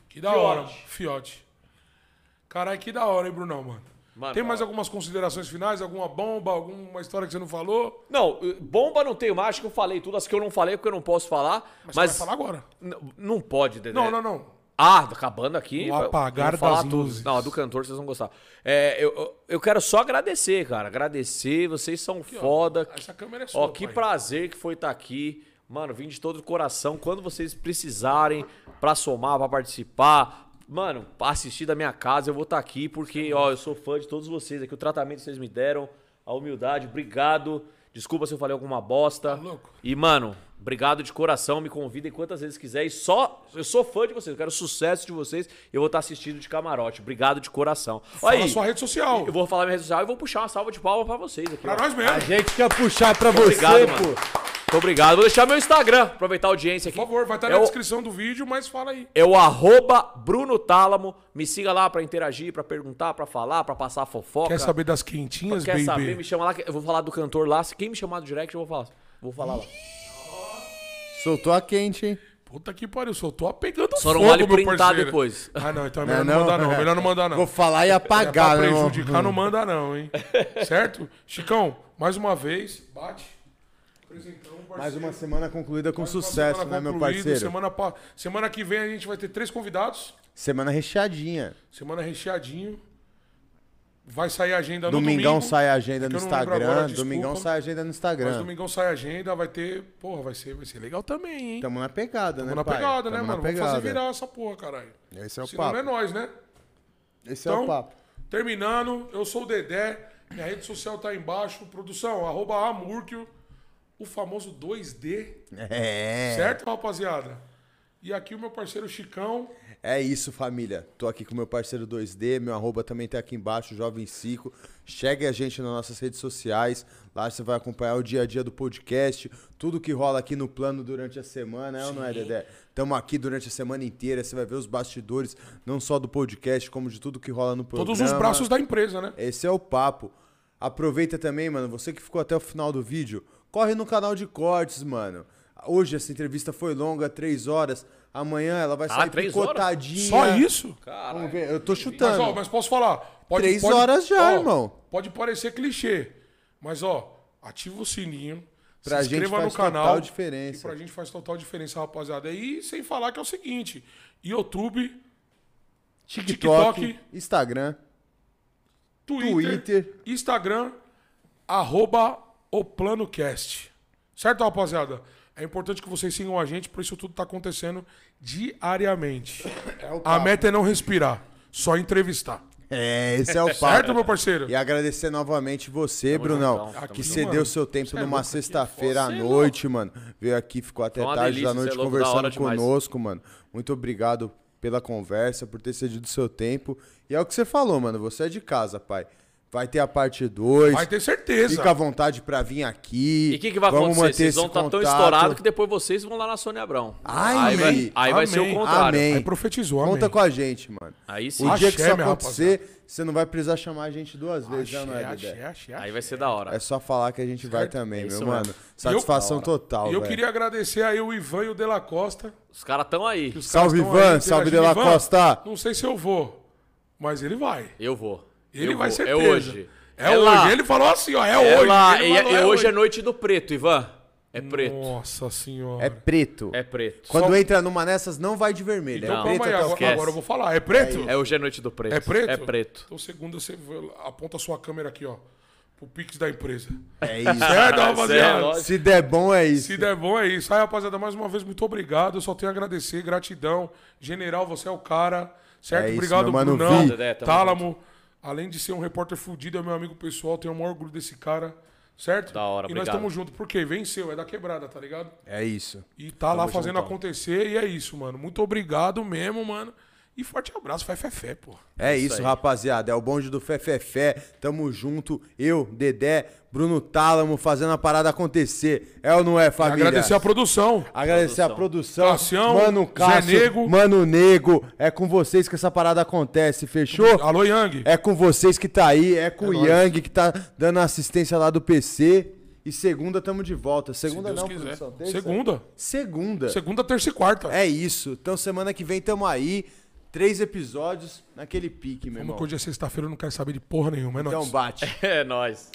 [SPEAKER 1] Que da
[SPEAKER 3] Fiote.
[SPEAKER 1] hora, Fiote. Caralho, que da hora, hein, Brunão, mano?
[SPEAKER 3] Mano,
[SPEAKER 1] Tem
[SPEAKER 3] da
[SPEAKER 1] mais
[SPEAKER 3] hora.
[SPEAKER 1] algumas considerações finais? Alguma bomba? Alguma história que você não falou?
[SPEAKER 3] Não, eh, bomba não tenho mais, acho que eu falei tudo, as que eu não falei é porque eu não posso falar. Mas, É.
[SPEAKER 1] Mas, você vai falar agora.
[SPEAKER 3] N- não pode, Dedé.
[SPEAKER 1] Não, não, não.
[SPEAKER 3] Ah, acabando aqui.
[SPEAKER 1] O
[SPEAKER 3] eu-
[SPEAKER 1] apagar
[SPEAKER 3] eu vou falar
[SPEAKER 1] das
[SPEAKER 3] tudo.
[SPEAKER 1] luzes.
[SPEAKER 3] Não, a do cantor vocês vão gostar. É, eu- eu, eu quero só agradecer, cara. Agradecer, vocês são foda.
[SPEAKER 1] Essa câmera é
[SPEAKER 3] Ó,
[SPEAKER 1] sua,
[SPEAKER 3] que
[SPEAKER 1] pai.
[SPEAKER 3] prazer que foi estar aqui. Mano, vim de todo o coração. Quando vocês precisarem pra somar, pra participar, mano, pra assistir da minha casa, eu vou estar aqui porque, ó, eu sou fã de todos vocês aqui. O tratamento que vocês me deram, a humildade, obrigado. Desculpa se eu falei alguma bosta.
[SPEAKER 1] Tá louco?
[SPEAKER 3] E, mano, obrigado de coração. Me convidem quantas vezes quiser. E só, eu sou fã de vocês, eu quero sucesso de vocês. Eu vou estar assistindo de camarote. Obrigado de coração.
[SPEAKER 1] Fala
[SPEAKER 3] Aí,
[SPEAKER 1] sua rede social.
[SPEAKER 3] eu vou falar minha rede social e vou puxar uma salva de palmas pra vocês aqui.
[SPEAKER 1] Pra
[SPEAKER 3] ó.
[SPEAKER 1] nós mesmo.
[SPEAKER 2] A gente quer puxar pra você,
[SPEAKER 3] Obrigado,
[SPEAKER 2] pô.
[SPEAKER 3] mano. Muito obrigado. Vou deixar meu Instagram, aproveitar a audiência aqui.
[SPEAKER 1] Por favor, vai estar
[SPEAKER 3] é
[SPEAKER 1] na
[SPEAKER 3] o,
[SPEAKER 1] descrição do vídeo, mas fala aí.
[SPEAKER 3] É o arroba Bruno Tálamo. Me siga lá pra interagir, pra perguntar, pra falar, pra passar fofoca.
[SPEAKER 1] Quer saber das quentinhas,
[SPEAKER 3] Quer
[SPEAKER 1] baby?
[SPEAKER 3] saber, me chama lá. que Eu vou falar do cantor lá. Se quem me chamar do direct, eu vou falar. Vou falar lá.
[SPEAKER 2] Soltou a quente, hein?
[SPEAKER 1] Puta que pariu, só tô pegando
[SPEAKER 3] Só não
[SPEAKER 1] fogo,
[SPEAKER 3] vale
[SPEAKER 1] meu
[SPEAKER 3] printar
[SPEAKER 1] parceiro.
[SPEAKER 3] depois.
[SPEAKER 1] Ah, não, então é melhor não,
[SPEAKER 2] não?
[SPEAKER 1] mandar não. Melhor não mandar não.
[SPEAKER 2] Vou falar e
[SPEAKER 1] É
[SPEAKER 2] apagar,
[SPEAKER 1] pra
[SPEAKER 2] né, irmão?
[SPEAKER 1] prejudicar, não manda não, hein? Certo? Chicão, mais uma vez, bate. Apresentão, parceiro.
[SPEAKER 2] Mais uma semana concluída com
[SPEAKER 1] Mais uma
[SPEAKER 2] sucesso,
[SPEAKER 1] semana
[SPEAKER 2] né, meu
[SPEAKER 1] concluída.
[SPEAKER 2] parceiro? Semana,
[SPEAKER 1] Semana, pa- semana que vem a gente vai ter três convidados.
[SPEAKER 2] recheadinha.
[SPEAKER 1] Semana recheadinho. Vai sair a agenda É no
[SPEAKER 2] Domingão
[SPEAKER 1] domingo. É
[SPEAKER 2] sai a agenda no
[SPEAKER 1] que eu não lembro agora,
[SPEAKER 2] Instagram.
[SPEAKER 1] desculpa.
[SPEAKER 2] Domingão sai a agenda no Instagram.
[SPEAKER 1] Mas domingão sai a agenda, vai ter... Porra, vai ser, vai ser legal também, hein?
[SPEAKER 2] Tamo na pegada, né,
[SPEAKER 1] Tamo na
[SPEAKER 2] pai?
[SPEAKER 1] pegada, né,
[SPEAKER 2] Tamo
[SPEAKER 1] mano?
[SPEAKER 2] Na
[SPEAKER 1] Vamos fazer
[SPEAKER 2] pegada.
[SPEAKER 1] virar essa porra, caralho.
[SPEAKER 2] Esse é o
[SPEAKER 1] Senão
[SPEAKER 2] papo.
[SPEAKER 1] não é nós, né?
[SPEAKER 2] Esse é
[SPEAKER 1] Então,
[SPEAKER 2] o papo.
[SPEAKER 1] terminando, eu sou o Dedé, minha rede social tá aí embaixo, produção, arroba Amurkio, o famoso 2D,
[SPEAKER 2] É.
[SPEAKER 1] certo, rapaziada? E aqui o meu parceiro Chicão,
[SPEAKER 2] É isso, família. Tô aqui com meu parceiro 2D, meu arroba também tá aqui embaixo, Jovem Cico. Chegue a gente nas nossas redes sociais. Lá você vai acompanhar o dia a dia do podcast, tudo que rola aqui no plano durante a semana, é ou não é, Dedé? Tamo aqui durante a semana inteira, você vai ver os bastidores, não só do podcast, como de tudo que rola no programa.
[SPEAKER 1] todos os braços da empresa, né?
[SPEAKER 2] Esse é o papo. Aproveita também, mano, você que ficou até o final do vídeo, corre no canal de cortes, mano. Hoje essa entrevista foi longa, três horas. Amanhã ela vai sair
[SPEAKER 3] três horas?
[SPEAKER 2] picotadinha.
[SPEAKER 1] Só isso?
[SPEAKER 2] Vamos ver, eu tô chutando.
[SPEAKER 1] Ah, Mas, ó, mas posso falar. Pode,
[SPEAKER 2] Três
[SPEAKER 1] pode-
[SPEAKER 2] horas já,
[SPEAKER 1] ó,
[SPEAKER 2] irmão.
[SPEAKER 1] Pode parecer clichê, mas ó, ativa o sininho.
[SPEAKER 2] Pra
[SPEAKER 1] se
[SPEAKER 2] gente
[SPEAKER 1] inscreva
[SPEAKER 2] faz
[SPEAKER 1] no canal.
[SPEAKER 2] total diferença.
[SPEAKER 1] que pra gente faz total diferença, rapaziada. E sem falar que é o seguinte: YouTube,
[SPEAKER 2] TikTok,
[SPEAKER 1] TikTok,
[SPEAKER 2] Instagram.
[SPEAKER 1] Twitter,
[SPEAKER 2] Twitter.
[SPEAKER 1] Instagram, arroba o PlanoCast. Certo, rapaziada? É importante que vocês sigam a gente, por isso tudo tá acontecendo diariamente. a meta é não respirar, só entrevistar.
[SPEAKER 2] É, esse é o papo.
[SPEAKER 1] Certo, meu parceiro?
[SPEAKER 2] E agradecer novamente você, Brunão,
[SPEAKER 3] juntão, tamo
[SPEAKER 2] que
[SPEAKER 1] junto.
[SPEAKER 2] cedeu
[SPEAKER 1] Mano,
[SPEAKER 2] seu tempo
[SPEAKER 1] cê é
[SPEAKER 2] numa
[SPEAKER 1] louco aqui,
[SPEAKER 2] sexta-feira à
[SPEAKER 1] cê é
[SPEAKER 2] noite, mano. Veio aqui, ficou até
[SPEAKER 3] Foi uma
[SPEAKER 2] tarde
[SPEAKER 3] delícia,
[SPEAKER 2] da
[SPEAKER 3] cê
[SPEAKER 2] noite
[SPEAKER 3] é louco, da
[SPEAKER 2] conversando
[SPEAKER 3] hora demais.
[SPEAKER 2] conosco, mano. Muito obrigado pela conversa, por ter cedido seu tempo. E é o que você falou, mano. Você é de casa, pai. Vai ter a parte 2.
[SPEAKER 1] Vai ter certeza.
[SPEAKER 2] Fica à vontade pra vir aqui.
[SPEAKER 3] E o que, que vai
[SPEAKER 2] Vamos
[SPEAKER 3] acontecer?
[SPEAKER 2] manter
[SPEAKER 3] Vocês
[SPEAKER 2] esse
[SPEAKER 3] vão estar tão
[SPEAKER 2] contato.
[SPEAKER 3] estourados que depois vocês vão lá na Sônia Abrão.
[SPEAKER 2] Ai,
[SPEAKER 3] aí vai,
[SPEAKER 2] amém.
[SPEAKER 3] aí vai ser o
[SPEAKER 1] Amém.
[SPEAKER 3] contrário.
[SPEAKER 2] Amém.
[SPEAKER 1] Aí profetizou, amém.
[SPEAKER 2] Conta com a gente, mano.
[SPEAKER 3] Aí sim.
[SPEAKER 2] O dia que
[SPEAKER 1] Axé,
[SPEAKER 2] isso
[SPEAKER 1] minha
[SPEAKER 2] acontecer, você não vai precisar chamar a gente duas vezes, já não
[SPEAKER 1] Axé,
[SPEAKER 2] é,
[SPEAKER 1] axé,
[SPEAKER 2] Dedé?
[SPEAKER 1] axé,
[SPEAKER 3] Aí
[SPEAKER 1] axé.
[SPEAKER 3] vai ser da
[SPEAKER 1] Tá.
[SPEAKER 3] hora.
[SPEAKER 2] É só falar que a gente vai também,
[SPEAKER 1] é
[SPEAKER 3] isso
[SPEAKER 2] meu
[SPEAKER 3] mesmo.
[SPEAKER 2] mano. Satisfação total,
[SPEAKER 1] E eu
[SPEAKER 2] velho.
[SPEAKER 1] queria agradecer aí o Ivan e o Dela Costa.
[SPEAKER 3] Os caras estão aí.
[SPEAKER 1] Os
[SPEAKER 2] Salve,
[SPEAKER 1] caras tão
[SPEAKER 2] Ivan, salve,
[SPEAKER 1] interagindo.
[SPEAKER 2] Della Costa.
[SPEAKER 1] Não sei se eu vou, mas ele vai.
[SPEAKER 3] Eu vou.
[SPEAKER 1] Ele
[SPEAKER 3] Eu
[SPEAKER 1] vai
[SPEAKER 3] vou.
[SPEAKER 1] ser
[SPEAKER 3] É hoje.
[SPEAKER 1] É, hoje.
[SPEAKER 3] lá.
[SPEAKER 1] Ele falou assim, ó, é,
[SPEAKER 3] É
[SPEAKER 1] hoje.
[SPEAKER 3] lá.
[SPEAKER 1] Ele
[SPEAKER 3] E,
[SPEAKER 1] falou,
[SPEAKER 3] e hoje é
[SPEAKER 1] hoje.
[SPEAKER 3] noite do preto, Ivan. É preto.
[SPEAKER 1] Nossa senhora. Então,
[SPEAKER 2] É preto.
[SPEAKER 3] É preto.
[SPEAKER 2] Quando entra numa nessas, não vai de vermelho.
[SPEAKER 1] Então
[SPEAKER 2] é
[SPEAKER 3] Não.
[SPEAKER 2] preto
[SPEAKER 1] calma aí,
[SPEAKER 2] até o
[SPEAKER 1] agora,
[SPEAKER 2] fim.
[SPEAKER 3] esquece.
[SPEAKER 1] agora eu vou falar. É preto?
[SPEAKER 3] É hoje é noite do preto.
[SPEAKER 1] É preto?
[SPEAKER 3] É preto.
[SPEAKER 1] Então segunda você aponta a sua câmera aqui, ó. Pro Pix da empresa.
[SPEAKER 2] É isso.
[SPEAKER 1] Certo,
[SPEAKER 3] Certo,
[SPEAKER 1] rapaziada?
[SPEAKER 3] lógico.
[SPEAKER 2] Se der bom, é isso.
[SPEAKER 1] Se der bom, é isso. Aí, rapaziada, mais uma vez, muito obrigado. Eu só tenho a agradecer, gratidão. General, você é o cara. Certo?
[SPEAKER 2] É isso,
[SPEAKER 1] obrigado,
[SPEAKER 2] meu mano,
[SPEAKER 1] Brunão,
[SPEAKER 2] Vi.
[SPEAKER 3] Dedé, tamo
[SPEAKER 1] Tálamo. Além de ser um repórter fudido, é meu amigo pessoal, tenho o maior orgulho desse cara. Certo?
[SPEAKER 3] Da hora,
[SPEAKER 1] E nós
[SPEAKER 3] obrigado.
[SPEAKER 1] estamos junto, porque venceu, é da quebrada, tá ligado?
[SPEAKER 2] É isso.
[SPEAKER 1] E tá lá fazendo
[SPEAKER 3] então.
[SPEAKER 1] acontecer, e é isso, mano. Muito obrigado mesmo, mano. E forte abraço, vai fé, pô.
[SPEAKER 2] É isso, rapaziada. É o bonde do Fefefé. Tamo junto. Eu, Dedé, Bruno Tálamo fazendo a parada acontecer. É ou não é,
[SPEAKER 1] E
[SPEAKER 2] família?
[SPEAKER 1] Agradecer a produção.
[SPEAKER 2] Agradecer a produção.
[SPEAKER 1] Cassião,
[SPEAKER 2] Mano Cássio,
[SPEAKER 1] Zé Nego.
[SPEAKER 2] Mano Nego. É com vocês que essa parada acontece, fechou?
[SPEAKER 1] Alô, Yang.
[SPEAKER 2] É com vocês que tá aí, é com o
[SPEAKER 1] nóis.
[SPEAKER 2] Yang que tá dando assistência lá do PC. E segunda tamo de volta. Segunda
[SPEAKER 1] Deus
[SPEAKER 2] não,
[SPEAKER 1] quiser.
[SPEAKER 2] produção.
[SPEAKER 1] Segunda.
[SPEAKER 2] Segunda.
[SPEAKER 1] Segunda, terça e quarta.
[SPEAKER 2] É isso. Então semana que vem tamo aí. Três episódios naquele pique, meu
[SPEAKER 1] Como
[SPEAKER 2] irmão.
[SPEAKER 1] que hoje é sexta-feira, eu não quero saber de porra nenhuma, é nóis.
[SPEAKER 2] Então bate.
[SPEAKER 3] É nóis.